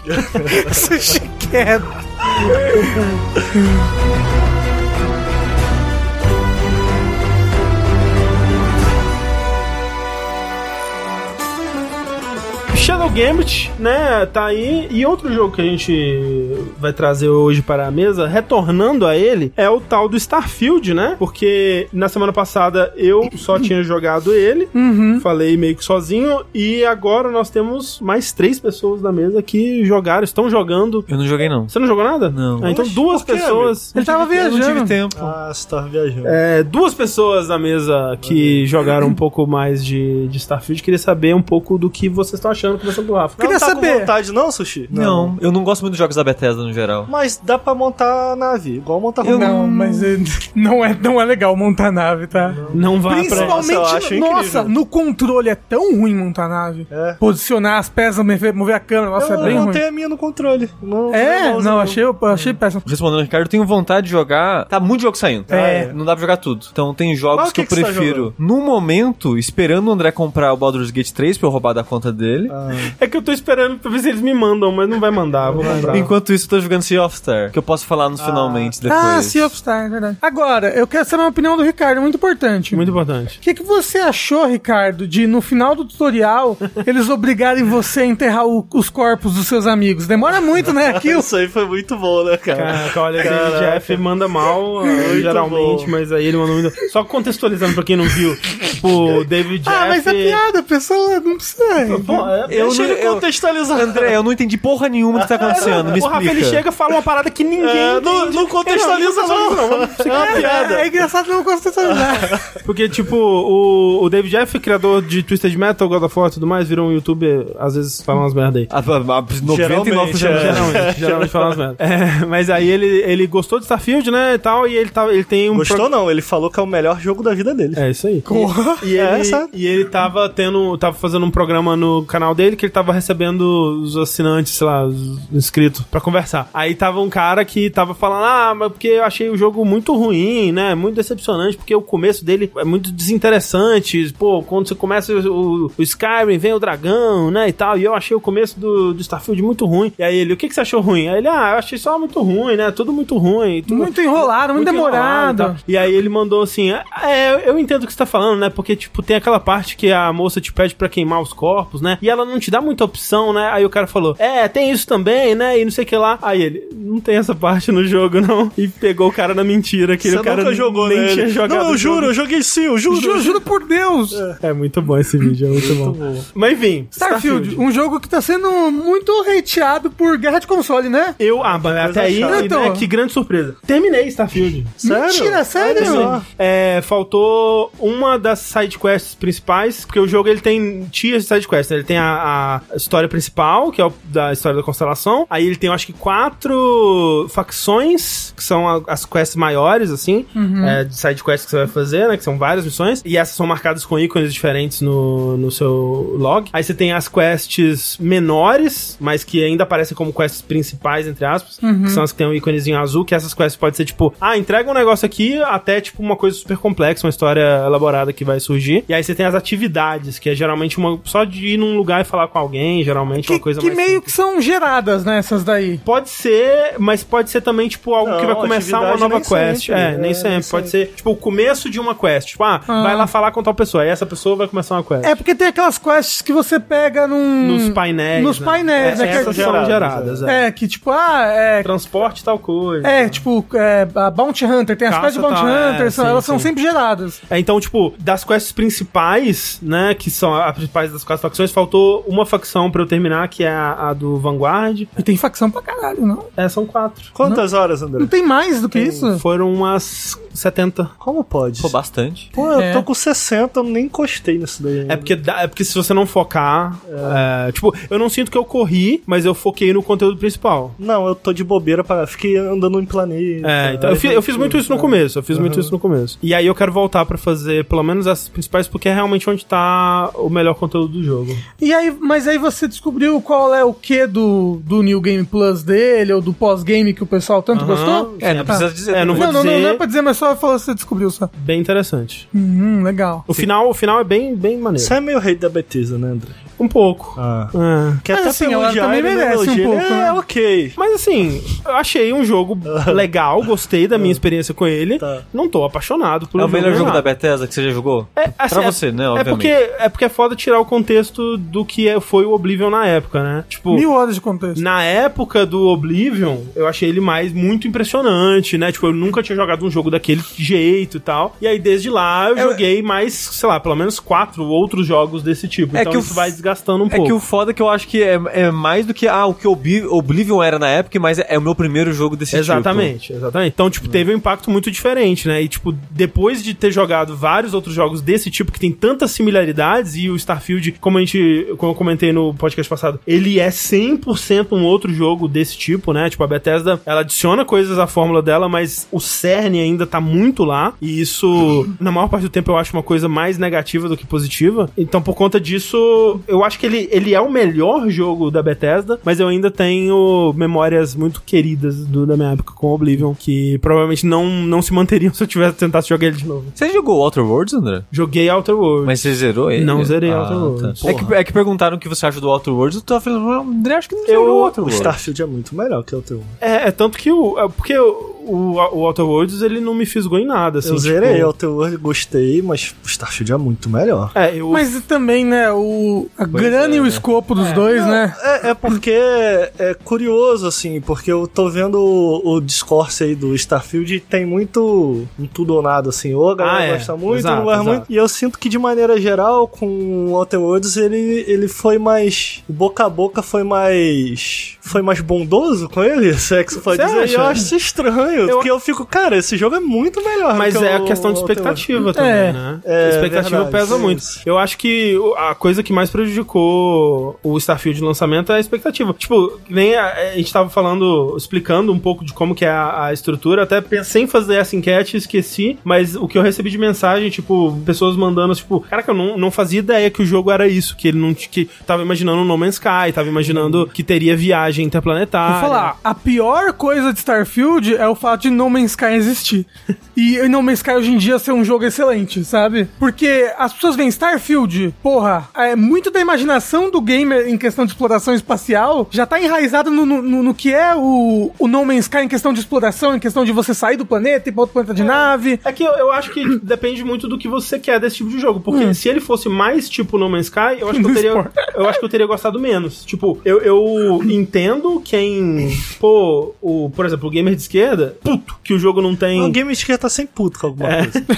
[SPEAKER 2] sushi queda.
[SPEAKER 1] Shadow Gambit, né, tá aí. E outro jogo que a gente vai trazer hoje para a mesa, retornando a ele, é o tal do Starfield, né? Porque na semana passada eu só tinha jogado ele, falei meio que sozinho, e agora nós temos mais três pessoas na mesa que jogaram, estão jogando.
[SPEAKER 3] Eu não joguei, não.
[SPEAKER 1] Você não jogou nada?
[SPEAKER 3] Não.
[SPEAKER 1] Ah, então
[SPEAKER 4] Oxe,
[SPEAKER 1] duas
[SPEAKER 4] por quê,
[SPEAKER 1] pessoas.
[SPEAKER 2] Ele tava
[SPEAKER 3] Eu não tive
[SPEAKER 2] viajando.
[SPEAKER 3] tempo.
[SPEAKER 4] Ah, você tava viajando.
[SPEAKER 1] É, duas pessoas na mesa que jogaram um pouco mais de, de Starfield. Queria saber um pouco do que vocês estão achando, começando com o Rafa.
[SPEAKER 4] Não
[SPEAKER 2] queria
[SPEAKER 4] tá
[SPEAKER 2] saber.
[SPEAKER 4] com vontade não, Sushi?
[SPEAKER 3] Não. eu não gosto muito dos jogos da Bethesda no geral.
[SPEAKER 4] Mas dá pra montar nave, igual montar
[SPEAKER 3] Eu-
[SPEAKER 4] robô.
[SPEAKER 2] Não, mas ele- não é, não é legal montar nave, tá?
[SPEAKER 1] Não vá pra.
[SPEAKER 2] Principalmente,
[SPEAKER 4] Nossa, eu acho incrível.
[SPEAKER 2] nossa, no controle é tão ruim montar nave.
[SPEAKER 4] É.
[SPEAKER 2] Posicionar as peças, mover, mover a câmera, nossa,
[SPEAKER 4] eu
[SPEAKER 2] é bem ruim.
[SPEAKER 4] montei a minha no controle. Não-
[SPEAKER 2] É,
[SPEAKER 4] não,
[SPEAKER 2] não, achei, eu achei péssimo. Ah,
[SPEAKER 3] Respondendo, Ricardo, eu tenho vontade de jogar. Tá muito jogo saindo.
[SPEAKER 4] É.
[SPEAKER 3] Não dá pra jogar tudo. Então tem jogos
[SPEAKER 4] Mas o
[SPEAKER 3] que,
[SPEAKER 4] que
[SPEAKER 3] eu
[SPEAKER 4] que você tá
[SPEAKER 3] prefiro.
[SPEAKER 4] jogando?
[SPEAKER 3] no momento, esperando o André comprar o Baldur's Gate 3 pra eu roubar da conta dele.
[SPEAKER 4] Ah,
[SPEAKER 1] É que eu tô esperando pra ver se eles me mandam, mas não vai mandar, vou mandar.
[SPEAKER 4] tá.
[SPEAKER 3] Enquanto isso, eu tô jogando Sea of Star, que eu posso falar nos finalmente depois.
[SPEAKER 2] Ah, Sea of Star, é verdade. Agora, eu quero saber a opinião do Ricardo, é muito importante.
[SPEAKER 1] Muito
[SPEAKER 2] O
[SPEAKER 1] importante.
[SPEAKER 2] que, que você achou, Ricardo, de no final do tutorial eles obrigarem você a enterrar o- os corpos dos seus amigos? Demora muito, né? Aquilo.
[SPEAKER 4] Isso aí foi muito bom, né, cara?
[SPEAKER 1] Caraca, olha, o
[SPEAKER 4] Caraca.
[SPEAKER 1] Jeff manda mal ah,
[SPEAKER 4] Muito
[SPEAKER 1] geralmente,
[SPEAKER 4] bom.
[SPEAKER 1] mas aí ele mandou muito. Só contextualizando pra quem não viu, o David Jeff.
[SPEAKER 2] Ah, mas é piada, a pessoa não precisa.
[SPEAKER 1] Pô, é-
[SPEAKER 3] Eu
[SPEAKER 4] Deixa
[SPEAKER 3] não-
[SPEAKER 4] ele
[SPEAKER 3] eu-
[SPEAKER 4] contextualizar.
[SPEAKER 3] André, eu não entendi porra nenhuma o que tá acontecendo. Me
[SPEAKER 1] o Rafa
[SPEAKER 3] explica.
[SPEAKER 1] ele chega e fala uma parada que ninguém.
[SPEAKER 4] É, não,
[SPEAKER 1] entende.
[SPEAKER 4] não contextualiza, não. É uma piada.
[SPEAKER 2] É, é engraçado não contextualizar.
[SPEAKER 1] Porque, tipo, o, o David Jeff, criador de Twisted Metal, God of War e tudo mais, virou um youtuber, às vezes fala umas merda aí.
[SPEAKER 3] A- a- a- 99%
[SPEAKER 4] Geralmente, é.
[SPEAKER 1] Geralmente, geralmente fala umas merda. É, mas aí ele, ele gostou de Starfield, né, e tal, e ele, tá, ele tem um...
[SPEAKER 4] Gostou não, ele falou que é o melhor jogo da vida dele.
[SPEAKER 1] É isso aí. E
[SPEAKER 4] É
[SPEAKER 1] ele,
[SPEAKER 4] essa?
[SPEAKER 1] e ele tava tendo. Tava fazendo um programa no canal dele que ele tava recebendo os assinantes, sei lá, os inscritos, pra conversar. Aí tava um cara que tava falando, ah, mas porque eu achei o jogo muito ruim, né? Muito decepcionante, porque o começo dele é muito desinteressante. Pô, quando você começa o, o Skyrim, vem o dragão, né? E tal. E eu achei o começo do, do Starfield muito ruim. E aí ele, o que, que você achou ruim? Aí ele, ah, eu achei só muito ruim, né? Tudo muito ruim. Tudo
[SPEAKER 2] Muito enrolado, muito, demorado.
[SPEAKER 4] né?
[SPEAKER 1] enrolado tá? e tal. E aí ele mandou assim: É, eu entendo o que você tá falando, né? Porque, tipo, tem aquela parte que a moça te pede pra queimar os corpos, né? E ela não te dá muita opção, né? Aí o cara falou: É, tem isso também, né? E não sei o que lá. Aí ele: Não tem essa parte no jogo, não. E pegou o cara na mentira, que
[SPEAKER 4] Você
[SPEAKER 1] o cara
[SPEAKER 4] nunca jogou,
[SPEAKER 1] nem
[SPEAKER 4] né?
[SPEAKER 1] tinha
[SPEAKER 4] Ele-
[SPEAKER 1] jogado.
[SPEAKER 4] Não,
[SPEAKER 1] o
[SPEAKER 4] eu
[SPEAKER 1] jogo.
[SPEAKER 4] juro, eu joguei sim, eu juro.
[SPEAKER 2] Ju- juro por Deus.
[SPEAKER 1] É muito bom esse vídeo, é muito, bom. Mas enfim,
[SPEAKER 2] Starfield, um jogo que tá sendo muito hateado por guerra de console, né?
[SPEAKER 1] Eu, ah, mas até aí,
[SPEAKER 4] chata.
[SPEAKER 1] né,
[SPEAKER 2] Então.
[SPEAKER 1] que grande surpresa. Terminei Starfield.
[SPEAKER 4] Sério?
[SPEAKER 2] Mentira, sério?
[SPEAKER 4] Olha só.
[SPEAKER 1] É, faltou uma das sidequests principais, porque o jogo ele tem tias de sidequests, né? ele tem a, a, a história principal, que é o, da história da constelação. Aí ele tem, eu acho que, quatro facções, que são a- as quests maiores, assim, é, de side quests que você vai fazer, né? Que são várias missões. E essas são marcadas com ícones diferentes no, no seu log. Aí você tem as quests menores, mas que ainda aparecem como quests principais, entre aspas,
[SPEAKER 2] Uhum.
[SPEAKER 1] que são as que tem um íconezinho azul, que essas quests podem ser tipo, ah, entrega um negócio aqui até tipo uma coisa super complexa, uma história elaborada que vai surgir. E aí você tem as atividades, que é geralmente uma só de ir num lugar e falar com alguém, geralmente
[SPEAKER 2] Que,
[SPEAKER 1] uma coisa
[SPEAKER 2] que
[SPEAKER 1] mais
[SPEAKER 2] meio
[SPEAKER 1] simples.
[SPEAKER 2] que são geradas, né, essas daí.
[SPEAKER 1] Pode ser, mas pode ser também, tipo, algo
[SPEAKER 4] Não,
[SPEAKER 1] que vai começar uma
[SPEAKER 4] atividade
[SPEAKER 1] nova
[SPEAKER 4] nem
[SPEAKER 1] quest.
[SPEAKER 4] sempre,
[SPEAKER 1] é,
[SPEAKER 4] é,
[SPEAKER 1] nem
[SPEAKER 4] nem
[SPEAKER 1] sempre. Pode ser, tipo, o começo de uma quest. Tipo, ah,
[SPEAKER 2] Ah.
[SPEAKER 1] vai lá falar com tal pessoa. Aí essa pessoa vai começar uma quest.
[SPEAKER 2] É porque tem aquelas quests que você pega num...
[SPEAKER 1] Nos painéis.
[SPEAKER 2] Nos
[SPEAKER 1] né?
[SPEAKER 2] painéis,
[SPEAKER 1] é,
[SPEAKER 2] né, que
[SPEAKER 1] Essas
[SPEAKER 4] é-
[SPEAKER 1] são
[SPEAKER 4] geradas,
[SPEAKER 1] geradas. É.
[SPEAKER 2] É, que tipo, ah, é...
[SPEAKER 1] Transporte tal coisa.
[SPEAKER 2] É, tipo, é, a Bounty Hunter, tem as
[SPEAKER 1] Caça
[SPEAKER 2] quests de Bounty
[SPEAKER 1] tal, é,
[SPEAKER 2] Hunter, são-
[SPEAKER 1] sim,
[SPEAKER 2] elas são
[SPEAKER 1] sim.
[SPEAKER 2] sempre geradas.
[SPEAKER 1] É, então, tipo, das quests principais, né, que são as principais das quatro facções, faltou uma facção pra eu terminar, que é a, a do Vanguard.
[SPEAKER 2] E tem facção pra caralho, não.
[SPEAKER 1] É, são quatro.
[SPEAKER 4] Quantas horas, André?
[SPEAKER 2] Não tem mais do que isso?
[SPEAKER 1] Foram umas 70.
[SPEAKER 4] Como
[SPEAKER 1] é.
[SPEAKER 4] pode?
[SPEAKER 3] Pô, bastante.
[SPEAKER 4] Pô, eu
[SPEAKER 2] É.
[SPEAKER 4] tô com 60, eu nem encostei nisso daí. ainda.
[SPEAKER 1] É porque, dá- é porque se você não focar. é, tipo, eu não sinto que eu corri, mas eu foquei no conteúdo principal.
[SPEAKER 4] Não, eu tô de bobeira pra. Fiquei andando em planeta. É.
[SPEAKER 1] É, Uhum. então, eu, fi- eu fiz muito isso no começo. Eu fiz muito isso no começo. E aí eu quero voltar pra fazer pelo menos as principais, porque é realmente onde tá o melhor conteúdo do jogo.
[SPEAKER 2] E aí, mas aí você descobriu qual é o que do, do New Game Plus dele, ou do pós-game que o pessoal tanto
[SPEAKER 1] Aham.
[SPEAKER 2] gostou? Tá.
[SPEAKER 3] É, não precisa dizer.
[SPEAKER 1] É, não vou
[SPEAKER 2] Não, não, não,
[SPEAKER 1] dizer.
[SPEAKER 2] não é pra dizer, mas só falou que você descobriu só.
[SPEAKER 1] Bem interessante.
[SPEAKER 2] Hum, legal.
[SPEAKER 1] O final, o final é bem, bem maneiro.
[SPEAKER 4] Você é meio rei da Bethesda, né, André?
[SPEAKER 1] Um pouco.
[SPEAKER 4] Ah.
[SPEAKER 1] É.
[SPEAKER 4] Que
[SPEAKER 2] Mas assim, ela
[SPEAKER 4] elogiar,
[SPEAKER 2] também
[SPEAKER 4] ele não
[SPEAKER 2] merece um
[SPEAKER 4] elogia, ele
[SPEAKER 2] pouco,
[SPEAKER 4] É,
[SPEAKER 2] né?
[SPEAKER 4] ok.
[SPEAKER 1] Mas assim, eu achei um jogo legal, gostei da minha experiência com ele.
[SPEAKER 4] Tá.
[SPEAKER 1] Não tô apaixonado pelo
[SPEAKER 3] Ah. É o melhor
[SPEAKER 1] nem
[SPEAKER 3] jogo
[SPEAKER 1] nada.
[SPEAKER 3] da Bethesda que você já jogou?
[SPEAKER 1] É, assim,
[SPEAKER 3] pra
[SPEAKER 1] é-
[SPEAKER 3] você, né,
[SPEAKER 1] É
[SPEAKER 3] obviamente.
[SPEAKER 1] porque, é porque é foda tirar o contexto do que é- foi o Oblivion na época, né? Tipo,
[SPEAKER 2] Mil horas de contexto.
[SPEAKER 1] na época do Oblivion, eu achei ele mais muito impressionante, né? Tipo, eu nunca tinha jogado um jogo daquele jeito e tal. E aí, desde lá, eu
[SPEAKER 3] É,
[SPEAKER 1] joguei mais, sei lá, pelo menos quatro outros jogos desse tipo.
[SPEAKER 3] É
[SPEAKER 1] então
[SPEAKER 3] que o
[SPEAKER 1] isso
[SPEAKER 3] f-
[SPEAKER 1] vai desgastando um
[SPEAKER 3] É
[SPEAKER 1] pouco.
[SPEAKER 3] que o foda é que eu acho que é, é mais do que ah, o que Obli- Oblivion era na época, mas é, é o meu primeiro jogo desse tipo.
[SPEAKER 1] Exatamente, exatamente. Então, tipo, teve um impacto muito diferente, né? E, tipo, depois de ter jogado vários outros jogos desse tipo, que tem tantas similaridades, e o Starfield, como a gente, como eu comentei no podcast passado, ele é 100% um outro jogo desse tipo, né? Tipo, a Bethesda, ela adiciona coisas à fórmula dela, mas o cerne ainda tá muito lá, e isso, na maior parte do tempo, eu acho uma coisa mais negativa do que positiva. Então, por conta disso, eu acho que ele, ele é o melhor jogo da Bethesda, mas eu ainda tenho memórias muito queridas do- da minha época com Oblivion, que provavelmente não, não se manteriam se eu tivesse tentasse jogar ele de novo.
[SPEAKER 3] Você jogou Outer Worlds, André?
[SPEAKER 1] Joguei Outer Worlds.
[SPEAKER 3] Mas você zerou ele?
[SPEAKER 1] Não zerei Outer Worlds.
[SPEAKER 3] É, que, é que perguntaram o que você acha do Outer Worlds, eu tô falando, André, acho que não
[SPEAKER 1] Eu-
[SPEAKER 3] jogou Outer
[SPEAKER 4] O
[SPEAKER 3] Worlds.
[SPEAKER 4] Starfield é muito melhor que o teu.
[SPEAKER 1] É, é tanto que o... é porque o, o, o Outer Worlds, ele não me fisgou em nada, assim.
[SPEAKER 4] eu zerei
[SPEAKER 1] tipo-
[SPEAKER 4] o teu World, gostei, mas o Starfield é muito melhor.
[SPEAKER 1] É, eu...
[SPEAKER 2] Mas também, né, o, a grana
[SPEAKER 1] é,
[SPEAKER 2] e o escopo dos dois, né?
[SPEAKER 4] É, é porque é curioso, assim, porque eu tô vendo o, o discurso aí do Starfield e tem muito um tudo ou nada, assim. Ou a galera
[SPEAKER 1] Ah, é.
[SPEAKER 4] gosta muito,
[SPEAKER 1] Exato,
[SPEAKER 4] não gosta
[SPEAKER 1] exato.
[SPEAKER 4] muito. E eu sinto que, de maneira geral, com o Outer Worlds, ele, ele foi mais... o Boca a boca foi mais... Foi mais bondoso com ele, se é que você pode
[SPEAKER 1] Você
[SPEAKER 4] dizer. E
[SPEAKER 1] acha?
[SPEAKER 4] eu acho isso estranho,
[SPEAKER 1] Eu-
[SPEAKER 4] porque eu fico, cara, esse jogo é muito melhor
[SPEAKER 1] Mas
[SPEAKER 4] do que
[SPEAKER 1] é a
[SPEAKER 4] o
[SPEAKER 1] questão de
[SPEAKER 4] Outer Worlds.
[SPEAKER 1] expectativa também,
[SPEAKER 2] É.
[SPEAKER 1] né?
[SPEAKER 4] É,
[SPEAKER 1] a expectativa
[SPEAKER 4] verdade,
[SPEAKER 1] pesa
[SPEAKER 4] sim.
[SPEAKER 1] muito. Eu acho que o- a coisa que mais prejudicou o Starfield de lançamento é a expectativa. Tipo, que nem a, a gente tava falando, explicando um pouco de como que é a, a estrutura, até pensei em fazer essa enquete, esqueci, mas o que eu recebi de mensagem, tipo, pessoas mandando, tipo, cara, que eu não, não fazia ideia que o jogo era isso, que ele não t- que tava imaginando No Man's Sky, tava imaginando que teria viagem interplanetária.
[SPEAKER 2] Vou falar, a pior coisa de Starfield é o fato de No Man's Sky existir. E No Man's Sky hoje em dia ser um jogo excelente, sabe? Porque as pessoas veem Starfield, porra, é muito da imaginação do gamer em questão de exploração espacial, já tá enraizado no, no- no- no que é o, o No Man's Sky em questão de exploração, em questão de você sair do planeta e ir pra outro planeta de nave.
[SPEAKER 1] É que eu, eu acho que depende muito do que você quer desse tipo de jogo. Porque se ele fosse mais tipo No Man's Sky, eu acho que eu teria, eu acho que eu teria gostado menos. Tipo, eu, eu entendo quem. Pô, o, por exemplo, o gamer de esquerda, puto. que o jogo não tem.
[SPEAKER 4] O Game Sticker tá sem puto com alguma coisa.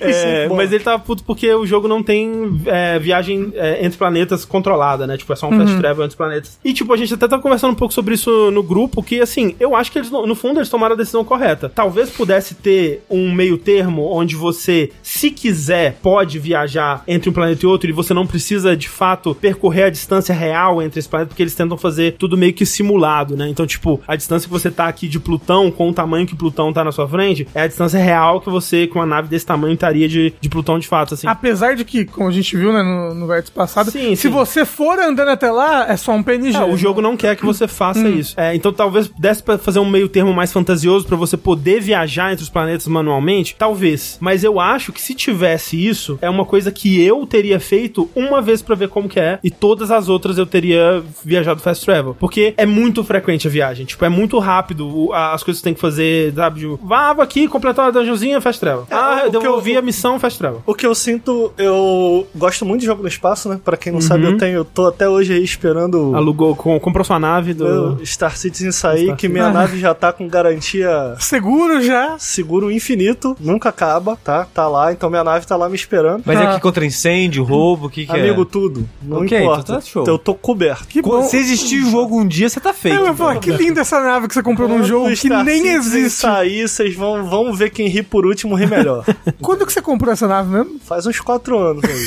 [SPEAKER 1] É,
[SPEAKER 4] Sim, bom.
[SPEAKER 1] mas ele tava puto porque o jogo não tem é, viagem é, entre planetas controlada, né? Tipo, é só um fast travel entre planetas. E, tipo, a gente até tava conversando um pouco sobre isso no grupo, que, assim, eu acho que eles, no no fundo, eles tomaram a decisão correta. Talvez pudesse ter um meio termo onde você, se quiser, pode viajar entre um planeta e outro e você não precisa, de fato, percorrer a distância real entre esse planeta, porque eles tentam fazer tudo meio que simulado, né? Então, tipo, a distância que você tá aqui de Plutão com o tamanho que Plutão tá na sua frente é a distância real que você, com uma nave desse tamanho, estaria de, de Plutão de fato, assim.
[SPEAKER 2] Apesar de que, como a gente viu né, no, no vértice passado,
[SPEAKER 1] Sim,
[SPEAKER 2] se
[SPEAKER 1] sim.
[SPEAKER 2] você for andando até lá, é só um PNG.
[SPEAKER 1] É, o jogo não quer que você faça isso. É, então talvez desse pra fazer um meio termo mais fantasioso pra você poder viajar entre os planetas manualmente, talvez. Mas eu acho que se tivesse isso, é uma coisa que eu teria feito uma vez pra ver como que é e todas as outras eu teria viajado fast travel, porque é muito frequente a viagem, tipo, é muito rápido o- a- as coisas que tem que fazer, sabe, de, vá vá aqui, completar a dungeonzinha, fast travel. Ah,
[SPEAKER 4] É, o
[SPEAKER 1] eu
[SPEAKER 4] que eu-
[SPEAKER 1] devolvi a missão, fast travel.
[SPEAKER 4] O que eu sinto, eu gosto muito de jogo no espaço, né? Pra quem não sabe,
[SPEAKER 2] Uhum.
[SPEAKER 4] eu tenho, eu tô até hoje aí esperando
[SPEAKER 1] Alugou, com- comprou sua nave do...
[SPEAKER 4] o Star Citizen sair,
[SPEAKER 1] Star
[SPEAKER 4] que minha
[SPEAKER 2] Citizen. Ah.
[SPEAKER 4] nave já tá com garantia
[SPEAKER 2] Seguro já.
[SPEAKER 4] seguro infinito, nunca acaba, tá? Tá lá, então minha nave tá lá me esperando.
[SPEAKER 3] Mas
[SPEAKER 2] Tá.
[SPEAKER 3] é que contra incêndio, roubo, o que que
[SPEAKER 4] Amigo,
[SPEAKER 3] é?
[SPEAKER 4] tudo. Não
[SPEAKER 3] Ok,
[SPEAKER 4] importa.
[SPEAKER 3] então tá show.
[SPEAKER 4] Então Eu tô coberto.
[SPEAKER 2] Que bom.
[SPEAKER 3] Se existir jogo um dia, você tá
[SPEAKER 1] É,
[SPEAKER 3] feito.
[SPEAKER 2] Eu ia falar, que linda essa nave que você comprou num
[SPEAKER 4] Quando assim,
[SPEAKER 2] jogo
[SPEAKER 4] o
[SPEAKER 2] que
[SPEAKER 4] Star
[SPEAKER 2] nem
[SPEAKER 4] Citizen
[SPEAKER 2] existe.
[SPEAKER 4] sair, vocês vão, vão ver quem ri por último ri melhor.
[SPEAKER 2] Quando que você comprou essa nave mesmo?
[SPEAKER 4] Faz uns quatro anos aí.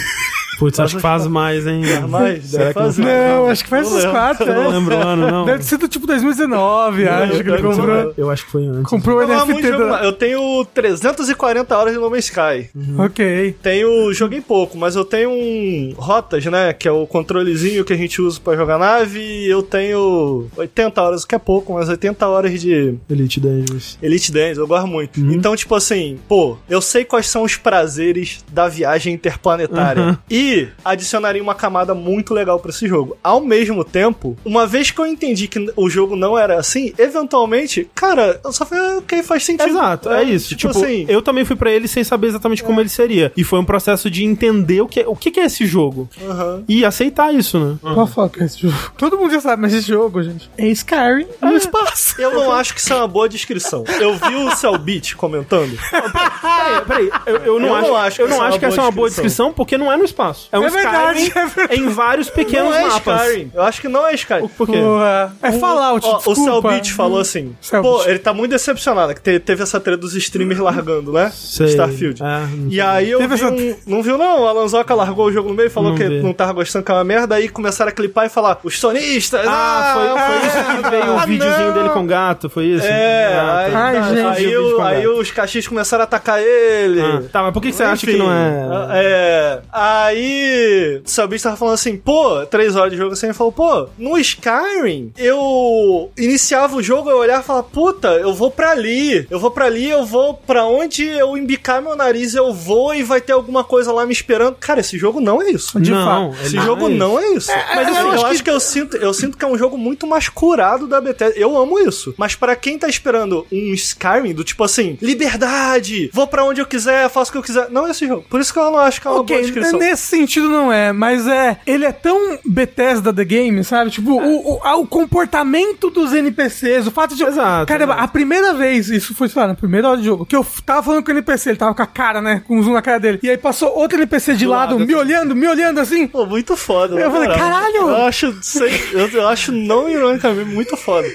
[SPEAKER 1] Putz, acho que faz mais, hein?
[SPEAKER 4] um mais?
[SPEAKER 1] Será
[SPEAKER 4] Deve
[SPEAKER 1] que não-
[SPEAKER 4] fazer.
[SPEAKER 2] Não, acho que faz
[SPEAKER 4] não
[SPEAKER 2] uns
[SPEAKER 4] lembro.
[SPEAKER 2] quatro,
[SPEAKER 1] Eu não
[SPEAKER 2] né?
[SPEAKER 1] lembro o ano, não.
[SPEAKER 2] Deve ser do tipo 2019, acho que ele
[SPEAKER 4] deve ser.
[SPEAKER 2] comprou.
[SPEAKER 1] Eu acho que foi antes.
[SPEAKER 2] Comprou o
[SPEAKER 4] Eu, amo muito
[SPEAKER 2] NFT
[SPEAKER 4] jogo,
[SPEAKER 2] da...
[SPEAKER 4] eu tenho 340 horas de No Man's Sky.
[SPEAKER 2] Ok.
[SPEAKER 4] Tenho, joguei pouco, mas eu tenho um Rotas, né? Que é o controlezinho que a gente usa pra jogar nave. E eu tenho 80 horas, o que é pouco, mas 80 horas de
[SPEAKER 1] Elite Dangerous.
[SPEAKER 4] Elite Dance, eu gosto muito.
[SPEAKER 1] Uhum.
[SPEAKER 4] Então, tipo assim, pô, eu sei quais são os prazeres da viagem interplanetária.
[SPEAKER 1] Uhum.
[SPEAKER 4] E adicionaria uma camada muito legal pra esse jogo. Ao mesmo tempo, uma vez que eu entendi que o jogo não era assim, eventualmente, cara, eu só falei, ah, ok, faz sentido.
[SPEAKER 1] Exato, é isso. Tipo,
[SPEAKER 4] assim-
[SPEAKER 1] eu também fui pra ele sem saber exatamente
[SPEAKER 4] É.
[SPEAKER 1] como ele seria. E foi um processo de entender o que, o que que é esse jogo.
[SPEAKER 4] aham.
[SPEAKER 1] E aceitar isso, né?
[SPEAKER 2] Qual foca é esse jogo? Todo mundo já sabe, mas esse jogo, gente. É Skyrim
[SPEAKER 1] um
[SPEAKER 2] no espaço.
[SPEAKER 4] Eu não acho que isso é uma boa descrição. Eu vi o Cellbit comentando.
[SPEAKER 1] Peraí, peraí. Eu, eu não,
[SPEAKER 4] É,
[SPEAKER 1] acho,
[SPEAKER 4] Eu não acho que
[SPEAKER 1] eu não
[SPEAKER 4] isso
[SPEAKER 1] acho
[SPEAKER 4] é uma
[SPEAKER 1] que essa é
[SPEAKER 4] boa
[SPEAKER 1] uma boa
[SPEAKER 4] descrição.
[SPEAKER 1] descrição, porque não é no espaço. É um
[SPEAKER 2] É verdade,
[SPEAKER 1] Skyrim
[SPEAKER 2] é verdade.
[SPEAKER 1] em vários pequenos
[SPEAKER 4] não é
[SPEAKER 1] mapas.
[SPEAKER 4] Skyrim. Eu acho que não é Skyrim.
[SPEAKER 1] O- Por quê?
[SPEAKER 2] Porra. É Fallout,
[SPEAKER 4] Ó, o
[SPEAKER 2] desculpa.
[SPEAKER 4] Cellbit falou
[SPEAKER 1] Hum,
[SPEAKER 4] assim:
[SPEAKER 2] Cellbit.
[SPEAKER 4] Pô, ele tá muito decepcionado que te- teve essa treta dos streamers largando, né?
[SPEAKER 1] Hum, Sei.
[SPEAKER 4] Starfield.
[SPEAKER 1] Ah,
[SPEAKER 4] E aí eu
[SPEAKER 2] Teve
[SPEAKER 4] vi
[SPEAKER 2] essa
[SPEAKER 4] um, Não viu, não? A Lanzoca largou o jogo no meio, falou
[SPEAKER 1] Não
[SPEAKER 4] que
[SPEAKER 1] vi.
[SPEAKER 4] não tava gostando, que é uma merda. Aí começaram a clipar e falar: os sonistas.
[SPEAKER 1] Ah, foi, foi isso que veio o
[SPEAKER 4] ah,
[SPEAKER 1] videozinho
[SPEAKER 4] não.
[SPEAKER 1] dele com o gato, foi isso?
[SPEAKER 4] É,
[SPEAKER 1] Ah,
[SPEAKER 4] aí,
[SPEAKER 1] tá.
[SPEAKER 2] Ai,
[SPEAKER 4] tá,
[SPEAKER 2] gente.
[SPEAKER 4] aí
[SPEAKER 1] Vídeo
[SPEAKER 4] o-
[SPEAKER 1] com
[SPEAKER 4] aí
[SPEAKER 1] gato.
[SPEAKER 4] os cachis começaram a atacar ele.
[SPEAKER 1] Ah, tá, mas por que, que você acha que
[SPEAKER 4] Enfim,
[SPEAKER 1] não é...
[SPEAKER 4] É. Aí. O Sabis tava falando assim, pô, três horas de jogo assim, ele falou, pô, no Skyrim, eu iniciava o jogo, eu olhava e falava, puta, eu vou pra ali, eu vou pra ali, eu vou pra onde eu embicar meu nariz, eu vou e vai ter alguma coisa lá me esperando. Cara, esse jogo não é isso.
[SPEAKER 2] De
[SPEAKER 1] não,
[SPEAKER 2] fato.
[SPEAKER 1] ele
[SPEAKER 4] Esse jogo
[SPEAKER 1] isso.
[SPEAKER 4] não é isso. mas
[SPEAKER 2] é,
[SPEAKER 4] assim,
[SPEAKER 2] eu
[SPEAKER 4] eu,
[SPEAKER 2] acho
[SPEAKER 4] acho que, eu sinto, eu sinto que é um jogo muito mais curado da Bethesda. Eu amo isso. Mas pra quem tá esperando um Skyrim do tipo assim, liberdade, vou pra onde eu quiser, faço o que eu quiser. Não é esse jogo. Por isso que eu não acho que é uma boa
[SPEAKER 2] Ok, né?
[SPEAKER 4] descrição.
[SPEAKER 2] nesse sentido não é, mas é. Ele é tão Bethesda The Game, sabe? Tipo, o, o, a- o comportamento dos NPCs, o fato de.
[SPEAKER 1] Exato,
[SPEAKER 2] Caramba,
[SPEAKER 1] exato.
[SPEAKER 2] a primeira vez, isso foi, sei lá, na primeira hora de jogo, que eu f- tava falando com o NPC, ele tava com a cara, né? Com um zoom na cara dele. E aí passou outro NPC de lado, me olhando, me olhando assim.
[SPEAKER 4] Pô, muito foda.
[SPEAKER 2] Eu
[SPEAKER 4] na
[SPEAKER 2] falei,
[SPEAKER 4] moral.
[SPEAKER 2] caralho!
[SPEAKER 4] Eu acho, sei- eu, eu acho não ironicamente muito foda.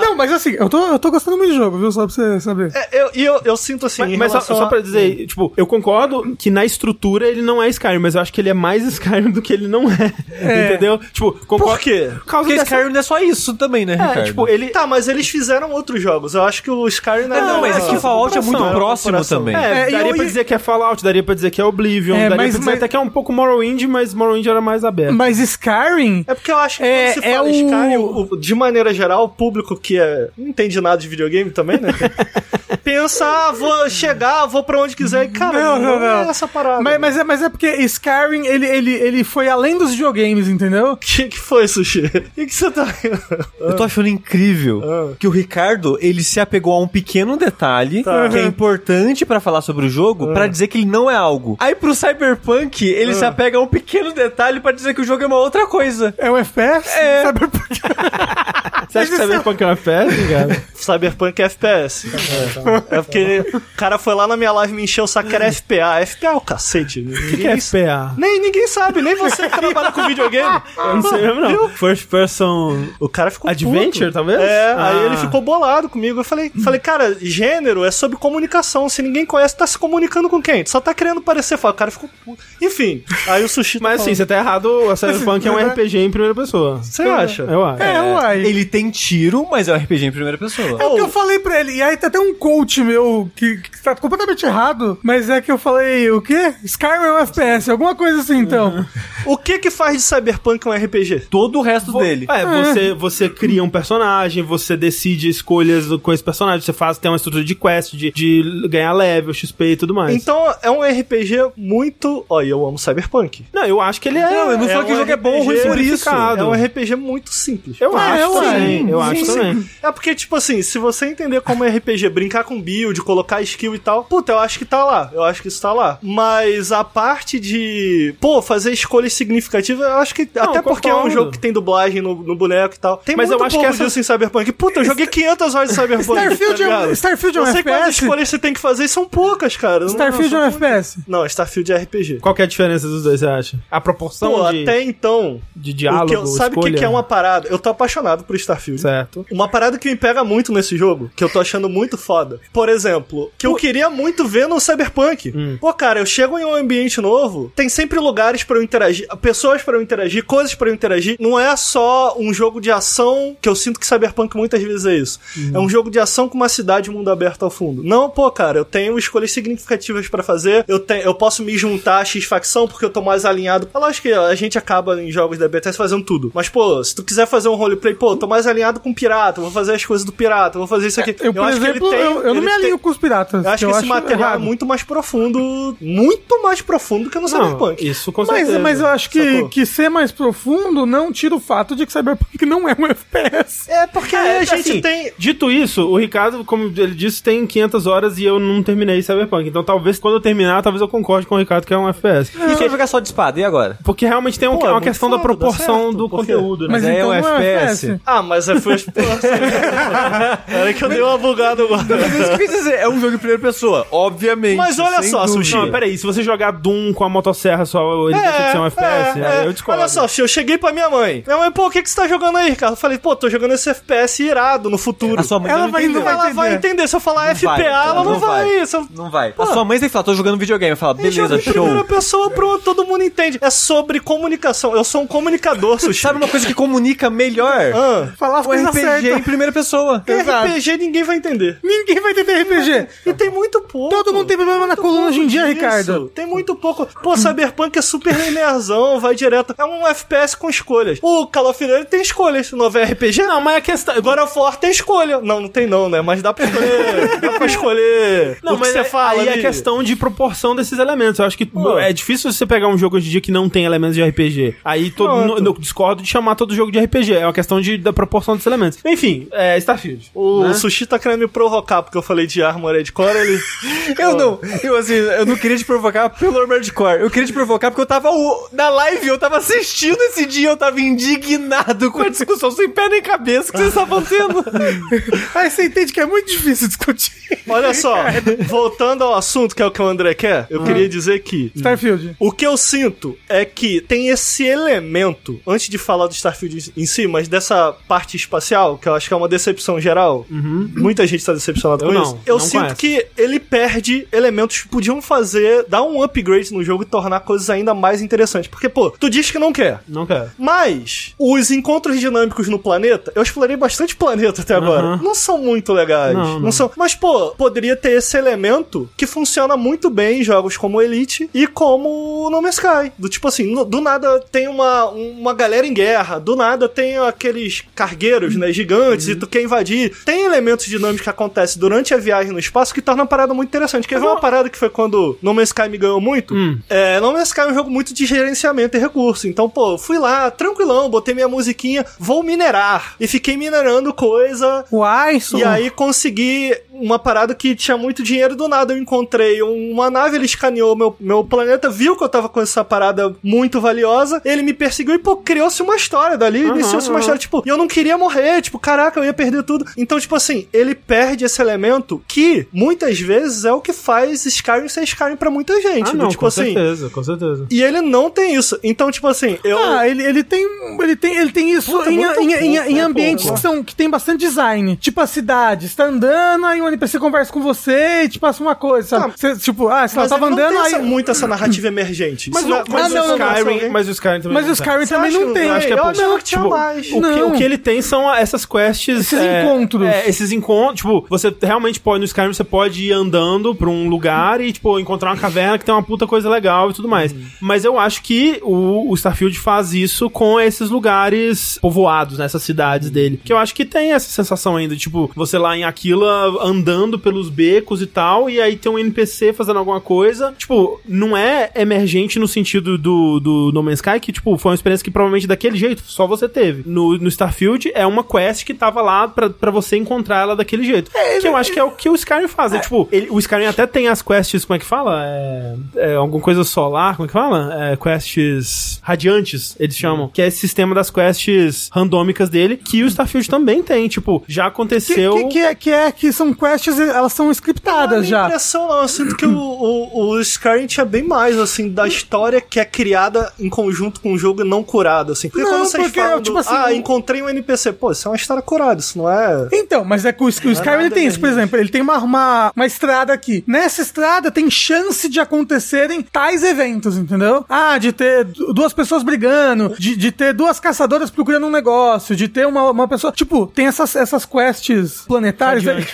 [SPEAKER 2] Não, mas assim, eu tô, eu tô gostando muito do jogo, viu? Só pra você saber.
[SPEAKER 4] É, eu, e eu, eu sinto assim.
[SPEAKER 1] Mas,
[SPEAKER 4] em
[SPEAKER 1] mas só,
[SPEAKER 4] relação
[SPEAKER 1] só
[SPEAKER 4] a-
[SPEAKER 1] pra dizer, tipo, eu concordo que na estrutura ele não é Skyrim, mas eu acho que ele é mais Skyrim do que ele não é. Entendeu? Tipo, concordo.
[SPEAKER 4] Por quê?
[SPEAKER 1] Por causa
[SPEAKER 3] Porque
[SPEAKER 1] dessa...
[SPEAKER 3] Skyrim não é só isso também, né, Ricardo?
[SPEAKER 1] É, tipo, ele.
[SPEAKER 4] Tá, mas eles fizeram outros jogos. Eu acho que o Skyrim
[SPEAKER 3] É, não, mas
[SPEAKER 4] é
[SPEAKER 3] aqui
[SPEAKER 4] uma
[SPEAKER 3] o Fallout é muito
[SPEAKER 4] comparação, uma
[SPEAKER 3] próximo
[SPEAKER 4] comparação.
[SPEAKER 3] também.
[SPEAKER 1] É,
[SPEAKER 2] É, e
[SPEAKER 1] daria
[SPEAKER 2] eu-
[SPEAKER 1] pra
[SPEAKER 2] e-
[SPEAKER 1] dizer que é Fallout, daria pra dizer que é Oblivion,
[SPEAKER 2] É,
[SPEAKER 1] daria
[SPEAKER 2] mas-
[SPEAKER 1] pra dizer
[SPEAKER 2] mas-
[SPEAKER 1] até que é um pouco Morrowind, mas Morrowind era mais aberto.
[SPEAKER 2] Mas Skyrim.
[SPEAKER 4] É porque eu acho que
[SPEAKER 2] É-
[SPEAKER 4] quando se
[SPEAKER 2] é
[SPEAKER 4] fala
[SPEAKER 2] o-
[SPEAKER 4] Skyrim, o- o- de maneira geral, o público que é, não entende nada de videogame também, né? Pensa, ah, vou chegar, vou pra onde quiser. E, cara, não, é essa parada.
[SPEAKER 2] Mas, mas é, mas é porque Skyrim, ele, ele, ele foi além dos videogames, entendeu?
[SPEAKER 4] O que, que foi, Sushi? O que, que você tá rindo?
[SPEAKER 3] Eu tô achando incrível
[SPEAKER 4] Ah.
[SPEAKER 3] que o Ricardo, ele se apegou a um pequeno detalhe
[SPEAKER 4] Tá.
[SPEAKER 3] que é importante pra falar sobre o jogo, pra dizer que ele não é algo. Aí pro Cyberpunk, ele se apega a um pequeno detalhe pra dizer que o jogo é uma outra coisa.
[SPEAKER 2] É um FPS? É. Sabe por quê?
[SPEAKER 1] Você acha que
[SPEAKER 2] mas isso
[SPEAKER 1] sabe
[SPEAKER 2] é-
[SPEAKER 1] qual que é uma festa, cara?
[SPEAKER 4] Cyberpunk é FPS. É porque o cara foi lá na minha live e me encheu o saco que era FPA. FPA é o cacete.
[SPEAKER 1] O que, que é FPA?
[SPEAKER 4] Nem ninguém sabe, nem você que trabalha com videogame.
[SPEAKER 1] Eu não sei mesmo, não. First Person
[SPEAKER 4] O cara ficou
[SPEAKER 1] Adventure,
[SPEAKER 4] puto.
[SPEAKER 1] talvez?
[SPEAKER 4] É,
[SPEAKER 1] Ah.
[SPEAKER 4] aí ele ficou bolado comigo. Eu falei, falei, cara, gênero é sobre comunicação. Se ninguém conhece, tá se comunicando com quem? Tu só tá querendo parecer foda. O cara ficou puto. Enfim, aí o sushi. tá
[SPEAKER 1] Mas assim,
[SPEAKER 4] falando,
[SPEAKER 1] você tá errado, a Cyberpunk é um RPG em primeira pessoa.
[SPEAKER 4] você acha?
[SPEAKER 1] Eu acho.
[SPEAKER 2] É, uai.
[SPEAKER 3] Ele tem tiro, mas é um RPG em primeira pessoa.
[SPEAKER 2] É o que eu falei pra ele. E aí tem até um coach meu que, que tá completamente errado, mas é que eu falei, o quê? Skyrim é um FPS, alguma coisa assim
[SPEAKER 4] Uhum.
[SPEAKER 2] então.
[SPEAKER 4] O que que faz de Cyberpunk um RPG?
[SPEAKER 3] Todo o resto dele.
[SPEAKER 1] É, você, você cria um personagem, você decide escolhas do- com esse personagem, você faz, tem uma estrutura de quest, de, de ganhar level, XP e tudo mais.
[SPEAKER 4] Então é um RPG muito. Ó, e eu amo Cyberpunk.
[SPEAKER 1] não, eu acho que ele é.
[SPEAKER 3] Não, eu não
[SPEAKER 1] é
[SPEAKER 3] falo que o jogo é bom ou ruim
[SPEAKER 1] RPG
[SPEAKER 3] por isso.
[SPEAKER 1] simplificado.
[SPEAKER 4] É um RPG muito simples.
[SPEAKER 1] Ah, Eu
[SPEAKER 2] É,
[SPEAKER 1] acho
[SPEAKER 2] eu
[SPEAKER 1] também,
[SPEAKER 2] sim,
[SPEAKER 1] eu
[SPEAKER 2] sim,
[SPEAKER 1] acho
[SPEAKER 2] sim.
[SPEAKER 1] também.
[SPEAKER 4] É porque, tipo assim, se você entender como é RPG, brincar com build, colocar skill e tal, puta, eu acho que tá lá. Eu acho que isso tá lá. Mas a parte de, pô, fazer escolhas significativas, eu acho que. até porque é um
[SPEAKER 1] concordo.
[SPEAKER 4] jogo que tem dublagem no, no boneco e tal. Tem
[SPEAKER 1] Mas
[SPEAKER 4] muito
[SPEAKER 1] eu acho
[SPEAKER 4] pouco
[SPEAKER 1] que essa-
[SPEAKER 4] disso em Cyberpunk. Puta, eu joguei 500 horas de Cyberpunk. tá
[SPEAKER 2] Starfield é um-
[SPEAKER 4] ligado?
[SPEAKER 2] Starfield é um
[SPEAKER 4] Eu sei quantas
[SPEAKER 2] FPS?
[SPEAKER 4] escolhas você tem que fazer e são poucas, cara. Não-
[SPEAKER 2] Starfield é um FPS.
[SPEAKER 4] Não, Starfield é RPG.
[SPEAKER 1] Qual que é a diferença dos dois, você acha? A proporção
[SPEAKER 4] Pô,
[SPEAKER 1] de,
[SPEAKER 4] até então.
[SPEAKER 1] de
[SPEAKER 4] o
[SPEAKER 1] diálogo,
[SPEAKER 4] que eu- sabe o que,
[SPEAKER 1] escolha?
[SPEAKER 4] que é uma parada? Eu tô apaixonado por Starfield.
[SPEAKER 1] Certo.
[SPEAKER 4] Uma parada que me pega muito nesse jogo, que eu tô achando muito foda. Por exemplo, que eu queria muito ver no Cyberpunk. Pô, cara, eu chego em um ambiente novo, tem sempre lugares pra eu interagir, pessoas pra eu interagir, coisas pra eu interagir. Não é só um jogo de ação, que eu sinto que Cyberpunk muitas vezes é isso. É um jogo de ação com uma cidade e um mundo aberto ao fundo. Não, pô, cara, eu tenho escolhas significativas pra fazer, eu tenho, eu posso me juntar a X facção porque eu tô mais alinhado. É lógico que a gente acaba em jogos da BTS fazendo tudo. Mas, pô, se tu quiser fazer um roleplay, pô, eu tô mais alinhado com o pirata, eu vou fazer as coisas do pirata, É eu vou fazer isso aqui.
[SPEAKER 2] É, Eu, por exemplo, eu, eu não
[SPEAKER 4] ele
[SPEAKER 2] me alinho com os piratas.
[SPEAKER 4] Eu acho que esse material
[SPEAKER 2] errado.
[SPEAKER 4] é muito mais profundo, muito mais profundo que no
[SPEAKER 1] Não,
[SPEAKER 4] Cyberpunk.
[SPEAKER 1] isso com
[SPEAKER 2] Mas,
[SPEAKER 1] certeza.
[SPEAKER 2] mas eu acho que,
[SPEAKER 4] sacou?
[SPEAKER 2] que ser mais profundo não tira o fato de que Cyberpunk não é um FPS.
[SPEAKER 4] É porque
[SPEAKER 1] É,
[SPEAKER 4] a gente
[SPEAKER 1] assim,
[SPEAKER 4] tem.
[SPEAKER 1] Dito isso, o Ricardo, como ele disse, tem 500 horas e eu não terminei Cyberpunk. Então talvez quando eu terminar, talvez eu concorde com o Ricardo que é um FPS.
[SPEAKER 3] E quem jogar só de espada? E agora?
[SPEAKER 1] Porque realmente tem um-
[SPEAKER 4] Pô, é
[SPEAKER 1] uma
[SPEAKER 4] muito
[SPEAKER 1] questão da
[SPEAKER 4] foda, dá
[SPEAKER 1] proporção
[SPEAKER 4] certo,
[SPEAKER 1] do
[SPEAKER 4] porque-
[SPEAKER 1] conteúdo, né?
[SPEAKER 2] Mas
[SPEAKER 3] aí
[SPEAKER 2] então não é um FPS.
[SPEAKER 4] Ah, mas é first person. Era que eu dei uma bugada agora.
[SPEAKER 3] Mas isso que eu quis dizer, é um jogo em primeira pessoa, obviamente.
[SPEAKER 4] Mas olha
[SPEAKER 3] sem
[SPEAKER 4] só,
[SPEAKER 3] dúvida.
[SPEAKER 4] Sushi.
[SPEAKER 1] Não, mas peraí, se você jogar Doom com a motosserra só, ele deixa de ser um FPS? Aí eu discordo.
[SPEAKER 4] É, Olha só, se eu cheguei pra minha mãe. Minha mãe, pô, o que, que você tá jogando aí, cara? Eu falei, pô, tô jogando esse FPS irado no futuro.
[SPEAKER 3] A sua mãe
[SPEAKER 2] Ela
[SPEAKER 3] não
[SPEAKER 2] vai
[SPEAKER 3] entendeu.
[SPEAKER 2] indo, vai-
[SPEAKER 4] ela vai
[SPEAKER 2] entender.
[SPEAKER 4] entender. Se eu falar FPA,
[SPEAKER 3] vai,
[SPEAKER 4] ela não,
[SPEAKER 3] não
[SPEAKER 4] vai.
[SPEAKER 3] vai.
[SPEAKER 4] Isso.
[SPEAKER 3] Não vai. A sua mãe tem que falar, tô jogando videogame. Fala,
[SPEAKER 4] Jogo
[SPEAKER 3] beleza,
[SPEAKER 4] em primeira
[SPEAKER 3] show.
[SPEAKER 4] pessoa, pronto, todo mundo entende. É sobre comunicação. Eu sou um comunicador, Sushi.
[SPEAKER 3] Sabe uma coisa que comunica melhor?
[SPEAKER 4] Ah,
[SPEAKER 2] Falar as
[SPEAKER 3] O
[SPEAKER 2] coisas
[SPEAKER 3] RPG em
[SPEAKER 2] certas.
[SPEAKER 3] primeira pessoa.
[SPEAKER 2] Exato.
[SPEAKER 4] RPG ninguém vai entender.
[SPEAKER 2] Ninguém vai entender RPG.
[SPEAKER 4] E tem muito pouco.
[SPEAKER 2] Todo mundo tem problema na coluna hoje em dia,
[SPEAKER 4] disso.
[SPEAKER 2] Ricardo.
[SPEAKER 4] Tem muito pouco. Pô, Cyberpunk é super linearzão, vai direto. É um FPS com escolhas. O Call of Duty tem escolhas. Não é RPG, não.
[SPEAKER 1] Não, mas a questão...
[SPEAKER 4] Agora of War tem escolha. Não, não tem não, né? Mas dá pra escolher. dá pra escolher
[SPEAKER 1] Não,
[SPEAKER 4] o que
[SPEAKER 1] mas
[SPEAKER 4] você
[SPEAKER 1] é-
[SPEAKER 4] fala
[SPEAKER 1] aí
[SPEAKER 4] ali.
[SPEAKER 1] é questão de proporção desses elementos. Eu acho que é difícil você pegar um jogo hoje em dia que não tem elementos de RPG. Aí todo, no, eu discordo de chamar todo jogo de RPG. É uma questão de, da proporção desses elementos. Enfim, é Starfield.
[SPEAKER 4] O Sushi tá querendo me provocar porque eu falei de Armored Core, ele...
[SPEAKER 3] Eu não, eu assim, eu não queria te provocar pelo Armored Core. Eu queria te provocar porque eu tava o- na live, eu tava assistindo esse dia, eu tava indignado com a discussão sem pé nem cabeça que vocês estavam tendo.
[SPEAKER 2] Aí você entende que é muito difícil discutir.
[SPEAKER 4] Olha só, voltando ao assunto que é o que o André quer, eu
[SPEAKER 1] Hum.
[SPEAKER 4] queria dizer que...
[SPEAKER 1] tá
[SPEAKER 2] Starfield.
[SPEAKER 4] O que eu sinto é que tem esse elemento, antes de falar do Starfield em si, mas dessa parte espacial, que eu acho que é uma decepção geral. Muita gente tá decepcionada
[SPEAKER 1] Uhum. Eu
[SPEAKER 4] com
[SPEAKER 1] não,
[SPEAKER 4] isso. Eu
[SPEAKER 1] não
[SPEAKER 4] sinto
[SPEAKER 1] conheço.
[SPEAKER 4] que ele perde elementos que podiam fazer, dar um upgrade no jogo e tornar coisas ainda mais interessantes. Porque, pô, tu diz que não quer.
[SPEAKER 1] Não quero.
[SPEAKER 4] Mas os encontros dinâmicos no planeta, eu explorei bastante planeta até agora.
[SPEAKER 1] Aham.
[SPEAKER 4] Não são muito legais.
[SPEAKER 1] Não,
[SPEAKER 4] Não,
[SPEAKER 1] não.
[SPEAKER 4] são. Mas, pô, poderia ter esse elemento que funciona muito bem em jogos como Elite e como No Man's Sky. Do tipo assim, no- do nada tem uma, uma galera em guerra, do nada tem aqueles cargueiros, né, gigantes, e tu quer invadir. Tem elementos dinâmicos que acontecem durante a viagem no espaço que torna a parada muito interessante. Quer ver uma parada que foi quando No Man's Sky me ganhou muito? É, No Man's Sky é um jogo muito de gerenciamento e recurso. Então, pô, eu fui lá, tranquilão, botei minha musiquinha, vou minerar. E fiquei minerando coisa,
[SPEAKER 2] Uai, isso.
[SPEAKER 4] e aí consegui uma parada que tinha muito dinheiro do nada. Eu encontrei um, uma nave, ele escaneou meu, meu planeta, viu que eu tava com essa parada muito valiosa, ele me perseguiu e, pô, criou-se uma história dali,
[SPEAKER 1] Aham,
[SPEAKER 4] iniciou-se uma
[SPEAKER 1] aham.
[SPEAKER 4] história, tipo, e eu não queria morrer, tipo, caraca, eu ia perder tudo. Então, tipo assim, ele perde esse elemento que, muitas vezes, é o que faz Skyrim ser Skyrim pra muita gente.
[SPEAKER 1] Ah,
[SPEAKER 4] do
[SPEAKER 1] não,
[SPEAKER 4] tipo
[SPEAKER 1] com
[SPEAKER 4] assim.
[SPEAKER 1] certeza, com certeza.
[SPEAKER 4] E ele não tem isso. Então, tipo assim, eu.
[SPEAKER 2] Ah, ele, ele tem. Ele tem, ele tem isso
[SPEAKER 4] Puta,
[SPEAKER 2] em,
[SPEAKER 4] muito
[SPEAKER 2] em- em-
[SPEAKER 4] pouco,
[SPEAKER 2] em
[SPEAKER 4] né,
[SPEAKER 2] ambientes
[SPEAKER 4] pô?
[SPEAKER 2] que, são, que tem bastante design. Tipo a cidade. Você tá andando, aí um NPC conversa com você e te passa uma coisa, sabe? Você, tipo, ah, sei lá,
[SPEAKER 4] mas
[SPEAKER 2] tava
[SPEAKER 4] ele não
[SPEAKER 2] andando,
[SPEAKER 4] tem
[SPEAKER 2] aí.
[SPEAKER 4] essa- muito essa narrativa emergente.
[SPEAKER 1] Mas,
[SPEAKER 4] Isso
[SPEAKER 1] o, Ah,
[SPEAKER 4] não- é
[SPEAKER 1] mas,
[SPEAKER 2] Ah, não,
[SPEAKER 1] o
[SPEAKER 2] não, não,
[SPEAKER 1] Skyrim,
[SPEAKER 4] alguém-
[SPEAKER 1] mas o Skyrim também
[SPEAKER 2] Mas
[SPEAKER 1] não
[SPEAKER 2] o Skyrim
[SPEAKER 4] Você
[SPEAKER 2] também
[SPEAKER 4] acha
[SPEAKER 2] não
[SPEAKER 4] que-
[SPEAKER 2] tem.
[SPEAKER 4] eu
[SPEAKER 1] acho que é
[SPEAKER 4] eu
[SPEAKER 1] pouco.
[SPEAKER 4] achava que tinha
[SPEAKER 1] Tipo,
[SPEAKER 4] mais.
[SPEAKER 1] O que,
[SPEAKER 2] Não.
[SPEAKER 1] o que ele tem são a- essas quests.
[SPEAKER 2] Esses encontros.
[SPEAKER 1] É, esses encontros. Tipo, você realmente pode, no Skyrim, você pode ir andando pra um lugar e, tipo, encontrar uma caverna que tem uma puta coisa legal e tudo mais.
[SPEAKER 2] Uhum.
[SPEAKER 1] Mas eu acho que o, o Starfield faz isso com esses lugares povoados, né? Essas
[SPEAKER 2] Uhum.
[SPEAKER 1] cidades dele. Que eu acho que tem essa sensação ainda. Tipo, você lá em Aquila andando pelos becos e tal, e aí tem um NPC fazendo alguma coisa. Tipo, não é emergente no sentido do, do No Man's Sky, que, tipo, foi uma experiência que provavelmente daquele jeito só você teve. No, no Starfield é uma quest que tava lá pra, pra você encontrar ela daquele jeito. que eu acho que é o que o Skyrim faz. É, tipo, ele- o Skyrim até tem as quests, como é que fala? É, é, alguma coisa solar, como é que fala? É, quests radiantes, eles chamam. Que é esse sistema das quests randômicas dele, que o Starfield também tem. Tipo, já
[SPEAKER 2] Que,
[SPEAKER 1] aconteceu.
[SPEAKER 2] que, que é, que é que são quests, elas são
[SPEAKER 4] Não
[SPEAKER 2] scriptadas
[SPEAKER 4] é nem
[SPEAKER 2] já.
[SPEAKER 4] impressão, não. Eu sinto que o, o, o Skyrim tinha bem mais, assim,
[SPEAKER 2] Hum.
[SPEAKER 4] da história que é criada em conjunto com o jogo e não curada, assim. Porque
[SPEAKER 2] Não,
[SPEAKER 4] quando vocês
[SPEAKER 2] porque,
[SPEAKER 4] falam,
[SPEAKER 2] tipo
[SPEAKER 4] do,
[SPEAKER 2] assim,
[SPEAKER 4] ah,
[SPEAKER 2] o-
[SPEAKER 4] encontrei um NPC. Pô, isso é uma história curada, isso não é...
[SPEAKER 2] Então, mas é que o, o Skyrim
[SPEAKER 4] nada
[SPEAKER 2] ele tem isso, por
[SPEAKER 4] emergente.
[SPEAKER 2] exemplo, ele tem uma, uma, uma estrada aqui. Nessa estrada tem chance de acontecerem tais eventos, entendeu? Ah, de ter du- duas pessoas brigando, de, de ter duas caçadoras procurando um negócio, de ter uma, uma pessoa. Tipo, tem essas, essas quests planetárias né?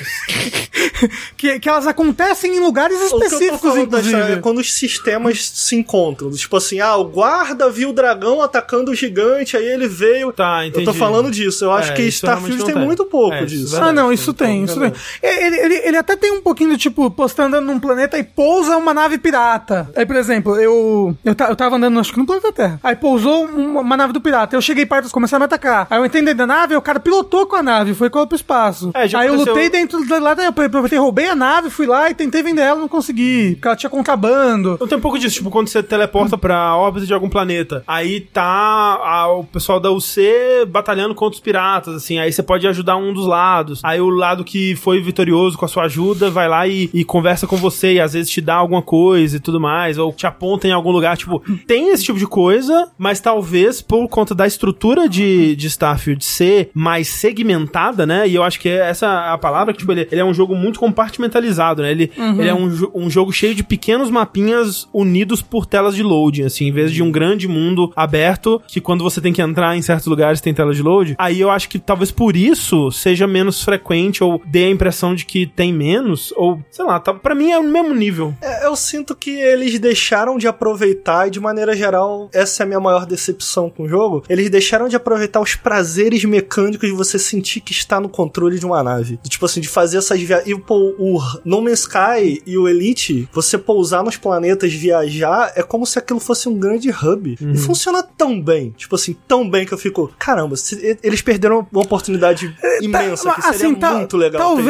[SPEAKER 2] que, que elas acontecem em lugares
[SPEAKER 4] O que eu tô
[SPEAKER 2] específicos,
[SPEAKER 4] falando da história é
[SPEAKER 2] inclusive.
[SPEAKER 4] quando os sistemas se encontram. Tipo assim, ah, o guarda viu o dragão atacando o gigante, aí ele veio.
[SPEAKER 1] Tá,
[SPEAKER 4] eu
[SPEAKER 1] entendi.
[SPEAKER 4] tô falando disso. Eu acho
[SPEAKER 1] É,
[SPEAKER 4] que
[SPEAKER 1] isso realmente
[SPEAKER 4] Starfield
[SPEAKER 1] não
[SPEAKER 4] tem
[SPEAKER 1] tem.
[SPEAKER 4] muito pouco
[SPEAKER 1] É, isso
[SPEAKER 4] disso.
[SPEAKER 1] é
[SPEAKER 2] Ah,
[SPEAKER 1] verdade,
[SPEAKER 2] não,
[SPEAKER 1] sim,
[SPEAKER 2] isso
[SPEAKER 1] então,
[SPEAKER 2] tem, isso tem.
[SPEAKER 1] verdade.
[SPEAKER 2] Ele, ele, ele até tem um pouquinho do tipo, pô, você tá andando num planeta e pousa uma nave pirata. Aí, por exemplo, eu eu, ta- eu tava andando, acho que no planeta Terra. Aí pousou uma, uma nave do pirata. Eu cheguei perto, eles começaram a me atacar. Aí eu entrei dentro da nave, o cara pilotou com a nave, foi com ela pro espaço.
[SPEAKER 1] É, já
[SPEAKER 2] aí eu
[SPEAKER 1] aconteceu-
[SPEAKER 2] lutei dentro da lá, daí eu pe- pe- roubei a nave, fui lá e tentei vender ela, não consegui, porque ela tinha contrabando.
[SPEAKER 1] Então tem um pouco disso, tipo, quando você teleporta pra órbita de algum planeta, aí tá a- o pessoal da UC batalhando contra os piratas, assim, aí você pode ajudar um dos lados. Aí o lado que foi vitorioso com a sua ajuda vai lá e, e conversa com você, e às vezes te dá alguma coisa e tudo mais, ou te aponta em algum lugar, tipo, tem esse tipo de coisa, mas talvez por conta da estrutura de, de Starfield ser mais segmentada, né? E eu acho que é essa a palavra, que tipo, ele, ele é um jogo muito compartimentalizado, né? Ele, ele é um, jo- um jogo cheio de pequenos mapinhas unidos por telas de loading, assim, em vez de um grande mundo aberto, que quando você tem que entrar em certos lugares tem tela de load. Aí eu acho que talvez por isso seja menos frequente, ou dê a impressão de que tem menos, ou sei lá, tá, pra mim é o mesmo nível.
[SPEAKER 4] É, eu sinto que eles deixaram de aproveitar, e de maneira geral, essa é a minha maior decepção com o jogo. Eles deixaram de aproveitar os prazeres mecânicos de você sentir que está no controle de uma nave. Tipo assim, de fazer essas viagens. E pô, o No Man's Sky e o Elite, você pousar nos planetas, viajar, é como se aquilo fosse um grande hub.
[SPEAKER 2] Uhum.
[SPEAKER 4] E funciona tão bem. Tipo assim, tão bem que eu fico, caramba, se- eles perderam uma oportunidade imensa,
[SPEAKER 2] Tá,
[SPEAKER 4] que seria
[SPEAKER 2] assim, tá-
[SPEAKER 4] muito legal. ter isso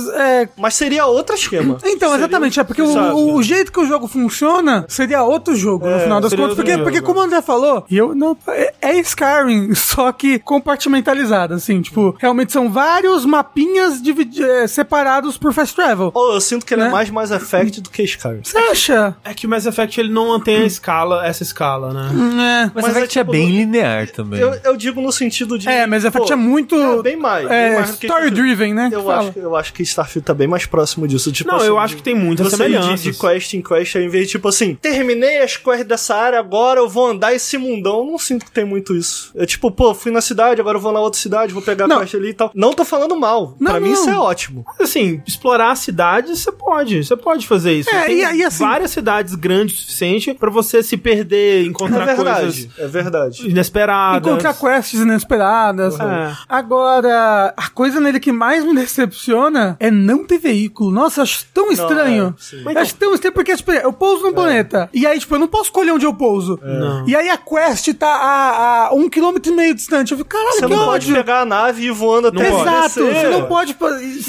[SPEAKER 4] aqui.
[SPEAKER 2] Talvez é,
[SPEAKER 4] Mas seria outro esquema.
[SPEAKER 2] Então,
[SPEAKER 4] Seria- um
[SPEAKER 2] exatamente, é porque o,
[SPEAKER 4] Sabe?
[SPEAKER 1] né?
[SPEAKER 2] o- o jeito que o jogo funciona seria outro jogo, no final
[SPEAKER 1] É,
[SPEAKER 2] das
[SPEAKER 1] seria
[SPEAKER 2] contas.
[SPEAKER 1] outro
[SPEAKER 2] Porque,
[SPEAKER 1] jogo.
[SPEAKER 2] porque como o André falou, e eu não. É, é Skyrim, só que compartimentalizado, assim, tipo, realmente são vários mapinhas dividi- é, separados por fast travel.
[SPEAKER 4] Oh, eu sinto que ele
[SPEAKER 2] Né?
[SPEAKER 4] é mais Mass Effect do que Skyrim.
[SPEAKER 2] Você acha?
[SPEAKER 1] É que o Mass Effect ele não mantém a escala, essa escala, né?
[SPEAKER 2] É.
[SPEAKER 3] Mas,
[SPEAKER 4] Mas
[SPEAKER 3] a
[SPEAKER 4] é
[SPEAKER 3] Effect é,
[SPEAKER 4] tipo-
[SPEAKER 3] bem linear também.
[SPEAKER 4] Eu, eu digo no sentido de.
[SPEAKER 2] É, mas a Effect
[SPEAKER 4] pô,
[SPEAKER 2] é muito.
[SPEAKER 4] é bem mais, bem
[SPEAKER 2] é,
[SPEAKER 4] mais do que
[SPEAKER 2] story-driven, né?
[SPEAKER 4] Eu
[SPEAKER 2] Fala.
[SPEAKER 4] acho, que- eu acho que Starfield tá bem mais próximo disso. Tipo
[SPEAKER 1] não,
[SPEAKER 4] assim,
[SPEAKER 1] eu
[SPEAKER 4] de-
[SPEAKER 1] acho que tem muita
[SPEAKER 4] você ir
[SPEAKER 1] semelhança.
[SPEAKER 4] de, de quest em quest, ao invés de tipo assim, terminei as quests dessa área, agora eu vou andar esse mundão. Eu não sinto que tem muito isso. É tipo, pô, fui na cidade, agora eu vou na outra cidade, vou pegar
[SPEAKER 2] Não.
[SPEAKER 4] a quest ali e tal. Não tô falando mal.
[SPEAKER 2] Não,
[SPEAKER 4] pra mim
[SPEAKER 2] não.
[SPEAKER 4] isso é ótimo.
[SPEAKER 1] assim, explorar a cidade, você pode. Você pode fazer isso.
[SPEAKER 2] É,
[SPEAKER 1] Tem
[SPEAKER 2] e- e assim-
[SPEAKER 1] várias cidades grandes o suficiente pra você se perder,
[SPEAKER 4] É
[SPEAKER 1] encontrar
[SPEAKER 4] verdade.
[SPEAKER 1] coisas
[SPEAKER 4] É verdade.
[SPEAKER 1] inesperadas.
[SPEAKER 2] Encontrar quests inesperadas.
[SPEAKER 1] É.
[SPEAKER 2] Agora, a coisa nele que mais me decepciona é não ter veículo. Nossa, eu acho tão estranho.
[SPEAKER 4] é, sim. É.
[SPEAKER 2] Eu acho tão estranho porque, tipo, eu pouso num planeta. E aí, tipo, eu não posso escolher onde eu pouso.
[SPEAKER 1] Não.
[SPEAKER 2] E aí a quest tá a, a um quilômetro e meio distante. Eu fico, caralho,
[SPEAKER 4] Você
[SPEAKER 2] que
[SPEAKER 4] não pode
[SPEAKER 2] ódio.
[SPEAKER 4] pegar a nave e ir voando até
[SPEAKER 1] Não pode.
[SPEAKER 2] Exato,
[SPEAKER 4] descer.
[SPEAKER 2] você não pode.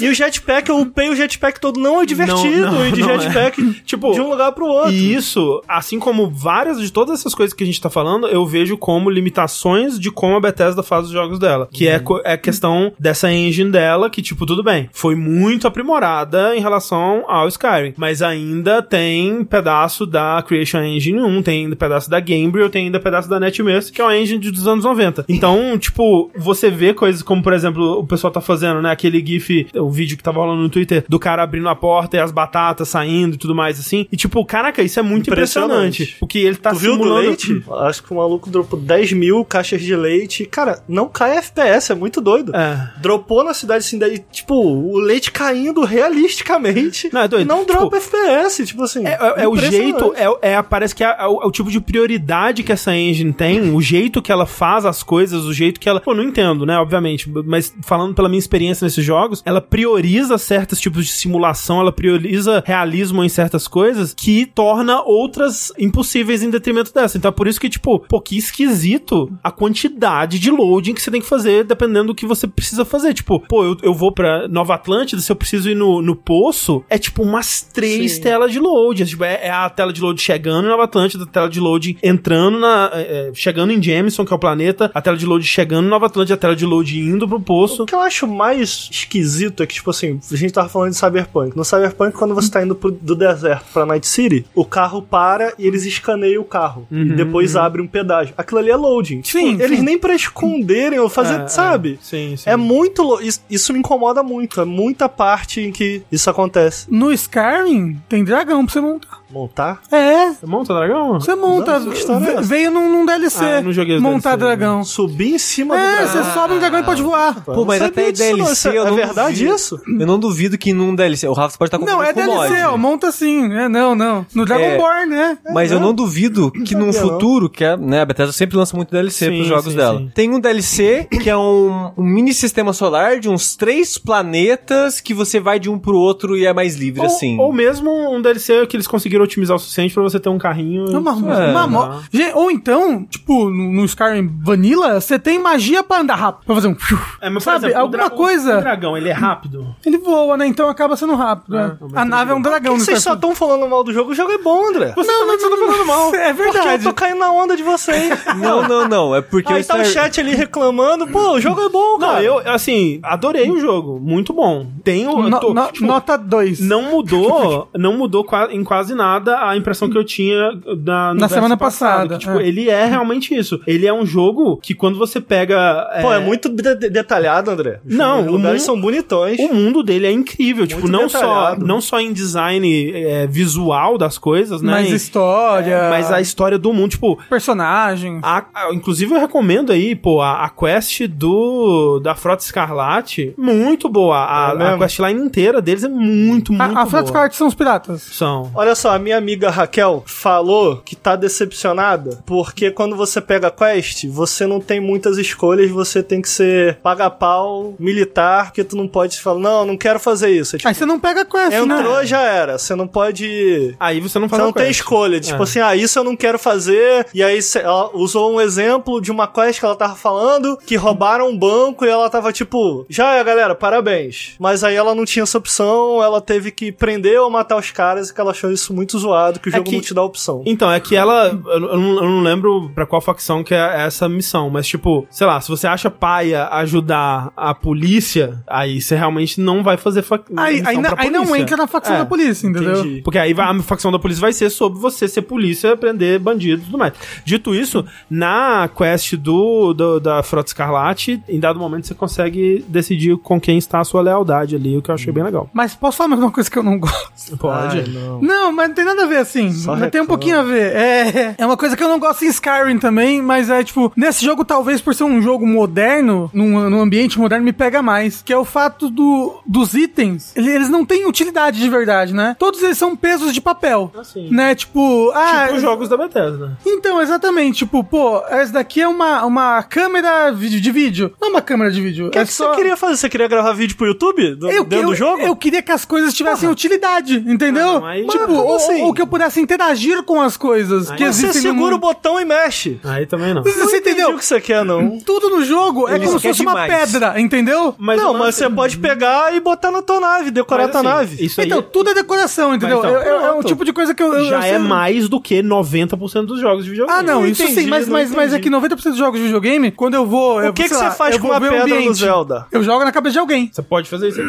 [SPEAKER 4] E o jetpack, eu upei o jetpack todo. Não, é divertido
[SPEAKER 1] não,
[SPEAKER 4] ir de
[SPEAKER 1] não é.
[SPEAKER 4] jetpack
[SPEAKER 1] Tipo,
[SPEAKER 4] de um lugar pro
[SPEAKER 2] é
[SPEAKER 4] outro.
[SPEAKER 1] E isso, assim como várias de todas essas coisas que a gente tá falando, eu vejo como limitações de como a Bethesda faz os jogos dela. Que
[SPEAKER 2] Uhum.
[SPEAKER 1] é, co- é questão dessa engine dela, que, tipo, tudo bem. Foi muito aprimorada em relação ao Skyrim. Mas ainda tem pedaço da Creation Engine 1, tem ainda pedaço da Gamebryo, tem ainda pedaço da NetMeus, que é uma engine de- dos anos 90. Então, tipo, você vê coisas como, por exemplo, o pessoal tá fazendo, né? Aquele GIF, o vídeo que tava rolando no Twitter, do cara abrindo a porta e as batatas saindo e tudo mais assim. E, tipo, caraca, isso é muito impressionante.
[SPEAKER 4] Impressionante.
[SPEAKER 1] O que ele tá
[SPEAKER 4] tu viu do
[SPEAKER 1] simulando.
[SPEAKER 4] leite? Acho que o maluco dropou 10 mil caixas de leite. Cara, não cai FPS, é muito doido.
[SPEAKER 1] É.
[SPEAKER 4] Dropou na cidade assim, daí, tipo, o leite caindo realisticamente.
[SPEAKER 1] Não, é doido.
[SPEAKER 4] E não
[SPEAKER 1] Tipo,
[SPEAKER 4] dropa FPS, tipo assim.
[SPEAKER 1] É, é- é o
[SPEAKER 4] impressionante.
[SPEAKER 1] jeito, é, é- parece que é, é o, é o tipo de prioridade que essa engine tem, o jeito que ela faz as coisas, o jeito que ela. Pô, não entendo, né? Obviamente, mas falando pela minha experiência nesses jogos, ela prioriza certos tipos de simulação, ela prioriza realismo em certas coisas que torna outras impossíveis em detrimento dessa. Então é por isso que, tipo, pô, que esquisito a quantidade de loading que você tem que fazer dependendo do que você precisa fazer. Tipo, pô, eu, eu vou pra Nova Atlântida, se eu preciso ir no, no poço, é tipo umas três
[SPEAKER 4] Sim.
[SPEAKER 1] telas de load. É, tipo, é, é a tela de load chegando em Nova Atlântida, a tela de load entrando na. é, é, chegando em Jameson, que é o planeta, a tela de load chegando em Nova Atlântida, a tela de load indo pro poço.
[SPEAKER 4] O que eu acho mais esquisito é que, tipo assim, a gente tava falando de Cyberpunk. No Cyberpunk, quando você tá indo pro, do deserto pra Night City, o carro para e eles escaneiam o carro. e depois abre um pedágio. Aquilo ali é loading. Tipo,
[SPEAKER 2] Sim,
[SPEAKER 4] eles
[SPEAKER 2] sim.
[SPEAKER 4] nem pra esconderem ou fazer,
[SPEAKER 1] É, é.
[SPEAKER 4] sabe?
[SPEAKER 1] Sim, sim.
[SPEAKER 4] É muito. lou- Isso, isso me incomoda muito. É muita parte em que isso acontece. tá?
[SPEAKER 2] No Skyrim tem dragão pra você montar.
[SPEAKER 4] Montar?
[SPEAKER 2] É,
[SPEAKER 1] Monta dragão?
[SPEAKER 2] você monta.
[SPEAKER 4] Nossa, que história é
[SPEAKER 2] ve-
[SPEAKER 4] essa?
[SPEAKER 2] veio num, num DLC
[SPEAKER 1] Ah, eu não joguei os DLC,
[SPEAKER 2] montar
[SPEAKER 4] né?
[SPEAKER 2] dragão.
[SPEAKER 4] Subir em cima do
[SPEAKER 2] É,
[SPEAKER 4] dragão.
[SPEAKER 2] você sobe no dragão e pode voar.
[SPEAKER 3] Pô, mas
[SPEAKER 4] Sabia
[SPEAKER 3] até
[SPEAKER 4] disso, não.
[SPEAKER 3] DLC,
[SPEAKER 4] Isso é-
[SPEAKER 3] eu
[SPEAKER 4] é
[SPEAKER 3] não
[SPEAKER 4] verdade
[SPEAKER 3] duvido.
[SPEAKER 4] isso?
[SPEAKER 3] Eu não duvido que num DLC, o Rafa pode estar
[SPEAKER 2] Não, é
[SPEAKER 3] com
[SPEAKER 2] DLC, ó,
[SPEAKER 3] mod.
[SPEAKER 2] monta sim. É, não, não. No Dragonborn, né?
[SPEAKER 3] Mas eu não duvido que num
[SPEAKER 4] sabia, não.
[SPEAKER 3] futuro, que a, né, a Bethesda sempre lança muito DLC
[SPEAKER 1] Sim,
[SPEAKER 3] pros jogos
[SPEAKER 1] sim,
[SPEAKER 3] dela.
[SPEAKER 1] sim.
[SPEAKER 3] Tem um DLC que é um, um mini sistema solar de uns três planetas que você vai de um pro outro e é mais livre,
[SPEAKER 1] Ou,
[SPEAKER 3] assim.
[SPEAKER 1] ou mesmo um DLC que eles conseguiram otimizar o suficiente pra você ter um carrinho.
[SPEAKER 2] É Uma, uma,
[SPEAKER 3] É,
[SPEAKER 2] uma mo-
[SPEAKER 1] não.
[SPEAKER 2] Gente, ou então, tipo, no, no Skyrim Vanilla, você tem magia pra andar rápido. Pra fazer um.
[SPEAKER 1] É, mas, por
[SPEAKER 2] sabe,
[SPEAKER 1] exemplo, o
[SPEAKER 2] alguma
[SPEAKER 1] dra- O
[SPEAKER 2] coisa.
[SPEAKER 1] dragão, ele é rápido.
[SPEAKER 2] Ele voa, né? Então acaba sendo rápido. né?
[SPEAKER 1] mas
[SPEAKER 2] A nave é um dragão. no
[SPEAKER 4] Vocês só
[SPEAKER 2] Skyrim.
[SPEAKER 4] estão falando mal do jogo, o jogo é bom, André.
[SPEAKER 2] Não, não, não, não, não. É
[SPEAKER 4] Porque eu
[SPEAKER 2] verdade.
[SPEAKER 4] tô caindo na onda de vocês.
[SPEAKER 3] Não, não, não. É porque
[SPEAKER 4] Aí
[SPEAKER 3] o
[SPEAKER 4] tá o
[SPEAKER 3] Star-
[SPEAKER 4] chat ali reclamando, pô, o jogo é bom,
[SPEAKER 1] Não,
[SPEAKER 4] cara.
[SPEAKER 1] eu, assim, adorei o jogo. Muito bom. Tem o.
[SPEAKER 2] No-
[SPEAKER 1] tô-
[SPEAKER 2] no-
[SPEAKER 1] tipo,
[SPEAKER 2] nota 2.
[SPEAKER 1] não mudou, não mudou qua- em quase nada a impressão que eu tinha da, no
[SPEAKER 2] Na
[SPEAKER 1] verso
[SPEAKER 2] semana
[SPEAKER 1] passado,
[SPEAKER 2] passada,
[SPEAKER 1] que, tipo,
[SPEAKER 2] é.
[SPEAKER 1] ele é realmente isso. Ele é um jogo que quando você pega.
[SPEAKER 4] Pô, é um- muito de- de- detalhado, André. Os
[SPEAKER 1] Não, o
[SPEAKER 4] lugares
[SPEAKER 1] mundo-
[SPEAKER 4] são bonitões.
[SPEAKER 1] O mundo dele é incrível, tipo,
[SPEAKER 4] Muito
[SPEAKER 1] não
[SPEAKER 4] detalhado.
[SPEAKER 1] só, não só em design é, visual das coisas, né?
[SPEAKER 2] Mais
[SPEAKER 1] em-
[SPEAKER 2] história.
[SPEAKER 1] É, mas a história do mundo, tipo,
[SPEAKER 2] personagem.
[SPEAKER 1] A- a- inclusive eu recomendo aí, pô, a, a quest do da Frota Escarlate, muito boa. A,
[SPEAKER 4] É
[SPEAKER 1] a
[SPEAKER 4] mesmo?
[SPEAKER 1] questline inteira deles é muito, muito
[SPEAKER 2] A, a Flat
[SPEAKER 1] boa.
[SPEAKER 2] Card são os piratas.
[SPEAKER 1] São.
[SPEAKER 4] Olha só, a minha amiga Raquel falou que tá decepcionada porque quando você pega a quest, você não tem muitas escolhas, você tem que ser paga-pau, militar, porque tu não pode falar, não, não quero fazer isso. É, tipo,
[SPEAKER 2] Aí você não pega quest,
[SPEAKER 4] entrou,
[SPEAKER 2] né?
[SPEAKER 4] já era. Você não pode
[SPEAKER 1] Aí você não faz
[SPEAKER 4] Você
[SPEAKER 1] a
[SPEAKER 4] não tem
[SPEAKER 1] quest.
[SPEAKER 4] escolha. Tipo
[SPEAKER 1] É.
[SPEAKER 4] assim, ah, isso eu não quero fazer. E aí cê- ela usou um exemplo de uma quest que ela tava falando que roubaram um banco e ela tava tipo, já é, galera, parabéns. Mas aí ela não tinha essa opção, ela teve que prender ou matar os caras e que ela achou isso muito zoado, que o
[SPEAKER 1] É
[SPEAKER 4] jogo
[SPEAKER 1] que-
[SPEAKER 4] não te dá opção.
[SPEAKER 1] Então, é que ela. Eu, eu não, eu não lembro pra qual facção que é essa missão, mas tipo, sei lá, se você acha paia ajudar a polícia, aí você realmente não vai fazer fa
[SPEAKER 2] Aí, aí, não- aí não entra na facção
[SPEAKER 1] É,
[SPEAKER 2] da polícia, entendeu?
[SPEAKER 4] Entendi.
[SPEAKER 1] Porque aí vai- a facção da polícia vai ser sobre você ser polícia, prender bandidos e tudo mais. Dito isso, na quest do, do- da Frota Escarlate, em dado momento você consegue decidir com quem está a sua lealdade ali, o que eu achei bem legal.
[SPEAKER 2] Mas posso falar mais uma coisa que eu não gosto?
[SPEAKER 1] Pode.
[SPEAKER 4] Ai, não.
[SPEAKER 2] Não, mas não tem nada a ver, assim.
[SPEAKER 4] Só
[SPEAKER 2] Mas tem um
[SPEAKER 4] reclama.
[SPEAKER 2] pouquinho a ver. É, é uma coisa que eu não gosto em Skyrim também, mas é tipo, nesse jogo, talvez por ser um jogo moderno, num, num ambiente moderno, me pega mais. Que é o fato do, dos itens. Ele- Eles não têm utilidade de verdade, né? Todos eles são pesos de papel.
[SPEAKER 1] Assim.
[SPEAKER 2] Né? Tipo, ah.
[SPEAKER 4] um
[SPEAKER 1] tipo os jogos da Bethesda.
[SPEAKER 2] Então, exatamente, tipo, pô, essa daqui é uma, uma câmera vídeo- de vídeo. Não é uma câmera de vídeo.
[SPEAKER 4] O que,
[SPEAKER 2] é
[SPEAKER 4] é que
[SPEAKER 2] só...
[SPEAKER 4] você queria fazer? Você queria gravar vídeo pro YouTube? Do-
[SPEAKER 2] Eu,
[SPEAKER 4] dentro
[SPEAKER 2] eu,
[SPEAKER 4] do jogo?
[SPEAKER 2] eu queria que as coisas tivessem utilidade, entendeu?
[SPEAKER 1] Mano, mas-
[SPEAKER 2] tipo,
[SPEAKER 1] Mas
[SPEAKER 2] ou,
[SPEAKER 4] como assim-
[SPEAKER 2] ou que eu pudesse interagir com as coisas que
[SPEAKER 4] Você
[SPEAKER 2] existem no
[SPEAKER 4] segura o
[SPEAKER 2] mundo.
[SPEAKER 4] botão e mexe.
[SPEAKER 1] Aí também não.
[SPEAKER 2] Você
[SPEAKER 4] Não entendi
[SPEAKER 2] entendeu?
[SPEAKER 4] o que você quer, não.
[SPEAKER 2] Tudo no jogo é
[SPEAKER 3] Eles
[SPEAKER 2] como se
[SPEAKER 3] querem
[SPEAKER 2] fosse uma
[SPEAKER 3] demais.
[SPEAKER 2] pedra, entendeu?
[SPEAKER 1] Mas
[SPEAKER 4] não,
[SPEAKER 1] eu-
[SPEAKER 4] mas você pode pegar e botar na tua nave, decorar
[SPEAKER 1] Mas,
[SPEAKER 4] tua
[SPEAKER 1] assim,
[SPEAKER 4] nave.
[SPEAKER 1] Isso
[SPEAKER 2] então,
[SPEAKER 1] aí
[SPEAKER 2] tudo é decoração, entendeu?
[SPEAKER 4] tá
[SPEAKER 1] então,
[SPEAKER 2] Eu- eu- é um
[SPEAKER 1] pronto.
[SPEAKER 2] tipo de coisa que eu. eu- eu
[SPEAKER 1] já é
[SPEAKER 2] sei-
[SPEAKER 1] mais do que 90% dos jogos de videogame.
[SPEAKER 2] Ah, não, isso
[SPEAKER 4] entendi,
[SPEAKER 2] sim, mas,
[SPEAKER 4] não
[SPEAKER 2] mas, mas é
[SPEAKER 4] entendi.
[SPEAKER 2] que 90% dos jogos de videogame, quando é- eu vou. um
[SPEAKER 4] O que, que você faz com uma pedra no Zelda?
[SPEAKER 2] Eu jogo na cabeça de alguém.
[SPEAKER 1] Você pode fazer isso.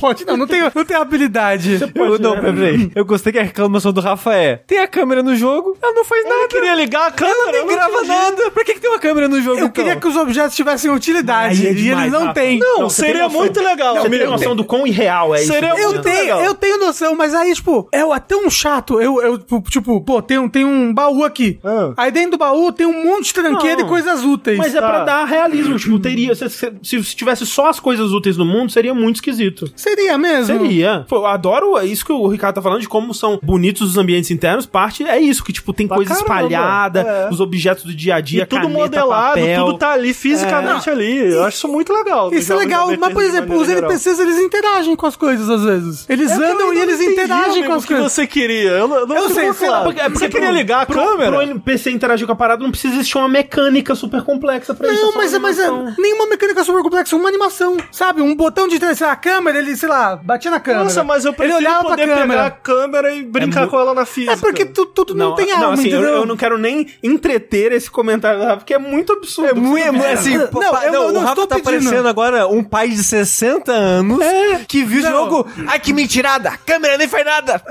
[SPEAKER 2] Pode, não, não tenho, não tenho habilidade.
[SPEAKER 3] Eu, não,
[SPEAKER 1] né?
[SPEAKER 3] peraí. Eu gostei que a reclamação do Rafa é: tem a câmera no jogo, ela não faz
[SPEAKER 4] Eu
[SPEAKER 3] nada.
[SPEAKER 4] queria ligar a câmera.
[SPEAKER 3] Ela nem
[SPEAKER 4] eu não
[SPEAKER 3] grava
[SPEAKER 4] entendi.
[SPEAKER 3] nada. Pra que, que tem uma câmera no jogo?
[SPEAKER 2] Eu
[SPEAKER 3] então?
[SPEAKER 2] queria que os objetos tivessem utilidade.
[SPEAKER 1] Aí é
[SPEAKER 2] e
[SPEAKER 1] demais,
[SPEAKER 2] eles não
[SPEAKER 1] Rafa.
[SPEAKER 2] têm.
[SPEAKER 4] Não,
[SPEAKER 1] Não, você
[SPEAKER 4] seria
[SPEAKER 1] tem
[SPEAKER 4] muito legal.
[SPEAKER 1] Você tem
[SPEAKER 4] amigo.
[SPEAKER 1] noção do quão irreal é
[SPEAKER 4] Seria
[SPEAKER 1] isso? né?
[SPEAKER 2] Então, Eu
[SPEAKER 4] muito
[SPEAKER 2] tenho,
[SPEAKER 4] legal.
[SPEAKER 2] eu tenho noção, mas aí, tipo, é até um chato. Eu, eu tipo, pô, tem um, tem um baú aqui.
[SPEAKER 4] Ah.
[SPEAKER 2] Aí dentro do baú tem um monte de tranqueira
[SPEAKER 1] Não.
[SPEAKER 2] e coisas úteis.
[SPEAKER 1] Mas é
[SPEAKER 4] Tá.
[SPEAKER 1] pra dar realismo, tipo, teria. Se, se, se tivesse só as coisas úteis no mundo, seria muito esquisito.
[SPEAKER 2] Seria mesmo?
[SPEAKER 1] Seria. Pô, eu adoro isso que o Ricardo tá falando de como são bonitos os ambientes internos. Parte é isso, que tipo, tem
[SPEAKER 4] Pra
[SPEAKER 1] coisa
[SPEAKER 4] caramba,
[SPEAKER 1] espalhada,
[SPEAKER 4] é.
[SPEAKER 1] os objetos do dia a dia,
[SPEAKER 4] E tudo
[SPEAKER 1] caneta,
[SPEAKER 4] modelado,
[SPEAKER 1] papel.
[SPEAKER 4] tudo tá ali fisicamente ali. Eu acho isso muito legal.
[SPEAKER 2] Isso é
[SPEAKER 4] Jogos
[SPEAKER 2] legal,
[SPEAKER 4] de
[SPEAKER 2] mas por
[SPEAKER 4] RPG de
[SPEAKER 2] exemplo,
[SPEAKER 4] maneira
[SPEAKER 2] os
[SPEAKER 4] geral.
[SPEAKER 2] NPCs eles interagem com as coisas às vezes. Eles
[SPEAKER 4] É que eu
[SPEAKER 2] andam e
[SPEAKER 4] ainda
[SPEAKER 2] eles
[SPEAKER 4] não entendi,
[SPEAKER 2] interagem
[SPEAKER 4] amigo,
[SPEAKER 2] com as
[SPEAKER 4] o que
[SPEAKER 2] coisas.
[SPEAKER 4] você queria. Eu, não- não
[SPEAKER 2] Eu
[SPEAKER 4] ficou
[SPEAKER 2] sei, sei lá,
[SPEAKER 4] claro.
[SPEAKER 2] porque-
[SPEAKER 4] você queria ligar a
[SPEAKER 1] pro,
[SPEAKER 4] câmera?
[SPEAKER 1] Pro NPC interagir com a parada, não precisa existir uma mecânica super complexa pra isso.
[SPEAKER 2] Não,
[SPEAKER 1] só
[SPEAKER 2] mas,
[SPEAKER 1] uma
[SPEAKER 2] mas é
[SPEAKER 1] animação. né?
[SPEAKER 2] nenhuma mecânica super complexa, uma animação, sabe? Um botão de sei lá, a câmera, ele, sei lá, batia na câmera.
[SPEAKER 4] Nossa, mas eu
[SPEAKER 2] Ele
[SPEAKER 4] prefiro
[SPEAKER 2] olhava pra
[SPEAKER 4] poder pegar a
[SPEAKER 2] câmera.
[SPEAKER 4] câmera e brincar
[SPEAKER 1] mu-
[SPEAKER 4] com ela na física.
[SPEAKER 2] É porque tu, tu, tu não, tem alma,
[SPEAKER 1] assim, eu,
[SPEAKER 2] entendeu?
[SPEAKER 1] eu não quero nem entreter esse comentário do Rafa, porque é muito absurdo.
[SPEAKER 3] É muito, é muito- assim,
[SPEAKER 2] Não,
[SPEAKER 3] não,
[SPEAKER 2] eu não-
[SPEAKER 3] não,
[SPEAKER 2] não
[SPEAKER 3] o Rafa
[SPEAKER 2] estou
[SPEAKER 3] tá
[SPEAKER 2] pedindo.
[SPEAKER 3] parecendo agora um pai de 60 anos que viu o
[SPEAKER 2] Não.
[SPEAKER 3] jogo. Ai, que mentirada! A câmera nem faz nada!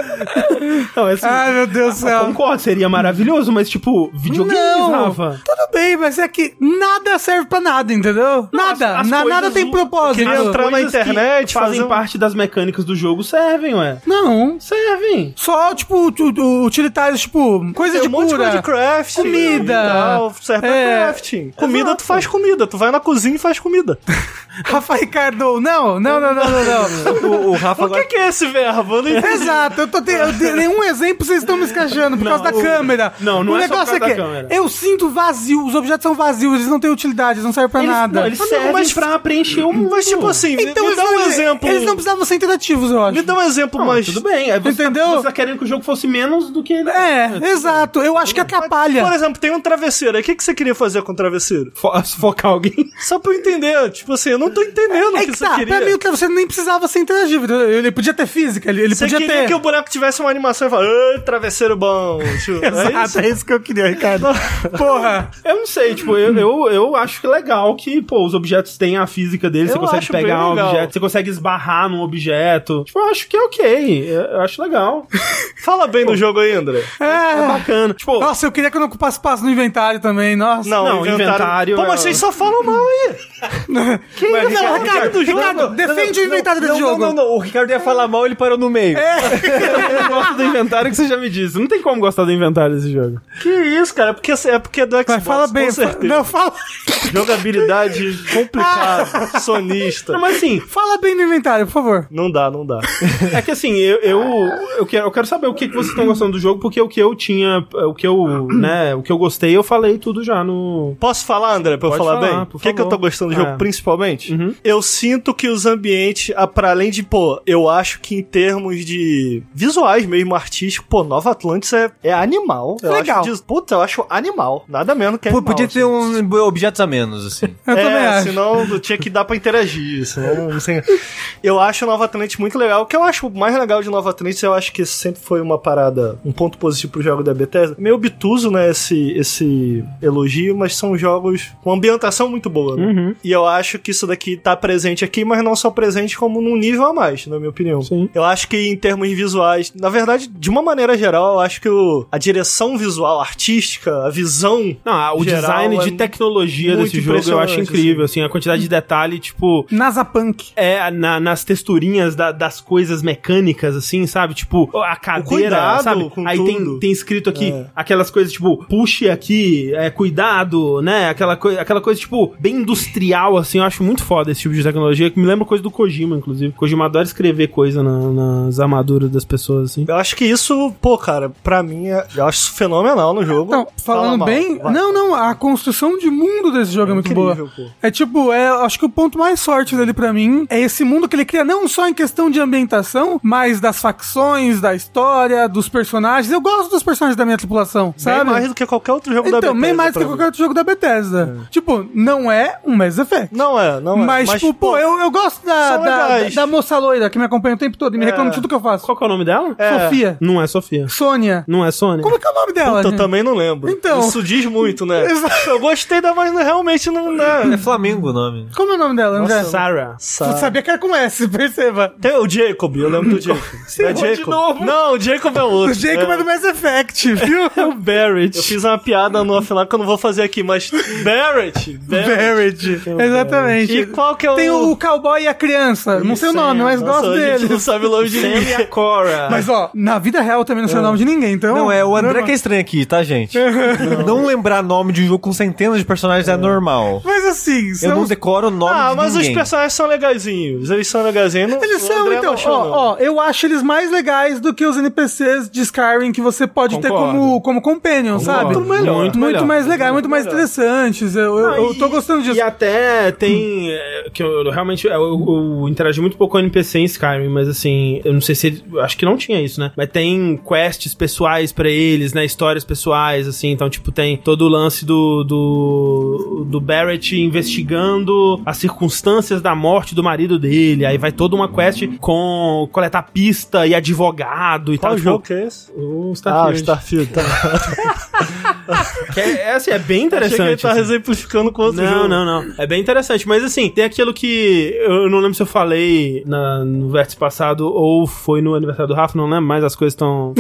[SPEAKER 1] Não, é assim,
[SPEAKER 2] Ai, meu Deus do
[SPEAKER 1] eu
[SPEAKER 2] céu.
[SPEAKER 1] concordo, seria maravilhoso, mas tipo, videogames, Rafa.
[SPEAKER 2] Tudo bem, mas é que nada serve pra nada, entendeu? nada,
[SPEAKER 1] as- as
[SPEAKER 2] na- nada
[SPEAKER 1] coisas
[SPEAKER 2] tem
[SPEAKER 1] u-
[SPEAKER 2] propósito.
[SPEAKER 4] queria entrar- na
[SPEAKER 1] Coisas que
[SPEAKER 4] internet,
[SPEAKER 1] fazem
[SPEAKER 4] fazer um-
[SPEAKER 1] parte das mecânicas do jogo servem, ué.
[SPEAKER 2] Não,
[SPEAKER 1] Servem.
[SPEAKER 2] só, tipo, tu- tu- utilitários, tipo, coisa
[SPEAKER 4] Tem
[SPEAKER 2] de
[SPEAKER 4] um monte de
[SPEAKER 2] cura.
[SPEAKER 4] coisa de crafting.
[SPEAKER 2] Comida.
[SPEAKER 4] e Tal, serve
[SPEAKER 2] É.
[SPEAKER 4] pra crafting. Comida,
[SPEAKER 1] Exato.
[SPEAKER 4] tu faz comida. Tu vai na cozinha e faz comida.
[SPEAKER 2] Rafa Ricardo, não, não, não, não, não, não.
[SPEAKER 3] O, o Rafa
[SPEAKER 4] o que,
[SPEAKER 3] agora.
[SPEAKER 4] que é esse verbo? Eu não entendi.
[SPEAKER 2] Exato, eu tô te, eu dei nenhum exemplo vocês estão me escajando por causa da
[SPEAKER 1] o-
[SPEAKER 2] câmera.
[SPEAKER 1] não, não
[SPEAKER 2] o
[SPEAKER 1] é só por
[SPEAKER 2] negócio
[SPEAKER 1] causa
[SPEAKER 2] que
[SPEAKER 1] da câmera.
[SPEAKER 2] Eu sinto vazio, os objetos são vazios, eles não têm utilidade, eles não servem pra
[SPEAKER 1] Eles,
[SPEAKER 2] nada.
[SPEAKER 1] não, eles
[SPEAKER 4] Ah, não,
[SPEAKER 1] servem
[SPEAKER 4] mas-
[SPEAKER 1] pra preencher um, o mundo.
[SPEAKER 4] Mas tipo assim,
[SPEAKER 2] então
[SPEAKER 4] me
[SPEAKER 2] eles
[SPEAKER 4] dá um
[SPEAKER 2] não,
[SPEAKER 4] exemplo.
[SPEAKER 2] eles não precisavam ser interativos, eu acho.
[SPEAKER 4] Me dá um exemplo
[SPEAKER 1] Não,
[SPEAKER 4] mais...
[SPEAKER 1] tudo bem. Aí você
[SPEAKER 2] Entendeu?
[SPEAKER 1] Tá, você tá querendo que o jogo fosse menos do que ele
[SPEAKER 2] É, exato, eu acho que atrapalha.
[SPEAKER 4] Por exemplo, tem um travesseiro. Aí o que, que você queria fazer com o travesseiro?
[SPEAKER 1] Fo- focar alguém.
[SPEAKER 4] Só pra eu entender. Tipo assim, eu não tô entendendo
[SPEAKER 2] É
[SPEAKER 4] o que,
[SPEAKER 2] que
[SPEAKER 4] você
[SPEAKER 2] tá,
[SPEAKER 4] queria.
[SPEAKER 2] pra mim o travesseiro nem precisava ser interativo. entendeu? Ele podia ter física, ele, ele
[SPEAKER 4] Você
[SPEAKER 2] podia
[SPEAKER 4] queria
[SPEAKER 2] ter.
[SPEAKER 4] que o boneco tivesse uma animação e falar, "Ê, travesseiro bom. tio." É isso?
[SPEAKER 2] Exato, é isso que eu queria, Ricardo. Porra.
[SPEAKER 1] Eu não sei, tipo, eu, eu, eu acho que é legal que, pô, os objetos têm a física deles,
[SPEAKER 4] Eu
[SPEAKER 1] você consegue
[SPEAKER 4] acho bem
[SPEAKER 1] pegar um
[SPEAKER 4] legal.
[SPEAKER 1] objeto, você consegue esbarrar num objeto. Tipo, eu acho que é ok. Eu, eu acho legal.
[SPEAKER 4] Fala bem do jogo aí, André.
[SPEAKER 1] É
[SPEAKER 2] É.
[SPEAKER 1] bacana. Tipo,
[SPEAKER 2] Nossa, eu queria que eu não ocupasse espaço no inventário também, nossa.
[SPEAKER 4] Não,
[SPEAKER 1] Não,
[SPEAKER 4] inventário.
[SPEAKER 1] inventário
[SPEAKER 4] Pô,
[SPEAKER 1] é-
[SPEAKER 4] mas vocês só falam mal
[SPEAKER 3] é
[SPEAKER 4] aí.
[SPEAKER 2] que
[SPEAKER 1] Mas,
[SPEAKER 2] não,
[SPEAKER 1] Ricardo,
[SPEAKER 2] Ricardo,
[SPEAKER 4] do jogo?
[SPEAKER 2] Ricardo, defende o inventário
[SPEAKER 3] não,
[SPEAKER 2] desse
[SPEAKER 3] não,
[SPEAKER 2] jogo. É.
[SPEAKER 3] Não, não, o Ricardo ia falar mal, ele parou no meio.
[SPEAKER 1] eu gosto do inventário que você já me disse. Não tem como gostar do inventário desse jogo.
[SPEAKER 4] Que isso, cara? É porque é, porque é do Xbox,
[SPEAKER 2] Mas fala bem,
[SPEAKER 4] com
[SPEAKER 2] fa-
[SPEAKER 4] certeza.
[SPEAKER 2] não, fala,
[SPEAKER 4] Jogabilidade complicada, sonista.
[SPEAKER 1] Não, mas assim,
[SPEAKER 2] fala bem do inventário, por favor.
[SPEAKER 4] Não dá, não dá.
[SPEAKER 1] É que assim, eu, eu, eu, quero, eu quero saber o que, que vocês estão gostando do jogo, porque o que eu tinha, o que eu, né, o que eu gostei, eu falei tudo já no.
[SPEAKER 4] Posso falar, André, pra eu
[SPEAKER 1] Pode
[SPEAKER 4] falar,
[SPEAKER 1] falar,
[SPEAKER 4] bem?
[SPEAKER 1] por
[SPEAKER 4] O que, que eu
[SPEAKER 1] favor.
[SPEAKER 4] tô gostando do jogo,
[SPEAKER 1] É.
[SPEAKER 4] principalmente?
[SPEAKER 1] Uhum.
[SPEAKER 4] Eu sinto que os ambientes, ah, pra além de, pô, eu acho que em termos de visuais mesmo, artístico, pô, Nova Atlantis é, é animal. Eu
[SPEAKER 2] Legal.
[SPEAKER 4] Acho, de- puta, eu acho animal. Nada menos que
[SPEAKER 3] Pô,
[SPEAKER 4] animal.
[SPEAKER 3] podia ter
[SPEAKER 4] assim.
[SPEAKER 3] um objetos a menos, assim.
[SPEAKER 2] Eu também
[SPEAKER 4] é,
[SPEAKER 2] acho.
[SPEAKER 4] senão não tinha que dar pra interagir, senão, assim, Eu acho Nova Atlantis muito legal. O que eu acho mais legal de Nova Atlantis, eu acho que sempre foi uma parada, um ponto positivo pro jogo da Bethesda. Meio obtuso, né, esse, esse elogio, mas são jogos com ambientação muito boa, né?
[SPEAKER 2] Uhum.
[SPEAKER 4] E eu acho que isso daqui tá presente aqui, mas não só presente como num nível a mais, na minha opinião.
[SPEAKER 1] Sim.
[SPEAKER 4] Eu acho que em termos visuais, na verdade, de uma maneira geral, eu acho que o, a direção visual, artística, a visão
[SPEAKER 1] Não, ah, o
[SPEAKER 4] Geral,
[SPEAKER 1] design de
[SPEAKER 4] é
[SPEAKER 1] tecnologia
[SPEAKER 4] muito
[SPEAKER 1] desse jogo eu acho
[SPEAKER 4] impressionante,
[SPEAKER 1] incrível, assim, a quantidade de detalhe, tipo,
[SPEAKER 2] NASA Punk.
[SPEAKER 1] é na- nas texturinhas da- das coisas mecânicas, assim, sabe? Tipo, a cadeira,
[SPEAKER 4] cuidado
[SPEAKER 1] sabe?
[SPEAKER 4] com
[SPEAKER 1] Aí
[SPEAKER 4] tudo.
[SPEAKER 1] tem, tem escrito aqui
[SPEAKER 4] É.
[SPEAKER 1] aquelas coisas, tipo, puxe aqui, é, cuidado, né? Aquela, coi aquela coisa, tipo, bem industrial, assim. Eu acho muito foda esse tipo de tecnologia, que me lembra coisa do Kojima, inclusive. Kojima adora escrever coisa na- nas armaduras das pessoas, assim.
[SPEAKER 4] Eu acho que isso, pô, cara, pra mim, é- eu acho isso fenomenal no jogo.
[SPEAKER 2] Então,
[SPEAKER 4] Fala
[SPEAKER 2] falando
[SPEAKER 4] mal,
[SPEAKER 2] bem.
[SPEAKER 4] vai.
[SPEAKER 2] Não, não, a construção de mundo desse jogo é, muito boa.
[SPEAKER 4] incrível, pô.
[SPEAKER 2] É tipo, é, acho que o ponto mais forte dele pra mim é esse mundo que ele cria não só em questão de ambientação, mas das facções, da história, dos personagens. Eu gosto dos personagens da minha tripulação, sabe?
[SPEAKER 4] Bem mais do que qualquer outro jogo da
[SPEAKER 2] então,
[SPEAKER 4] Bethesda.
[SPEAKER 2] bem mais do que
[SPEAKER 4] pra mim.
[SPEAKER 2] qualquer outro jogo da Bethesda. Tipo, não é um Mass Effect.
[SPEAKER 4] Não é, não é.
[SPEAKER 2] Mas, tipo, pô, eu, eu gosto da,
[SPEAKER 4] são
[SPEAKER 2] da,
[SPEAKER 4] legais.
[SPEAKER 2] da moça loira que me acompanha o tempo todo e me
[SPEAKER 4] É.
[SPEAKER 2] reclama de tudo que eu faço.
[SPEAKER 1] Qual que é o nome dela?
[SPEAKER 4] É.
[SPEAKER 2] Sofia.
[SPEAKER 1] Não é Sofia.
[SPEAKER 2] Sônia.
[SPEAKER 1] Não é Sônia?
[SPEAKER 2] Como é que é o nome dela?
[SPEAKER 4] Puta, eu
[SPEAKER 2] gente?
[SPEAKER 4] também não lembro.
[SPEAKER 2] Então.
[SPEAKER 4] Isso diz muito, né? eu gostei da, mas realmente não né?
[SPEAKER 3] É
[SPEAKER 4] dá.
[SPEAKER 3] Flamengo o nome.
[SPEAKER 2] Como é o nome dela, André?
[SPEAKER 1] Sarah.
[SPEAKER 2] Você sabia que era com S, perceba.
[SPEAKER 4] Tem o Jacob, eu lembro do Jacob.
[SPEAKER 2] Você errou de novo.
[SPEAKER 4] Não, o Jacob é outro.
[SPEAKER 2] O Jacob é do Mass Effect,
[SPEAKER 4] É
[SPEAKER 2] viu?
[SPEAKER 4] o Barrett. Eu fiz uma piada no offline que eu não vou fazer aqui, mas. Barrett! Barrett.
[SPEAKER 2] Barrett. Exatamente.
[SPEAKER 4] E qual que é o.
[SPEAKER 2] Tem o cowboy e a criança. Não sei o nome, mas
[SPEAKER 4] Nossa,
[SPEAKER 2] gosto
[SPEAKER 4] a gente
[SPEAKER 2] dele.
[SPEAKER 4] não sabe o nome de
[SPEAKER 1] Sam e
[SPEAKER 4] ninguém.
[SPEAKER 1] a Cora.
[SPEAKER 2] Mas ó, na vida real também não sei o nome de ninguém, então.
[SPEAKER 3] Não, é o André
[SPEAKER 2] normal.
[SPEAKER 3] que é estranho aqui, tá, gente? Não lembrar nome de um jogo com centenas de personagens é normal.
[SPEAKER 2] Mas assim,
[SPEAKER 3] Eu não
[SPEAKER 2] são.
[SPEAKER 3] decoro o nome
[SPEAKER 4] Ah,
[SPEAKER 3] de
[SPEAKER 4] mas
[SPEAKER 3] ninguém.
[SPEAKER 4] os personagens são legazinhos. Eles são legazinhos. não-
[SPEAKER 2] Eles
[SPEAKER 4] o
[SPEAKER 2] são,
[SPEAKER 4] André é
[SPEAKER 2] então,
[SPEAKER 4] não achou, não.
[SPEAKER 2] ó, ó, eu acho eles mais legais do que os NPCs de Skyrim que você pode ter
[SPEAKER 1] Concordo.
[SPEAKER 2] como, como companion, sabe?
[SPEAKER 1] Muito melhor.
[SPEAKER 2] Muito,
[SPEAKER 1] melhor.
[SPEAKER 2] mais legais, muito, mais
[SPEAKER 4] melhor.
[SPEAKER 2] interessantes. Eu, eu,
[SPEAKER 1] Não,
[SPEAKER 2] eu
[SPEAKER 1] e-
[SPEAKER 2] tô gostando disso.
[SPEAKER 1] E até tem. é, que eu, eu realmente. Eu, eu interagi muito pouco com NPC em Skyrim, mas assim. Eu não sei se. ele- eu Acho que não tinha isso, né? Mas tem quests pessoais pra eles, né? Histórias pessoais, assim. Então, tipo, tem todo o lance do. Do, do Barrett investigando as circunstâncias da morte do marido dele. Aí vai toda uma quest com coletar pista e advogado e
[SPEAKER 4] Qual
[SPEAKER 1] tal. tipo,
[SPEAKER 4] jogo que é esse?
[SPEAKER 1] O
[SPEAKER 4] Ah, o
[SPEAKER 1] Starfield.
[SPEAKER 4] Starfield. Tá.
[SPEAKER 1] Que é, é, assim, é bem
[SPEAKER 4] Achei que ele
[SPEAKER 1] interessante.
[SPEAKER 4] tava
[SPEAKER 1] assim.
[SPEAKER 4] exemplificando com outro
[SPEAKER 1] Não,
[SPEAKER 4] jogo.
[SPEAKER 1] não, não. É bem interessante. Mas assim, tem aquilo que. Eu não lembro se eu falei na- no vértice passado ou foi no aniversário do Rafa, não lembro, mas as coisas estão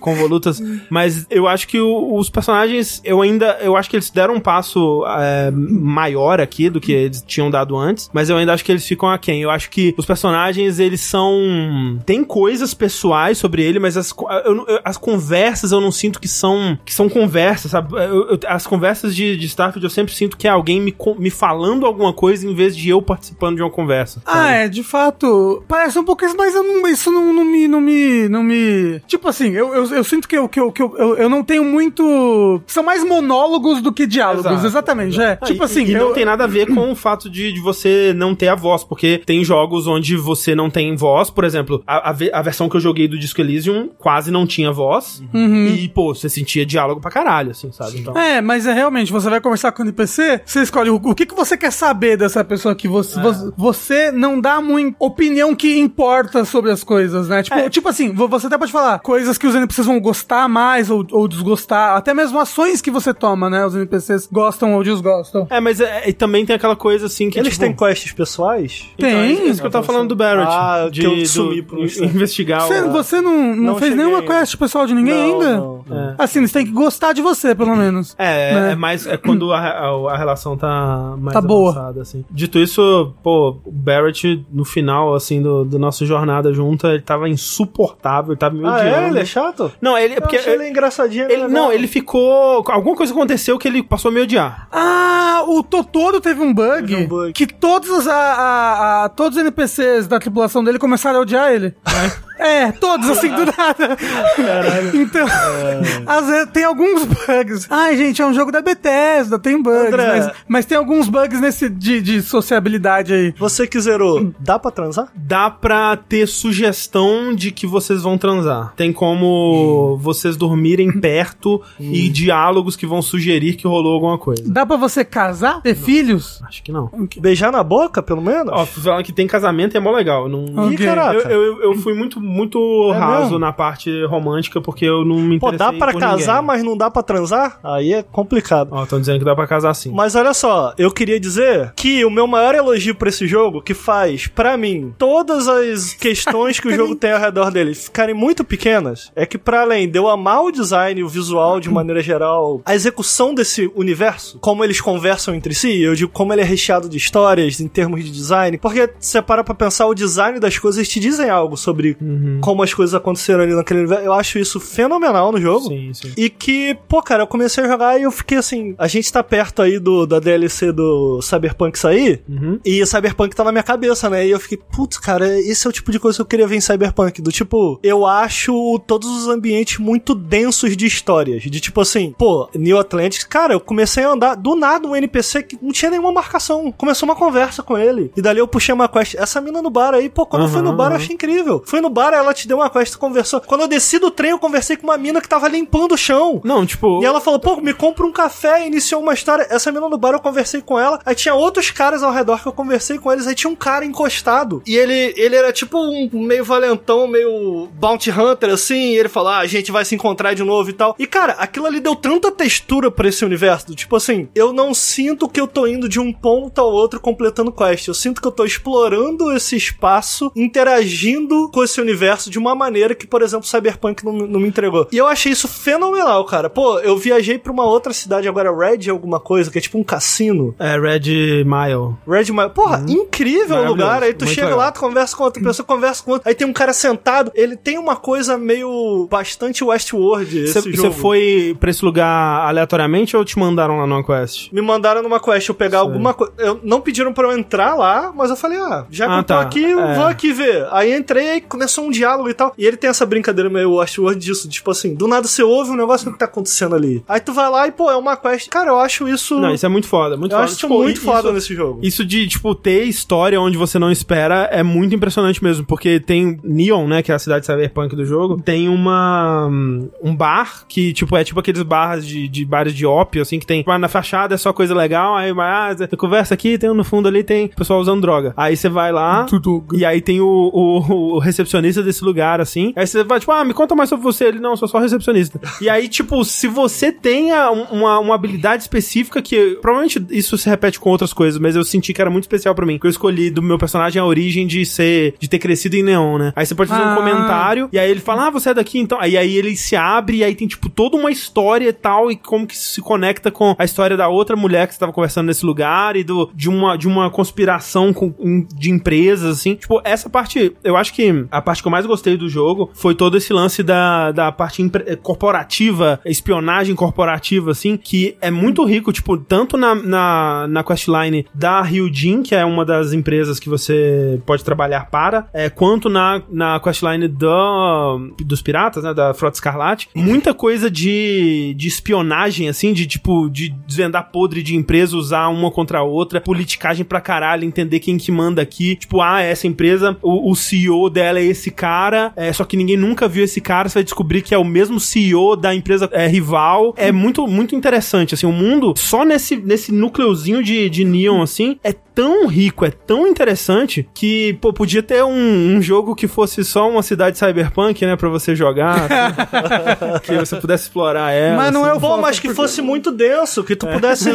[SPEAKER 1] convolutas. Mas eu acho que o- os personagens, eu ainda. Eu acho que eles deram um passo é, maior aqui do que eles tinham dado antes. Mas eu ainda acho que eles ficam aquém. Eu acho que os personagens, eles são. Tem coisas pessoais sobre ele, mas as, co- eu não- eu- as conversas eu não sinto que são. Que são conversas, sabe? Eu- eu- as conversas de, de Starfield eu sempre sinto que é alguém me, co- me falando alguma coisa em vez de eu participando de uma conversa.
[SPEAKER 2] Ah, é, de fato. Parece um pouco isso, mas eu não- isso não, não me, não me. não me. Tipo assim, eu, eu, eu sinto que, eu, que, eu, que eu, eu, eu não tenho muito. São mais monólogos do que diálogos,
[SPEAKER 1] Exato,
[SPEAKER 2] exatamente. É.
[SPEAKER 1] Ah,
[SPEAKER 2] Tipo
[SPEAKER 1] e-
[SPEAKER 2] assim,
[SPEAKER 1] e
[SPEAKER 2] eu,
[SPEAKER 1] não tem nada a ver com o fato de, de você não ter a voz, porque tem jogos onde você não tem voz, por exemplo, a, a, ve- a versão que eu joguei do Disco Elysium quase não tinha voz,
[SPEAKER 2] Uhum.
[SPEAKER 1] e, pô, você sentia diálogo pra caralho, assim, sabe? Então,
[SPEAKER 2] É, mas é realmente, você vai conversar com o NPC, você escolhe o, o que, que você quer saber dessa pessoa que você, vo- você não dá muito opinião que importa sobre as coisas, né?
[SPEAKER 1] É.
[SPEAKER 2] Tipo, tipo assim, vo- você até pode falar coisas que os NPCs vão gostar mais ou, ou desgostar, até mesmo ações que você toma, né? Os NPCs gostam ou desgostam.
[SPEAKER 1] é, mas é- é- e também tem aquela coisa, assim, que,
[SPEAKER 4] Eles
[SPEAKER 1] tipo,
[SPEAKER 4] têm quests pessoais?
[SPEAKER 1] Então,
[SPEAKER 2] Tem?
[SPEAKER 1] é isso que eu tava falando do Barrett.
[SPEAKER 4] Ah, que eu
[SPEAKER 1] do-
[SPEAKER 4] sumi por um
[SPEAKER 1] in-
[SPEAKER 4] instante.
[SPEAKER 1] Investigar
[SPEAKER 2] Você,
[SPEAKER 1] o...
[SPEAKER 2] você não, não,
[SPEAKER 4] Não
[SPEAKER 2] fez
[SPEAKER 4] cheguei
[SPEAKER 2] nenhuma
[SPEAKER 4] ainda.
[SPEAKER 2] quest pessoal de ninguém
[SPEAKER 4] Não,
[SPEAKER 2] ainda?
[SPEAKER 4] não, não.
[SPEAKER 2] Assim, eles têm que gostar de você, pelo menos.
[SPEAKER 1] É,
[SPEAKER 2] Né?
[SPEAKER 1] é mais é quando a, a- a relação tá mais
[SPEAKER 2] Tá boa.
[SPEAKER 1] avançada, assim. Dito isso, pô, o Barrett, no final, assim, do, do nossa jornada junta, ele tava insuportável, ele tava meio
[SPEAKER 4] Ah, é? Ele é chato?
[SPEAKER 1] Não, ele é porque.
[SPEAKER 4] eu achei ele engraçadinho. né?
[SPEAKER 1] ele-
[SPEAKER 4] legal.
[SPEAKER 1] não, ele ficou. Alguma coisa aconteceu que ele passou a me odiar.
[SPEAKER 2] Ah, o Totoro teve um bug,
[SPEAKER 4] Teve um bug.
[SPEAKER 2] que todos os, a, a- a- todos os NPCs da tripulação dele começaram a odiar ele. É, todos, assim, do nada. Então,
[SPEAKER 4] É.
[SPEAKER 2] às vezes tem alguns bugs. Ai, gente, é um jogo da Bethesda, tem bugs,
[SPEAKER 4] André.
[SPEAKER 2] mas, mas tem alguns bugs nesse de, de sociabilidade aí.
[SPEAKER 4] Você que zerou, dá pra transar?
[SPEAKER 1] Dá pra ter sugestão de que vocês vão transar. Tem como vocês dormirem perto
[SPEAKER 2] Hum.
[SPEAKER 1] e diálogos que vão sugerir que rolou alguma coisa.
[SPEAKER 2] Dá pra você casar, ter filhos?
[SPEAKER 1] Acho que não.
[SPEAKER 4] Beijar na boca, pelo menos?
[SPEAKER 1] Ó, falando que tem casamento e é mó legal. Não,
[SPEAKER 2] Ah, ok.
[SPEAKER 4] Ih,
[SPEAKER 1] Eu,
[SPEAKER 4] caraca.
[SPEAKER 1] eu, eu fui muito, muito
[SPEAKER 4] É
[SPEAKER 1] raso
[SPEAKER 4] mesmo?
[SPEAKER 1] na parte romântica, porque eu não me
[SPEAKER 4] Pô,
[SPEAKER 1] interessei
[SPEAKER 4] dá pra
[SPEAKER 1] por
[SPEAKER 4] casar,
[SPEAKER 1] ninguém.
[SPEAKER 4] mas não dá pra transar? Aí é complicado.
[SPEAKER 1] Ó, estão dizendo que dá pra casar sim.
[SPEAKER 4] Mas olha só, eu queria dizer que o meu maior elogio pra esse jogo, que faz, pra mim, todas as questões que o jogo tem ao redor dele ficarem muito pequenas, é que pra além de eu amar o design, o visual de maneira geral, a execução desse universo, como eles conversam entre si, eu digo como ele é recheado de histórias em termos de design, porque você para pra pensar, o design das coisas te dizem algo sobre como as coisas aconteceram ali naquele universo. Eu acho isso fenomenal no jogo.
[SPEAKER 1] Sim, sim.
[SPEAKER 4] E que, pô, cara, eu comecei a jogar e eu fiquei assim, a gente tá perto aí do da DLC do Cyberpunk sair, e o Cyberpunk tá na minha cabeça, né? E eu fiquei, putz, cara, esse é o tipo de coisa que eu queria ver em Cyberpunk, do tipo, eu acho todos os ambientes muito densos de histórias, de tipo assim, pô, New Atlantis, cara, eu comecei a andar do nada um NPC que não tinha nenhuma marcação, começou uma conversa com ele, e dali eu puxei uma quest, essa mina no bar aí, pô, quando eu fui no
[SPEAKER 1] Aham,
[SPEAKER 4] bar eu
[SPEAKER 1] aham.
[SPEAKER 4] achei incrível, fui no bar Cara, ela te deu uma quest, tu conversou. Quando eu desci do trem, eu conversei com uma mina que tava limpando o chão.
[SPEAKER 1] Não, tipo.
[SPEAKER 4] E ela falou, pô, me compra um café, e iniciou uma história. Essa mina no bar, eu conversei com ela. Aí tinha outros caras ao redor que eu conversei com eles. Aí tinha um cara encostado. E ele, ele era tipo um meio valentão, meio bounty hunter, assim. E ele falou, ah, a gente vai se encontrar de novo e tal. E cara, aquilo ali deu tanta textura pra esse universo. do Tipo assim, eu não sinto que eu tô indo de um ponto ao outro completando quest. Eu sinto que eu tô explorando esse espaço, interagindo com esse universo de uma maneira que, por exemplo, Cyberpunk não, não me entregou. E eu achei isso fenomenal, cara. Pô, eu viajei pra uma outra cidade agora, Red alguma coisa, que é tipo um cassino.
[SPEAKER 1] É, Red Mile.
[SPEAKER 4] Red Mile. Porra, incrível o
[SPEAKER 1] Uhum. Maravilhoso.
[SPEAKER 4] lugar. Aí tu
[SPEAKER 3] Muito
[SPEAKER 4] chega
[SPEAKER 3] legal.
[SPEAKER 4] lá, tu conversa com outra pessoa, conversa com outra. Aí tem um cara sentado. Ele tem uma coisa meio bastante Westworld esse
[SPEAKER 1] Você
[SPEAKER 4] jogo.
[SPEAKER 1] foi pra esse lugar aleatoriamente ou te mandaram lá no quest?
[SPEAKER 4] Me mandaram numa quest eu pegar alguma coisa. Não pediram pra eu entrar lá, mas eu falei, ah, já que
[SPEAKER 1] Ah,
[SPEAKER 4] eu tô
[SPEAKER 1] tá.
[SPEAKER 4] aqui, eu
[SPEAKER 1] É.
[SPEAKER 4] vou aqui ver. Aí entrei, aí começou um diálogo e tal. E ele tem essa brincadeira meio Westworld disso, tipo assim, do nada você ouve um negócio, o que tá acontecendo ali? Aí tu vai lá e, pô, é uma quest. Cara, eu acho isso...
[SPEAKER 1] Não, isso é muito foda, muito
[SPEAKER 4] eu
[SPEAKER 1] foda.
[SPEAKER 4] acho isso
[SPEAKER 1] Tipo,
[SPEAKER 4] muito
[SPEAKER 1] i-
[SPEAKER 4] foda
[SPEAKER 1] isso-
[SPEAKER 4] nesse jogo.
[SPEAKER 1] Isso de, tipo, ter história onde você não espera é muito impressionante mesmo, porque tem Neon, né, que é a cidade cyberpunk do jogo, tem uma... um bar que, tipo, é tipo aqueles bars de, de bares de ópio, assim, que tem ah, na fachada é só coisa legal, aí vai, ah, você conversa aqui, tem um no fundo ali, tem pessoal usando droga. Aí você vai lá...
[SPEAKER 2] Tudo.
[SPEAKER 1] E aí tem o, o- o recepcionista desse lugar, assim. Aí você vai, tipo, ah, me conta mais sobre você. Ele, não, eu sou só recepcionista. e aí, tipo, se você tem a- um- uma, uma habilidade específica que... Provavelmente isso se repete com outras coisas, mas eu senti que era muito especial pra mim. Que eu escolhi do meu personagem a origem de ser... De ter crescido em neon, né? Aí você pode fazer
[SPEAKER 2] Ah.
[SPEAKER 1] um comentário, e aí ele fala, ah, você é daqui, então... Aí, aí ele se abre, e aí tem, tipo, toda uma história e tal, e como que isso se conecta com a história da outra mulher que você tava conversando nesse lugar, e do, de, uma, de uma conspiração com, em- de empresas, assim. Tipo, essa parte, eu acho que a parte que eu mais gostei do jogo foi todo esse lance da, da parte impre- eh, corporativa, espionagem corporativa, assim, que é muito rico, tipo, tanto na, na, na questline da Ryujin, que é uma das empresas que você pode trabalhar para, é, quanto na, na questline da, dos piratas, né, da Frota Escarlate, muita coisa de, de espionagem, assim, de tipo, de desvendar podre de empresa, usar uma contra a outra, politicagem pra caralho, entender quem que manda aqui, tipo, ah, essa empresa, o, o CEO dela é esse cara, é, só que ninguém nunca viu esse cara, você vai descobrir que é o mesmo CEO da empresa é, rival, é muito, muito interessante, assim, o mundo, só nesse, nesse núcleozinho de, de Neon, assim, é tão rico, é tão interessante que, pô, podia ter um, um jogo que fosse só uma cidade cyberpunk, né, pra você jogar, assim, que você pudesse explorar ela. assim.
[SPEAKER 2] Mas não é o
[SPEAKER 4] Pô,
[SPEAKER 2] foco,
[SPEAKER 4] mas que
[SPEAKER 2] porque-
[SPEAKER 4] fosse muito denso, que tu pudesse,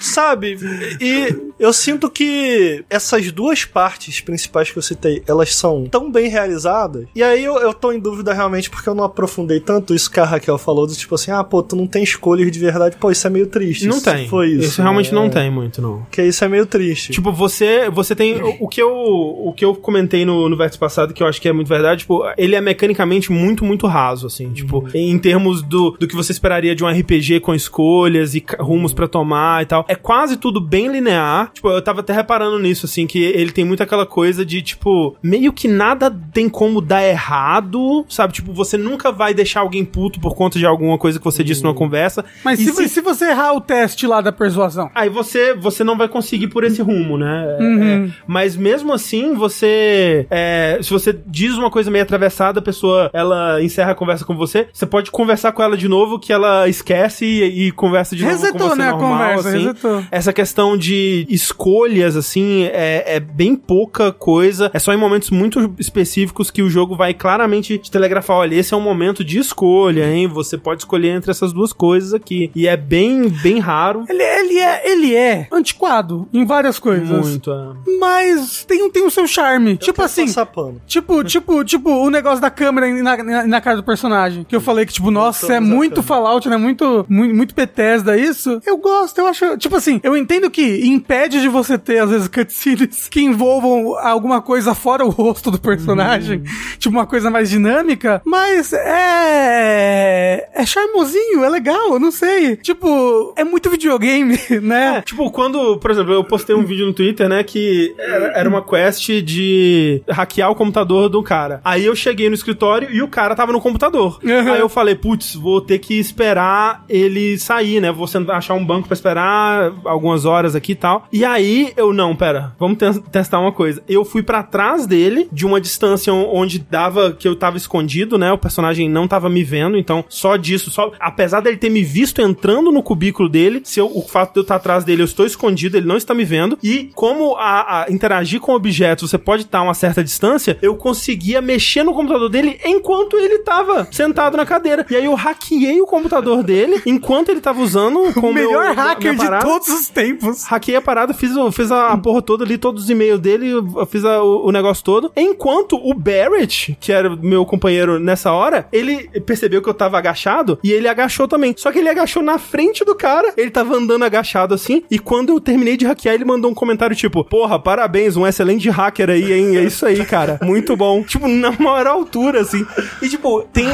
[SPEAKER 4] sabe? E eu sinto que essas duas partes principais que eu citei, elas são tão bem realizadas. E aí eu, eu tô em dúvida realmente porque eu não aprofundei tanto isso que a Raquel falou, do tipo assim, ah, pô, tu não tem escolhas de verdade. Pô, isso é meio triste.
[SPEAKER 1] Não
[SPEAKER 4] se
[SPEAKER 1] tem.
[SPEAKER 4] Foi isso.
[SPEAKER 1] isso realmente
[SPEAKER 4] né?
[SPEAKER 1] não tem muito, não.
[SPEAKER 4] Porque isso é meio triste.
[SPEAKER 1] Tipo, você, você tem. O, o que eu, o que eu comentei no, no verso passado, que eu acho que é muito verdade, tipo, ele é mecanicamente muito, muito raso, assim. Tipo,
[SPEAKER 2] Uhum.
[SPEAKER 1] em termos do, do que você esperaria de um RPG com escolhas e ca- rumos pra tomar e tal. É quase tudo bem linear. Tipo, eu tava até reparando nisso, assim, que ele tem muito aquela coisa de, tipo, meio que nada tem como dar errado, sabe? Tipo, você nunca vai deixar alguém puto por conta de alguma coisa que você disse numa conversa.
[SPEAKER 2] Uhum. Mas
[SPEAKER 1] E
[SPEAKER 2] se, se você errar o teste lá da persuasão?
[SPEAKER 1] Aí você, você não vai conseguir por esse rumo, né? É,
[SPEAKER 2] Uhum.
[SPEAKER 1] é. mas mesmo assim, você. é, se você diz uma coisa meio atravessada, a pessoa ela encerra a conversa com você, você pode conversar com ela de novo, que ela esquece e, e conversa de novo com
[SPEAKER 2] Resetou,
[SPEAKER 1] você
[SPEAKER 2] né, a
[SPEAKER 1] normal,
[SPEAKER 2] conversa,
[SPEAKER 1] assim.
[SPEAKER 2] resetou.
[SPEAKER 1] Essa questão de escolhas, assim, é, é bem pouca coisa. É só em momentos muito específicos que o jogo vai claramente te telegrafar: olha, esse é um momento de escolha, hein? Você pode escolher entre essas duas coisas aqui. E é bem, bem raro.
[SPEAKER 2] Ele, ele é, ele é antiquado em várias coisas.
[SPEAKER 1] Muito, é.
[SPEAKER 2] Mas tem, um- tem o seu charme. tipo assim,
[SPEAKER 4] Passar pano.
[SPEAKER 2] Tipo, tipo, tipo, o negócio da câmera na, na, na cara do personagem. Que eu falei que, tipo, nossa, é
[SPEAKER 4] Voltamos à
[SPEAKER 2] muito
[SPEAKER 4] câmera.
[SPEAKER 2] Fallout, né? Muito, muito, muito Bethesda isso. Eu gosto, eu acho. Tipo assim, eu entendo que impede de você ter, às vezes, cutscenes que envolvam alguma coisa fora o rosto do personagem. Tipo, uma coisa mais dinâmica. Mas é. É charmosinho, é legal, eu não sei. Tipo, é muito videogame, né?
[SPEAKER 1] Tipo, quando, por exemplo, eu postei um vídeo no Twitter, né, que era era uma quest de hackear o computador do cara. Aí eu cheguei no escritório e o cara tava no computador.
[SPEAKER 2] Uhum.
[SPEAKER 1] Aí eu falei, putz, vou ter que esperar ele sair, né? Vou sentar- achar um banco pra esperar algumas horas aqui e tal. E aí eu, não, pera, vamos ten- testar uma coisa. Eu fui pra trás dele, de uma distância on- onde dava que eu tava escondido, né? O personagem não tava me vendo, então só disso, só apesar dele ter me visto entrando no cubículo dele, se eu- o fato de eu estar atrás dele, eu estou escondido, ele não está me vendo. E como a, a interagir com objetos, você pode estar a uma certa distância, eu conseguia mexer no computador dele enquanto ele estava sentado na cadeira. E aí eu hackeei o computador dele enquanto ele estava usando com
[SPEAKER 2] O melhor
[SPEAKER 1] É, meu,
[SPEAKER 2] hacker
[SPEAKER 1] minha
[SPEAKER 2] de
[SPEAKER 1] parada.
[SPEAKER 2] todos os tempos.
[SPEAKER 1] Hackei a parada, fiz, o- fiz a porra toda, li todos os e-mails dele, eu fiz a- o, o negócio todo. Enquanto o Barrett, que era o meu companheiro nessa hora, ele percebeu que eu tava agachado e ele agachou também. Só que ele agachou na frente do cara, ele tava andando agachado assim. E quando eu terminei de hackear, ele mandou um comentário tipo: Porra, parabéns, um excelente hacker aí, hein? É isso aí, cara. Muito bom. Tipo, na maior altura, assim. E tipo, tem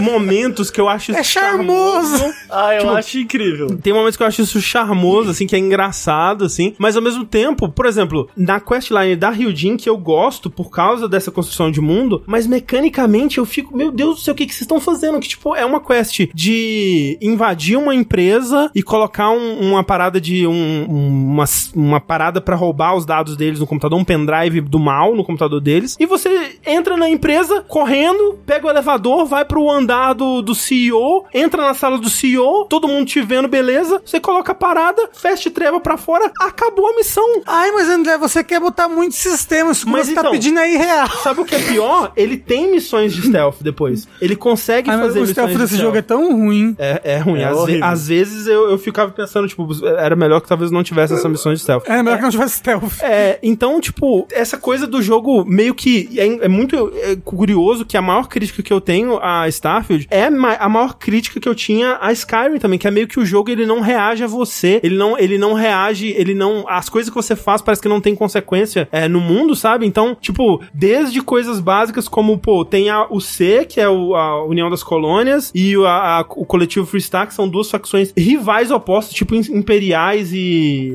[SPEAKER 1] momentos que eu acho.
[SPEAKER 2] É charmoso.
[SPEAKER 4] Ah, eu
[SPEAKER 1] Tipo,
[SPEAKER 4] acho incrível.
[SPEAKER 1] tem momentos que eu acho isso charmoso, assim, que é engraçado, assim. Mas ao mesmo tempo, por exemplo, na questline da Ryujin, que eu gosto por causa dessa construção de mundo, mas mecanicamente eu fico, meu Deus do céu, o que, que vocês estão fazendo? Que, tipo, é uma quest de invadir uma empresa e colocar um- uma parada de. um- uma, uma parada pra roubar os dados deles no computador, um pendrive do mal no computador deles. E você entra na empresa correndo, pega o elevador, vai pro andar do, do CEO, entra na sala do CEO, todo mundo te vendo, beleza. Você coloca a parada, fecha e treva pra fora, acabou a missão.
[SPEAKER 2] Ai, mas André, você quer botar muito sistema, isso que
[SPEAKER 1] Mas
[SPEAKER 2] você tá
[SPEAKER 1] então-
[SPEAKER 2] pedindo é irreal.
[SPEAKER 1] Sabe o que é pior? Ele tem missões de stealth depois. Ele consegue
[SPEAKER 2] Ai, mas
[SPEAKER 1] fazer
[SPEAKER 2] o
[SPEAKER 1] missões
[SPEAKER 2] stealth
[SPEAKER 1] de
[SPEAKER 2] desse
[SPEAKER 1] stealth.
[SPEAKER 2] jogo é tão ruim.
[SPEAKER 1] É, é ruim.
[SPEAKER 4] É
[SPEAKER 1] às, ve-
[SPEAKER 4] horrível.
[SPEAKER 1] às vezes eu, eu ficava pensando, tipo, era melhor que talvez não tivesse essa missão de stealth.
[SPEAKER 2] É, melhor que não tivesse stealth.
[SPEAKER 1] É, então, tipo, essa coisa do jogo meio que. É, é muito é, curioso que a maior crítica que eu tenho a Starfield é ma- a maior crítica que eu tinha a Skyrim também, que é meio que o jogo ele não reage a você, ele não, ele não reage, ele não. As coisas que você faz parece que não tem consequência é, no mundo, sabe? Então, tipo, desde coisas básicas como, pô, tem a, o C, que é o- a União das Colônias, e o, a- a- o coletivo Freestar, que são duas facções rivais opostas, tipo im- imperiais e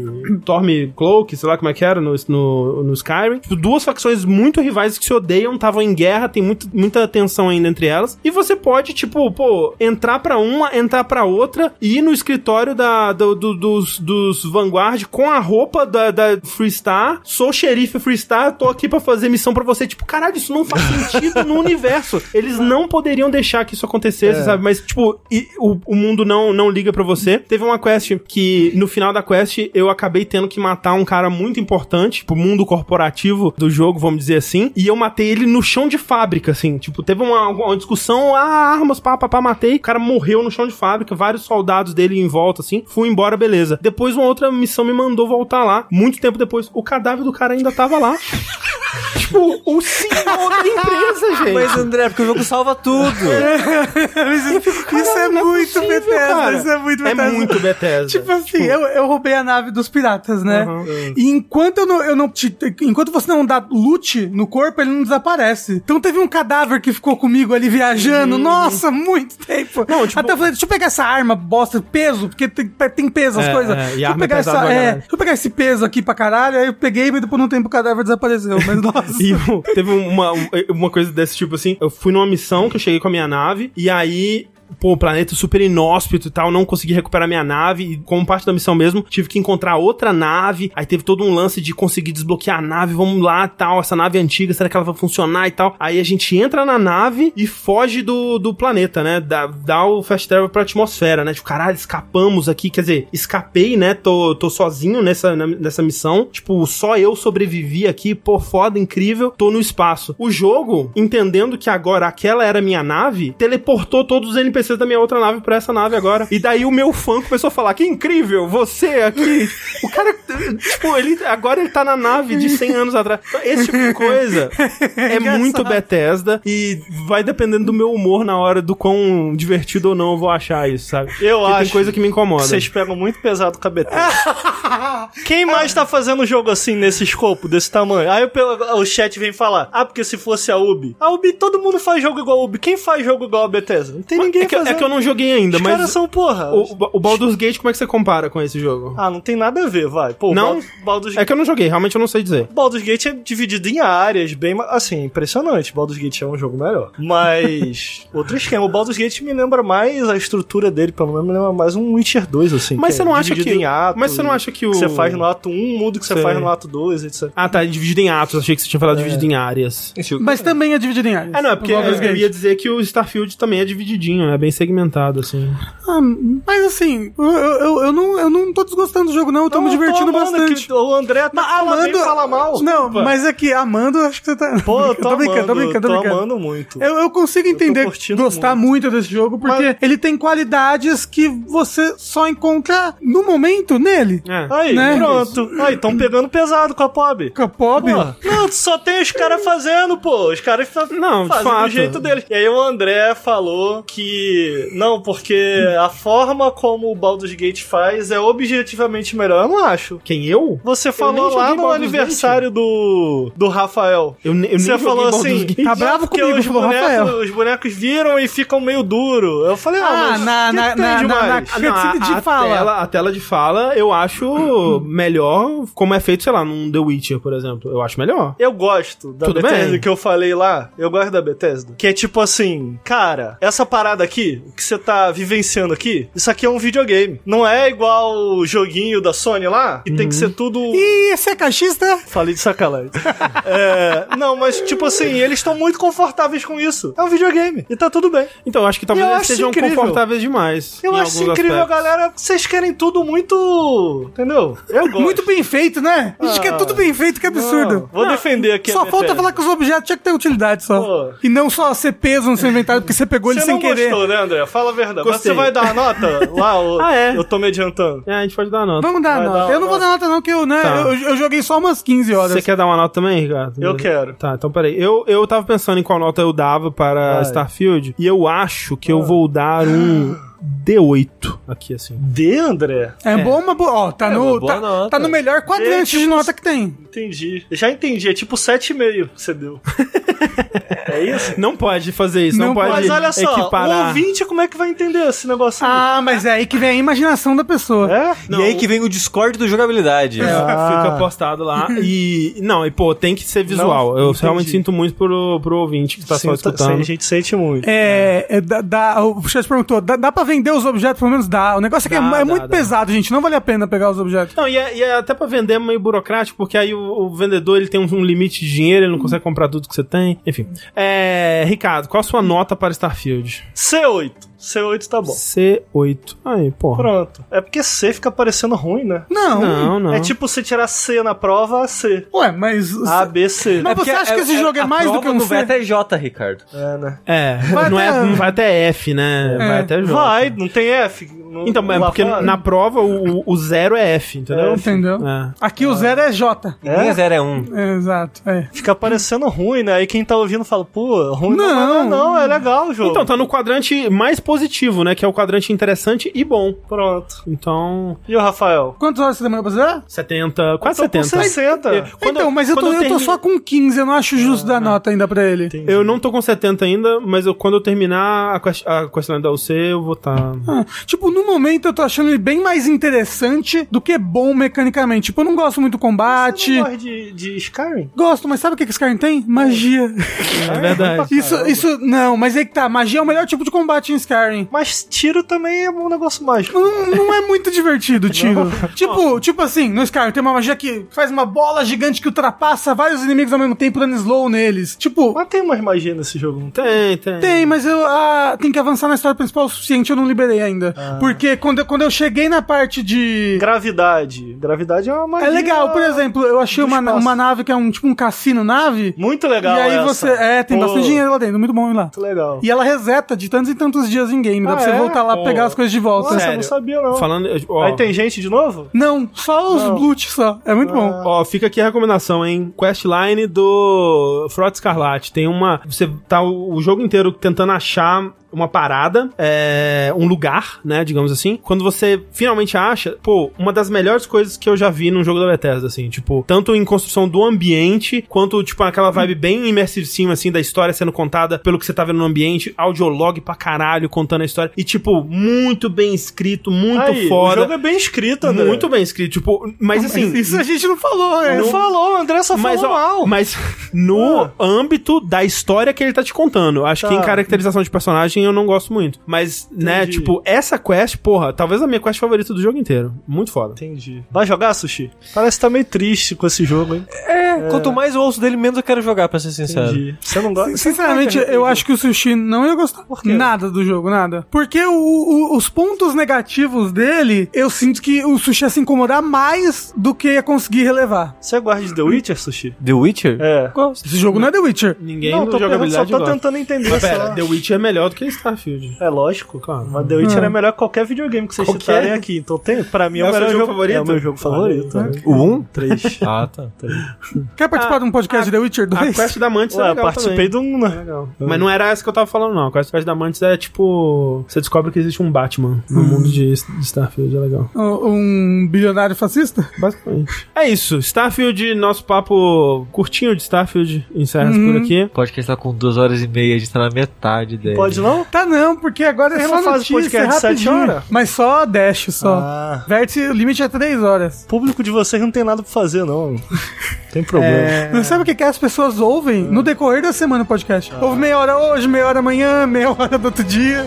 [SPEAKER 1] Stormcloak, sei lá como é que era, no, no, no Skyrim. Tipo, duas facções muito rivais que se odeiam, estavam em guerra, tem muito, muita tensão ainda entre elas. E você pode, tipo, pô, entrar pra uma, entrar pra outra, e ir no escritório da, do- do- dos, dos Vanguard com a roupa da, da Freestar. Sou xerife Freestar, tô aqui pra fazer missão pra você. Tipo, caralho, isso não faz sentido no universo. Eles não poderiam deixar que isso acontecesse, sabe? Mas, tipo, e o, o mundo não, não liga pra você. Teve uma quest que, no final da quest, eu acabei tendo que matar um cara muito importante pro mundo corporativo do jogo, vamos dizer assim. E eu matei ele no chão de fábrica, assim. Tipo, teve uma, uma discussão, ah, armas, pá, pá, pá, matei. O cara morreu no chão de fábrica, vários soldados dele em volta, assim. Fui embora, beleza. Depois, uma outra missão me mandou voltar lá. Muito tempo depois, o cadáver do cara ainda tava lá. tipo, o CEO da empresa, gente.
[SPEAKER 3] Mas André, porque o jogo salva tudo.
[SPEAKER 2] É isso é
[SPEAKER 1] Caralho, não é
[SPEAKER 2] muito
[SPEAKER 1] possível,
[SPEAKER 2] Bethesda,
[SPEAKER 1] cara.
[SPEAKER 2] isso é muito
[SPEAKER 1] É
[SPEAKER 2] Bethesda.
[SPEAKER 1] muito Bethesda.
[SPEAKER 2] Tipo assim, eu, eu roubei a nave dos piratas, né?
[SPEAKER 1] Uhum.
[SPEAKER 2] E enquanto eu não, eu não te- enquanto você não dá loot no corpo, ele não desaparece. Então teve um cadáver que ficou comigo ali viajando, nossa, muito tempo.
[SPEAKER 1] Uhum. Não, tipo-
[SPEAKER 2] Até eu falei, deixa eu pegar essa arma, bosta, peso, porque tem, tem peso as
[SPEAKER 1] É,
[SPEAKER 2] coisas.
[SPEAKER 1] é, e
[SPEAKER 2] deixa, eu
[SPEAKER 1] arma é
[SPEAKER 2] pegar
[SPEAKER 1] pesada
[SPEAKER 2] essa,
[SPEAKER 1] pra
[SPEAKER 2] é,
[SPEAKER 1] caralho.
[SPEAKER 2] deixa eu pegar esse peso aqui pra caralho, aí eu peguei, mas depois não tempo o cadáver desapareceu. Mas nossa.
[SPEAKER 1] E eu- teve um, uma, uma coisa desse tipo assim. Eu fui numa missão que eu cheguei com a minha nave, e aí. Pô, o planeta é super inóspito e tal, não consegui recuperar minha nave, e como parte da missão mesmo, tive que encontrar outra nave, aí teve todo um lance de conseguir desbloquear a nave, vamos lá, tal, essa nave antiga, será que ela vai funcionar e tal? Aí a gente entra na nave e foge do, do planeta, né, dá, dá o fast travel pra atmosfera, né, tipo, caralho, escapamos aqui, quer dizer, escapei, né, tô, tô sozinho nessa, na- nessa missão, tipo, só eu sobrevivi aqui, pô, foda, incrível, tô no espaço. O jogo, entendendo que agora aquela era minha nave, teleportou todos os NPCs da minha outra nave pra essa nave agora. E daí o meu fã começou a falar: Que incrível, você aqui. O cara, tipo, ele, agora ele tá na nave de 100 anos atrás. Então, esse tipo de coisa é
[SPEAKER 2] Engraçado.
[SPEAKER 1] muito Bethesda e vai dependendo do meu humor na hora do quão divertido ou não eu vou achar isso, sabe?
[SPEAKER 4] Eu
[SPEAKER 1] Porque Tem
[SPEAKER 4] acho
[SPEAKER 1] coisa que me incomoda.
[SPEAKER 4] Vocês pegam muito pesado com a Bethesda. Quem mais tá fazendo jogo assim, nesse escopo, desse tamanho? Aí o, pe- o chat vem falar, ah, porque se fosse a Ubi. A Ubi, todo mundo faz jogo igual a Ubi. Quem faz jogo igual a Bethesda? Não tem ninguém
[SPEAKER 1] que, é
[SPEAKER 4] fazendo-
[SPEAKER 1] que eu não joguei ainda,
[SPEAKER 4] Os caras
[SPEAKER 1] mas.
[SPEAKER 4] são, porra.
[SPEAKER 1] O, o Baldur's Gate, como é que você compara com esse jogo?
[SPEAKER 4] Ah, não tem nada a ver, vai. Pô,
[SPEAKER 1] Não?
[SPEAKER 4] Bal- Baldur's
[SPEAKER 1] É que eu não joguei, realmente eu não sei dizer.
[SPEAKER 4] Baldur's Gate é dividido em áreas, bem. ma- Assim, impressionante. Baldur's Gate é um jogo melhor. Mas. outro esquema. O Baldur's Gate me lembra mais a estrutura dele, pelo menos me lembra mais um Witcher 2, assim.
[SPEAKER 1] Mas
[SPEAKER 4] que
[SPEAKER 1] você
[SPEAKER 4] é
[SPEAKER 1] não acha
[SPEAKER 4] dividido
[SPEAKER 1] que-
[SPEAKER 4] Em atos,
[SPEAKER 1] mas você não acha que o-
[SPEAKER 4] Que você faz no ato 1 muda o que você
[SPEAKER 1] Sei.
[SPEAKER 4] faz no ato 2, etc.
[SPEAKER 1] Ah, tá, dividido em atos, achei que você tinha falado
[SPEAKER 4] É.
[SPEAKER 1] dividido em áreas.
[SPEAKER 2] Mas também é dividido em áreas.
[SPEAKER 1] Ah, não, é porque
[SPEAKER 2] O Baldur's
[SPEAKER 1] eu
[SPEAKER 2] Gate.
[SPEAKER 1] ia dizer que o Starfield também é divididinho, é bem segmentado, assim.
[SPEAKER 2] Ah, mas assim, eu, eu, eu não, eu não tô desgostando do jogo, não. Eu tô
[SPEAKER 4] Não,
[SPEAKER 2] me
[SPEAKER 4] eu
[SPEAKER 2] divertindo
[SPEAKER 4] amando
[SPEAKER 2] bastante.
[SPEAKER 4] que o André tá falando bem e fala mal.
[SPEAKER 2] Não,
[SPEAKER 1] Opa.
[SPEAKER 2] mas é que amando, eu acho que você tá.
[SPEAKER 4] Pô, eu tô, amando,
[SPEAKER 2] brincando, tô brincando, tô
[SPEAKER 4] tô
[SPEAKER 2] brincando.
[SPEAKER 4] amando muito.
[SPEAKER 2] Eu, eu consigo entender,
[SPEAKER 4] curtindo
[SPEAKER 2] gostar muito. desse jogo, porque ele tem qualidades que você só encontra no momento nele.
[SPEAKER 1] É.
[SPEAKER 4] Aí,
[SPEAKER 2] né?
[SPEAKER 4] pronto. Aí, tão pegando pesado com a Pob.
[SPEAKER 2] Fica pobre.
[SPEAKER 4] Porra. Não, só tem os caras fazendo, pô. Os caras fa
[SPEAKER 1] Não, de
[SPEAKER 4] fazem
[SPEAKER 1] fato.
[SPEAKER 4] do jeito deles. E aí o André falou que. Não, porque a forma como o Baldur's Gate faz é objetivamente melhor. Eu não acho.
[SPEAKER 1] Quem eu?
[SPEAKER 4] Você
[SPEAKER 1] nem
[SPEAKER 4] falou
[SPEAKER 1] joguei
[SPEAKER 4] lá no
[SPEAKER 1] Baldur's
[SPEAKER 4] aniversário do, do Rafael.
[SPEAKER 1] Eu, ne- eu nem
[SPEAKER 4] Você
[SPEAKER 1] joguei
[SPEAKER 4] falou
[SPEAKER 1] Baldur's
[SPEAKER 4] assim,
[SPEAKER 1] Gate.
[SPEAKER 2] Tá bravo
[SPEAKER 4] Porque
[SPEAKER 2] comigo,
[SPEAKER 4] os
[SPEAKER 2] falou Rafael.
[SPEAKER 4] bonecos, os bonecos viram e ficam meio duro. Eu falei, ah,
[SPEAKER 2] Ah,
[SPEAKER 4] mas
[SPEAKER 2] na-
[SPEAKER 4] que
[SPEAKER 2] na-
[SPEAKER 4] tem
[SPEAKER 2] na-
[SPEAKER 4] demais?
[SPEAKER 2] na- na-
[SPEAKER 1] Ah, não,
[SPEAKER 2] Cutscene de
[SPEAKER 1] a, a,
[SPEAKER 2] fala.
[SPEAKER 1] tela, a tela de fala eu acho melhor como é feito, sei lá, num The Witcher, por exemplo. Eu acho melhor.
[SPEAKER 4] Eu gosto da
[SPEAKER 1] Tudo
[SPEAKER 4] Bethesda
[SPEAKER 1] bem.
[SPEAKER 4] que eu falei lá. Eu gosto da Bethesda. Que é tipo assim, cara, essa parada aqui, o que você tá vivenciando aqui, isso aqui é um videogame. Não é igual o joguinho da Sony lá, que tem
[SPEAKER 1] Uhum.
[SPEAKER 4] que ser tudo.
[SPEAKER 2] E esse é caixista?
[SPEAKER 4] Falei de sacanagem. É, não, mas tipo assim, eles estão muito confortáveis com isso. É um videogame. E tá tudo bem.
[SPEAKER 1] Então, eu acho que talvez
[SPEAKER 4] Eu
[SPEAKER 1] eles
[SPEAKER 4] acho
[SPEAKER 1] sejam
[SPEAKER 4] incrível.
[SPEAKER 1] confortáveis demais.
[SPEAKER 4] Eu
[SPEAKER 1] em
[SPEAKER 4] acho
[SPEAKER 1] alguns
[SPEAKER 4] incrível,
[SPEAKER 1] aspectos.
[SPEAKER 4] galera. Vocês querem tudo muito. Entendeu? Eu gosto.
[SPEAKER 2] Muito bem feito, né? A gente
[SPEAKER 4] Ah.
[SPEAKER 2] quer tudo bem feito, que
[SPEAKER 4] Não,
[SPEAKER 2] absurdo.
[SPEAKER 4] Vou defender aqui. a
[SPEAKER 2] Só falta
[SPEAKER 4] Bethesda.
[SPEAKER 2] falar que os objetos tinha que ter utilidade só.
[SPEAKER 4] Pô.
[SPEAKER 2] E não só ser peso no seu inventário, porque você pegou ele
[SPEAKER 4] Você
[SPEAKER 2] sem
[SPEAKER 4] não
[SPEAKER 2] querer.
[SPEAKER 4] gostou, né, André? Fala a verdade.
[SPEAKER 1] Gostei.
[SPEAKER 4] Mas você vai dar a nota lá? o-
[SPEAKER 1] Ah, é?
[SPEAKER 4] Eu tô me adiantando.
[SPEAKER 1] É, a gente pode dar nota.
[SPEAKER 2] Vamos dar
[SPEAKER 4] Vai
[SPEAKER 2] nota.
[SPEAKER 4] dar uma
[SPEAKER 2] eu não vou
[SPEAKER 4] nota.
[SPEAKER 2] dar nota, não, que eu, né?
[SPEAKER 1] Tá.
[SPEAKER 2] Eu, eu joguei só umas 15 horas.
[SPEAKER 1] Você quer dar uma nota também, Ricardo?
[SPEAKER 4] Eu quero.
[SPEAKER 1] Tá, então peraí. Eu, eu tava pensando em qual nota eu dava para
[SPEAKER 4] Vai. Ah.
[SPEAKER 1] Starfield e eu acho que eu vou dar um D8 aqui, assim.
[SPEAKER 4] D, André?
[SPEAKER 2] É, bom, uma boa. Ó, tá,
[SPEAKER 3] uma
[SPEAKER 2] no,
[SPEAKER 3] boa
[SPEAKER 2] tá,
[SPEAKER 3] nota.
[SPEAKER 2] tá no melhor quadrante
[SPEAKER 4] É,
[SPEAKER 2] de
[SPEAKER 4] tipo,
[SPEAKER 2] nota que tem.
[SPEAKER 4] Entendi. Já entendi. É tipo 7,5 que você deu. é isso?
[SPEAKER 1] Não pode fazer isso, não,
[SPEAKER 2] Não
[SPEAKER 1] pode
[SPEAKER 4] Mas olha só, o
[SPEAKER 1] equiparar.
[SPEAKER 4] ouvinte, como é que vai entender esse negócio aí?
[SPEAKER 2] Ah, mas é aí que vem a imaginação da
[SPEAKER 1] Ah.
[SPEAKER 2] pessoa.
[SPEAKER 4] É?
[SPEAKER 1] Não.
[SPEAKER 3] E aí que vem o Discord do jogabilidade.
[SPEAKER 1] É,
[SPEAKER 4] Ah.
[SPEAKER 1] Fica postado lá. E. Não, e pô, tem que ser visual. eu
[SPEAKER 4] entendi.
[SPEAKER 1] realmente sinto muito pro, pro ouvinte que tá só
[SPEAKER 4] Sinta-
[SPEAKER 1] escutando.
[SPEAKER 4] A gente sente muito.
[SPEAKER 2] É, é, dá, dá- o chat perguntou, dá, dá pra vender os objetos? Pelo menos dá. O negócio é que é,
[SPEAKER 1] Dá,
[SPEAKER 2] mu- é
[SPEAKER 1] dá,
[SPEAKER 2] muito
[SPEAKER 1] dá.
[SPEAKER 2] pesado, gente. Não vale a pena pegar os objetos.
[SPEAKER 1] Não, e é, e é até pra vender é meio burocrático, porque aí o, o vendedor ele tem um, um limite de dinheiro, ele não consegue comprar tudo que você tem. Enfim. É, Ricardo, qual a sua nota para Starfield?
[SPEAKER 4] C8. C8 tá bom.
[SPEAKER 1] C8. Aí, porra.
[SPEAKER 4] Pronto. É porque C fica parecendo ruim, né?
[SPEAKER 2] Não.
[SPEAKER 1] Não, não.
[SPEAKER 4] É tipo você tirar C na prova, C.
[SPEAKER 2] Ué, mas.
[SPEAKER 4] A, B, C.
[SPEAKER 2] Mas- você acha que esse jogo é mais do que um
[SPEAKER 3] C? Vai
[SPEAKER 2] C?
[SPEAKER 3] até J, Ricardo.
[SPEAKER 4] É, né?
[SPEAKER 1] É,
[SPEAKER 2] Vai
[SPEAKER 1] não,
[SPEAKER 2] até-
[SPEAKER 1] é não vai até F, né? Vai até J.
[SPEAKER 4] É. Vai, não tem F. no-
[SPEAKER 1] Então, é
[SPEAKER 4] lá
[SPEAKER 1] porque
[SPEAKER 4] fora.
[SPEAKER 1] na prova o, o zero é F, entendeu?
[SPEAKER 4] É,
[SPEAKER 2] Entendeu?
[SPEAKER 1] É.
[SPEAKER 2] Aqui o zero é J.
[SPEAKER 3] Nem é 0 é 1. Um.
[SPEAKER 2] É, Exato. É.
[SPEAKER 4] Fica parecendo ruim, né? Aí quem tá ouvindo fala, pô, ruim não,
[SPEAKER 2] Não.
[SPEAKER 4] mas não, é não, é legal o jogo.
[SPEAKER 1] Então, tá no quadrante mais positivo, né? Que é o quadrante interessante e bom.
[SPEAKER 4] Pronto.
[SPEAKER 1] Então,
[SPEAKER 4] E o Rafael?
[SPEAKER 2] Quantas horas você demorou pra zerar?
[SPEAKER 1] 70, quase
[SPEAKER 4] Eu tô com
[SPEAKER 1] 70.
[SPEAKER 4] 60.
[SPEAKER 1] Eu- quando
[SPEAKER 2] então, mas eu tô,
[SPEAKER 1] quando
[SPEAKER 2] eu tô
[SPEAKER 1] termi-
[SPEAKER 2] só com 15, eu não acho justo dar nota ainda pra ele.
[SPEAKER 1] Eu não tô com 70 ainda, mas eu, quando eu terminar a, quest a questão da UC, eu vou estar. Tá...
[SPEAKER 2] Ah, Tipo, no momento eu tô achando ele bem mais interessante do que bom mecanicamente. Tipo, eu não gosto muito do
[SPEAKER 4] Você
[SPEAKER 2] combate.
[SPEAKER 4] não gosta de, de Skyrim?
[SPEAKER 2] Gosto, mas sabe o que que esse cara tem? Magia.
[SPEAKER 1] É verdade.
[SPEAKER 2] Isso, isso, não, mas aí que tá. Magia é o melhor tipo de combate em Skyrim.
[SPEAKER 4] Mas tiro também é um negócio mágico.
[SPEAKER 2] Não, não é muito divertido, tiro. Tipo, tipo assim, no Skyrim tem uma magia que faz uma bola gigante que ultrapassa vários inimigos ao mesmo tempo, dando slow neles. Tipo,
[SPEAKER 4] Mas tem umas magias nesse jogo. não tem?
[SPEAKER 1] Tem, tem.
[SPEAKER 2] Tem, mas eu ah, tem que avançar na história principal o suficiente, eu não liberei ainda.
[SPEAKER 4] Ah.
[SPEAKER 2] Porque quando eu, quando eu cheguei na parte de.
[SPEAKER 4] Gravidade. Gravidade é uma magia.
[SPEAKER 2] É legal, por exemplo, eu achei
[SPEAKER 4] do
[SPEAKER 2] uma,
[SPEAKER 4] espaço.
[SPEAKER 2] uma nave que é um tipo um cassino nave.
[SPEAKER 4] Muito legal
[SPEAKER 2] e aí
[SPEAKER 4] essa.
[SPEAKER 2] você. É, tem
[SPEAKER 4] Pô,
[SPEAKER 2] bastante dinheiro lá dentro, muito bom ir lá.
[SPEAKER 4] Muito legal.
[SPEAKER 2] E ela reseta de tantos e tantos dias em game, dá
[SPEAKER 4] Ah,
[SPEAKER 2] pra você
[SPEAKER 4] é?
[SPEAKER 2] voltar lá
[SPEAKER 1] Pô.
[SPEAKER 2] pegar as coisas de volta.
[SPEAKER 4] Nossa, eu
[SPEAKER 1] Sério.
[SPEAKER 4] não sabia não.
[SPEAKER 1] Falando. Ó,
[SPEAKER 4] Aí tem gente de novo?
[SPEAKER 2] Não, só os
[SPEAKER 4] Não. Ah.
[SPEAKER 2] loot só. É muito bom.
[SPEAKER 1] Ó, fica aqui a recomendação, hein? Questline do Frota Escarlate. Tem uma. Você tá o o jogo inteiro tentando achar uma parada, é, um lugar, né, digamos assim. Quando você finalmente acha, pô, uma das melhores coisas que eu já vi num jogo da Bethesda, assim, tipo, tanto em construção do ambiente, quanto, tipo, aquela vibe
[SPEAKER 4] Hum.
[SPEAKER 1] bem imersiva, assim, da história sendo contada pelo que você tá vendo no ambiente, audiolog pra caralho, contando a história, e, tipo, muito bem escrito, muito
[SPEAKER 4] Aí, O
[SPEAKER 1] foda.
[SPEAKER 4] jogo é bem escrito, André.
[SPEAKER 1] Muito bem escrito, tipo, mas assim,
[SPEAKER 2] Isso a gente não falou, né?
[SPEAKER 4] Não falou, o André só falou
[SPEAKER 1] mas, ó,
[SPEAKER 4] mal.
[SPEAKER 1] mas no
[SPEAKER 4] Ah.
[SPEAKER 1] âmbito da história que ele tá te contando. Acho que
[SPEAKER 4] Tá.
[SPEAKER 1] em caracterização de personagem eu não gosto muito. Mas, né,
[SPEAKER 4] Entendi.
[SPEAKER 1] tipo, essa quest, porra, talvez a minha quest favorita do jogo inteiro. Muito foda.
[SPEAKER 4] Entendi. Vai jogar, Sushi? Parece que tá meio triste com esse jogo, hein?
[SPEAKER 3] É, quanto mais eu ouço dele, menos eu quero jogar, pra ser sincero.
[SPEAKER 4] Entendi. Você não gosta?
[SPEAKER 2] Sinceramente,
[SPEAKER 4] Você não gosta de
[SPEAKER 2] eu
[SPEAKER 4] RPG?
[SPEAKER 2] acho que o Sushi não ia gostar
[SPEAKER 4] quê?
[SPEAKER 2] nada do jogo, nada. Porque o- o- os pontos negativos dele, eu sinto que o Sushi ia se incomodar mais do que ia conseguir relevar.
[SPEAKER 4] Você gosta de The Witcher, Sushi?
[SPEAKER 3] The Witcher?
[SPEAKER 4] É.
[SPEAKER 3] Gosto.
[SPEAKER 2] Esse jogo não, é The Witcher.
[SPEAKER 1] Ninguém
[SPEAKER 4] não,
[SPEAKER 1] não,
[SPEAKER 4] tô
[SPEAKER 1] joga
[SPEAKER 4] perguntando, só
[SPEAKER 1] habilidade
[SPEAKER 4] tô
[SPEAKER 1] gosta.
[SPEAKER 4] tentando entender.
[SPEAKER 1] Mas
[SPEAKER 4] só.
[SPEAKER 1] pera, The Witch é melhor do que Starfield.
[SPEAKER 4] É lógico,
[SPEAKER 1] Claro.
[SPEAKER 4] Mas The Witcher
[SPEAKER 2] Hum.
[SPEAKER 4] é melhor que qualquer videogame que vocês
[SPEAKER 1] Qualquer.
[SPEAKER 4] citarem aqui. Então tem, pra mim é
[SPEAKER 1] É
[SPEAKER 4] o
[SPEAKER 1] o seu
[SPEAKER 4] melhor
[SPEAKER 1] jogo favorito?
[SPEAKER 4] É o meu jogo favorito.
[SPEAKER 1] Olha aí.
[SPEAKER 4] né?
[SPEAKER 3] O 1?
[SPEAKER 4] Três.
[SPEAKER 2] É.
[SPEAKER 3] Ah, tá.
[SPEAKER 2] Quer
[SPEAKER 4] Ah,
[SPEAKER 2] participar de um podcast de The Witcher
[SPEAKER 1] A
[SPEAKER 2] 2?
[SPEAKER 1] quest da Mantis é
[SPEAKER 4] Ué, eu
[SPEAKER 1] legal
[SPEAKER 4] participei
[SPEAKER 1] também. É
[SPEAKER 4] do 1, né?
[SPEAKER 1] Legal. Mas não era essa que eu tava falando, não. A quest quest da Mantis é tipo. Você descobre que existe um Batman
[SPEAKER 4] Hum.
[SPEAKER 1] no mundo de de Starfield, é legal.
[SPEAKER 2] Um bilionário fascista?
[SPEAKER 1] Basicamente. É isso. Starfield, nosso papo curtinho de Starfield. Encerra
[SPEAKER 2] Uhum.
[SPEAKER 1] por aqui.
[SPEAKER 3] Pode que tá com duas horas e meia, a gente tá na metade dele.
[SPEAKER 4] Pode não?
[SPEAKER 2] Tá não, porque agora é
[SPEAKER 4] Você
[SPEAKER 2] só
[SPEAKER 4] não faz
[SPEAKER 2] notícia,
[SPEAKER 4] podcast de
[SPEAKER 2] rapidinho.
[SPEAKER 4] sete horas?
[SPEAKER 2] Mas só dash, só.
[SPEAKER 4] Ah.
[SPEAKER 2] Vértice, o limite é 3 horas.
[SPEAKER 4] O público de vocês não tem nada pra fazer, não. Tem problema.
[SPEAKER 1] É,
[SPEAKER 2] Não sabe o que, que as pessoas ouvem
[SPEAKER 4] Ah.
[SPEAKER 2] no decorrer da semana o podcast? Ouve meia hora hoje, meia hora amanhã, meia hora do outro dia.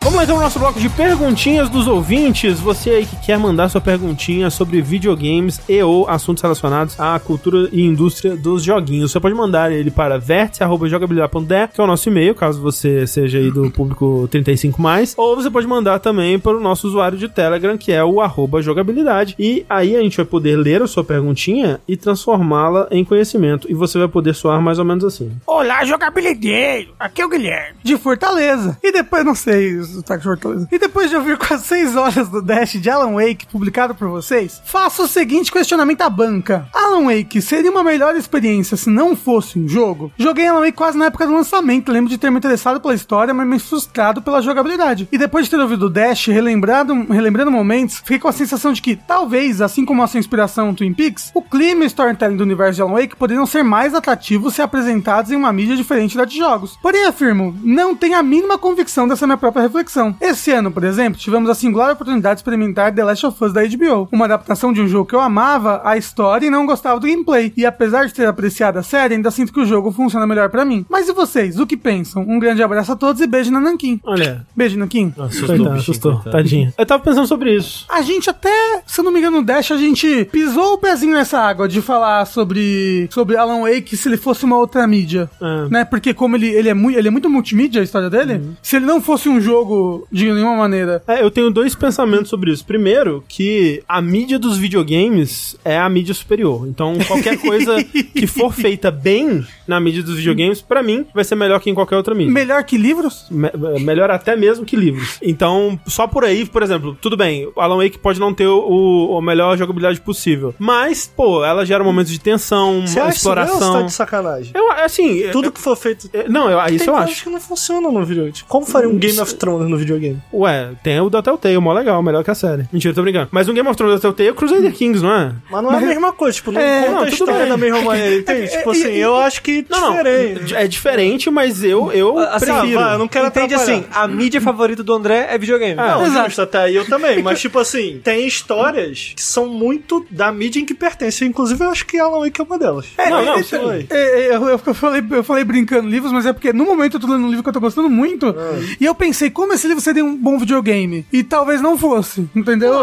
[SPEAKER 1] Vamos lá então pro nosso bloco de perguntinhas dos ouvintes. Você aí que quer mandar sua perguntinha sobre videogames e ou assuntos relacionados à cultura e indústria dos joguinhos. Você pode mandar ele para vértice.jogabilidade.de, que é o nosso e-mail, caso você seja aí do público 35+. mais. Ou você pode mandar também para o nosso usuário de Telegram, que é o arroba jogabilidade. E aí a gente vai poder ler a sua perguntinha e transformá-la em conhecimento. E você vai poder soar mais ou menos assim.
[SPEAKER 2] Olá, jogabilideiro! Aqui é o Guilherme. De Fortaleza. E depois, não sei o tá de Fortaleza. E depois de ouvir quase 6 horas do Dash de Alan Wake publicado por vocês, faço o seguinte questionamento à banca. Alan Wake seria uma melhor experiência se não fosse um jogo? Joguei Alan Wake quase na época do lançamento, lembro de ter me interessado pela história, mas me frustrado pela jogabilidade. E depois de ter ouvido o Dash, relembrado, relembrando momentos, fiquei com a sensação de que, talvez, assim como a sua inspiração Twin Peaks, o clima e o storytelling do universo de Alan Wake poderiam ser mais atrativos se apresentados em uma mídia diferente da de jogos. Porém, afirmo, não tenho a mínima convicção dessa minha própria reflexão. Esse ano, por exemplo, tivemos a singular oportunidade de experimentar The Last of Us da HBO, uma adaptação de um jogo que eu amava, a história e não gostava do gameplay. E apesar de ter apreciado a série, ainda sinto que o jogo funciona melhor pra mim. Mas e vocês? O que pensam? Um grande abraço a todos e beijo na Nankin.
[SPEAKER 1] Olha,
[SPEAKER 2] Beijo, Nankin.
[SPEAKER 1] assustou, coitado,
[SPEAKER 3] bichinho,
[SPEAKER 1] assustou.
[SPEAKER 3] coitado.
[SPEAKER 1] Tadinha. Eu tava pensando sobre isso.
[SPEAKER 2] A gente até, se eu não me engano, no Dash, a gente pisou o pezinho nessa água de falar sobre, sobre Alan Wake se ele fosse uma outra mídia.
[SPEAKER 1] É. Uhum.
[SPEAKER 2] Né? Porque como ele, ele, é muito, ele é muito multimídia, a história dele, se ele não fosse um jogo de nenhuma maneira...
[SPEAKER 1] É, eu tenho dois pensamentos sobre isso. Primeiro, que a mídia dos videogames é a mídia superior. Então, qualquer coisa que for feita bem na mídia dos videogames, pra mim, vai ser melhor que em qualquer outra mídia.
[SPEAKER 2] Melhor que livros?
[SPEAKER 1] Me- é, melhor até mesmo que livros. Então, só por aí, por exemplo, tudo bem, o Alan Wake pode não ter o, o melhor jogabilidade possível. Mas, pô, ela gera momentos de tensão,
[SPEAKER 4] Você acha isso mesmo ou você tá
[SPEAKER 1] exploração.
[SPEAKER 4] de sacanagem?
[SPEAKER 1] Eu, assim,
[SPEAKER 4] Tudo que for feito...
[SPEAKER 1] eu- não, eu-
[SPEAKER 4] tem
[SPEAKER 1] isso eu
[SPEAKER 4] coisas
[SPEAKER 1] acho.
[SPEAKER 4] que não funcionam no videogame. Como faria um Game of Thrones no videogame?
[SPEAKER 1] Ué, tem o da Telltale, mó legal, melhor que a série. Mentira, tô brincando. Mas um Game of Thrones da Telltale é o Crusader Kings, não é?
[SPEAKER 4] Mas não é a mesma coisa, tipo, não
[SPEAKER 1] É,
[SPEAKER 4] conta
[SPEAKER 1] não,
[SPEAKER 4] a
[SPEAKER 1] tudo
[SPEAKER 4] história
[SPEAKER 1] bem. É,
[SPEAKER 4] da mesma maneira, entende? tipo assim, eu acho que
[SPEAKER 1] Não,
[SPEAKER 4] diferente.
[SPEAKER 1] não. É diferente, mas eu, eu
[SPEAKER 3] Assim,
[SPEAKER 1] prefiro.
[SPEAKER 4] ah, vai, eu não quero
[SPEAKER 3] Entende
[SPEAKER 4] atrapalhar.
[SPEAKER 3] assim, a mídia favorita do André é videogame.
[SPEAKER 1] Ah,
[SPEAKER 4] Não,
[SPEAKER 2] Exato.
[SPEAKER 4] justo, até aí eu também. Mas, tipo assim, tem histórias que são muito da mídia em que pertencem. Inclusive, eu acho que Alan Wake é uma delas.
[SPEAKER 1] Não, não,
[SPEAKER 4] sei lá.
[SPEAKER 2] É, é, Eu, eu falei, eu falei brincando livros, mas é porque no momento eu tô lendo um livro que eu tô gostando muito.
[SPEAKER 1] É.
[SPEAKER 2] E eu pensei, como esse livro seria um bom videogame? E talvez não fosse, entendeu?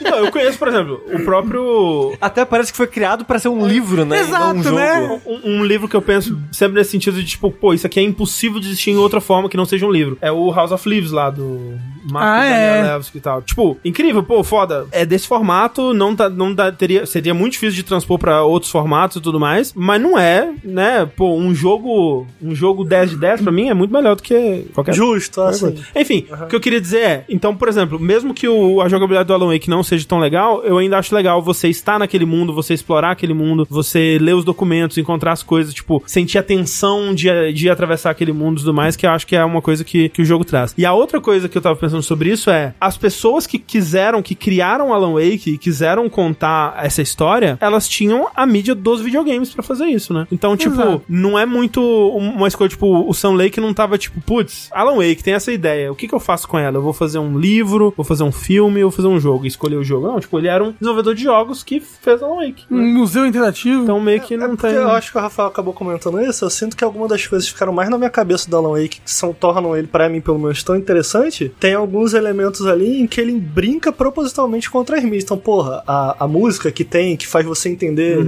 [SPEAKER 1] Então, eu conheço, por exemplo, o próprio.
[SPEAKER 3] Até parece que foi criado pra ser um livro, né? e
[SPEAKER 2] Exato,
[SPEAKER 3] não um jogo.
[SPEAKER 2] né?
[SPEAKER 1] Um, um livro que eu penso sempre nesse sentido de tipo, pô, isso aqui é impossível de existir em outra forma que não seja um livro. É o House of Leaves lá do Marco
[SPEAKER 2] Ah, é.
[SPEAKER 1] Danielewski e tal. Tipo, incrível, pô, foda. É desse formato, não tá, não dá, teria, seria muito difícil de transpor pra outros formatos e tudo mais, mas não é, né? Pô, um jogo, um jogo 10 de 10 pra mim é muito melhor do que qualquer
[SPEAKER 4] Justo,
[SPEAKER 1] Qualquer
[SPEAKER 4] assim.
[SPEAKER 1] coisa. Enfim, o que eu queria dizer é, então, por exemplo, mesmo que o- a jogabilidade do Alan Wake não seja tão legal, eu ainda acho legal você estar naquele mundo, você explorar aquele mundo, você ler os documentos, encontrar as coisas, tipo, sentir a tensão de, de atravessar aquele mundo e tudo mais, que eu acho que é uma coisa que, que o jogo traz. E a outra coisa que eu tava pensando sobre isso é, as pessoas que quiseram, que criaram Alan Wake e quiseram contar essa história, elas tinham a mídia dos videogames pra fazer isso, né? Então, tipo,
[SPEAKER 2] Exato.
[SPEAKER 1] não é muito uma escolha, tipo, o Sam Lake não tava tipo, putz, Alan Wake tem essa ideia, o que que eu faço com ela? Eu vou fazer um livro, vou fazer um filme, vou fazer um jogo, e escolher o jogo. Não, tipo, ele era um desenvolvedor de jogos que fez Alan Wake. né?
[SPEAKER 2] Um museu interativo.
[SPEAKER 1] Então meio que
[SPEAKER 4] É
[SPEAKER 1] não
[SPEAKER 4] porque
[SPEAKER 1] tem...
[SPEAKER 4] eu acho que o Rafael acabou comentando isso. Eu sinto que algumas das coisas que ficaram mais na minha cabeça do Alan Wake, que são, tornam ele, pra mim, pelo menos, tão interessante. Tem alguns elementos ali em que ele brinca propositalmente contra as mídias. Então, porra, a, a música que tem, que faz você entender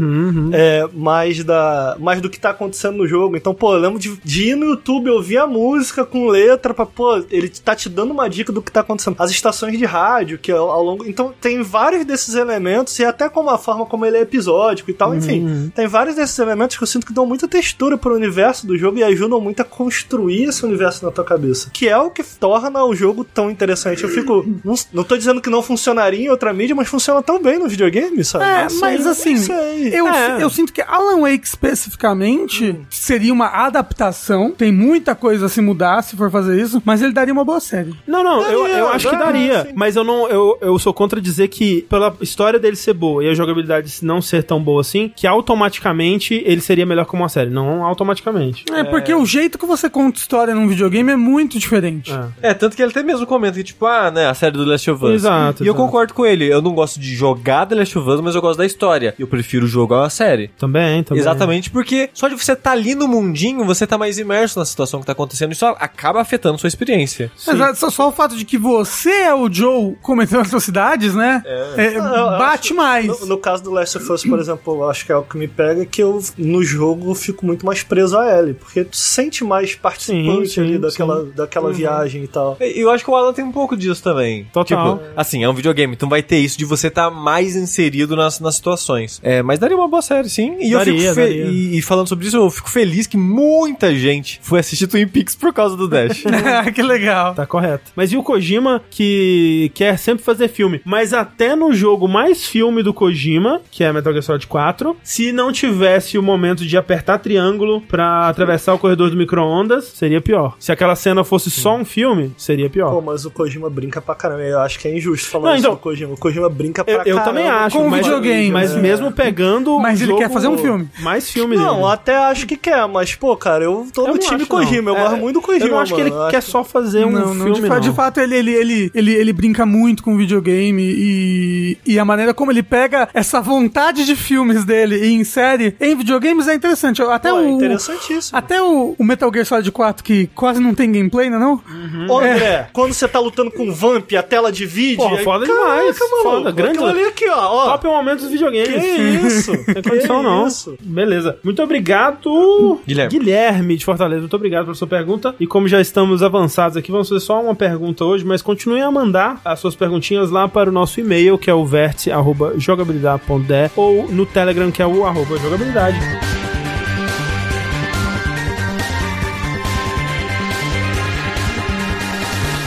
[SPEAKER 4] é, mais, da, mais do que tá acontecendo no jogo. Então, pô, eu lembro de, de ir no YouTube ouvir a música com letra pra, pô, ele tá te dando uma dica do que tá acontecendo. As estações de rádio, que ao, ao longo. Então, tem vários desses elementos, e até como a forma como ele é episódico e tal, enfim. Tem vários desses elementos que eu sinto que dão muita textura pro universo do jogo e ajudam muito a construir esse universo na tua cabeça. Que é o que torna o jogo tão interessante. Eu fico. Não, não tô dizendo que não funcionaria em outra mídia, mas funciona tão bem no videogame, sabe?
[SPEAKER 2] É,
[SPEAKER 4] Não sei,
[SPEAKER 2] mas
[SPEAKER 4] não
[SPEAKER 2] assim,
[SPEAKER 4] sei.
[SPEAKER 2] Eu,
[SPEAKER 1] É.
[SPEAKER 2] eu sinto que Alan Wake especificamente seria uma adaptação. Tem muita coisa a se mudar se for fazer isso, mas ele daria uma boa série.
[SPEAKER 1] Não, não, eu,
[SPEAKER 4] Daria,
[SPEAKER 1] eu acho que
[SPEAKER 4] daria,
[SPEAKER 1] daria.
[SPEAKER 4] sim.
[SPEAKER 1] Mas eu não. Eu, eu sou contra dizer que, pela história dele ser boa e a jogabilidade não ser tão boa assim, que automaticamente ele seria melhor como uma série. Não automaticamente.
[SPEAKER 2] É, porque o jeito que você conta história num videogame é muito diferente.
[SPEAKER 1] É.
[SPEAKER 3] É, tanto que ele até mesmo comenta que, tipo, ah, né, a série do Last of Us.
[SPEAKER 1] Exato,
[SPEAKER 3] E eu
[SPEAKER 1] exato.
[SPEAKER 3] concordo com ele. Eu não gosto de jogar The Last of Us, mas eu gosto da história. Eu prefiro o jogo à série.
[SPEAKER 1] Também, também.
[SPEAKER 3] Exatamente, porque só de você tá ali no mundinho, você tá mais imerso na situação que tá acontecendo. Isso acaba afetando sua experiência.
[SPEAKER 2] Mas é só, só o fato de que você é o Joe cometendo atrocidades, né? É,
[SPEAKER 4] Ah, eu
[SPEAKER 2] bate mais.
[SPEAKER 4] No, no caso do Last of Us, por exemplo, eu acho que é o que me pega é que eu, no jogo, eu fico muito mais preso a Ellie, porque tu sente mais participante
[SPEAKER 1] Sim, sim,
[SPEAKER 4] ali daquela,
[SPEAKER 1] sim. Uhum.
[SPEAKER 4] daquela viagem e tal.
[SPEAKER 3] E- Eu acho que o Alan tem um pouco disso também.
[SPEAKER 1] Total.
[SPEAKER 3] Tipo, assim, é um videogame, então vai ter isso de você estar mais inserido nas, nas situações. É, mas daria uma boa série, sim. E eu
[SPEAKER 1] Daria,
[SPEAKER 3] fico fe-
[SPEAKER 1] daria.
[SPEAKER 3] E, e falando sobre isso, eu fico feliz que muita gente foi assistir Twin Peaks por causa do Dash.
[SPEAKER 2] que legal.
[SPEAKER 1] Tá correto. Mas e o Kojima, que quer sempre fazer filme? Mas até no jogo mais filme do Kojima, que é Metal Gear Solid 4, se não tivesse o momento de apertar triângulo pra atravessar o corredor do micro-ondas, seria pior. Se aquela cena fosse só um filme, seria
[SPEAKER 4] Pô,
[SPEAKER 1] pior.
[SPEAKER 4] mas o Kojima brinca pra caramba. Eu acho que é injusto falar
[SPEAKER 1] Não,
[SPEAKER 4] isso
[SPEAKER 1] então-
[SPEAKER 4] do Kojima. O Kojima brinca pra
[SPEAKER 1] Eu, eu
[SPEAKER 4] caramba.
[SPEAKER 1] também acho.
[SPEAKER 2] com
[SPEAKER 1] mas,
[SPEAKER 2] videogame,
[SPEAKER 1] Mas
[SPEAKER 2] né?
[SPEAKER 1] mesmo pegando.
[SPEAKER 2] Mas
[SPEAKER 1] o
[SPEAKER 2] ele
[SPEAKER 1] jogo-
[SPEAKER 2] quer fazer um filme.
[SPEAKER 1] Mais filme
[SPEAKER 4] Não,
[SPEAKER 1] dele.
[SPEAKER 4] até acho que quer, mas, pô, cara, eu tô
[SPEAKER 1] Eu
[SPEAKER 4] no
[SPEAKER 1] não
[SPEAKER 4] time
[SPEAKER 1] acho,
[SPEAKER 4] Kojima.
[SPEAKER 1] não.
[SPEAKER 4] Eu gosto
[SPEAKER 1] É,
[SPEAKER 4] muito do Kojima.
[SPEAKER 1] Eu não acho que ele
[SPEAKER 4] mano. Eu
[SPEAKER 1] quer
[SPEAKER 4] acho-
[SPEAKER 1] só fazer um
[SPEAKER 2] Não, não,
[SPEAKER 1] filme.
[SPEAKER 2] de, fa- de
[SPEAKER 1] não.
[SPEAKER 2] fato ele, ele, ele, ele, ele brinca muito com videogame e, e a maneira como ele pega essa vontade de filmes dele e insere em videogames é interessante. Até
[SPEAKER 4] Pô, é
[SPEAKER 2] o,
[SPEAKER 4] interessantíssimo.
[SPEAKER 2] Até o, o Metal Gear Solid 4, que quase não tem gameplay, né, não?
[SPEAKER 1] Uhum.
[SPEAKER 4] Ô, André, quando você tá lutando com o Vamp, a tela divide.
[SPEAKER 1] É. Porra,
[SPEAKER 4] aí-
[SPEAKER 1] foda
[SPEAKER 4] Caraca,
[SPEAKER 1] demais.
[SPEAKER 4] maluco,
[SPEAKER 1] Foda, grande-
[SPEAKER 4] Aquilo ali aqui, ó. ó.
[SPEAKER 1] Top é o momento dos videogames.
[SPEAKER 4] Que isso?
[SPEAKER 1] Não tem condição,
[SPEAKER 4] Que
[SPEAKER 1] não.
[SPEAKER 4] isso?
[SPEAKER 1] Beleza. Muito obrigado,
[SPEAKER 3] Guilherme.
[SPEAKER 1] Guilherme de Fortaleza. Muito obrigado pela sua pergunta. E como já estamos avançados aqui, vamos fazer só uma pergunta hoje, mas continue a mandar as suas perguntinhas lá para o nosso e-mail, que é o verte.jogabilidade.de ou no Telegram, que é o arroba jogabilidade.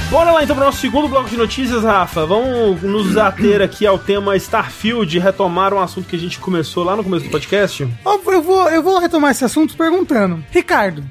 [SPEAKER 1] Bora lá então para o nosso segundo bloco de notícias, Rafa. Vamos nos ater aqui ao tema Starfield, e retomar um assunto que a gente começou lá no começo do podcast.
[SPEAKER 2] Ó, Eu vou, eu vou retomar esse assunto perguntando. Ricardo,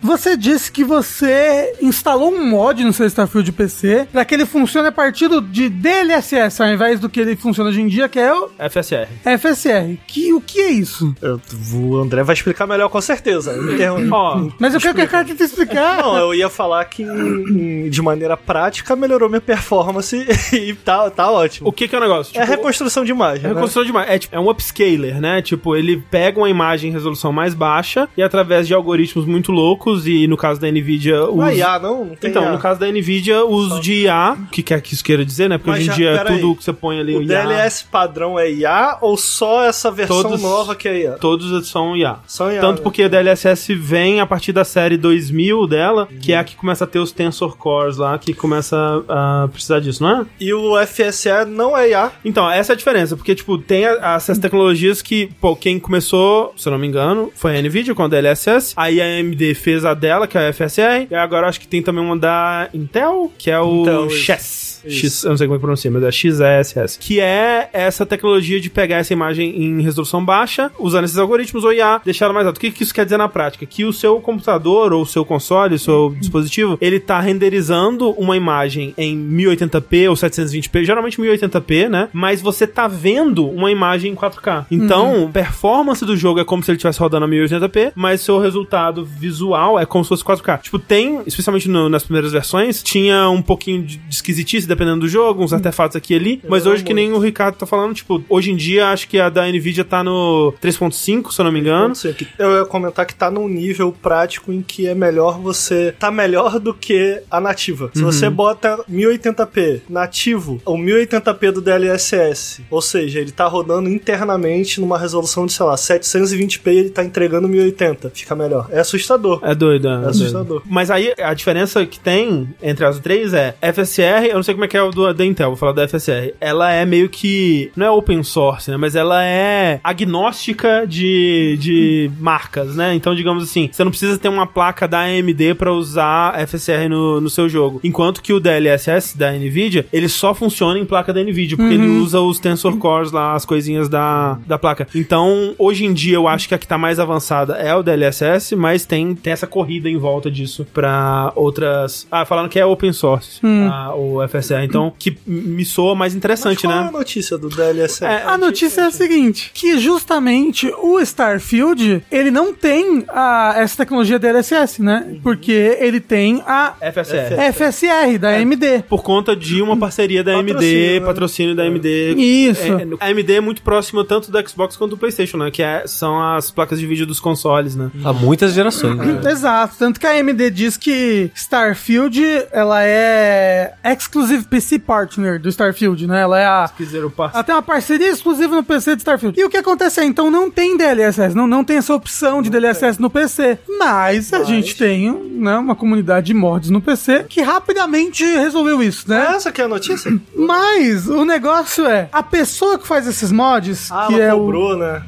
[SPEAKER 2] você disse que você instalou um mod no seu Starfield PC para que ele funcione a partir do- de DLSS, ao invés do que ele funciona hoje em dia, que é o
[SPEAKER 1] FSR.
[SPEAKER 2] FSR. Que, o que é isso?
[SPEAKER 4] Eu- o André vai explicar tá melhor com certeza. Em termos-
[SPEAKER 1] Ó,
[SPEAKER 2] Mas eu quero que o cara tente explicar.
[SPEAKER 4] Não, eu ia falar que em- em- de maneira prática melhorou minha performance e tá, tá ótimo.
[SPEAKER 1] o que que é o negócio?
[SPEAKER 4] É a
[SPEAKER 1] Tipo,
[SPEAKER 4] reconstrução de
[SPEAKER 1] É
[SPEAKER 4] imagem. né?
[SPEAKER 1] reconstrução de imagem. É, tipo, é um upscaler, né? Tipo, ele pega uma imagem em resolução mais baixa e através de algoritmos muito loucos, e no caso da NVIDIA,
[SPEAKER 4] Não
[SPEAKER 1] os...
[SPEAKER 4] é IA, não? Não tem
[SPEAKER 1] Então,
[SPEAKER 4] IA.
[SPEAKER 1] no caso da NVIDIA, o uso de IA, o que quer que isso queira dizer, né? Porque
[SPEAKER 4] Mas
[SPEAKER 1] hoje em
[SPEAKER 4] já-
[SPEAKER 1] dia
[SPEAKER 4] pera
[SPEAKER 1] tudo
[SPEAKER 4] aí.
[SPEAKER 1] que você põe ali,
[SPEAKER 4] o
[SPEAKER 1] o IA,
[SPEAKER 4] DLS padrão é IA ou só essa versão
[SPEAKER 1] Todos-
[SPEAKER 4] nova que é IA?
[SPEAKER 1] todos são IA.
[SPEAKER 4] Só IA.
[SPEAKER 1] Tanto
[SPEAKER 4] né?
[SPEAKER 1] porque a DLSS vem a partir da série 2000 dela, que é a que começa a ter os Tensor Cores lá, que que começa a, a precisar disso, não é?
[SPEAKER 4] E o FSE não é IA.
[SPEAKER 1] Então, essa é a diferença, porque, tipo, tem a- essas tecnologias que, pô, quem começou, se eu não me engano, foi a NVIDIA com a DLSS, aí a AMD fez a dela, que é a FSR, e agora eu acho que tem também uma da Intel, que é o
[SPEAKER 4] Intel, isso.
[SPEAKER 1] Chess. X,
[SPEAKER 4] Isso.
[SPEAKER 1] eu não sei como é que pronuncia, mas é XASS. Que é essa tecnologia de pegar essa imagem em resolução baixa, usando esses algoritmos ou IA, deixar ela mais alta. O que, que isso quer dizer na prática? Que o seu computador ou o seu console, o seu dispositivo, ele tá renderizando uma imagem em 1080p ou 720p, geralmente 1080p, né? Mas você tá vendo uma imagem em 4K. Então, performance do jogo é como se ele estivesse rodando a 1080p, mas seu resultado visual é como se fosse 4K. Tipo, tem, especialmente no- nas primeiras versões, tinha um pouquinho de, de esquisitice dependendo do jogo, uns artefatos aqui e ali, mas hoje que nem o Ricardo tá falando, tipo, hoje em dia acho que a da Nvidia tá no 3.5, se eu não me engano.
[SPEAKER 4] Eu ia comentar que tá num nível prático em que é melhor você. Tá melhor do que a nativa. Se você bota 1080p nativo, ou 1080p do DLSS, ou seja, ele tá rodando internamente numa resolução de, sei lá, 720p e ele tá entregando 1080. Fica melhor. É assustador.
[SPEAKER 1] É doido, é, doido.
[SPEAKER 4] assustador.
[SPEAKER 1] Mas aí a diferença que tem entre as três é FSR, eu não sei como é que é o do, da Intel, vou falar da FSR. Ela é meio que. Não é open source, né? Mas ela é agnóstica de, de marcas, né? Então, digamos assim, você não precisa ter uma placa da AMD pra usar FSR no, no seu jogo. Enquanto que o DLSS da Nvidia, ele só funciona em placa da Nvidia, porque ele usa os Tensor Cores lá, as coisinhas da, da placa. Então, hoje em dia, eu acho que a que tá mais avançada é o DLSS, mas tem, tem essa corrida em volta disso pra outras. Ah, falaram que é open source ah, o FSR, então, que me soa mais
[SPEAKER 4] Mas
[SPEAKER 1] interessante,
[SPEAKER 4] qual é a
[SPEAKER 1] né?
[SPEAKER 4] notícia do DLSS?
[SPEAKER 1] É,
[SPEAKER 2] A notícia é a seguinte, que justamente o Starfield, ele não tem a, essa tecnologia DLSS,
[SPEAKER 1] Uhum.
[SPEAKER 2] né? Porque ele tem a
[SPEAKER 1] FSR.
[SPEAKER 2] FSR da AMD.
[SPEAKER 1] É, Por conta de uma parceria da AMD,
[SPEAKER 4] Patrocínio, né?
[SPEAKER 1] patrocínio da AMD
[SPEAKER 2] Isso.
[SPEAKER 1] É, no- a AMD é muito próxima tanto do Xbox quanto do PlayStation, né? Que é- são as placas de vídeo dos consoles, né?
[SPEAKER 3] Há muitas gerações. né?
[SPEAKER 1] é.
[SPEAKER 2] Exato, tanto que a AMD diz que Starfield, ela é exclusive PC partner do Starfield, né? Ela é a
[SPEAKER 1] Quiseram passar.
[SPEAKER 2] Ela tem uma parceria exclusiva no PC de Starfield. E o que acontece é, então não tem DLSS, não, não tem essa opção de DLSS no PC. Mas, a gente tem né, uma comunidade de mods no PC que rapidamente resolveu isso, né?
[SPEAKER 4] Essa que é a notícia?
[SPEAKER 2] Mas o negócio é, a pessoa que faz esses mods,
[SPEAKER 4] Ah,
[SPEAKER 2] que
[SPEAKER 4] ela
[SPEAKER 2] é o.
[SPEAKER 4] cobrou, né?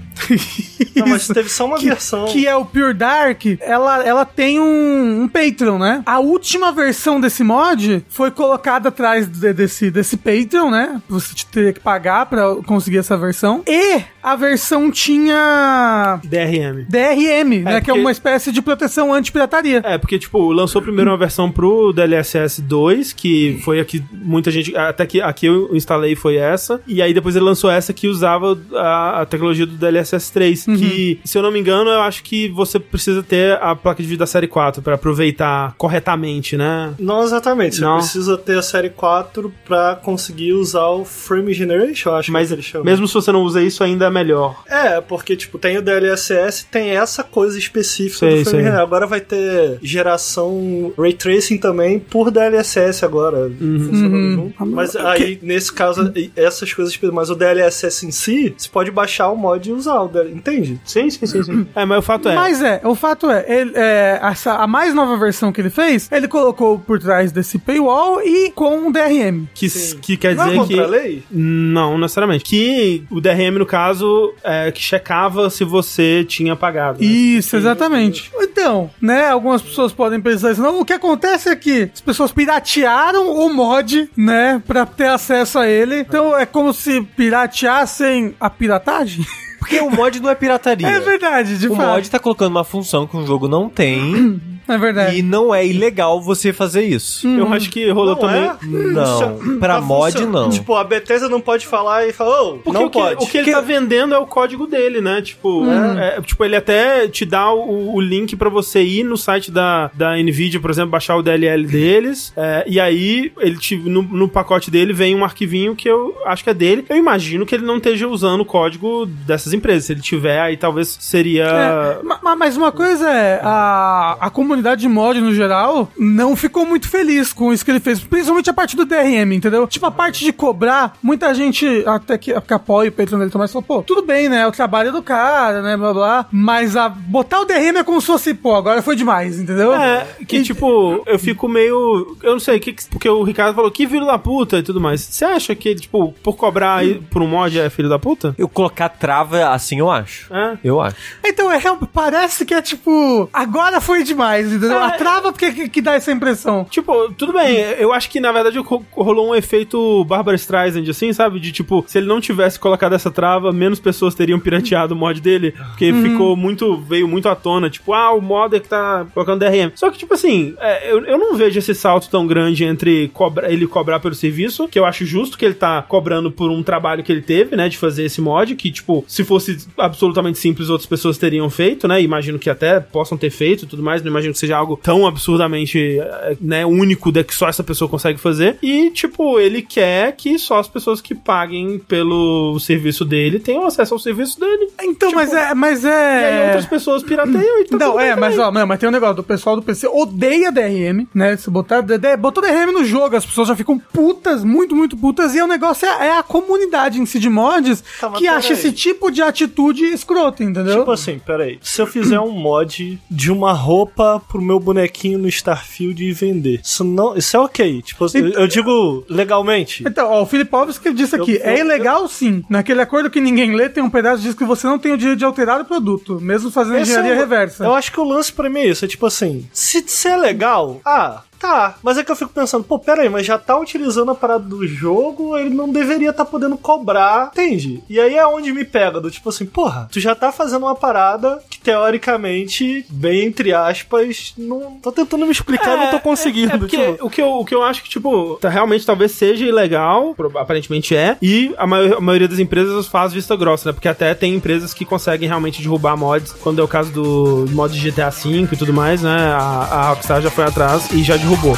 [SPEAKER 4] Não, mas teve só uma
[SPEAKER 2] Que,
[SPEAKER 4] versão.
[SPEAKER 2] que é o Pure Dark, ela, ela tem um, um Patreon, né? A última versão desse mod foi colocada atrás de- desse, desse Patreon, né? Você teria que pagar pra conseguir essa versão. E a versão tinha
[SPEAKER 1] DRM.
[SPEAKER 2] DRM, né? Que
[SPEAKER 1] porque-
[SPEAKER 2] é uma espécie de proteção anti-pirataria.
[SPEAKER 1] É, porque, tipo, lançou primeiro uma versão pro DLSS 2, que foi a que muita gente. Até que aqui eu instalei foi essa. E aí depois ele lançou essa que usava a, a tecnologia do DLSS 3. Que, se eu não me engano, eu acho que você precisa ter a placa de vídeo da série 4 pra aproveitar corretamente, né?
[SPEAKER 4] Não exatamente, você
[SPEAKER 1] Não.
[SPEAKER 4] precisa ter a série 4 pra conseguir usar o Frame Generation, eu acho
[SPEAKER 1] Mas
[SPEAKER 4] que ele chama.
[SPEAKER 1] mesmo se você não usa isso, ainda é melhor.
[SPEAKER 4] É, porque tipo, tem o DLSS, tem essa coisa específica
[SPEAKER 1] Sei,
[SPEAKER 4] do Frame
[SPEAKER 1] sei.
[SPEAKER 4] Generation. Agora vai ter geração Ray Tracing também por DLSS agora.
[SPEAKER 1] Uhum.
[SPEAKER 4] funcionando junto. Mas aí, nesse caso, essas coisas específicas, mas o DLSS em si, você pode baixar o mod e usar o DLSS, entende?
[SPEAKER 1] Sim, sim, sim, sim. É, mas o fato é.
[SPEAKER 2] Mas é, o fato é, ele- é, essa, a mais nova versão que ele fez, ele colocou por trás desse paywall e com um DRM.
[SPEAKER 1] Que, que quer
[SPEAKER 4] Não
[SPEAKER 1] dizer
[SPEAKER 4] é contra
[SPEAKER 1] que.
[SPEAKER 4] a lei?
[SPEAKER 1] Não, necessariamente. Que o DRM, no caso, é que checava se você tinha pagado. né?
[SPEAKER 2] Isso, exatamente. Então, né, algumas pessoas podem pensar isso. Não, o que acontece é que as pessoas piratearam o mod, né, pra ter acesso a ele. Então é como se pirateassem a piratagem.
[SPEAKER 3] Porque o mod não é pirataria.
[SPEAKER 2] É verdade, de
[SPEAKER 3] o
[SPEAKER 2] fato.
[SPEAKER 3] mod tá colocando uma função que um jogo não tem
[SPEAKER 2] É verdade.
[SPEAKER 3] e não é ilegal você fazer isso.
[SPEAKER 1] Eu acho que rolou
[SPEAKER 4] Não
[SPEAKER 1] também.
[SPEAKER 4] é?
[SPEAKER 3] Não, pra
[SPEAKER 4] Tá
[SPEAKER 3] mod
[SPEAKER 4] funcionando.
[SPEAKER 3] não.
[SPEAKER 4] Tipo, a Bethesda não pode falar e falar, ô,
[SPEAKER 1] Porque
[SPEAKER 4] não
[SPEAKER 1] o que,
[SPEAKER 4] pode.
[SPEAKER 1] o que ele tá vendendo é o código dele, né? Tipo, é- é- tipo ele até te dá o, o link pra você ir no site da, da Nvidia, por exemplo, baixar o DLL deles. é, e aí, ele te, no, no pacote dele vem um arquivinho que eu acho que é dele. Eu imagino que ele não esteja usando o código Ah. dessas empresas. Se ele tiver, aí talvez seria.
[SPEAKER 2] É, ma- ma- mas uma coisa é, a, a comunidade de mod no geral não ficou muito feliz com isso que ele fez, principalmente a parte do DRM, entendeu? Tipo, a parte de cobrar, muita gente até que, que apoia o Patreon dele também falou, pô, tudo bem, né? O trabalho é do cara, né? Blá blá. Mas a botar o DRM é como se fosse, pô, agora foi demais, entendeu?
[SPEAKER 1] É, que tipo, eu fico meio. Eu não sei, que, que- porque o Ricardo falou que filho da puta e tudo mais. Você acha que, tipo, por cobrar aí por um mod é filho da puta?
[SPEAKER 3] Eu colocar trava assim, eu acho.
[SPEAKER 1] É.
[SPEAKER 3] Eu acho.
[SPEAKER 2] Então, é, real- parece que é tipo, agora foi demais,
[SPEAKER 1] É.
[SPEAKER 2] entendeu? A trava porque que, que dá essa impressão.
[SPEAKER 1] Tipo, tudo bem, eu acho que na verdade ro- rolou um efeito Barbara Streisand, assim, sabe? De tipo, se ele não tivesse colocado essa trava, menos pessoas teriam pirateado o mod dele, porque ficou muito, veio muito à tona, tipo, ah, o modder que tá colocando DRM. Só que, tipo assim, é, eu, eu não vejo esse salto tão grande entre cobra- ele cobrar pelo serviço, que eu acho justo que ele tá cobrando por um trabalho que ele teve, né, de fazer esse mod, que, tipo, se fosse absolutamente simples, outras pessoas teriam feito, né? Imagino que até possam ter feito e tudo mais, não imagino que seja algo tão absurdamente, eh, né, único da que só essa pessoa consegue fazer. E, tipo, ele quer que só as pessoas que paguem pelo serviço dele tenham acesso ao serviço dele.
[SPEAKER 2] Então, mas é. Mas é...
[SPEAKER 1] Tipo, E aí outras pessoas pirateiam e
[SPEAKER 4] Então
[SPEAKER 1] tá tudo
[SPEAKER 2] Não,
[SPEAKER 1] bem
[SPEAKER 2] é, mas
[SPEAKER 1] também.
[SPEAKER 2] ó, não, mas tem um negócio, o pessoal do PC odeia DRM, né? Se botar, D- D- botou DRM no jogo, as pessoas já ficam putas, muito, muito putas, e o negócio é, é a comunidade em si de mods
[SPEAKER 4] Tá, mas
[SPEAKER 2] que acha
[SPEAKER 4] peraí.
[SPEAKER 2] esse tipo de atitude escrota, entendeu?
[SPEAKER 4] Tipo assim, peraí. Se eu fizer um mod de uma roupa pro meu bonequinho no Starfield e vender, isso não. Isso é ok. Tipo, eu, eu digo legalmente.
[SPEAKER 1] É
[SPEAKER 2] Então, ó, o Filipovski disse aqui,
[SPEAKER 4] Eu-
[SPEAKER 2] é
[SPEAKER 4] eu-
[SPEAKER 2] ilegal sim. Naquele acordo que ninguém lê, tem um pedaço que diz que você não tem o direito de alterar o produto, mesmo fazendo
[SPEAKER 4] Esse
[SPEAKER 2] engenharia
[SPEAKER 4] é o-
[SPEAKER 2] reversa.
[SPEAKER 4] Eu acho que o lance pra mim é isso. É tipo assim, se, se é legal, ah, tá. Mas é que eu fico pensando, pô, peraí, mas já tá utilizando a parada do jogo, ele não deveria tá podendo cobrar, entende? E aí é onde me pega, do tipo assim, porra, tu já tá fazendo uma parada que teoricamente, bem entre aspas, não. Tô tentando me explicar, Então não tô conseguindo.
[SPEAKER 1] É porque
[SPEAKER 4] tipo,
[SPEAKER 1] o, que eu, o que eu acho que, tipo, tá, realmente talvez seja ilegal, pro- aparentemente é, e a, maior- a maioria das empresas faz vista grossa, né? Porque até tem empresas que conseguem realmente derrubar mods, quando é o caso do mod de GTA V e tudo mais, né? A, a Rockstar já foi atrás e já derrubou.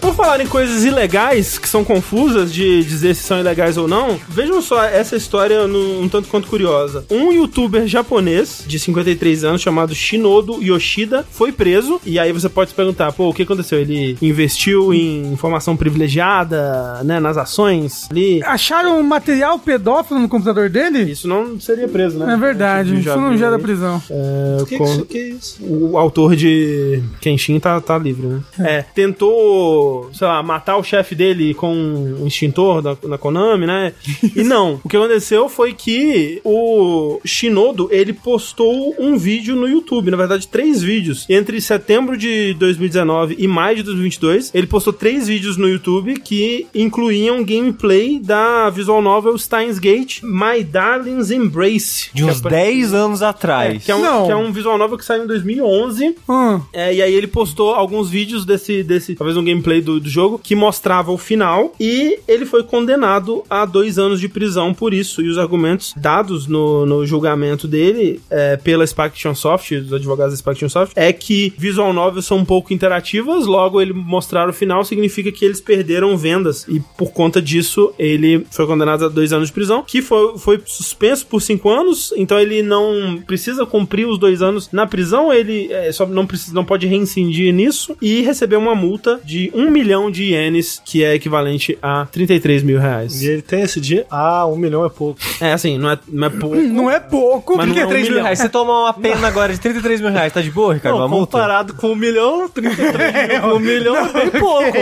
[SPEAKER 1] Por falar em coisas ilegais, que são confusas de dizer se são ilegais ou não, vejam só essa história num, um tanto quanto curiosa. Um youtuber japonês de 53 anos chamado Shinodo Yoshida foi preso. E aí você pode se perguntar, pô, o que aconteceu? Ele investiu em informação privilegiada, né, nas ações ali. Ah,
[SPEAKER 2] Acharam um material pedófilo no computador dele?
[SPEAKER 1] Isso não seria preso, né?
[SPEAKER 2] É verdade,
[SPEAKER 1] Já
[SPEAKER 2] isso não
[SPEAKER 1] vi
[SPEAKER 2] gera
[SPEAKER 4] né?
[SPEAKER 1] aí.
[SPEAKER 2] prisão.
[SPEAKER 1] É,
[SPEAKER 4] que,
[SPEAKER 1] com-
[SPEAKER 4] isso, que isso?
[SPEAKER 1] o autor de Kenshin tá, tá livre, né? É, tentou, sei lá, matar o chefe dele com um extintor da, na Konami, né? E não. O que aconteceu foi que o Shinodo, ele postou um vídeo no YouTube, na verdade, três vídeos. Entre setembro de 2019 e maio de 2022, ele postou três vídeos no YouTube que incluíam gameplay da visual novel Steins Gate, My Darling's Embrace.
[SPEAKER 3] De uns
[SPEAKER 1] que é-
[SPEAKER 3] 10 anos
[SPEAKER 1] é,
[SPEAKER 3] atrás.
[SPEAKER 1] que é um,
[SPEAKER 2] Não.
[SPEAKER 1] que é um visual novel que saiu em 2011
[SPEAKER 2] Hum.
[SPEAKER 1] é, e aí ele postou alguns vídeos desse, desse talvez um gameplay do, do jogo, que mostrava o final, e ele foi condenado a dois anos de prisão por isso, e os argumentos dados no, no julgamento dele é, pela Spaction Soft, dos advogados da Spaction Soft, é que visual novels são um pouco interativas, logo ele mostrar o final significa que eles perderam vendas, e por conta disso ele foi condenado a dois anos de prisão, que foi, foi suspenso por cinco anos, então ele não precisa cumprir os dois anos na prisão, ele é, só não, precisa, não pode reincindir nisso e receber uma multa de um milhão de ienes, que é equivalente a 33 mil reais.
[SPEAKER 4] E ele tem esse dia? Ah, um milhão é pouco.
[SPEAKER 1] É assim, não é, não é pouco.
[SPEAKER 2] Não é pouco,
[SPEAKER 1] Mas
[SPEAKER 2] porque
[SPEAKER 1] não é
[SPEAKER 2] é
[SPEAKER 1] um
[SPEAKER 3] 33 mil
[SPEAKER 1] milhão.
[SPEAKER 3] reais. Você toma uma pena agora de 33 mil reais. Tá de boa, Ricardo?
[SPEAKER 4] Não,
[SPEAKER 3] uma multa?
[SPEAKER 4] comparado com um milhão, 33 mil, um milhão é bem pouco.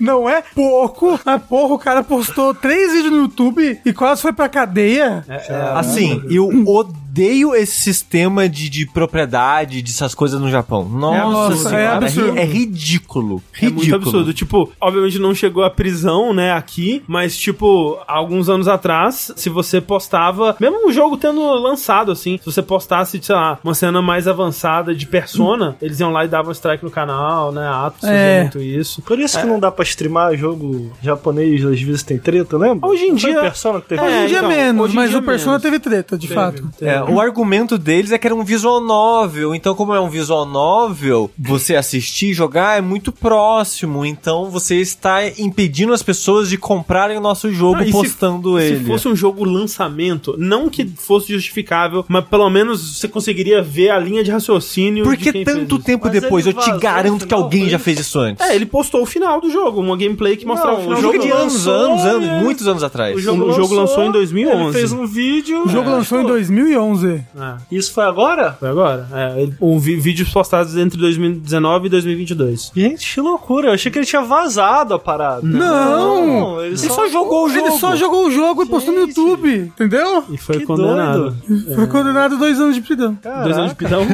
[SPEAKER 2] Não é pouco. Ah, porra, o cara postou três vídeos no YouTube e quase foi pra cadeia.
[SPEAKER 1] É,
[SPEAKER 3] Assim, eu odeio esse sistema de, de propriedade, dessas coisas no Japão. Nossa
[SPEAKER 2] absurdo,
[SPEAKER 3] senhora,
[SPEAKER 2] é
[SPEAKER 3] ri-
[SPEAKER 2] absurdo.
[SPEAKER 3] é ridículo.
[SPEAKER 1] É
[SPEAKER 3] Ridículo.
[SPEAKER 1] muito absurdo. Tipo, obviamente não chegou à prisão, né, aqui, mas, tipo, alguns anos atrás, se você postava, mesmo o jogo tendo lançado, assim, se você postasse, sei lá, uma cena mais avançada de Persona, eles iam lá e davam strike no canal, né, a Atos fazia
[SPEAKER 2] É.
[SPEAKER 1] muito isso.
[SPEAKER 4] Por isso que não dá pra streamar jogo japonês, às vezes tem treta, lembra?
[SPEAKER 1] Hoje em
[SPEAKER 4] Não foi
[SPEAKER 1] dia-
[SPEAKER 4] Persona que teve
[SPEAKER 1] É,
[SPEAKER 2] hoje em dia
[SPEAKER 1] então,
[SPEAKER 2] menos,
[SPEAKER 1] hoje em
[SPEAKER 2] mas
[SPEAKER 1] dia
[SPEAKER 2] o Persona
[SPEAKER 1] menos.
[SPEAKER 2] teve treta, de fato.
[SPEAKER 3] É, o argumento deles é que era um visual novel. Então, como é um visual novel, você assistir e jogar é muito próximo. Então, você está impedindo as pessoas de comprarem o nosso jogo
[SPEAKER 1] Não, Ah, e se-
[SPEAKER 3] postando ele.
[SPEAKER 1] Se fosse um jogo lançamento, não que fosse justificável, mas pelo menos você conseguiria ver a linha de raciocínio. de
[SPEAKER 3] Porque
[SPEAKER 1] quem fez
[SPEAKER 3] tanto
[SPEAKER 1] isso.
[SPEAKER 3] tempo
[SPEAKER 4] Mas
[SPEAKER 3] depois,
[SPEAKER 4] ele
[SPEAKER 3] eu te
[SPEAKER 4] vazou no
[SPEAKER 3] garanto que
[SPEAKER 4] final,
[SPEAKER 3] alguém
[SPEAKER 4] foi
[SPEAKER 3] já
[SPEAKER 4] isso?
[SPEAKER 3] fez isso antes.
[SPEAKER 1] É, ele postou o final do jogo, uma gameplay que mostrava
[SPEAKER 4] Não,
[SPEAKER 1] o final
[SPEAKER 4] o
[SPEAKER 1] do
[SPEAKER 3] um jogo
[SPEAKER 1] jogo.
[SPEAKER 3] de anos, anos, anos,
[SPEAKER 1] é.
[SPEAKER 3] muitos anos atrás.
[SPEAKER 1] O jogo lançou em 2011.
[SPEAKER 4] Ele fez um vídeo.
[SPEAKER 2] O jogo lançou em 2011.
[SPEAKER 1] É,
[SPEAKER 4] Isso foi agora?
[SPEAKER 1] foi agora. É, ele- um vi- vídeos postados entre 2019 e 2022.
[SPEAKER 4] Gente, que loucura. Eu achei que ele tinha vazado a parada.
[SPEAKER 2] Não.
[SPEAKER 4] ele
[SPEAKER 3] Ele
[SPEAKER 4] só...
[SPEAKER 3] só jogou o jogo.
[SPEAKER 2] Ele só jogou o jogo e postou no
[SPEAKER 4] Gente.
[SPEAKER 2] YouTube, entendeu?
[SPEAKER 1] E foi
[SPEAKER 4] Que
[SPEAKER 1] condenado.
[SPEAKER 4] doido.
[SPEAKER 2] Foi condenado a dois anos de prisão.
[SPEAKER 1] Dois anos de prisão.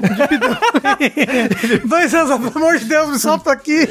[SPEAKER 2] Dois anos, pelo amor de Deus, me solta aqui.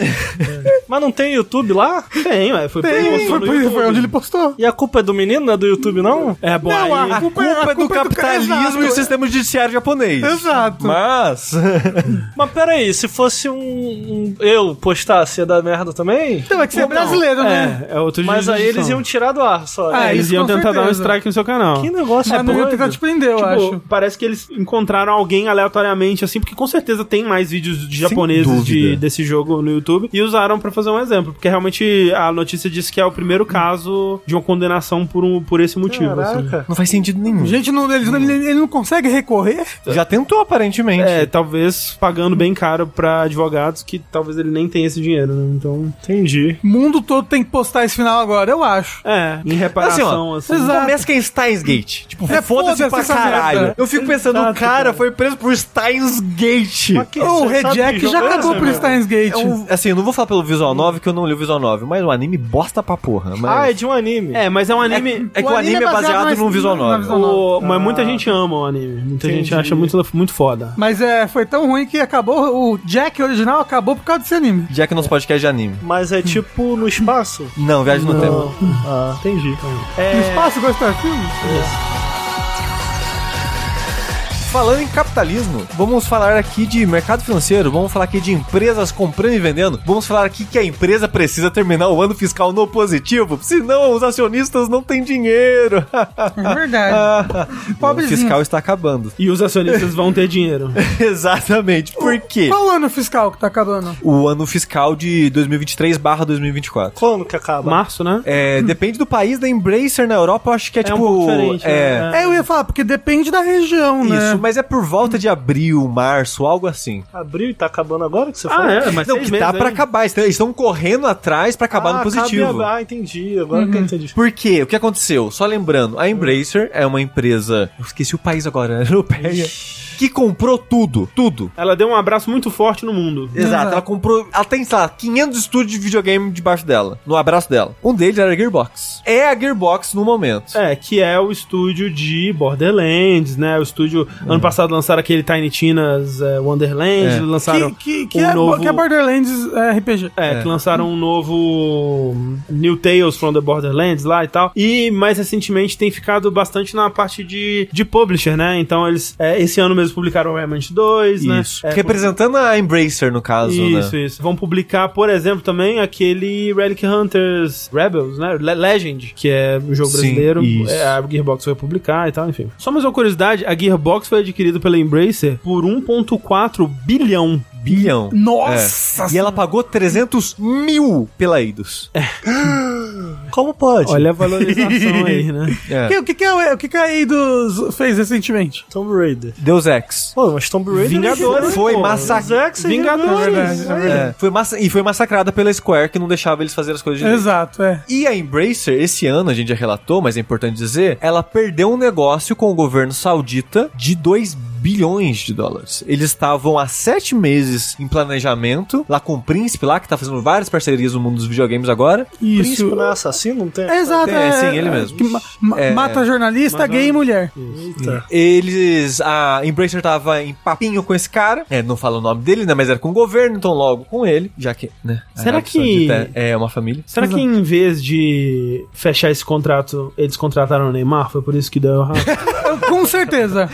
[SPEAKER 4] Mas não tem YouTube lá?
[SPEAKER 1] Tem, ué. Foi,
[SPEAKER 2] Tem,
[SPEAKER 1] postou
[SPEAKER 2] foi,
[SPEAKER 1] no
[SPEAKER 2] foi-
[SPEAKER 1] YouTube.
[SPEAKER 2] foi onde ele postou.
[SPEAKER 4] E a culpa é do menino, não é do YouTube, não?
[SPEAKER 1] É, bom,
[SPEAKER 2] Não,
[SPEAKER 1] aí-
[SPEAKER 2] a-
[SPEAKER 3] A culpa,
[SPEAKER 2] a
[SPEAKER 3] é do
[SPEAKER 2] culpa é do-
[SPEAKER 3] capitalismo
[SPEAKER 2] Exato.
[SPEAKER 3] e o sistema judiciário japonês.
[SPEAKER 2] Exato.
[SPEAKER 3] Mas.
[SPEAKER 4] Mas peraí, se fosse um, um- Eu postasse, ia dar merda também?
[SPEAKER 2] Então é que você é brasileiro, né?
[SPEAKER 1] é, é outro
[SPEAKER 4] Mas
[SPEAKER 1] jeito
[SPEAKER 4] aí
[SPEAKER 1] de
[SPEAKER 4] eles
[SPEAKER 1] gestão.
[SPEAKER 4] iam tirar do ar só.
[SPEAKER 2] Ah,
[SPEAKER 1] É, eles
[SPEAKER 2] isso
[SPEAKER 1] iam
[SPEAKER 2] com
[SPEAKER 1] tentar dar um
[SPEAKER 2] certeza.
[SPEAKER 1] strike no seu canal.
[SPEAKER 4] Que negócio
[SPEAKER 2] Mas não ia
[SPEAKER 4] É, doido.
[SPEAKER 2] tentar te prender, eu
[SPEAKER 1] Tipo,
[SPEAKER 2] acho.
[SPEAKER 1] parece que eles encontraram alguém aleatoriamente, assim, porque com certeza tem mais vídeos de japoneses
[SPEAKER 3] dúvida.
[SPEAKER 1] de- desse jogo no YouTube e usaram pra fazer um exemplo, porque realmente a notícia diz que é o primeiro caso de uma condenação por, um, por esse motivo, assim.
[SPEAKER 4] Caraca.
[SPEAKER 3] Não faz sentido
[SPEAKER 4] Hum.
[SPEAKER 3] nenhum.
[SPEAKER 2] Gente, não, ele, ele, ele não consegue recorrer?
[SPEAKER 3] Já tentou, aparentemente.
[SPEAKER 1] É, talvez pagando bem caro pra advogados que talvez ele nem tenha esse dinheiro, né? Então,
[SPEAKER 4] Entendi.
[SPEAKER 2] O mundo todo tem que postar esse final agora, eu acho.
[SPEAKER 1] é, em reparação, assim.
[SPEAKER 2] exato.
[SPEAKER 3] Começa que é Steins Gate. Tipo,
[SPEAKER 2] É,
[SPEAKER 3] foda-se
[SPEAKER 2] foda-se
[SPEAKER 3] pra
[SPEAKER 2] essa
[SPEAKER 3] caralho.
[SPEAKER 2] merda.
[SPEAKER 3] Eu fico pensando, o
[SPEAKER 1] Exato,
[SPEAKER 3] cara
[SPEAKER 1] cara.
[SPEAKER 3] foi preso por Steins Gate. um
[SPEAKER 4] Mas que-
[SPEAKER 2] Ô, o
[SPEAKER 4] você
[SPEAKER 2] Red
[SPEAKER 4] sabe
[SPEAKER 2] Jack
[SPEAKER 4] que
[SPEAKER 2] já
[SPEAKER 4] jogo é
[SPEAKER 2] cagou
[SPEAKER 4] esse,
[SPEAKER 2] pro
[SPEAKER 4] meu?
[SPEAKER 2] Steins Gate.
[SPEAKER 3] É um- assim, eu não vou falar pelo Visual 9, que eu não li o Visual 9, mas o anime bosta pra porra. Mas...
[SPEAKER 4] Ah, é de um anime.
[SPEAKER 1] É, mas é um anime...
[SPEAKER 3] É que o, anime, é baseado,
[SPEAKER 2] nas-
[SPEAKER 3] num Visual
[SPEAKER 2] na
[SPEAKER 3] 9.
[SPEAKER 2] visual
[SPEAKER 1] o- mas muita gente ama o anime. Muita gente
[SPEAKER 4] Entendi.
[SPEAKER 1] acha muito, muito foda.
[SPEAKER 2] Mas é, foi tão ruim que acabou. O Jack original acabou por causa desse anime.
[SPEAKER 3] Já que não se podcast de anime.
[SPEAKER 4] Mas é tipo no espaço?
[SPEAKER 3] Não, Viagem no Tempo.
[SPEAKER 4] Ah, entendi.
[SPEAKER 2] No espaço gostar de filme?
[SPEAKER 3] Falando em capitalismo, vamos falar aqui de mercado financeiro, vamos falar aqui de empresas comprando e vendendo, vamos falar aqui que a empresa precisa terminar o ano fiscal no positivo, senão os acionistas não têm dinheiro.
[SPEAKER 2] É verdade.
[SPEAKER 3] o ano
[SPEAKER 2] Pobrezinho.
[SPEAKER 3] fiscal está acabando.
[SPEAKER 1] E os acionistas vão ter dinheiro.
[SPEAKER 3] Exatamente. Por quê?
[SPEAKER 2] Qual o ano fiscal que tá acabando?
[SPEAKER 3] O ano fiscal de 2023 barra 2024.
[SPEAKER 4] Quando que acaba?
[SPEAKER 1] Março, né?
[SPEAKER 3] É, depende do país, da Embracer na Europa, eu acho que é,
[SPEAKER 1] um
[SPEAKER 3] tipo.
[SPEAKER 1] pouco diferente, né?
[SPEAKER 3] é,
[SPEAKER 2] É, eu ia falar, porque depende da região, né?
[SPEAKER 3] Isso, mas é por volta de abril, março, algo assim.
[SPEAKER 4] Abril e tá acabando agora que você
[SPEAKER 1] Ah, é, mas
[SPEAKER 3] Não,
[SPEAKER 1] seis
[SPEAKER 3] que tá
[SPEAKER 1] meses
[SPEAKER 3] pra
[SPEAKER 1] aí.
[SPEAKER 3] acabar. Eles estão correndo atrás pra acabar
[SPEAKER 4] Ah,
[SPEAKER 3] no
[SPEAKER 4] acaba
[SPEAKER 3] positivo.
[SPEAKER 4] em ab- Ah, entendi. Agora
[SPEAKER 1] Uhum.
[SPEAKER 4] que eu entendi.
[SPEAKER 3] Por quê? O que aconteceu? Só lembrando, a Embracer é uma empresa. Eu esqueci o país agora, europeia. Que comprou tudo, tudo.
[SPEAKER 1] Ela deu um abraço muito forte no mundo.
[SPEAKER 3] Exato, ela comprou. Ela tem, sei lá, 500 estúdios de videogame debaixo dela, no abraço dela. Um deles era a Gearbox. É a Gearbox no momento.
[SPEAKER 1] É, que é o estúdio de Borderlands, né? O estúdio. Ano passado lançaram aquele Tiny Tina's é, Wonderland,
[SPEAKER 3] É.
[SPEAKER 1] lançaram.
[SPEAKER 2] Que, que, que
[SPEAKER 1] um
[SPEAKER 2] é,
[SPEAKER 1] novo-
[SPEAKER 2] que é Borderlands é, RPG.
[SPEAKER 1] É, que lançaram um novo New Tales from the Borderlands lá e tal. E mais recentemente tem ficado bastante na parte de, de publisher, né? Então eles é, esse ano mesmo publicaram o Remnant 2, né?
[SPEAKER 3] Isso.
[SPEAKER 1] É,
[SPEAKER 3] Representando a Embracer, no caso, né?
[SPEAKER 1] Isso, isso. Vão publicar, por exemplo, também aquele Relic Hunters Rebels, né? Le- Legend, que é um jogo
[SPEAKER 3] Sim,
[SPEAKER 1] brasileiro.
[SPEAKER 3] isso.
[SPEAKER 1] É, a Gearbox vai publicar e tal, enfim. Só mais uma curiosidade, a Gearbox foi adquirida pela Embracer por 1.4 bilhão.
[SPEAKER 3] Bilhão. É.
[SPEAKER 4] É.
[SPEAKER 2] Nossa!
[SPEAKER 3] E ela pagou 300 mil pela Eidos.
[SPEAKER 1] É.
[SPEAKER 4] Como pode?
[SPEAKER 1] Olha a valorização aí, né?
[SPEAKER 3] É.
[SPEAKER 2] Que- O que, que, é, o que, que a Eidos fez recentemente?
[SPEAKER 4] Tomb Raider.
[SPEAKER 3] Deus Ex.
[SPEAKER 4] Pô, mas Tomb Raider... é
[SPEAKER 1] Vingadores,
[SPEAKER 3] Foi
[SPEAKER 1] pô.
[SPEAKER 3] massacre.
[SPEAKER 4] Zack,
[SPEAKER 1] Vingadores.
[SPEAKER 2] É verdade,
[SPEAKER 3] É, foi massa- e foi massacrada pela Square, que não deixava eles fazerem as coisas direito.
[SPEAKER 2] Exato, é.
[SPEAKER 3] E a Embracer, esse ano, a gente já relatou, mas é importante dizer, ela perdeu um negócio com o governo saudita de 2 bilhões de dólares. Eles estavam há sete meses em planejamento, lá com o Príncipe, lá, que tá fazendo várias parcerias no mundo dos videogames agora.
[SPEAKER 4] Príncipe
[SPEAKER 2] Isso.
[SPEAKER 4] não é assassino? Não tem?
[SPEAKER 2] Exato,
[SPEAKER 3] É, sim, ele mesmo.
[SPEAKER 2] que ma- ma-
[SPEAKER 3] É,
[SPEAKER 2] mata jornalista,
[SPEAKER 1] Mas
[SPEAKER 2] gay e
[SPEAKER 1] não-
[SPEAKER 2] mulher.
[SPEAKER 4] Eita.
[SPEAKER 3] Eles. A Embracer tava em papinho com esse cara. É, não fala o nome dele, né? Mas era com o governo, então logo com ele, já que, né? a
[SPEAKER 1] Será
[SPEAKER 3] Arábia
[SPEAKER 1] que-
[SPEAKER 3] Saudita É é uma família.
[SPEAKER 1] Será que em vez de fechar esse contrato, eles contrataram o Neymar? Foi por isso que deu errado?
[SPEAKER 2] Eu- com certeza.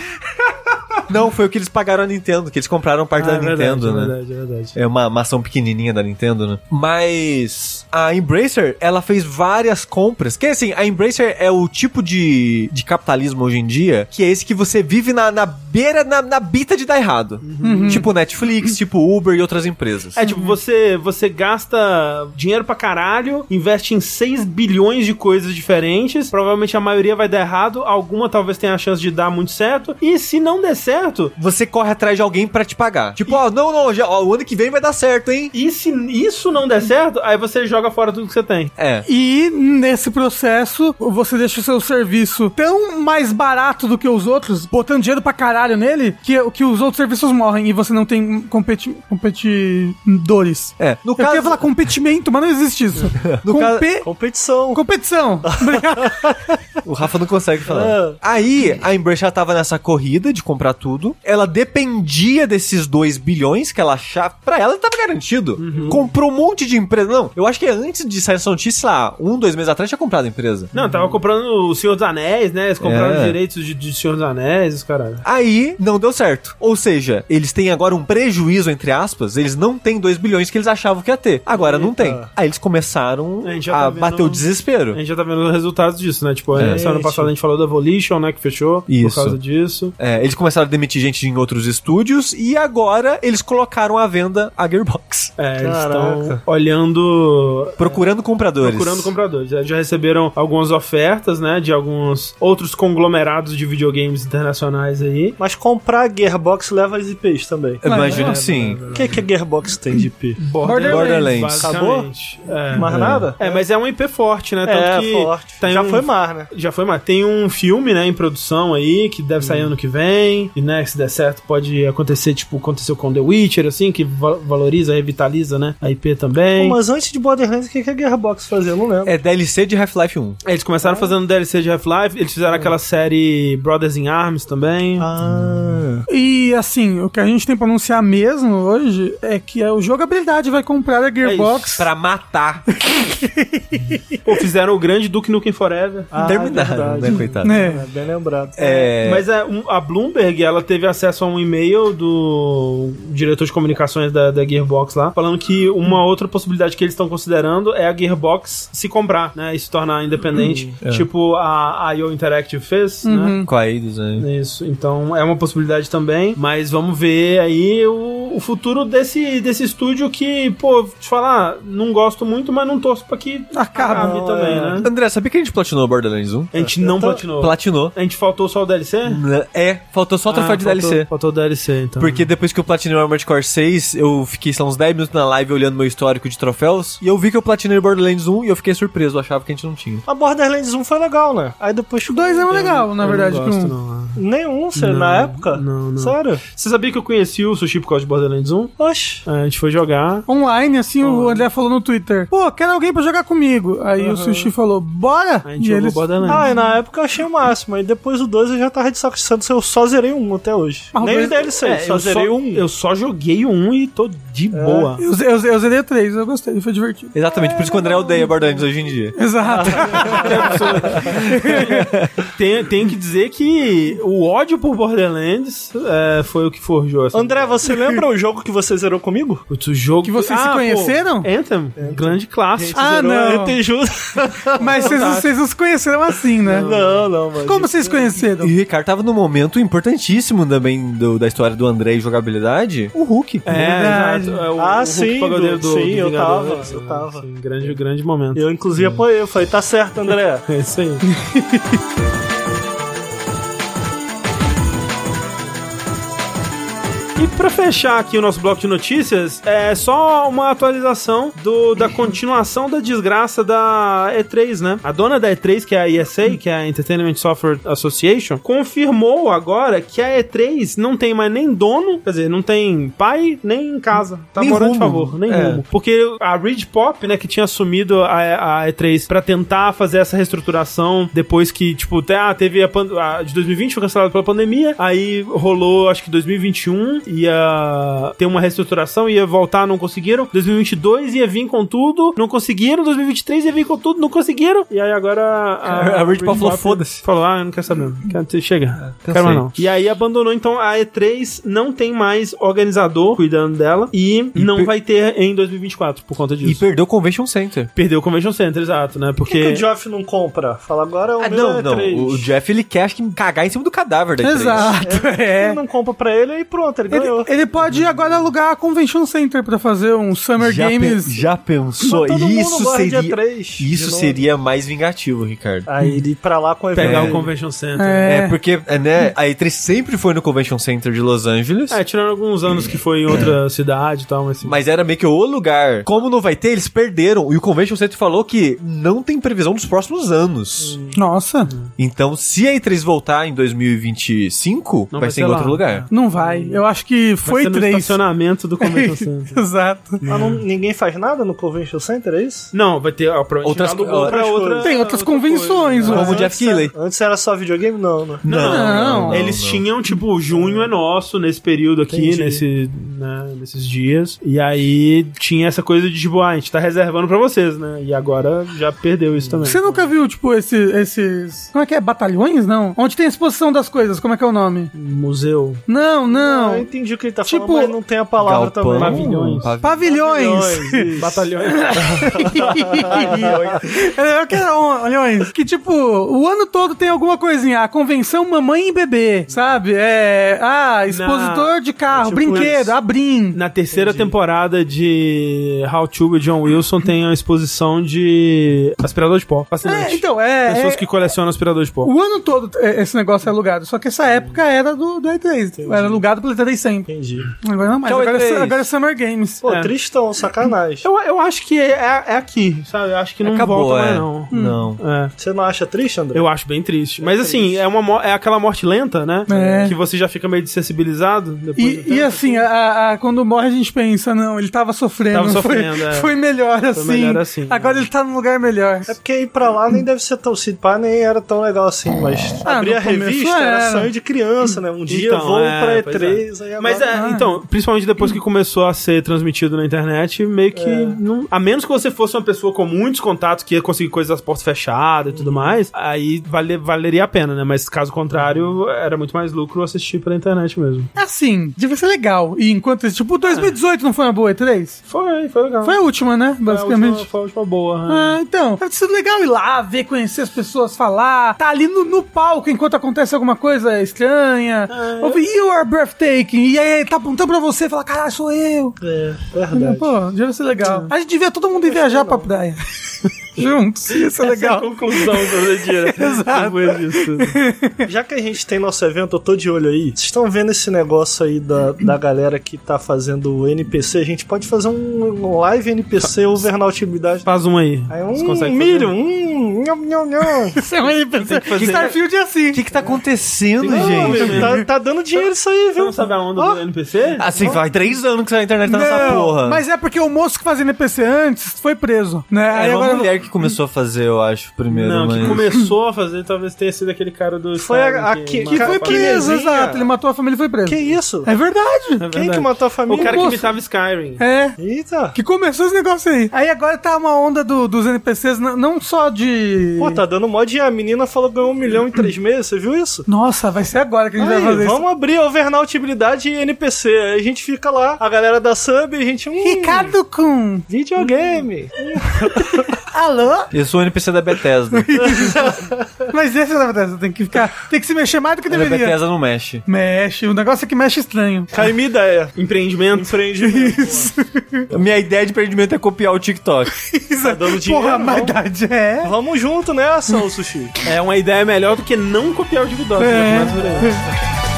[SPEAKER 3] Não, foi o que eles pagaram a Nintendo, que eles compraram parte da
[SPEAKER 1] é verdade,
[SPEAKER 3] Nintendo,
[SPEAKER 1] é
[SPEAKER 3] né?
[SPEAKER 1] verdade, é verdade.
[SPEAKER 3] É uma uma ação pequenininha da Nintendo, né? Mas a Embracer, ela fez várias compras. Que assim, a Embracer é o tipo de, de capitalismo hoje em dia que é esse que você vive na, na beira, na, na bita de dar errado.
[SPEAKER 2] Uhum.
[SPEAKER 3] Tipo Netflix, tipo Uber e outras empresas.
[SPEAKER 1] É tipo, você, você gasta dinheiro pra caralho, investe em 6 bilhões de coisas diferentes, provavelmente a maioria vai dar errado, alguma talvez tenha a chance de dar muito certo, e se não der certo,
[SPEAKER 3] Você corre atrás de alguém pra te pagar. Tipo, ó, não, não, já, ó, o ano que vem vai dar certo, hein?
[SPEAKER 1] e se isso não der certo, aí você joga fora tudo que você tem.
[SPEAKER 3] É.
[SPEAKER 2] E nesse processo, você deixa o seu serviço tão mais barato do que os outros, botando dinheiro pra caralho nele, que, que os outros serviços morrem e você não tem competi competidores.
[SPEAKER 3] É. No
[SPEAKER 2] Eu
[SPEAKER 3] caso-
[SPEAKER 2] queria falar competimento, mas não existe isso.
[SPEAKER 3] No
[SPEAKER 1] É,
[SPEAKER 3] caso- Ah,
[SPEAKER 2] Compe-
[SPEAKER 4] Competição.
[SPEAKER 2] Competição. Obrigado.
[SPEAKER 3] O Rafa não consegue
[SPEAKER 1] Ah.
[SPEAKER 3] falar. Aí, a Embrace ela tava nessa corrida de comprar tudo. Ela dependia desses 2 bilhões que ela achava. Pra ela, tava garantido.
[SPEAKER 1] Uhum.
[SPEAKER 3] Comprou um monte de empresa. Não, eu acho que é antes de sair essa notícia, sei lá, um, dois meses atrás, tinha comprado a empresa.
[SPEAKER 1] Não, tava comprando o Senhor dos Anéis, né? Eles compraram
[SPEAKER 3] É.
[SPEAKER 1] os direitos de, de Senhor dos Anéis, os caralho.
[SPEAKER 3] Aí, não deu certo. Ou seja, eles têm agora um prejuízo, entre aspas. Eles não têm 2 bilhões que eles achavam que ia ter. Agora não tem. Aí eles começaram
[SPEAKER 1] A gente já
[SPEAKER 3] a,
[SPEAKER 1] tá vendo-
[SPEAKER 3] bater o desespero.
[SPEAKER 1] A gente já tá vendo os resultados disso, né? Tipo,
[SPEAKER 3] É.
[SPEAKER 1] esse ano passado a gente falou da Volition, né? Que fechou
[SPEAKER 3] Isso.
[SPEAKER 1] por causa disso.
[SPEAKER 3] É, eles começaram a demitir gente em outros estúdios e agora eles colocaram à venda a Gearbox.
[SPEAKER 1] É, eles
[SPEAKER 4] Caraca.
[SPEAKER 1] estão olhando
[SPEAKER 3] Procurando compradores.
[SPEAKER 1] Procurando compradores. É, Já receberam algumas ofertas, né? De alguns outros conglomerados de videogames internacionais aí.
[SPEAKER 4] Mas comprar a Gearbox leva as IPs também.
[SPEAKER 3] Eu imagino
[SPEAKER 2] Ah,
[SPEAKER 3] que sim.
[SPEAKER 4] O que, que a Gearbox tem de IP?
[SPEAKER 3] Borderlands.
[SPEAKER 1] basicamente. É.
[SPEAKER 4] Mais nada?
[SPEAKER 1] É, mas é um IP forte, né? Tanto
[SPEAKER 4] É,
[SPEAKER 1] que
[SPEAKER 4] forte.
[SPEAKER 1] tem
[SPEAKER 4] Já
[SPEAKER 1] um-
[SPEAKER 4] foi mar, né?
[SPEAKER 1] Já foi, mas tem um filme, né, em produção aí, que deve
[SPEAKER 4] Uhum.
[SPEAKER 1] sair ano que vem, e, né, se der certo pode acontecer, tipo, aconteceu com The Witcher, assim, que va- valoriza, revitaliza, né, a IP também.
[SPEAKER 4] Pô, mas antes de Borderlands, o que, que a Gearbox fazia? Eu não lembro.
[SPEAKER 3] É DLC de Half-Life 1.
[SPEAKER 1] Eles
[SPEAKER 4] Ah.
[SPEAKER 1] começaram fazendo DLC de Half-Life, eles fizeram aquela série Brothers in Arms também.
[SPEAKER 4] Ah,
[SPEAKER 2] E assim, o que a gente tem pra anunciar mesmo hoje é que a jogabilidade vai
[SPEAKER 3] É
[SPEAKER 2] comprar a Gearbox.
[SPEAKER 3] Pra matar.
[SPEAKER 1] Pô, fizeram o grande Duke Nukem Forever.
[SPEAKER 4] Ah,
[SPEAKER 3] Terminaram,
[SPEAKER 4] verdade.
[SPEAKER 3] né, coitado?
[SPEAKER 2] né?
[SPEAKER 4] é bem lembrado.
[SPEAKER 3] É,
[SPEAKER 1] Mas é, um- a Bloomberg, ela teve acesso a um e-mail do diretor de comunicações da, da Gearbox lá, falando que uma outra possibilidade que eles estão considerando é a Gearbox se comprar, né? E se tornar independente. Tipo a a IO Interactive fez, né?
[SPEAKER 3] com a Eidos, né?
[SPEAKER 1] Isso, então é uma possibilidade também, mas vamos ver aí o, o futuro desse, desse estúdio que, pô, vou te falar, não gosto muito, mas não torço pra que
[SPEAKER 2] Acabe.
[SPEAKER 1] acabe
[SPEAKER 4] Não,
[SPEAKER 1] também,
[SPEAKER 4] é.
[SPEAKER 1] né?
[SPEAKER 3] André, sabia que a gente platinou Borderlands 1?
[SPEAKER 1] A gente não
[SPEAKER 4] tô-
[SPEAKER 1] platinou.
[SPEAKER 3] Platinou.
[SPEAKER 1] A gente faltou só o DLC?
[SPEAKER 3] N- É, faltou só o troféu
[SPEAKER 1] Ah,
[SPEAKER 3] de
[SPEAKER 1] faltou-
[SPEAKER 3] DLC.
[SPEAKER 1] Faltou o DLC, então.
[SPEAKER 3] Porque depois que eu platinei o Armored Core 6, eu fiquei sei lá, uns 10 minutos na live olhando meu histórico de troféus. E eu vi que eu platinei Borderlands 1 e eu fiquei surpreso, eu achava que a gente não tinha.
[SPEAKER 4] A Borderlands 1 foi legal, né? Aí depois
[SPEAKER 2] O 2 é mais legal, na
[SPEAKER 1] Eu
[SPEAKER 2] verdade,
[SPEAKER 1] não
[SPEAKER 2] que
[SPEAKER 1] gosto,
[SPEAKER 2] um.
[SPEAKER 1] não.
[SPEAKER 4] Nenhum, sério,
[SPEAKER 1] Não,
[SPEAKER 4] na época?
[SPEAKER 1] não, não.
[SPEAKER 4] Sério?
[SPEAKER 1] Você sabia que eu conheci o Sushi por causa de Borderlands 1?
[SPEAKER 4] Oxe.
[SPEAKER 1] É, A gente foi jogar.
[SPEAKER 2] Online, assim, o André falou no Twitter: Pô, quero alguém pra jogar comigo. Aí o Sushi falou: Bora!
[SPEAKER 1] A gente jogou Borderlands.
[SPEAKER 4] Ah, e na época eu achei o máximo. Aí depois o 2 eu já tava de saco de santo. Eu só zerei um até hoje.
[SPEAKER 2] Mas o
[SPEAKER 4] Nem
[SPEAKER 2] dois-
[SPEAKER 4] o DLC,
[SPEAKER 1] É,
[SPEAKER 4] só zerei um.
[SPEAKER 1] Eu só joguei o 1 e tô de boa.
[SPEAKER 2] Eu, eu, eu zerei o 3, eu gostei, foi divertido.
[SPEAKER 3] Exatamente, por isso que o André odeia Borderlands hoje em dia.
[SPEAKER 2] Exato.
[SPEAKER 1] Tem- Tenho que dizer que o ódio por Borderlands é, foi o que forjou essa.
[SPEAKER 4] André, você lembra o jogo que você zerou comigo?
[SPEAKER 1] Outro jogo Ah,
[SPEAKER 2] Que vocês se conheceram?
[SPEAKER 1] Pô, Anthem, grande clássico.
[SPEAKER 2] Ah,
[SPEAKER 4] Zerou,
[SPEAKER 2] não.
[SPEAKER 4] eu tenho justo.
[SPEAKER 2] Mas vocês, vocês não se conheceram assim, né?
[SPEAKER 4] Não, não, mas.
[SPEAKER 2] Como vocês conheceram?
[SPEAKER 3] E o Ricardo tava num momento importantíssimo também do- da história do André e jogabilidade. O Hulk.
[SPEAKER 1] É,
[SPEAKER 2] Verdade.
[SPEAKER 1] exato. É, o,
[SPEAKER 4] Ah,
[SPEAKER 1] o Hulk
[SPEAKER 4] sim,
[SPEAKER 1] Pagodeiro
[SPEAKER 4] do- sim, eu
[SPEAKER 1] Vingadores,
[SPEAKER 4] tava, eu
[SPEAKER 1] né?
[SPEAKER 4] tava.
[SPEAKER 1] Sim, grande, grande momento.
[SPEAKER 4] Eu, inclusive, apoiei. Eu falei, tá certo, André.
[SPEAKER 1] É isso aí. E pra fechar aqui o nosso bloco de notícias, é só uma atualização do, da continuação da desgraça da E3, né? A dona da E3, que é a ESA, que é a Entertainment Software Association, confirmou agora que a E3 não tem mais nem dono, quer dizer, não tem pai nem em casa. Tá
[SPEAKER 3] Nem
[SPEAKER 1] morando de
[SPEAKER 3] rumo.
[SPEAKER 1] favor, nem
[SPEAKER 3] É.
[SPEAKER 1] rumo. Porque a Ridge Pop, né, que tinha assumido a, a E3 pra tentar fazer essa reestruturação depois que, tipo, até ah, teve a, pan- a de 2020 foi cancelada pela pandemia, aí rolou acho que 2021 ia ter uma reestruturação, ia voltar, não conseguiram. 2022 ia vir com tudo, não conseguiram. 2023 ia vir com tudo, não conseguiram. E aí agora a,
[SPEAKER 3] A Rich Paul falou,
[SPEAKER 1] Pop
[SPEAKER 3] "Foda-se."
[SPEAKER 1] Falou, ah, eu não quero saber, quero te- chega.
[SPEAKER 3] É,
[SPEAKER 1] quero mais
[SPEAKER 3] cansei.
[SPEAKER 1] não. E aí abandonou, então a E3 não tem mais organizador cuidando dela e,
[SPEAKER 3] E
[SPEAKER 1] não
[SPEAKER 3] per-
[SPEAKER 1] vai ter em 2024 por conta
[SPEAKER 3] E
[SPEAKER 1] disso.
[SPEAKER 3] perdeu o Convention Center.
[SPEAKER 1] Perdeu o Convention Center, exato, né?
[SPEAKER 4] Por que, que
[SPEAKER 1] Porque.
[SPEAKER 4] o Geoff não compra? Fala agora o
[SPEAKER 3] Ah,
[SPEAKER 4] meu
[SPEAKER 3] não,
[SPEAKER 4] é
[SPEAKER 3] não.
[SPEAKER 4] três.
[SPEAKER 3] O Jeff, ele quer, acho que, cagar em cima do cadáver da E3.
[SPEAKER 2] Exato, é.
[SPEAKER 4] Ele não compra pra ele e pronto, ele,
[SPEAKER 2] Ele, é,
[SPEAKER 4] ganhou.
[SPEAKER 2] ele pode agora alugar a Convention Center pra fazer um Summer
[SPEAKER 3] Já, pe-
[SPEAKER 2] Games.
[SPEAKER 3] já pensou?
[SPEAKER 4] Mas todo mundo
[SPEAKER 3] Isso
[SPEAKER 4] gosta de
[SPEAKER 3] seria,
[SPEAKER 4] E3,
[SPEAKER 3] isso
[SPEAKER 4] de novo.
[SPEAKER 3] seria mais vingativo, Ricardo.
[SPEAKER 4] Aí ele ir pra lá com o
[SPEAKER 1] Pegar
[SPEAKER 4] evento.
[SPEAKER 1] o Convention Center.
[SPEAKER 2] É.
[SPEAKER 3] É, porque, é, né, a E3 sempre foi no Convention Center de Los Angeles.
[SPEAKER 1] É, tirando alguns anos que foi em outra cidade e tal, mas assim.
[SPEAKER 3] Mas era meio que o lugar. Como não vai ter, eles perderam. E o Convention Center falou que não tem previsão dos próximos anos.
[SPEAKER 2] Nossa,
[SPEAKER 3] Então, se a E3 voltar em 2025,
[SPEAKER 1] Não
[SPEAKER 3] vai,
[SPEAKER 1] vai
[SPEAKER 3] ser
[SPEAKER 1] ser
[SPEAKER 3] em
[SPEAKER 1] lá,
[SPEAKER 3] outro lugar.
[SPEAKER 2] não vai. Eu acho que
[SPEAKER 1] Vai
[SPEAKER 2] foi
[SPEAKER 1] ser no
[SPEAKER 2] três.
[SPEAKER 1] estacionamento do Convention Center.
[SPEAKER 2] Exato.
[SPEAKER 4] Mas Ah, não- ninguém faz nada no Convention Center, é isso?
[SPEAKER 1] Não, vai ter ó, provavelmente
[SPEAKER 3] Outras
[SPEAKER 1] alugou
[SPEAKER 3] co-
[SPEAKER 1] pra
[SPEAKER 4] outras coisas.
[SPEAKER 2] Tem outras convenções,
[SPEAKER 1] coisa, né?
[SPEAKER 2] ué.
[SPEAKER 3] Como o
[SPEAKER 4] antes
[SPEAKER 3] Jeff
[SPEAKER 4] era-
[SPEAKER 3] Keighley.
[SPEAKER 4] Antes era só videogame? Não, né?
[SPEAKER 1] Não,
[SPEAKER 2] não, não.
[SPEAKER 1] Eles tinham, tipo, junho é nosso nesse período aqui,
[SPEAKER 4] Entendi.
[SPEAKER 1] nesse, né, nesses dias. E aí tinha essa coisa de, tipo, ah, a gente tá reservando pra vocês, né? E agora já perdeu isso também.
[SPEAKER 2] Você nunca viu, tipo, esse, esses. Como é que é? Batalhões? Não. Onde tem a exposição das coisas, como é que é o nome?
[SPEAKER 1] Museu.
[SPEAKER 2] Não, não.
[SPEAKER 4] Eu entendi o que ele tá
[SPEAKER 2] Tipo,
[SPEAKER 4] falando, mas não tem a palavra
[SPEAKER 3] Galpão,
[SPEAKER 4] também. é
[SPEAKER 1] Pavilhões.
[SPEAKER 3] pavi-
[SPEAKER 2] Pavilhões.
[SPEAKER 4] Milhões.
[SPEAKER 1] Batalhões.
[SPEAKER 2] É, Eu quero olhões. Que tipo, o ano todo tem alguma coisinha. A convenção mamãe e bebê, sabe? É. Ah, expositor de carro,
[SPEAKER 4] tipo
[SPEAKER 2] brinquedo,
[SPEAKER 4] isso.
[SPEAKER 2] abrim.
[SPEAKER 1] Na terceira temporada de How to e John Wilson tem a exposição de aspirador de pó. Fascinante.
[SPEAKER 2] É, então, é.
[SPEAKER 1] Pessoas
[SPEAKER 2] é-
[SPEAKER 1] que colecionam aspirador de pó.
[SPEAKER 2] O ano todo é, esse negócio é alugado. Só que essa época era do, do E3. Era alugado pelo E3 sempre.
[SPEAKER 4] Entendi.
[SPEAKER 2] Agora não mais.
[SPEAKER 3] Tchau,
[SPEAKER 2] Agora é,
[SPEAKER 3] E3.
[SPEAKER 2] agora é Summer Games.
[SPEAKER 4] Pô,
[SPEAKER 1] É.
[SPEAKER 4] tristão, sacanagem.
[SPEAKER 1] Eu, eu acho que é, é aqui, sabe? Eu acho que não
[SPEAKER 3] Acabou,
[SPEAKER 1] volta
[SPEAKER 3] é.
[SPEAKER 1] mais, não.
[SPEAKER 3] Não.
[SPEAKER 1] É.
[SPEAKER 4] Você não acha triste, André?
[SPEAKER 1] Eu acho bem triste. Mas assim, é, uma, mo- é aquela morte lenta, né?
[SPEAKER 2] É.
[SPEAKER 1] Que você já fica meio desensibilizado. Depois do
[SPEAKER 2] E,
[SPEAKER 1] tempo.
[SPEAKER 2] e assim, a- a- quando morre a gente pensa, não, ele tava sofrendo.
[SPEAKER 1] Tava
[SPEAKER 2] foi-
[SPEAKER 1] sofrendo,
[SPEAKER 2] foi,
[SPEAKER 1] é.
[SPEAKER 2] melhor assim.
[SPEAKER 1] melhor assim,
[SPEAKER 2] Agora ele tá num lugar melhor.
[SPEAKER 4] É porque ir pra lá nem deve ser tão... Se pá, nem era tão legal assim, mas...
[SPEAKER 2] Ah,
[SPEAKER 4] abrir
[SPEAKER 2] no
[SPEAKER 4] a
[SPEAKER 2] começo
[SPEAKER 4] revista
[SPEAKER 2] era.
[SPEAKER 4] era sonho de criança, né? Um dia
[SPEAKER 1] Então,
[SPEAKER 4] vou
[SPEAKER 1] é,
[SPEAKER 4] pra
[SPEAKER 1] pois
[SPEAKER 4] E3, aí agora...
[SPEAKER 1] Mas é,
[SPEAKER 2] Ah.
[SPEAKER 1] então, principalmente depois que começou a ser transmitido na internet, meio que. não- a menos que você fosse uma pessoa com muitos contatos que ia conseguir coisas às portas fechadas e tudo mais, aí vale- valeria a pena, né? Mas caso contrário, era muito mais lucro assistir pela internet mesmo.
[SPEAKER 2] Assim, devia ser legal. E enquanto isso, tipo, 2018 não foi uma boa E3?
[SPEAKER 1] Foi, foi legal.
[SPEAKER 2] Foi a última, né?
[SPEAKER 1] Foi a
[SPEAKER 2] Basicamente.
[SPEAKER 1] última, foi a última boa. né?
[SPEAKER 2] Ah, então, deve ser legal ir lá, ver, conhecer as pessoas, falar, tá ali no, no palco enquanto acontece alguma coisa estranha,
[SPEAKER 1] É.
[SPEAKER 2] ouvir You Are Breathtaking, e aí tá apontando pra você e falar, caralho, sou eu.
[SPEAKER 4] É, verdade.
[SPEAKER 2] Pô, devia ser legal.
[SPEAKER 1] É.
[SPEAKER 2] A gente devia todo mundo ir viajar pra praia. Juntos, ia ser
[SPEAKER 1] Essa é a
[SPEAKER 2] legal.
[SPEAKER 1] conclusão que eu diria. Depois disso tudo.
[SPEAKER 4] Já que a gente tem nosso evento, eu tô de olho aí. Vocês estão vendo esse negócio aí da, da galera que tá fazendo o NPC? A gente pode fazer um um live NPC Overnautibilidade.
[SPEAKER 1] Faz um aí.
[SPEAKER 4] Aí
[SPEAKER 1] Você
[SPEAKER 4] um
[SPEAKER 1] consegue
[SPEAKER 4] milho,
[SPEAKER 1] fazer?
[SPEAKER 4] um... Nham, nham, nham.
[SPEAKER 2] Isso é um NPC.
[SPEAKER 1] que fazer.
[SPEAKER 2] Starfield é assim.
[SPEAKER 3] O que que tá acontecendo,
[SPEAKER 1] Não,
[SPEAKER 3] gente?
[SPEAKER 1] meu.
[SPEAKER 4] tá, tá dando dinheiro isso aí,
[SPEAKER 1] Você
[SPEAKER 4] viu?
[SPEAKER 1] não sabe a onda
[SPEAKER 4] Ó,
[SPEAKER 1] do NPC?
[SPEAKER 3] Assim, vai três anos que a internet tá nessa
[SPEAKER 2] Não,
[SPEAKER 3] porra.
[SPEAKER 2] Mas é porque o moço que fazia NPC antes foi preso, né?
[SPEAKER 3] É uma mulher que começou a fazer, eu acho, primeiro.
[SPEAKER 1] Não,
[SPEAKER 3] mas...
[SPEAKER 1] que começou a fazer talvez tenha sido aquele cara do.
[SPEAKER 4] Foi
[SPEAKER 1] Skyrim
[SPEAKER 4] a- a que-
[SPEAKER 2] Que
[SPEAKER 1] matou
[SPEAKER 2] foi
[SPEAKER 1] a
[SPEAKER 2] preso,
[SPEAKER 4] Kinezinha.
[SPEAKER 2] exato. Ele matou a família e foi preso.
[SPEAKER 4] Que isso?
[SPEAKER 2] É verdade.
[SPEAKER 1] família. É
[SPEAKER 4] Quem que
[SPEAKER 1] verdade.
[SPEAKER 4] matou a
[SPEAKER 1] O
[SPEAKER 4] família?
[SPEAKER 1] cara que
[SPEAKER 2] Moço.
[SPEAKER 1] imitava Skyrim.
[SPEAKER 2] É.
[SPEAKER 4] Eita.
[SPEAKER 2] Que começou esse negócio aí. Aí agora tá uma onda do- dos NPCs, n- não só de.
[SPEAKER 4] Pô, tá dando mó dinheiro. A menina falou que ganhou um milhão em três meses, você viu isso?
[SPEAKER 2] Nossa, vai ser agora que a gente
[SPEAKER 4] Aí,
[SPEAKER 2] vai fazer
[SPEAKER 4] vamos abrir a overnautibilidade e NPC. Aí a gente fica lá, a galera da sub, a gente. Hum,
[SPEAKER 2] isso. Ricardo Kun.
[SPEAKER 4] Videogame.
[SPEAKER 2] Alô?
[SPEAKER 3] Eu sou o NPC da Bethesda.
[SPEAKER 2] Mas esse é da verdade, tem que ficar. Tem que se mexer mais do que
[SPEAKER 3] a
[SPEAKER 2] deveria.
[SPEAKER 3] Bethesda não mexe.
[SPEAKER 2] Mexe, o negócio é que mexe estranho.
[SPEAKER 4] Cai minha ideia.
[SPEAKER 1] Empreendimento.
[SPEAKER 4] Empreendimento.
[SPEAKER 3] Minha ideia de empreendimento é copiar o TikTok.
[SPEAKER 4] Tá dando dinheiro.
[SPEAKER 2] Porra,
[SPEAKER 4] não.
[SPEAKER 2] mas verdade é.
[SPEAKER 4] Vamos junto nessa, ô sushi.
[SPEAKER 1] É uma ideia melhor do que não copiar o né? Dividoc.
[SPEAKER 2] É.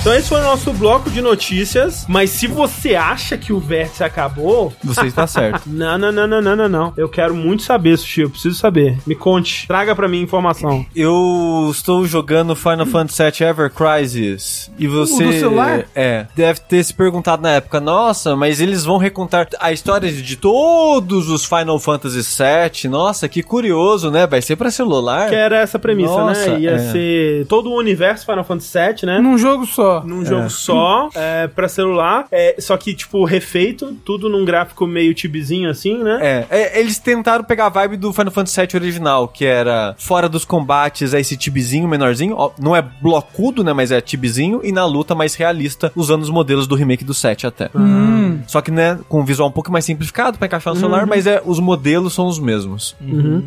[SPEAKER 1] Então esse foi o nosso bloco de notícias. Mas se você acha que o vértice acabou,
[SPEAKER 3] Você está tá certo.
[SPEAKER 1] não, não, não, não, não, não, não. Eu quero muito saber, Sushi. Eu preciso saber. Me conte. Traga pra mim informação.
[SPEAKER 3] Eu estou jogando Final Fantasy VII Ever Crisis e você
[SPEAKER 2] Uh, do celular?
[SPEAKER 3] é deve ter se perguntado na época, nossa, mas eles vão recontar a história de todos os Final Fantasy VII. Nossa, que curioso, né? Vai ser pra celular?
[SPEAKER 1] Que era essa premissa,
[SPEAKER 3] Nossa,
[SPEAKER 1] né? Ia
[SPEAKER 3] é.
[SPEAKER 1] ser todo o universo Final Fantasy VII, né?
[SPEAKER 2] Num jogo só.
[SPEAKER 1] Num jogo só, é, pra celular. É, só que, tipo, refeito, tudo num gráfico meio tibizinho assim, né?
[SPEAKER 3] É, é, eles tentaram pegar a vibe do Final Fantasy VII original, que era fora dos combates, é esse tibizinho menorzinho, ó, não é blocudo, né, mas é tibizinho, e na luta mais realista, usando os modelos do remake do 7 até.
[SPEAKER 2] Hum.
[SPEAKER 3] Só que, né, com um visual um pouco mais simplificado pra encaixar no celular, mas é os modelos são os mesmos.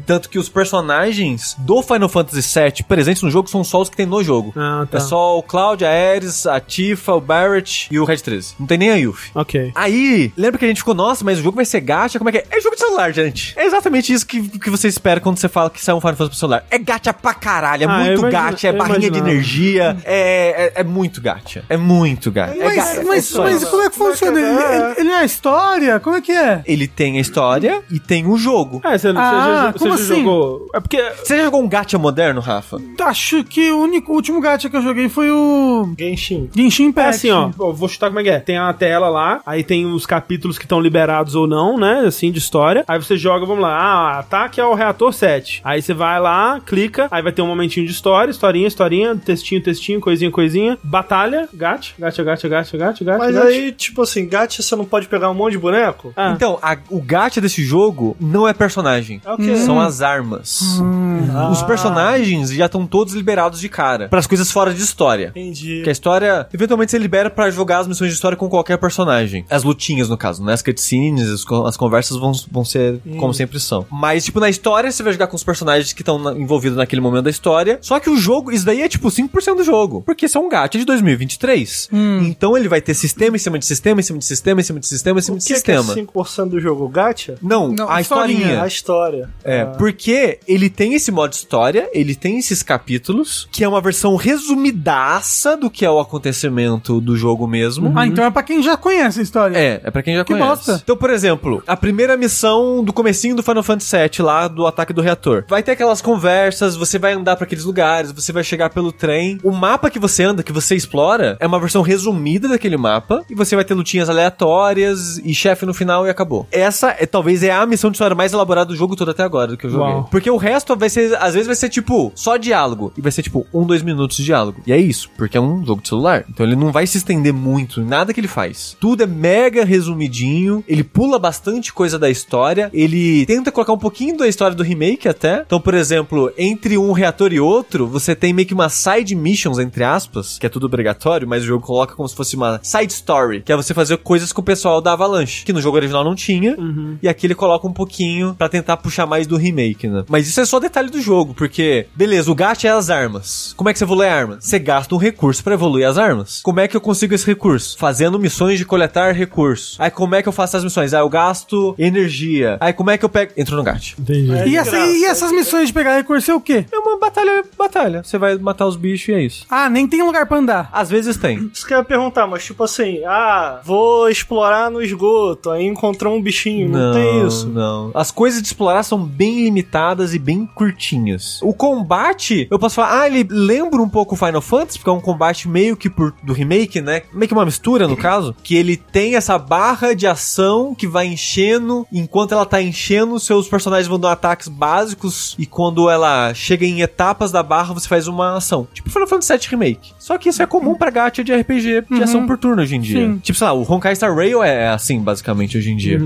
[SPEAKER 3] Tanto que os personagens do Final Fantasy VII presentes no jogo são só os que tem no jogo.
[SPEAKER 1] Ah, tá.
[SPEAKER 3] É só o Cloud, a Ares, a Tifa, o Barrett e o Red 13. Não tem nem a Yuffie.
[SPEAKER 1] Ok.
[SPEAKER 3] Aí, lembra que a gente ficou, nossa, mas o jogo vai ser gacha? Como é que é? É jogo de celular, gente. É exatamente isso que, que você espera quando você fala que sai um Final Fantasy pro celular. É gacha pra caralho, é
[SPEAKER 1] Ah, eu
[SPEAKER 3] muito
[SPEAKER 1] imagino-
[SPEAKER 3] gacha, é
[SPEAKER 1] eu
[SPEAKER 3] barrinha de
[SPEAKER 1] imaginava.
[SPEAKER 3] energia, é, é, é muito gacha. É muito gacha. é
[SPEAKER 2] Mas,
[SPEAKER 3] gacha, é
[SPEAKER 2] mas,
[SPEAKER 3] só
[SPEAKER 2] mas
[SPEAKER 3] isso.
[SPEAKER 2] como é que funciona? Ele, ele- ele é a história? Como é que é?
[SPEAKER 3] Ele tem a história e tem o jogo.
[SPEAKER 1] É, você,
[SPEAKER 2] Ah,
[SPEAKER 1] você,
[SPEAKER 2] como
[SPEAKER 1] você
[SPEAKER 2] assim?
[SPEAKER 1] jogou. É porque.
[SPEAKER 3] Você já jogou um gacha moderno, Rafa?
[SPEAKER 2] Tá, Acho que o único o último gacha que eu joguei foi o
[SPEAKER 1] Genshin.
[SPEAKER 2] Genshin
[SPEAKER 1] É
[SPEAKER 2] Impact.
[SPEAKER 1] assim, ó, eu vou chutar como é que é. Tem a tela lá, aí tem os capítulos que estão liberados ou não, né? Assim, de história. Aí você joga, vamos lá, ah, ataque ao reator 7. Aí você vai lá, clica, aí vai ter um momentinho de história, historinha, historinha, textinho, textinho, coisinha, coisinha. Batalha, gacha, gacha, gacha, gacha, gacha, gacha.
[SPEAKER 4] Mas
[SPEAKER 1] gacha.
[SPEAKER 4] aí, tipo assim, gacha você não pode pegar um monte de boneco?
[SPEAKER 1] Ah.
[SPEAKER 3] Então, a- o gacha desse jogo não é personagem.
[SPEAKER 4] É o quê?
[SPEAKER 2] Hum.
[SPEAKER 3] São as armas.
[SPEAKER 1] Hum.
[SPEAKER 3] Os personagens já estão todos liberados de cara. Pras coisas fora de história.
[SPEAKER 4] Entendi.
[SPEAKER 3] Que é a história, eventualmente, você libera pra jogar as missões de história com qualquer personagem. As lutinhas, no caso, né? As cutscenes, as, co- as conversas vão, vão ser
[SPEAKER 4] Hum.
[SPEAKER 3] como sempre são. Mas, tipo, na história, você vai jogar com os personagens que estão na- envolvidos naquele momento da história. Só que o jogo, isso daí é tipo 5% do jogo. Porque isso é um gacha de 2023.
[SPEAKER 4] Hum.
[SPEAKER 3] Então ele vai ter sistema em cima de sistema, em cima de sistema, em cima de sistema, em cima
[SPEAKER 4] O
[SPEAKER 3] de
[SPEAKER 4] que, que é
[SPEAKER 3] sistema.
[SPEAKER 4] 5% do jogo? Gacha?
[SPEAKER 3] Não,
[SPEAKER 2] Não,
[SPEAKER 3] a
[SPEAKER 2] historinha.
[SPEAKER 3] historinha.
[SPEAKER 4] A história.
[SPEAKER 3] É,
[SPEAKER 2] Ah.
[SPEAKER 3] porque ele tem esse modo história, ele tem esses capítulos, que é uma versão resumidaça do que é o acontecimento do jogo mesmo.
[SPEAKER 2] Ah, então é pra quem já conhece a história.
[SPEAKER 3] É, é pra quem já
[SPEAKER 2] Que
[SPEAKER 3] conhece.
[SPEAKER 2] bosta.
[SPEAKER 3] Então, por exemplo, a primeira missão do comecinho do Final Fantasy VII, lá do ataque do reator. Vai ter aquelas conversas, você vai andar pra aqueles lugares, você vai chegar pelo trem. O mapa que você anda, que você explora, é uma versão resumida daquele mapa, e você vai ter lutinhas aleatórias e chefe no final e acabou. Essa é talvez é a missão de história mais elaborada do jogo todo até agora, do que eu joguei.
[SPEAKER 1] Uau.
[SPEAKER 3] Porque o resto vai ser, às vezes vai ser tipo, só diálogo. E vai ser tipo, um, dois minutos de diálogo. E é isso, porque é um jogo de celular. Então ele não vai se estender muito em nada que ele faz. Tudo é mega resumidinho. Ele pula bastante coisa da história. Ele tenta colocar um pouquinho da história do remake até. Então, por exemplo, entre um reator e outro, você tem meio que uma side missions, entre aspas, que é tudo obrigatório, mas o jogo coloca como se fosse uma side story, que é você fazer coisas com o pessoal da Avalanche, que no jogo original não tinha. E aqui ele coloca um pouquinho pra tentar puxar mais do remake, né? Mas isso é só detalhe do jogo, porque, beleza, o gacha é as armas. Como é que você evolui a arma? Você gasta um recurso pra evoluir as armas. Como é que eu consigo esse recurso? Fazendo missões de coletar recurso. Aí como é que eu faço as missões? Aí eu gasto energia. Aí como é que eu pego. Entrou no gacha.
[SPEAKER 1] Entendi.
[SPEAKER 4] É
[SPEAKER 2] E, essa- e essas missões de pegar recurso é o quê?
[SPEAKER 3] É uma batalha, batalha. Você vai matar os bichos e é isso.
[SPEAKER 2] Ah, nem tem lugar pra andar.
[SPEAKER 3] Às vezes tem.
[SPEAKER 4] Isso que eu ia perguntar, mas tipo assim, ah, vou explorar no esgoto, aí encontrou um bichinho, não, tem isso.
[SPEAKER 3] Não. As coisas de explorar são bem limitadas e bem curtinhas. O combate, eu posso falar, ah, ele lembra um pouco o Final Fantasy, porque é um combate meio que por, do remake, né? Meio que uma mistura, no caso, que ele tem essa barra de ação que vai enchendo, enquanto ela tá enchendo, seus personagens vão dar ataques básicos, e quando ela chega em etapas da barra, você faz uma ação. Tipo Final Fantasy VII Remake. Só que isso é comum pra gacha de RPG de ação por turno hoje em dia.
[SPEAKER 2] Sim.
[SPEAKER 3] Tipo, sei lá, o Honkai Star Rail é assim, basicamente, hoje em dia.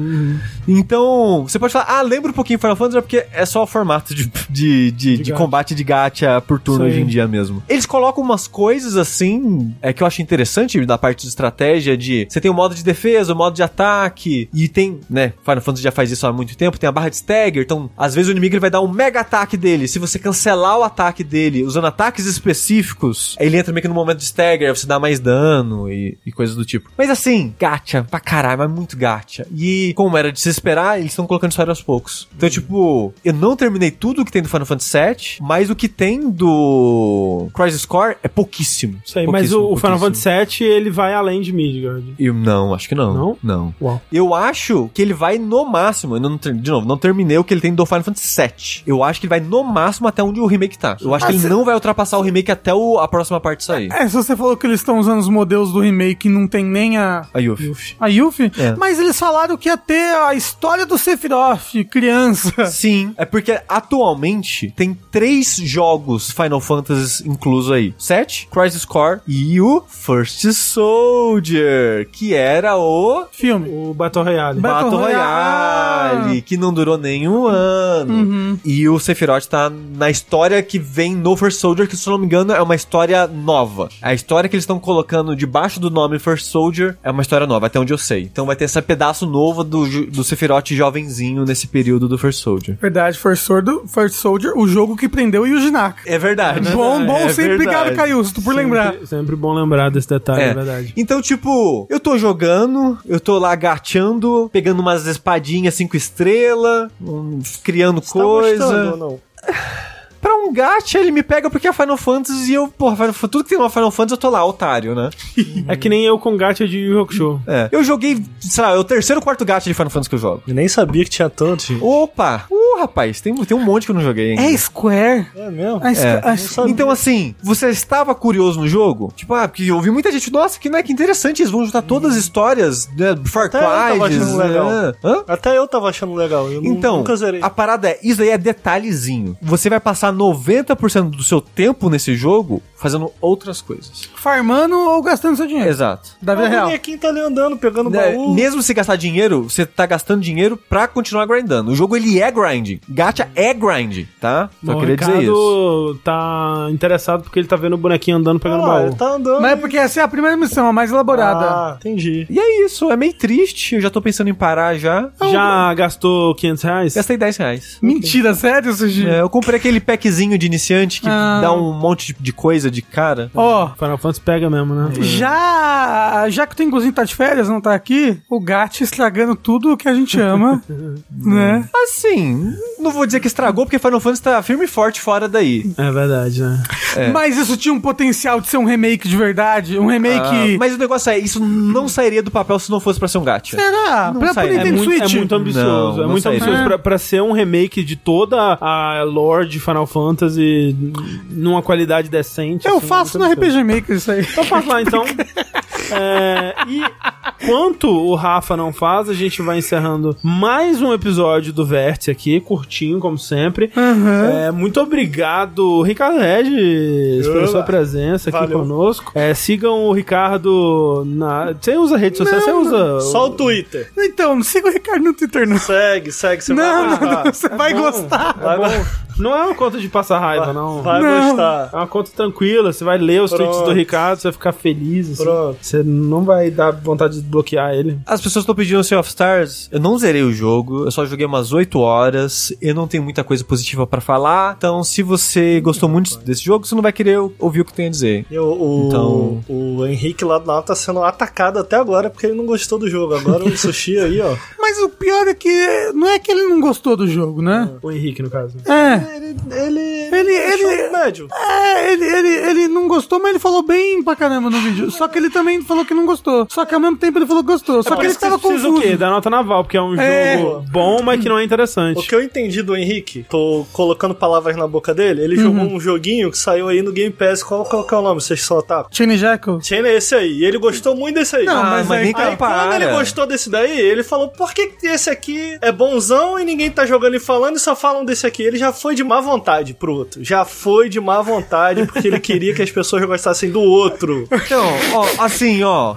[SPEAKER 3] Então, você pode falar, ah, lembra um pouquinho Final Fantasy, porque é só o formato de, de, de, de
[SPEAKER 1] gacha.
[SPEAKER 3] combate de gacha por turno
[SPEAKER 1] Sim.
[SPEAKER 3] hoje em dia mesmo. Eles colocam umas coisas assim, é que eu acho interessante da parte de estratégia, de você tem o modo de defesa, o modo de ataque, e tem, né, Final Fantasy já faz isso há muito tempo, tem a barra de stagger, então às vezes o inimigo ele vai dar um mega ataque dele, se você cancelar o ataque dele usando ataques específicos, ele entra meio que no momento de stagger, você dá mais dano e, e coisas do tipo. Mas assim, gacha pra caralho, mas muito gacha. E como era de se esperar, eles estão colocando história aos poucos. Então, tipo, eu não terminei tudo que tem do Final Fantasy VII, mas o que tem do Crisis Core é pouquíssimo.
[SPEAKER 1] Isso aí, Mas o, o
[SPEAKER 3] pouquíssimo,
[SPEAKER 1] Final
[SPEAKER 3] pouquíssimo.
[SPEAKER 1] Fantasy VII, ele vai além de Midgard.
[SPEAKER 3] Eu, não, acho que não.
[SPEAKER 1] Não?
[SPEAKER 3] Não.
[SPEAKER 1] Uau.
[SPEAKER 3] Eu acho que ele vai no máximo. Eu não, ter- de novo, não terminei o que ele tem do Final Fantasy VII. Eu acho que ele vai no máximo até onde o remake tá. Eu acho
[SPEAKER 2] Ah,
[SPEAKER 3] que ele
[SPEAKER 2] cê-
[SPEAKER 3] não vai ultrapassar o remake até o- a próxima parte sair.
[SPEAKER 2] É, se você falou que eles estão usando os modelos do remake e não tem nem a.
[SPEAKER 3] Aí, Yuffie.
[SPEAKER 2] A Yuffie?
[SPEAKER 3] É.
[SPEAKER 2] Mas eles falaram que ia ter a história do Sephiroth, criança.
[SPEAKER 3] Sim, é porque atualmente tem três jogos Final Fantasy incluso aí. Sete, Crisis Core e o First Soldier, que era o
[SPEAKER 2] Filme.
[SPEAKER 1] O Battle Royale.
[SPEAKER 2] Ba-
[SPEAKER 3] Battle
[SPEAKER 2] Battle
[SPEAKER 3] Royale,
[SPEAKER 2] Royale.
[SPEAKER 3] que não durou nenhum ano. E o Sephiroth tá na história que vem no First Soldier, que se eu não me engano é uma história nova. A história que eles estão colocando debaixo do nome First Soldier é uma história nova, até onde eu sei. Então vai ter esse pedaço novo do, ju- do Sephiroth jovenzinho nesse período do First Soldier.
[SPEAKER 2] Verdade, First Soldier, First Soldier, o jogo que prendeu o Yuji Naka.
[SPEAKER 3] É verdade.
[SPEAKER 2] Bom, bom,
[SPEAKER 3] É
[SPEAKER 2] sempre
[SPEAKER 3] verdade.
[SPEAKER 2] obrigado, Caiusto, por
[SPEAKER 1] Sempre-
[SPEAKER 2] lembrar.
[SPEAKER 1] Sempre bom lembrar desse detalhe, é,
[SPEAKER 3] É.
[SPEAKER 1] verdade.
[SPEAKER 3] Então, tipo, eu tô jogando, eu tô lá agachando, pegando umas espadinhas cinco estrelas, hum, criando
[SPEAKER 4] Tá gostando
[SPEAKER 3] coisa.
[SPEAKER 4] ou não?
[SPEAKER 3] pra um gacha, ele me pega porque é Final Fantasy e eu, porra, Final Fan- tudo que tem uma Final Fantasy eu tô lá, otário, né?
[SPEAKER 1] É que nem eu com gacha de Yu Yu Hakusho.
[SPEAKER 3] É. Eu joguei, sei lá, é o terceiro quarto gacha de Final Fantasy que eu jogo.
[SPEAKER 4] Eu nem sabia que tinha tanto, gente.
[SPEAKER 3] Opa! Uh, rapaz, tem, tem um monte que eu não joguei ainda.
[SPEAKER 2] É Square.
[SPEAKER 4] É mesmo?
[SPEAKER 2] A Squ-
[SPEAKER 3] É.
[SPEAKER 2] a-
[SPEAKER 3] Então, assim, você estava curioso no jogo? Tipo, ah, porque eu ouvi muita gente, nossa, que, né, que interessante, eles vão juntar todas as histórias, né, Far
[SPEAKER 4] Hum. Até eu tava
[SPEAKER 3] Cry,
[SPEAKER 4] achando legal.
[SPEAKER 3] né? Hã?
[SPEAKER 4] Até eu tava achando legal. Eu nu-
[SPEAKER 3] Então,
[SPEAKER 4] nunca zerei.
[SPEAKER 3] a parada é, isso aí é detalhezinho. Você vai passar 90% do seu tempo nesse jogo fazendo outras coisas.
[SPEAKER 2] farmando ou gastando seu dinheiro?
[SPEAKER 3] Exato.
[SPEAKER 2] Da vida
[SPEAKER 4] Ah, O
[SPEAKER 2] real.
[SPEAKER 4] bonequinho tá ali andando, pegando
[SPEAKER 3] Né,
[SPEAKER 4] baú.
[SPEAKER 3] mesmo se gastar dinheiro, você tá gastando dinheiro pra continuar grindando. O jogo ele é grind. Gacha é grind, tá? Só
[SPEAKER 1] Bom,
[SPEAKER 3] queria dizer isso.
[SPEAKER 1] tá interessado porque ele tá vendo o bonequinho andando
[SPEAKER 4] Ah,
[SPEAKER 1] pegando
[SPEAKER 4] ele
[SPEAKER 1] baú.
[SPEAKER 4] tá andando.
[SPEAKER 2] Mas é porque essa é a primeira missão, a mais elaborada.
[SPEAKER 4] Ah, entendi.
[SPEAKER 3] E é isso, é meio triste. Eu já tô pensando em parar já.
[SPEAKER 1] Já gastou 500 reais?
[SPEAKER 3] Gastei 10 reais.
[SPEAKER 2] Mentira, sério, Suji?
[SPEAKER 3] É, eu comprei aquele packzinho de iniciante que
[SPEAKER 2] Hum. Ah.
[SPEAKER 3] dá um monte de coisa de cara.
[SPEAKER 2] Ó,
[SPEAKER 1] Final Fantasy pega mesmo, né?
[SPEAKER 3] É.
[SPEAKER 2] já, já que o Tenguzinho tá de férias, não tá aqui, o gato estragando tudo o que a gente ama, né?
[SPEAKER 3] Assim, não vou dizer que estragou, porque Final Fantasy tá firme e forte fora daí.
[SPEAKER 1] É verdade, né?
[SPEAKER 3] É.
[SPEAKER 2] Mas isso tinha um potencial de ser um remake de verdade? Um remake...
[SPEAKER 3] Ah, mas o negócio é, isso não sairia do papel se não fosse pra ser um
[SPEAKER 2] É,
[SPEAKER 3] gacha.
[SPEAKER 2] Será?
[SPEAKER 3] Não
[SPEAKER 2] Pra, pra
[SPEAKER 3] sairia.
[SPEAKER 1] É
[SPEAKER 2] Nintendo
[SPEAKER 1] muito,
[SPEAKER 2] Switch?
[SPEAKER 1] é muito ambicioso.
[SPEAKER 3] Não,
[SPEAKER 1] é
[SPEAKER 3] não
[SPEAKER 1] muito
[SPEAKER 3] sei.
[SPEAKER 1] ambicioso
[SPEAKER 2] É.
[SPEAKER 1] pra, pra ser um remake de toda a lore de Final Fantasy numa qualidade decente.
[SPEAKER 2] Eu
[SPEAKER 1] assim,
[SPEAKER 2] faço
[SPEAKER 1] muito
[SPEAKER 2] no
[SPEAKER 1] ambicioso.
[SPEAKER 2] RPG Maker isso aí.
[SPEAKER 1] Então faz lá, então. É, e quanto o Rafa não faz, a gente vai encerrando mais um episódio do Vértice aqui, curtinho, como sempre. É, muito obrigado, Ricardo Regis, pela
[SPEAKER 4] Oba.
[SPEAKER 1] sua presença aqui
[SPEAKER 4] Valeu.
[SPEAKER 1] conosco. É, sigam o Ricardo na. Você usa rede social? Você usa.
[SPEAKER 4] Só o Twitter.
[SPEAKER 2] Então, não siga o Ricardo no Twitter, não.
[SPEAKER 4] Segue, segue, você
[SPEAKER 2] não, não,
[SPEAKER 4] vai
[SPEAKER 2] não,
[SPEAKER 4] gostar.
[SPEAKER 2] você vai gostar.
[SPEAKER 1] É bom. Não é uma conta de passar raiva, não.
[SPEAKER 4] Vai
[SPEAKER 2] Não.
[SPEAKER 4] gostar.
[SPEAKER 1] É uma conta tranquila, você vai ler os tweets do
[SPEAKER 4] Pronto.
[SPEAKER 1] Ricardo, você vai ficar feliz. assim.
[SPEAKER 4] Pronto.
[SPEAKER 1] Você não vai dar vontade de bloquear ele.
[SPEAKER 3] As pessoas estão pedindo Sea of Stars. Eu não zerei o jogo, eu só joguei umas 8 horas. Eu não tenho muita coisa positiva pra falar. Então, se você gostou muito desse jogo, você não vai querer ouvir o que eu tenho a dizer.
[SPEAKER 4] E o, o,
[SPEAKER 3] Então-
[SPEAKER 4] o Henrique lá do lado tá sendo atacado até agora porque ele não gostou do jogo. Agora o sushi aí, ó.
[SPEAKER 2] Mas o pior é que não é que ele não gostou do jogo, né?
[SPEAKER 1] O Henrique, no caso.
[SPEAKER 2] É.
[SPEAKER 4] Ele. Ele.
[SPEAKER 2] Ele-
[SPEAKER 4] achou
[SPEAKER 2] ele-
[SPEAKER 4] médio.
[SPEAKER 2] É, ele, ele, ele não gostou, mas ele falou bem pra caramba no vídeo. Só que ele também falou que não gostou. Só que ao mesmo tempo ele falou que gostou. Só que ele
[SPEAKER 1] Mas
[SPEAKER 2] tava
[SPEAKER 1] precisa o quê?
[SPEAKER 2] confuso.
[SPEAKER 1] Da nota naval, porque é um
[SPEAKER 2] É.
[SPEAKER 1] jogo bom, mas que não é interessante.
[SPEAKER 4] O que eu entendi do Henrique, tô colocando palavras na boca dele, ele jogou
[SPEAKER 2] Uhum.
[SPEAKER 4] um joguinho que saiu aí no Game Pass. Qual, qual que é o nome? Vocês só tá?
[SPEAKER 2] Chain Jackal.
[SPEAKER 4] Chain é esse aí. E ele gostou muito desse aí.
[SPEAKER 2] Não,
[SPEAKER 3] Ah,
[SPEAKER 2] mas
[SPEAKER 3] mas,
[SPEAKER 2] aí-
[SPEAKER 3] nem
[SPEAKER 4] é Aí
[SPEAKER 3] compara.
[SPEAKER 4] quando ele gostou desse daí, ele falou, por que que esse aqui é bonzão e ninguém tá jogando e falando e só falam desse aqui? Ele já foi de má vontade pro outro. Já foi de má vontade porque ele queria que as pessoas gostassem do outro.
[SPEAKER 3] Então, ó, assim, ó.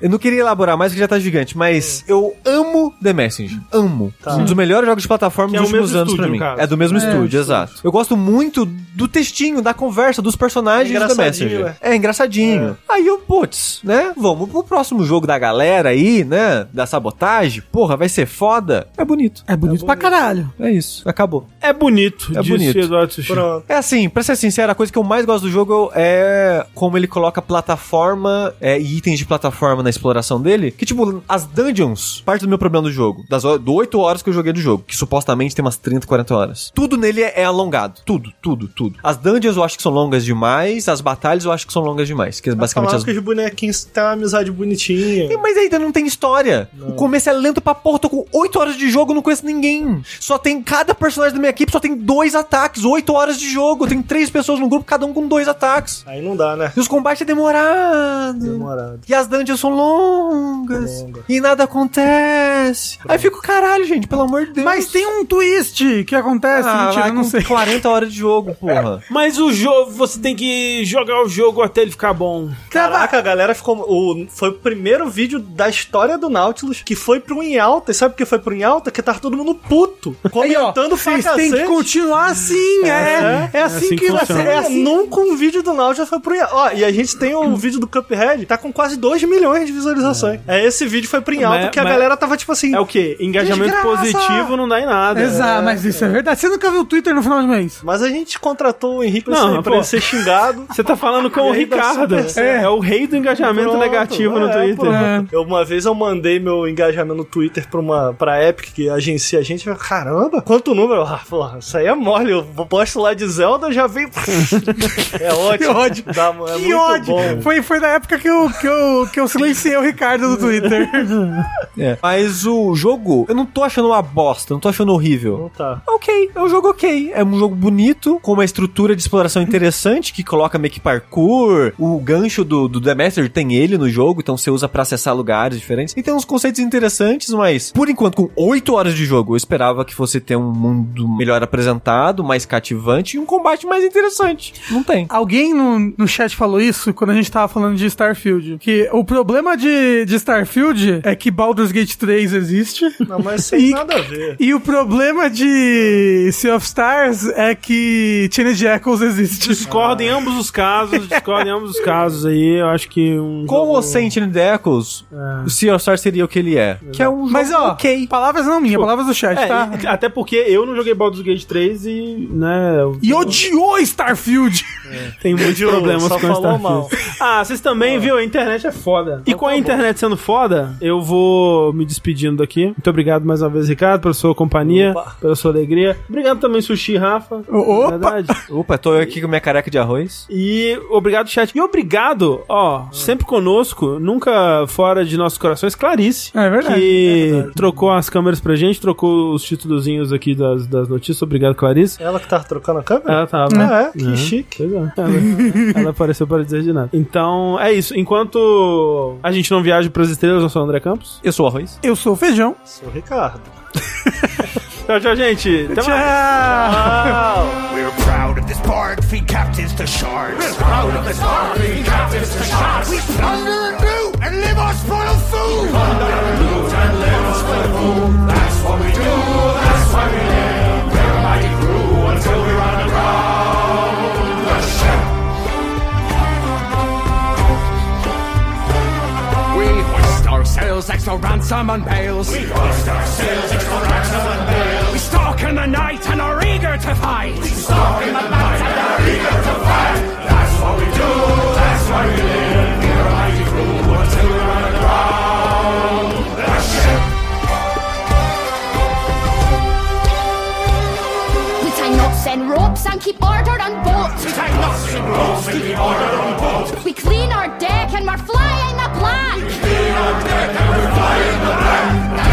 [SPEAKER 3] Eu não queria elaborar mais porque já tá gigante, mas
[SPEAKER 1] É.
[SPEAKER 3] eu amo The Messenger. Amo. Um dos melhores jogos de
[SPEAKER 1] Tá.
[SPEAKER 3] plataforma
[SPEAKER 1] Que é
[SPEAKER 3] dos
[SPEAKER 1] o
[SPEAKER 3] últimos
[SPEAKER 1] mesmo
[SPEAKER 3] anos
[SPEAKER 1] estúdio,
[SPEAKER 3] pra mim.
[SPEAKER 1] no caso.
[SPEAKER 3] É do mesmo
[SPEAKER 2] É,
[SPEAKER 3] estúdio, exato. Eu gosto muito do textinho, da conversa, dos personagens
[SPEAKER 4] É
[SPEAKER 3] do The
[SPEAKER 4] engraçadinho,
[SPEAKER 3] Messenger. É engraçadinho. Aí eu, putz, né? Vamos pro próximo jogo da galera aí, né? Da sabotagem. Porra, vai ser foda. É bonito.
[SPEAKER 2] É bonito pra caralho.
[SPEAKER 3] É isso. Acabou.
[SPEAKER 1] É bonito,
[SPEAKER 3] É
[SPEAKER 1] disse
[SPEAKER 3] bonito.
[SPEAKER 1] Eduardo Sushi.
[SPEAKER 4] Pronto.
[SPEAKER 3] É assim, pra ser sincero, a coisa que eu mais gosto do jogo é como ele coloca plataforma é, e itens de plataforma na na exploração dele, que tipo, as dungeons, parte do meu problema do jogo, das ho- do 8 horas que eu joguei do jogo, que supostamente tem umas 30, 40 horas. Tudo nele é é alongado. Tudo, tudo, tudo. As dungeons eu acho que são longas demais, as batalhas eu acho que são longas demais, que é basicamente as
[SPEAKER 4] Falava que os bonequinhos têm uma amizade bonitinha.
[SPEAKER 3] é, Mas ainda não tem história. O começo é lento pra porra. Tô com 8 horas de jogo, não conheço ninguém. Só tem cada personagem da minha equipe, só tem dois ataques. 8 horas de jogo. Tem três pessoas no grupo, cada um com dois ataques.
[SPEAKER 4] Aí não dá, né?
[SPEAKER 3] E os combates é demorado.
[SPEAKER 4] Demorado.
[SPEAKER 3] E as dungeons são longas. E nada acontece. Aí fica o caralho, gente, pelo amor de Deus.
[SPEAKER 2] Mas tem um twist que acontece,
[SPEAKER 3] ah,
[SPEAKER 2] mentira,
[SPEAKER 3] vai
[SPEAKER 2] eu não
[SPEAKER 3] com
[SPEAKER 2] sei. É,
[SPEAKER 3] 40 horas de jogo, porra.
[SPEAKER 1] Mas o jogo, você tem que jogar o jogo até ele ficar bom.
[SPEAKER 4] Caraca, a galera ficou. O, foi o primeiro vídeo da história do Nautilus que foi pro em alta. E sabe por que foi pro em alta? Que tava todo mundo puto. Comentando pra
[SPEAKER 2] Vocês têm que
[SPEAKER 4] cacete.
[SPEAKER 2] continuar assim, é. É, assim, que você
[SPEAKER 1] funciona.
[SPEAKER 2] é
[SPEAKER 4] É,
[SPEAKER 2] assim.
[SPEAKER 4] nunca um vídeo do Náutico foi pro Inhalto. Ó, e a gente tem um vídeo do Cuphead, tá com quase 2 milhões de visualizações. É, esse vídeo foi pro Inhalto
[SPEAKER 1] Mas-
[SPEAKER 4] que a
[SPEAKER 1] mas-
[SPEAKER 4] galera tava tipo assim.
[SPEAKER 1] É o quê? Engajamento
[SPEAKER 2] Desgraça!
[SPEAKER 1] positivo não dá em nada.
[SPEAKER 2] Exato, mas isso é verdade. Você nunca viu o Twitter no final de mês?
[SPEAKER 4] Mas a gente contratou o Henrique pra,
[SPEAKER 1] Não,
[SPEAKER 4] ser, pra
[SPEAKER 1] pô.
[SPEAKER 4] ele ser xingado.
[SPEAKER 1] Você tá falando com o
[SPEAKER 4] E aí dá
[SPEAKER 1] Ricardo.
[SPEAKER 4] super certo.
[SPEAKER 1] É, é o rei do engajamento
[SPEAKER 4] Pronto,
[SPEAKER 1] negativo no
[SPEAKER 4] é,
[SPEAKER 1] Twitter.
[SPEAKER 4] pô.
[SPEAKER 2] É.
[SPEAKER 4] Eu, uma vez eu mandei meu engajamento no Twitter pra, uma, pra Epic, que agencia a gente. eu, Caramba, quanto número? Eu, Ah, porra, isso aí é mole. Eu posto lá de Zelda, já vem. é ótimo. Que ódio. Dá, é
[SPEAKER 2] que
[SPEAKER 4] muito
[SPEAKER 2] ódio!
[SPEAKER 4] bom.
[SPEAKER 2] Foi, foi na época que eu, que, eu, que eu silenciei o Ricardo do Twitter.
[SPEAKER 3] É. Mas o jogo, eu não tô achando uma bosta, não tô achando horrível.
[SPEAKER 4] Então tá.
[SPEAKER 3] Ok, é um jogo ok. É um jogo bonito, com uma estrutura de exploração interessante, que coloca meio que parkour. O gancho do, do The Master tem ele no jogo, então você usa pra acessar lugares diferentes. E tem uns conceitos interessantes, mas por enquanto, com 8 horas de jogo, eu esperava que fosse ter um mundo melhor apresentado, mais cativante e um combate mais interessante. Não tem.
[SPEAKER 2] Alguém no, no chat falou isso quando a gente tava falando de Starfield. Que o problema de, de Starfield é que Baldur's Gate 3 existe.
[SPEAKER 4] Não, mas sem
[SPEAKER 2] E-
[SPEAKER 4] nada a ver.
[SPEAKER 2] E o problema de Sea of Stars é que Teenage Echoes existe.
[SPEAKER 1] Discordo em ambos os casos, discordo em ambos os casos aí. Eu acho que um. É.
[SPEAKER 3] Com ou sem Deckles, o Sea of Stars seria o que ele é. Que é um jogo
[SPEAKER 2] Mas ó,
[SPEAKER 3] ok.
[SPEAKER 2] palavras não minhas,
[SPEAKER 1] Tipo,
[SPEAKER 2] palavras do chat,
[SPEAKER 1] É,
[SPEAKER 2] tá?
[SPEAKER 1] e- até porque eu não joguei Baldur's Gate 3 e, né, eu
[SPEAKER 2] E odiou Starfield!
[SPEAKER 1] tenho muitos
[SPEAKER 4] Odiou,
[SPEAKER 1] problemas
[SPEAKER 4] só
[SPEAKER 1] com
[SPEAKER 4] falou
[SPEAKER 1] Starfield.
[SPEAKER 4] mal.
[SPEAKER 1] Ah, vocês também, viu? A internet é foda. E com a
[SPEAKER 4] tá bom.
[SPEAKER 1] internet sendo foda, eu vou me despedindo daqui. Muito obrigado mais uma vez, Ricardo, pela sua companhia,
[SPEAKER 4] Opa.
[SPEAKER 1] pela sua alegria. Obrigado também, Sushi e Rafa.
[SPEAKER 2] Opa!
[SPEAKER 1] Verdade.
[SPEAKER 3] Opa, tô aqui com minha careca de arroz.
[SPEAKER 1] E obrigado, chat. E obrigado, ó, sempre conosco, nunca fora de nossos corações, Clarice.
[SPEAKER 2] É verdade.
[SPEAKER 1] Que trocou as câmeras pra gente, trocou os títulozinhos aqui das, das notícias. Obrigado, Clarice.
[SPEAKER 4] Ela que tava trocando a câmera?
[SPEAKER 1] Ela tava.
[SPEAKER 4] Ah, é? Que
[SPEAKER 1] Uhum.
[SPEAKER 4] chique.
[SPEAKER 1] Pois é. Ela, ela apareceu para dizer de nada. Então, é isso. Enquanto a gente não viaja pras estrelas, eu sou o André Campos.
[SPEAKER 3] Eu sou o arroz.
[SPEAKER 2] Eu sou o Feijão.
[SPEAKER 4] Sou o Ricardo.
[SPEAKER 1] Tchau, tchau, gente. Até mais.
[SPEAKER 4] Tchau.
[SPEAKER 5] We're proud of this park, feed captives to sharks. We're proud of this park, feed captives to sharks. We plunder and loot and live on spoiled food. plunder and loot and live on spoiled food. That's what we do, that's why we live. We're a mighty crew until we run aground. The ship. We hoist our sails, extra ransom and bales. We hoist our sails, extra ransom and bales. We stalk in the night and are eager to fight. We stalk in the night and are eager to fight. That's what we do, that's why we live. We're a mighty crew until we run aground. The ship.
[SPEAKER 6] We tie knots and ropes and keep order on boat.
[SPEAKER 5] We take knots and ropes and we order on board.
[SPEAKER 6] We clean our deck and we're flying the black.
[SPEAKER 5] We on deck and we're flying the black.